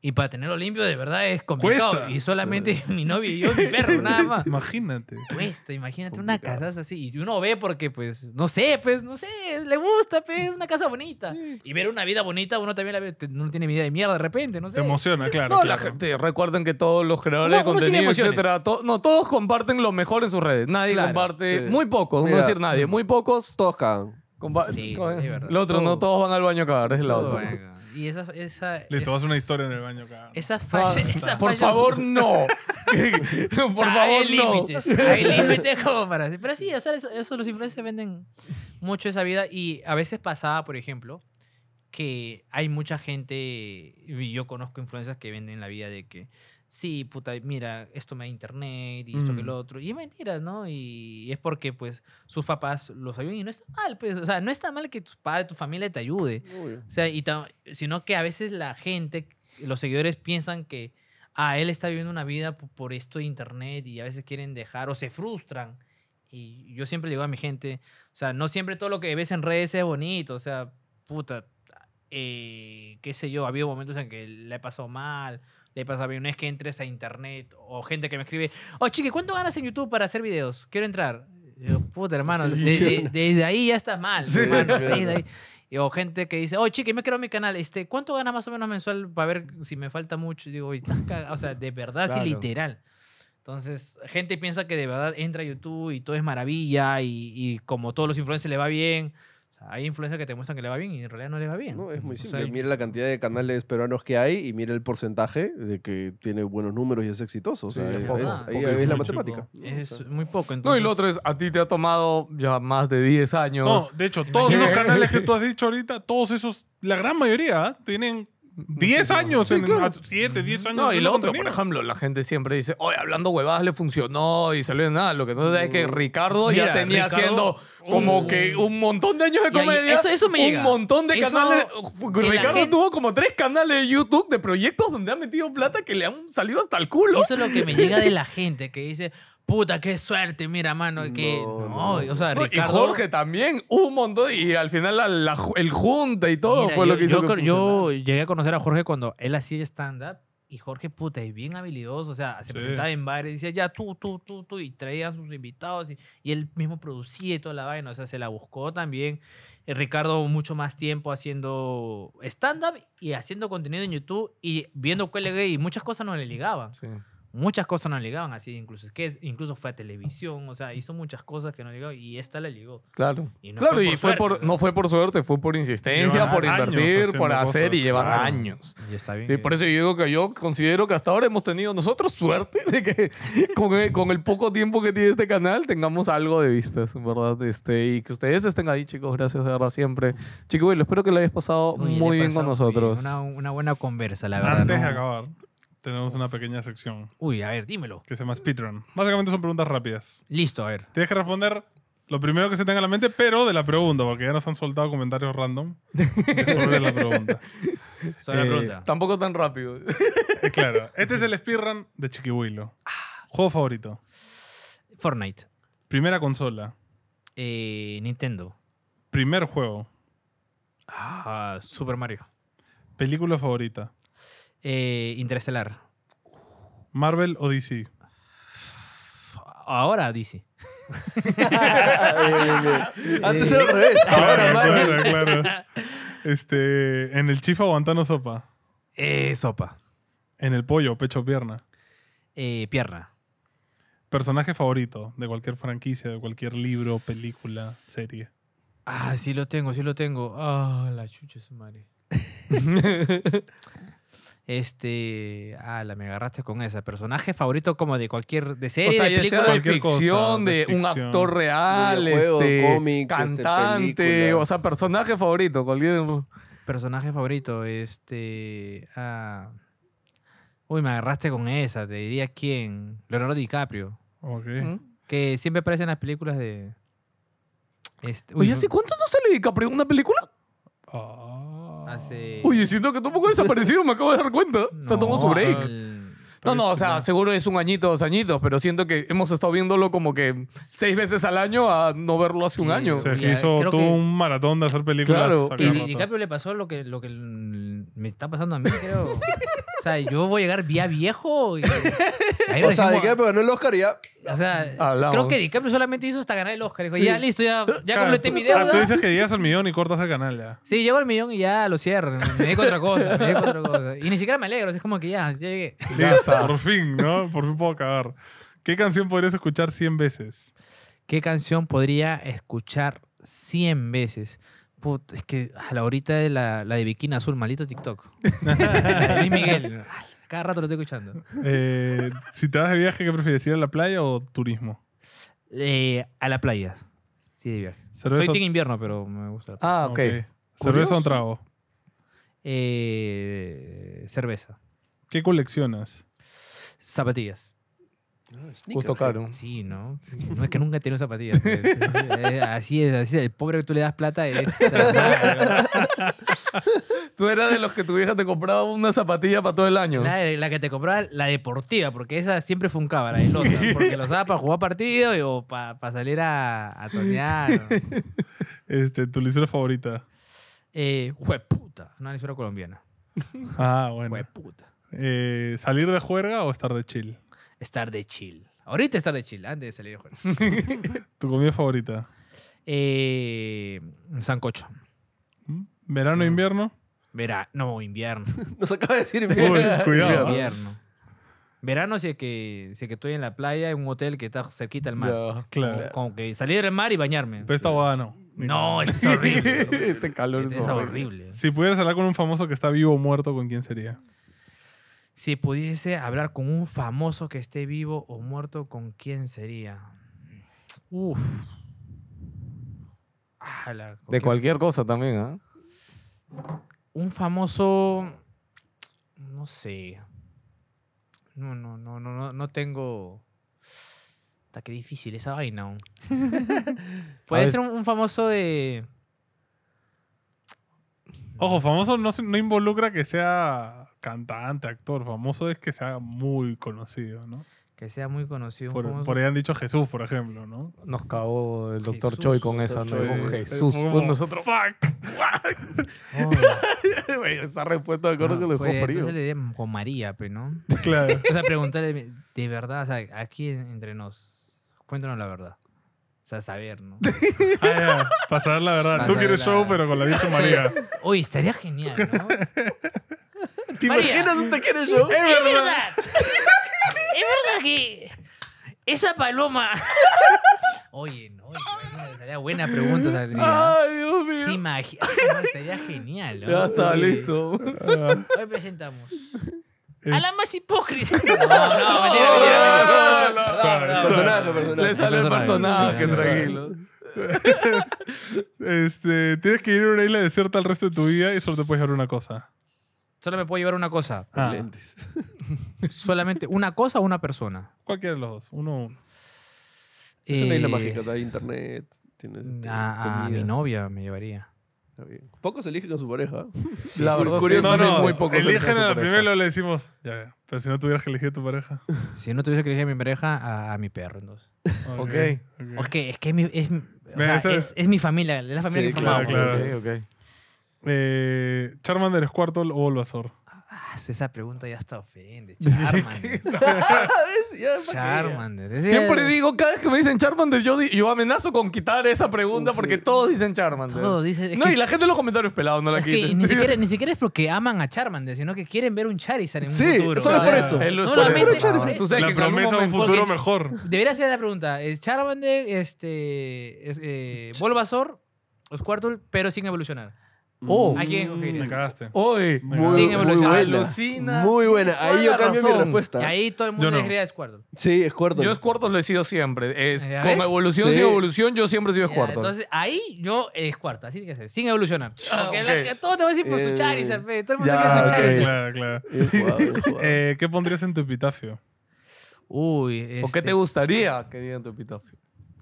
[SPEAKER 3] y para tenerlo limpio de verdad es complicado.
[SPEAKER 4] Cuesta.
[SPEAKER 3] Y solamente mi novia y yo, y mi perro, nada más.
[SPEAKER 4] Imagínate.
[SPEAKER 3] Cuesta, imagínate una casa así. Y uno ve porque, pues, no sé, pues, no sé, le gusta, pues, una casa bonita. Y ver una vida bonita, uno también la ve, te- uno tiene vida de mierda de repente, no sé.
[SPEAKER 4] Te emociona, claro.
[SPEAKER 2] No,
[SPEAKER 4] claro.
[SPEAKER 2] la gente, recuerden que todos los creadores
[SPEAKER 3] Uno-
[SPEAKER 2] de
[SPEAKER 3] uno sigue
[SPEAKER 2] contenido,
[SPEAKER 3] emociones.
[SPEAKER 2] etcétera, to- no, todos comparten lo mejor en sus redes. Nadie
[SPEAKER 3] Claro,
[SPEAKER 2] comparte,
[SPEAKER 1] sí.
[SPEAKER 2] muy pocos, no
[SPEAKER 1] Mira.
[SPEAKER 2] decir nadie, muy pocos.
[SPEAKER 1] Todos cagan.
[SPEAKER 2] compa-
[SPEAKER 3] Sí,
[SPEAKER 2] co-
[SPEAKER 3] es verdad.
[SPEAKER 2] Lo otro, no
[SPEAKER 3] Todo.
[SPEAKER 2] todos van al baño a cagar, es la
[SPEAKER 3] Todo, eh.
[SPEAKER 2] otra.
[SPEAKER 3] venga. Y esa. esa
[SPEAKER 4] Listo,
[SPEAKER 3] es-
[SPEAKER 4] vas a una historia en el baño acá.
[SPEAKER 3] Esa
[SPEAKER 2] Ah,
[SPEAKER 3] falla. esa
[SPEAKER 2] Por
[SPEAKER 3] falla-
[SPEAKER 2] favor, no.
[SPEAKER 3] O
[SPEAKER 2] Por
[SPEAKER 3] sea,
[SPEAKER 2] favor,
[SPEAKER 3] hay
[SPEAKER 2] no.
[SPEAKER 3] límites. Hay límites como para. Pero sí, o sea, eso, eso los influencers venden mucho esa vida. Y a veces pasaba, por ejemplo, que hay mucha gente. Y yo conozco influencers que venden la vida de que. Sí, puta, mira, esto me da internet y esto que
[SPEAKER 4] Mm.
[SPEAKER 3] lo otro. Y es mentira, ¿no? Y es porque, pues, sus papás los ayudan. Y no está mal, pues. O sea, no está mal que tu padre, tu familia te ayude. O sea, y ta- sino que a veces la gente, los seguidores piensan que ah, él está viviendo una vida po- por esto de internet y a veces quieren dejar o se frustran. Y yo siempre le digo a mi gente, o sea, no siempre todo lo que ves en redes es bonito, o sea, puta, eh, qué sé yo, ha habido momentos en que le he pasado mal, le he pasado bien, no es que entres a internet o gente que me escribe, oh, chique, ¿cuánto ganas en YouTube para hacer videos? Quiero entrar. Y yo, puta, hermano,
[SPEAKER 1] Sí,
[SPEAKER 3] de-
[SPEAKER 1] yo
[SPEAKER 3] de-
[SPEAKER 1] no.
[SPEAKER 3] desde ahí ya estás mal,
[SPEAKER 1] Sí,
[SPEAKER 3] hermano,
[SPEAKER 1] claro.
[SPEAKER 3] desde ahí. Y- O gente que dice, oh, chique, me creo mi canal. Este, ¿Cuánto ganas más o menos mensual para ver si me falta mucho? Y digo, "Oye, estás cagado". o sea, de verdad,
[SPEAKER 2] Claro.
[SPEAKER 3] sí, literal. Entonces, gente piensa que de verdad entra a YouTube y todo es maravilla y, y como todos los influencers le va bien. O sea, hay influencers que te muestran que le va bien y en realidad no le va bien.
[SPEAKER 1] No, es muy
[SPEAKER 3] O
[SPEAKER 1] simple.
[SPEAKER 3] sea,
[SPEAKER 1] mira la cantidad de canales peruanos que hay y mira el porcentaje de que tiene buenos números y es exitoso. O sea, es,
[SPEAKER 4] Sí, es
[SPEAKER 3] poco,
[SPEAKER 1] es-
[SPEAKER 3] ah.
[SPEAKER 1] ahí
[SPEAKER 4] Porque es
[SPEAKER 1] es la
[SPEAKER 4] muy chico.
[SPEAKER 1] matemática. O
[SPEAKER 3] Es
[SPEAKER 1] sea,
[SPEAKER 3] muy poco.
[SPEAKER 2] No,
[SPEAKER 3] Entonces,
[SPEAKER 2] y lo otro es, a ti te ha tomado ya más de 10 años.
[SPEAKER 4] No, de hecho, todos
[SPEAKER 2] Imagínate.
[SPEAKER 4] esos canales que tú has dicho ahorita, todos esos, la gran mayoría, ¿ah? tienen 10
[SPEAKER 2] Muchísimo.
[SPEAKER 4] años,
[SPEAKER 2] Sí,
[SPEAKER 4] en,
[SPEAKER 2] claro.
[SPEAKER 4] 7, 10 años.
[SPEAKER 2] No, y
[SPEAKER 4] haciendo
[SPEAKER 2] lo otro, por
[SPEAKER 4] contenido.
[SPEAKER 2] ejemplo, la gente siempre dice, oye, hablando huevadas le funcionó y salió de nada. Lo que no sé es que Ricardo ya
[SPEAKER 3] Mm. Mira,
[SPEAKER 2] tenía
[SPEAKER 3] Ricardo,
[SPEAKER 2] haciendo
[SPEAKER 3] uh.
[SPEAKER 2] como que un montón de años de
[SPEAKER 3] Y ahí-
[SPEAKER 2] comedia.
[SPEAKER 3] eso- eso me
[SPEAKER 2] un
[SPEAKER 3] llega.
[SPEAKER 2] montón de
[SPEAKER 3] Eso-
[SPEAKER 2] canales.
[SPEAKER 3] que la
[SPEAKER 2] Ricardo
[SPEAKER 3] gente-
[SPEAKER 2] tuvo como tres canales de YouTube de proyectos donde ha metido plata que le han salido hasta el culo.
[SPEAKER 3] Eso es lo que me llega de la gente que dice, puta, qué suerte, mira, mano. Que,
[SPEAKER 1] No,
[SPEAKER 3] no,
[SPEAKER 1] no.
[SPEAKER 3] o sea,
[SPEAKER 2] No, y
[SPEAKER 3] Ricardo.
[SPEAKER 2] Jorge también, un montón. Y al final la- la ju- el junta y todo
[SPEAKER 3] Mira,
[SPEAKER 2] fue
[SPEAKER 3] yo,
[SPEAKER 2] lo que hizo.
[SPEAKER 3] yo
[SPEAKER 2] que
[SPEAKER 3] con- yo
[SPEAKER 2] funcionara.
[SPEAKER 3] llegué a conocer a Jorge cuando él hacía stand-up. Y Jorge, puta, es bien habilidoso. O sea, se
[SPEAKER 4] Sí.
[SPEAKER 3] presentaba en bares y decía, ya tú, tú, tú, tú. Y traía a sus invitados. Y, y él mismo producía y toda la vaina. O sea, se la buscó también. Eh, Ricardo, mucho más tiempo haciendo stand-up y haciendo contenido en YouTube y viendo QLG. Y muchas cosas no le ligaban.
[SPEAKER 2] Sí.
[SPEAKER 3] Muchas cosas no le ligaban así. Incluso, es que es- incluso fue a televisión. O sea, hizo muchas cosas que no le ligaban. Y esta la ligó.
[SPEAKER 2] Claro.
[SPEAKER 3] Y no
[SPEAKER 2] claro,
[SPEAKER 3] fue
[SPEAKER 2] y
[SPEAKER 3] por
[SPEAKER 2] fue
[SPEAKER 3] suerte,
[SPEAKER 2] por,
[SPEAKER 3] ¿no?
[SPEAKER 2] no fue por suerte, fue por insistencia,
[SPEAKER 4] Llevan
[SPEAKER 2] por
[SPEAKER 4] años
[SPEAKER 2] invertir, por
[SPEAKER 4] haciendo
[SPEAKER 2] hacer y
[SPEAKER 4] cosas,
[SPEAKER 2] llevan
[SPEAKER 4] claro.
[SPEAKER 2] años.
[SPEAKER 3] Y está bien.
[SPEAKER 2] Sí,
[SPEAKER 3] que-
[SPEAKER 2] por eso yo digo que yo considero que hasta ahora hemos tenido nosotros suerte de que con el, con el poco tiempo que tiene este canal tengamos algo de vistas, ¿verdad? Este, y que ustedes estén ahí, chicos. Gracias, de verdad, siempre. Chicos, bueno, espero que lo hayas pasado
[SPEAKER 3] Oye, le
[SPEAKER 2] muy bien con
[SPEAKER 3] pasamos
[SPEAKER 2] nosotros. Eh,
[SPEAKER 3] Una, una buena conversa, la verdad.
[SPEAKER 4] Antes de
[SPEAKER 3] ¿no?
[SPEAKER 4] acabar, tenemos una pequeña sección
[SPEAKER 3] Uy, a ver, dímelo.
[SPEAKER 4] que se llama Speedrun. Básicamente son preguntas rápidas.
[SPEAKER 3] Listo, a ver.
[SPEAKER 4] Tienes que responder lo primero que se tenga en la mente, pero de la pregunta, porque ya nos han soltado comentarios random sobre la pregunta.
[SPEAKER 3] Sobre la
[SPEAKER 4] Eh,
[SPEAKER 3] pregunta.
[SPEAKER 2] Tampoco tan rápido.
[SPEAKER 4] Eh, Claro, este es el speedrun de Chiquihuilo.
[SPEAKER 2] Ah.
[SPEAKER 4] Juego favorito.
[SPEAKER 3] Fortnite.
[SPEAKER 4] Primera consola.
[SPEAKER 3] Eh, Nintendo.
[SPEAKER 4] Primer juego.
[SPEAKER 3] Ah, Super Mario.
[SPEAKER 4] Película favorita.
[SPEAKER 3] Eh, Interestelar.
[SPEAKER 4] Marvel o DC.
[SPEAKER 3] Ahora DC.
[SPEAKER 1] bien, bien, bien. Antes era al
[SPEAKER 2] Ah,
[SPEAKER 1] revés. Ahora, Mario.
[SPEAKER 4] claro, claro. Este, en el chifa aguantando sopa.
[SPEAKER 3] Eh, sopa.
[SPEAKER 4] En el pollo, pecho, pierna.
[SPEAKER 3] Eh, pierna.
[SPEAKER 4] Personaje favorito de cualquier franquicia, de cualquier libro, película, serie.
[SPEAKER 3] Ah, sí lo tengo, sí lo tengo. Ah, la chucha su madre. este. Ah, la me agarraste con esa. Personaje favorito como de cualquier. de
[SPEAKER 2] O
[SPEAKER 3] serie,
[SPEAKER 2] sea,
[SPEAKER 3] de
[SPEAKER 2] ya sea
[SPEAKER 3] película.
[SPEAKER 2] de
[SPEAKER 4] cualquier cosa,
[SPEAKER 2] ficción, de,
[SPEAKER 4] de
[SPEAKER 2] un
[SPEAKER 4] ficción.
[SPEAKER 2] actor real,
[SPEAKER 1] Videojuego,
[SPEAKER 2] este,
[SPEAKER 1] cómic, este,
[SPEAKER 2] cantante,
[SPEAKER 1] película.
[SPEAKER 2] o sea, personaje favorito, cualquier...
[SPEAKER 3] Personaje favorito, este. Ah. Uy, me agarraste con esa. Te diría quién. Leonardo DiCaprio.
[SPEAKER 4] Ok.
[SPEAKER 2] ¿Mm?
[SPEAKER 3] Que siempre aparece en las películas de. Este,
[SPEAKER 2] Oye,
[SPEAKER 3] no-
[SPEAKER 2] ¿hace cuánto no sale DiCaprio en una película?
[SPEAKER 4] Ah.
[SPEAKER 3] hace-
[SPEAKER 2] Oye, siento que está un poco desaparecido, me acabo de dar cuenta. Se tomó su
[SPEAKER 3] No,
[SPEAKER 2] break.
[SPEAKER 3] el-
[SPEAKER 2] No, no, o sea, seguro es un añito, dos añitos, pero siento que hemos estado viéndolo como que seis veces al año a no verlo hace un
[SPEAKER 3] Sí,
[SPEAKER 2] año.
[SPEAKER 4] O sea,
[SPEAKER 3] Sí.
[SPEAKER 4] que hizo
[SPEAKER 3] creo
[SPEAKER 4] todo
[SPEAKER 3] que-
[SPEAKER 4] un maratón de hacer películas.
[SPEAKER 2] Claro,
[SPEAKER 4] a
[SPEAKER 3] Y
[SPEAKER 4] cada
[SPEAKER 3] Di-
[SPEAKER 4] rato.
[SPEAKER 3] DiCaprio le pasó lo que, lo que l- me está pasando a mí, creo. o sea, yo voy a llegar vía viejo. y- ahí
[SPEAKER 1] O sea,
[SPEAKER 3] recién
[SPEAKER 1] de
[SPEAKER 3] voy a-
[SPEAKER 1] qué, pero no el Oscar y ya.
[SPEAKER 3] o sea,
[SPEAKER 2] Hablamos.
[SPEAKER 3] creo que DiCaprio solamente hizo hasta ganar el Oscar. Dijo,
[SPEAKER 2] Sí.
[SPEAKER 3] ya listo, ya, ya
[SPEAKER 4] Claro,
[SPEAKER 3] completé
[SPEAKER 4] tú-
[SPEAKER 3] mi
[SPEAKER 4] Ah, tú
[SPEAKER 3] deuda.
[SPEAKER 4] dices que llegas al millón y cortas el canal ya.
[SPEAKER 3] Sí, llego al millón y ya lo cierro. Me dedico a otra cosa, me dedico a otra cosa. Y ni siquiera me alegro, es como que ya, ya llegué.
[SPEAKER 4] Listo, por fin, ¿no? Por fin puedo cagar. ¿Qué canción podrías escuchar 100 veces?
[SPEAKER 3] ¿Qué canción podría escuchar 100 veces? Put, es que a la horita de la, la de Bikini Azul, malito TikTok. La de Luis Miguel. Cada rato lo estoy escuchando.
[SPEAKER 4] Eh, si te vas de viaje, ¿qué prefieres? ¿Ir a la playa o turismo?
[SPEAKER 3] Eh, a la playa. Sí, de viaje.
[SPEAKER 4] ¿Cerveza,
[SPEAKER 3] Soy team invierno, pero me gusta. la playa.
[SPEAKER 2] Ah, ok.
[SPEAKER 4] ok. ¿Cerveza o
[SPEAKER 2] Curioso.
[SPEAKER 4] un trago?
[SPEAKER 3] Eh, cerveza.
[SPEAKER 4] ¿Qué coleccionas?
[SPEAKER 3] Zapatillas.
[SPEAKER 2] Justo caro.
[SPEAKER 3] Sí, ¿no? Sí, No es que nunca he tenido zapatillas. pues. Eh, Así es, así es. El pobre que tú le das plata es... La,
[SPEAKER 2] Tú eras de los que tu vieja te compraba una zapatilla para todo el año.
[SPEAKER 3] la que te compraba la deportiva, porque esa siempre funcaba, la de Loza, Porque los usaba para jugar partido y- o para salir a, a tonear.
[SPEAKER 4] Este, ¿Tu lisura favorita?
[SPEAKER 3] Eh, jueputa. Una lisura colombiana.
[SPEAKER 4] Ah, bueno.
[SPEAKER 3] Jueputa.
[SPEAKER 4] Eh, ¿Salir de juerga o estar de chill?
[SPEAKER 3] Estar de chill. Ahorita estar de chill, antes de salir de juego.
[SPEAKER 4] ¿Tu comida favorita?
[SPEAKER 3] Eh, sancocho.
[SPEAKER 4] ¿Mm? ¿Verano o
[SPEAKER 3] Mm.
[SPEAKER 4] invierno?
[SPEAKER 3] Verano, no, invierno.
[SPEAKER 1] Nos acaba de decir.
[SPEAKER 4] Uy, cuidado. ¿eh?
[SPEAKER 3] invierno. Verano si es, que, si es que estoy en la playa, en un hotel que está cerquita al mar.
[SPEAKER 4] Claro.
[SPEAKER 3] Como que salir del mar y bañarme.
[SPEAKER 4] Pero esta guada no. Ni
[SPEAKER 3] no,
[SPEAKER 4] nada.
[SPEAKER 3] este es horrible.
[SPEAKER 2] este calor
[SPEAKER 3] Este es horrible.
[SPEAKER 4] Si pudieras hablar con un famoso que está vivo o muerto, ¿con quién sería?
[SPEAKER 3] Si pudiese hablar con un famoso que esté vivo o muerto, ¿con quién sería? Uf. Ala, ¿con
[SPEAKER 2] De
[SPEAKER 3] qué-
[SPEAKER 2] cualquier cosa también, ¿ah?
[SPEAKER 3] un famoso. No sé. No, no, no, no, no, no tengo. Está que difícil esa vaina. aún. Puede
[SPEAKER 2] ver.
[SPEAKER 3] ser un, un famoso de.
[SPEAKER 4] Ojo, famoso no, se- no involucra que sea cantante, actor. Famoso es que sea muy conocido, ¿no?
[SPEAKER 3] Que sea muy conocido. un
[SPEAKER 4] Por,
[SPEAKER 3] famoso-
[SPEAKER 4] por ahí han dicho Jesús, por ejemplo, ¿no?
[SPEAKER 2] Nos cagó el doctor
[SPEAKER 3] Jesús.
[SPEAKER 2] Choi con esa,
[SPEAKER 1] Doctor
[SPEAKER 2] ¿no?
[SPEAKER 1] Choi.
[SPEAKER 2] Con Jesús.
[SPEAKER 4] Fue como,
[SPEAKER 2] Con nosotros.
[SPEAKER 4] ¡Fuck!
[SPEAKER 3] Oh,
[SPEAKER 2] esa respuesta de
[SPEAKER 3] no,
[SPEAKER 2] acuerdo que lo dejó
[SPEAKER 3] pues,
[SPEAKER 2] frío.
[SPEAKER 3] entonces le diría con María, pues, ¿no?
[SPEAKER 4] Claro.
[SPEAKER 3] O sea, preguntarle de verdad, o sea, aquí en- entre nos, cuéntanos la verdad. O sea, saber, ¿no?
[SPEAKER 4] Ah, ya. Pasar la verdad.
[SPEAKER 3] Pasar
[SPEAKER 4] Tú quieres
[SPEAKER 3] la-
[SPEAKER 4] show, pero con la Virgen María.
[SPEAKER 3] Oye, estaría genial, ¿no?
[SPEAKER 1] ¿Te
[SPEAKER 10] María.
[SPEAKER 1] imaginas un te quiere yo?
[SPEAKER 10] Es verdad. es verdad que esa paloma.
[SPEAKER 3] Oye, no, imagínate, sería buena pregunta. Saldría.
[SPEAKER 2] Ay, Dios mío.
[SPEAKER 3] Te imaginas, no, estaría genial. ¿no?
[SPEAKER 2] Ya está,
[SPEAKER 3] Oye,
[SPEAKER 2] listo.
[SPEAKER 4] Ah,
[SPEAKER 3] Hoy presentamos
[SPEAKER 4] es-
[SPEAKER 10] A la más hipócrita.
[SPEAKER 3] no, mentira,
[SPEAKER 2] Ah,
[SPEAKER 3] mentira, mentira.
[SPEAKER 4] suave,
[SPEAKER 1] Personaje,
[SPEAKER 4] suave.
[SPEAKER 1] personaje.
[SPEAKER 2] Le sale el personaje, tranquilo.
[SPEAKER 4] Este, tienes que ir a una isla desierta el resto de tu vida y solo te puedes llevar una cosa.
[SPEAKER 3] Solo me puedo llevar una cosa.
[SPEAKER 4] Ah,
[SPEAKER 1] Lentes.
[SPEAKER 3] Solamente una cosa o una persona.
[SPEAKER 4] cualquiera de los dos. Uno, uno.
[SPEAKER 1] Es una isla
[SPEAKER 3] Eh, ah,
[SPEAKER 1] mágica, hay internet, tienes este,
[SPEAKER 3] A, a mi
[SPEAKER 1] comida.
[SPEAKER 3] novia me llevaría.
[SPEAKER 1] Está bien. Pocos eligen con su pareja.
[SPEAKER 2] La
[SPEAKER 1] Cur-
[SPEAKER 2] verdad,
[SPEAKER 1] curioso,
[SPEAKER 2] sí,
[SPEAKER 1] no,
[SPEAKER 2] muy pocos
[SPEAKER 4] Eligen
[SPEAKER 2] eligen
[SPEAKER 4] a
[SPEAKER 2] su
[SPEAKER 4] la
[SPEAKER 2] pareja.
[SPEAKER 4] primera y luego le decimos, ya, ya. Pero si no tuvieras que elegir a tu pareja.
[SPEAKER 3] Si no tuviese que elegir a mi pareja, a, a mi perro, entonces.
[SPEAKER 4] Ok.
[SPEAKER 1] Mm.
[SPEAKER 3] O
[SPEAKER 4] ok.
[SPEAKER 3] Es que es, que mi- es, o
[SPEAKER 4] Ve,
[SPEAKER 3] sea,
[SPEAKER 4] esa-
[SPEAKER 3] es, es mi familia, es la familia
[SPEAKER 1] Sí,
[SPEAKER 3] que
[SPEAKER 1] claro,
[SPEAKER 3] formamos.
[SPEAKER 4] claro.
[SPEAKER 2] Ok, ok.
[SPEAKER 4] Eh, Charmander, Squirtle o Bulbasaur.
[SPEAKER 3] Ah, Ah, esa pregunta ya está ofende. Charmander.
[SPEAKER 1] ¿Ves? Ah, Ya, ¿pa' qué?
[SPEAKER 3] Charmander. Es
[SPEAKER 6] Siempre
[SPEAKER 3] el-
[SPEAKER 6] digo, cada vez que me dicen Charmander, yo, di- yo amenazo con quitar esa pregunta porque todos dicen Charmander.
[SPEAKER 3] Todo dice. es
[SPEAKER 6] No,
[SPEAKER 3] que-
[SPEAKER 6] y la gente en los comentarios pelados no la
[SPEAKER 3] es que
[SPEAKER 6] quites.
[SPEAKER 3] ni, siquiera, ni siquiera es porque aman a Charmander, sino que quieren ver un Charizard en un
[SPEAKER 1] Sí,
[SPEAKER 3] futuro.
[SPEAKER 1] solo por
[SPEAKER 3] Claro.
[SPEAKER 1] eso.
[SPEAKER 6] El-
[SPEAKER 1] Solo
[SPEAKER 3] solamente-
[SPEAKER 1] por Charizard.
[SPEAKER 6] Tú sabes que
[SPEAKER 4] La
[SPEAKER 6] en algún
[SPEAKER 4] promesa de un
[SPEAKER 6] momento-
[SPEAKER 4] futuro
[SPEAKER 3] porque-
[SPEAKER 4] mejor.
[SPEAKER 3] Debería ser la pregunta. ¿Es Charmander, este, es, eh, Bulbasaur o Squirtle, pero sin evolucionar?
[SPEAKER 6] Oh.
[SPEAKER 3] ¿A quién escogerías?
[SPEAKER 4] Mm, Me cagaste.
[SPEAKER 6] Oye,
[SPEAKER 4] Me
[SPEAKER 1] Muy,
[SPEAKER 3] Sigue
[SPEAKER 1] muy
[SPEAKER 3] evolucionando.
[SPEAKER 1] buena.
[SPEAKER 6] Alucina.
[SPEAKER 1] Muy buena. Ahí
[SPEAKER 6] Toda
[SPEAKER 1] yo
[SPEAKER 6] la
[SPEAKER 1] cambio mi
[SPEAKER 6] razón.
[SPEAKER 3] Y
[SPEAKER 1] respuesta.
[SPEAKER 3] ahí todo el mundo
[SPEAKER 4] Yo no.
[SPEAKER 3] elegiría a Squirtle.
[SPEAKER 1] Sí, es cuarto.
[SPEAKER 2] Yo Squirtle lo he sido siempre. Es,
[SPEAKER 3] ¿Ya
[SPEAKER 2] con
[SPEAKER 3] ves?
[SPEAKER 2] evolución,
[SPEAKER 1] Sí.
[SPEAKER 2] sin evolución, yo siempre he sido
[SPEAKER 3] Ya,
[SPEAKER 2] Squirtle.
[SPEAKER 3] entonces ahí yo es cuarta, así tiene que ser, sin evolucionar. Porque
[SPEAKER 2] ok.
[SPEAKER 3] la- que todo te va a decir por su
[SPEAKER 1] Eh,
[SPEAKER 3] Charizard, fe, todo el mundo
[SPEAKER 1] ya,
[SPEAKER 3] quiere su
[SPEAKER 1] ok.
[SPEAKER 3] Charizard.
[SPEAKER 4] Ah, Claro, claro.
[SPEAKER 1] Bien jugado, bien jugado.
[SPEAKER 4] Eh, ¿Qué pondrías en tu epitafio?
[SPEAKER 3] Uy,
[SPEAKER 2] ¿O qué
[SPEAKER 3] este,
[SPEAKER 2] te gustaría que digan tu epitafio?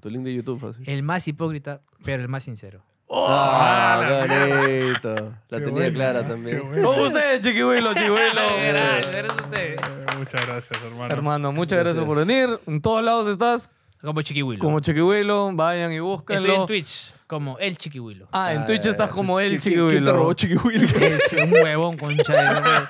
[SPEAKER 1] Tu link de YouTube, así.
[SPEAKER 3] el más hipócrita, pero el más sincero.
[SPEAKER 1] Ah, bonito. La
[SPEAKER 4] Qué
[SPEAKER 1] tenía
[SPEAKER 4] buena,
[SPEAKER 1] clara
[SPEAKER 4] ¿eh?
[SPEAKER 1] también.
[SPEAKER 4] Qué buena.
[SPEAKER 2] Todos ustedes, chiquihuilo, chiquihuilo.
[SPEAKER 3] Oh, Gracias, eres usted.
[SPEAKER 4] Eh, Muchas gracias, hermano.
[SPEAKER 2] Hermano, muchas gracias. por
[SPEAKER 1] Gracias.
[SPEAKER 2] venir. En todos lados estás.
[SPEAKER 3] Como Chiquihuilo.
[SPEAKER 2] Como chiquihuilo, vayan y
[SPEAKER 3] Estoy en
[SPEAKER 2] búsquenlo.
[SPEAKER 3] Twitch como el Chiquihuilo.
[SPEAKER 2] Ah, en Twitch estás como
[SPEAKER 1] ¿Qui-
[SPEAKER 2] el
[SPEAKER 1] qui- ¿Quién te robó
[SPEAKER 2] chiquihuilo.
[SPEAKER 1] Chiquihuilo?
[SPEAKER 3] Es un huevón, concha de madre.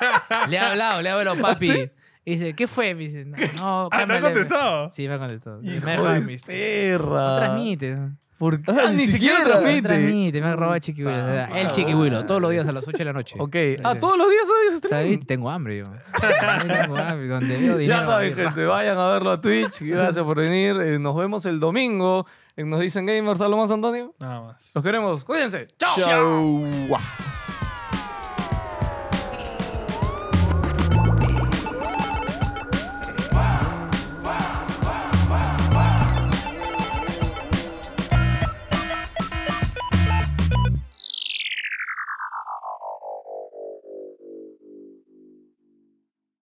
[SPEAKER 3] Le he hablado, le he hablado,
[SPEAKER 2] ¿Ah,
[SPEAKER 3] papi. Y dice, ¿qué fue? Me dice, no, no
[SPEAKER 4] Ah, ¿te ha
[SPEAKER 3] cámbiale".
[SPEAKER 4] contestado?
[SPEAKER 3] Sí, me ha contestado. Me
[SPEAKER 2] Hijo
[SPEAKER 3] ha dejado, me
[SPEAKER 2] de
[SPEAKER 3] dice, No
[SPEAKER 2] perra.
[SPEAKER 3] transmite.
[SPEAKER 2] ¿Por qué?
[SPEAKER 1] Ah,
[SPEAKER 2] Ah, ni
[SPEAKER 1] ni
[SPEAKER 2] siquiera
[SPEAKER 1] siquiera.
[SPEAKER 3] No
[SPEAKER 2] transmite. Ah,
[SPEAKER 3] transmite, me ha robado Chiquihuilo. O sea, el Chiquihuilo, todos los días a las 8 de la noche.
[SPEAKER 2] Ok. Ah, todos los días haces
[SPEAKER 3] Está
[SPEAKER 2] stream.
[SPEAKER 3] bien, tengo hambre yo. También tengo hambre. Donde veo dinero.
[SPEAKER 2] Ya saben,
[SPEAKER 3] ahí,
[SPEAKER 2] gente, vayan a verlo a Twitch. Gracias por venir. Eh, nos vemos el domingo. Eh, en Nos dicen gamers, algo más, Antonio.
[SPEAKER 4] Nada más.
[SPEAKER 2] Los queremos. Cuídense. Chao.
[SPEAKER 1] Chau.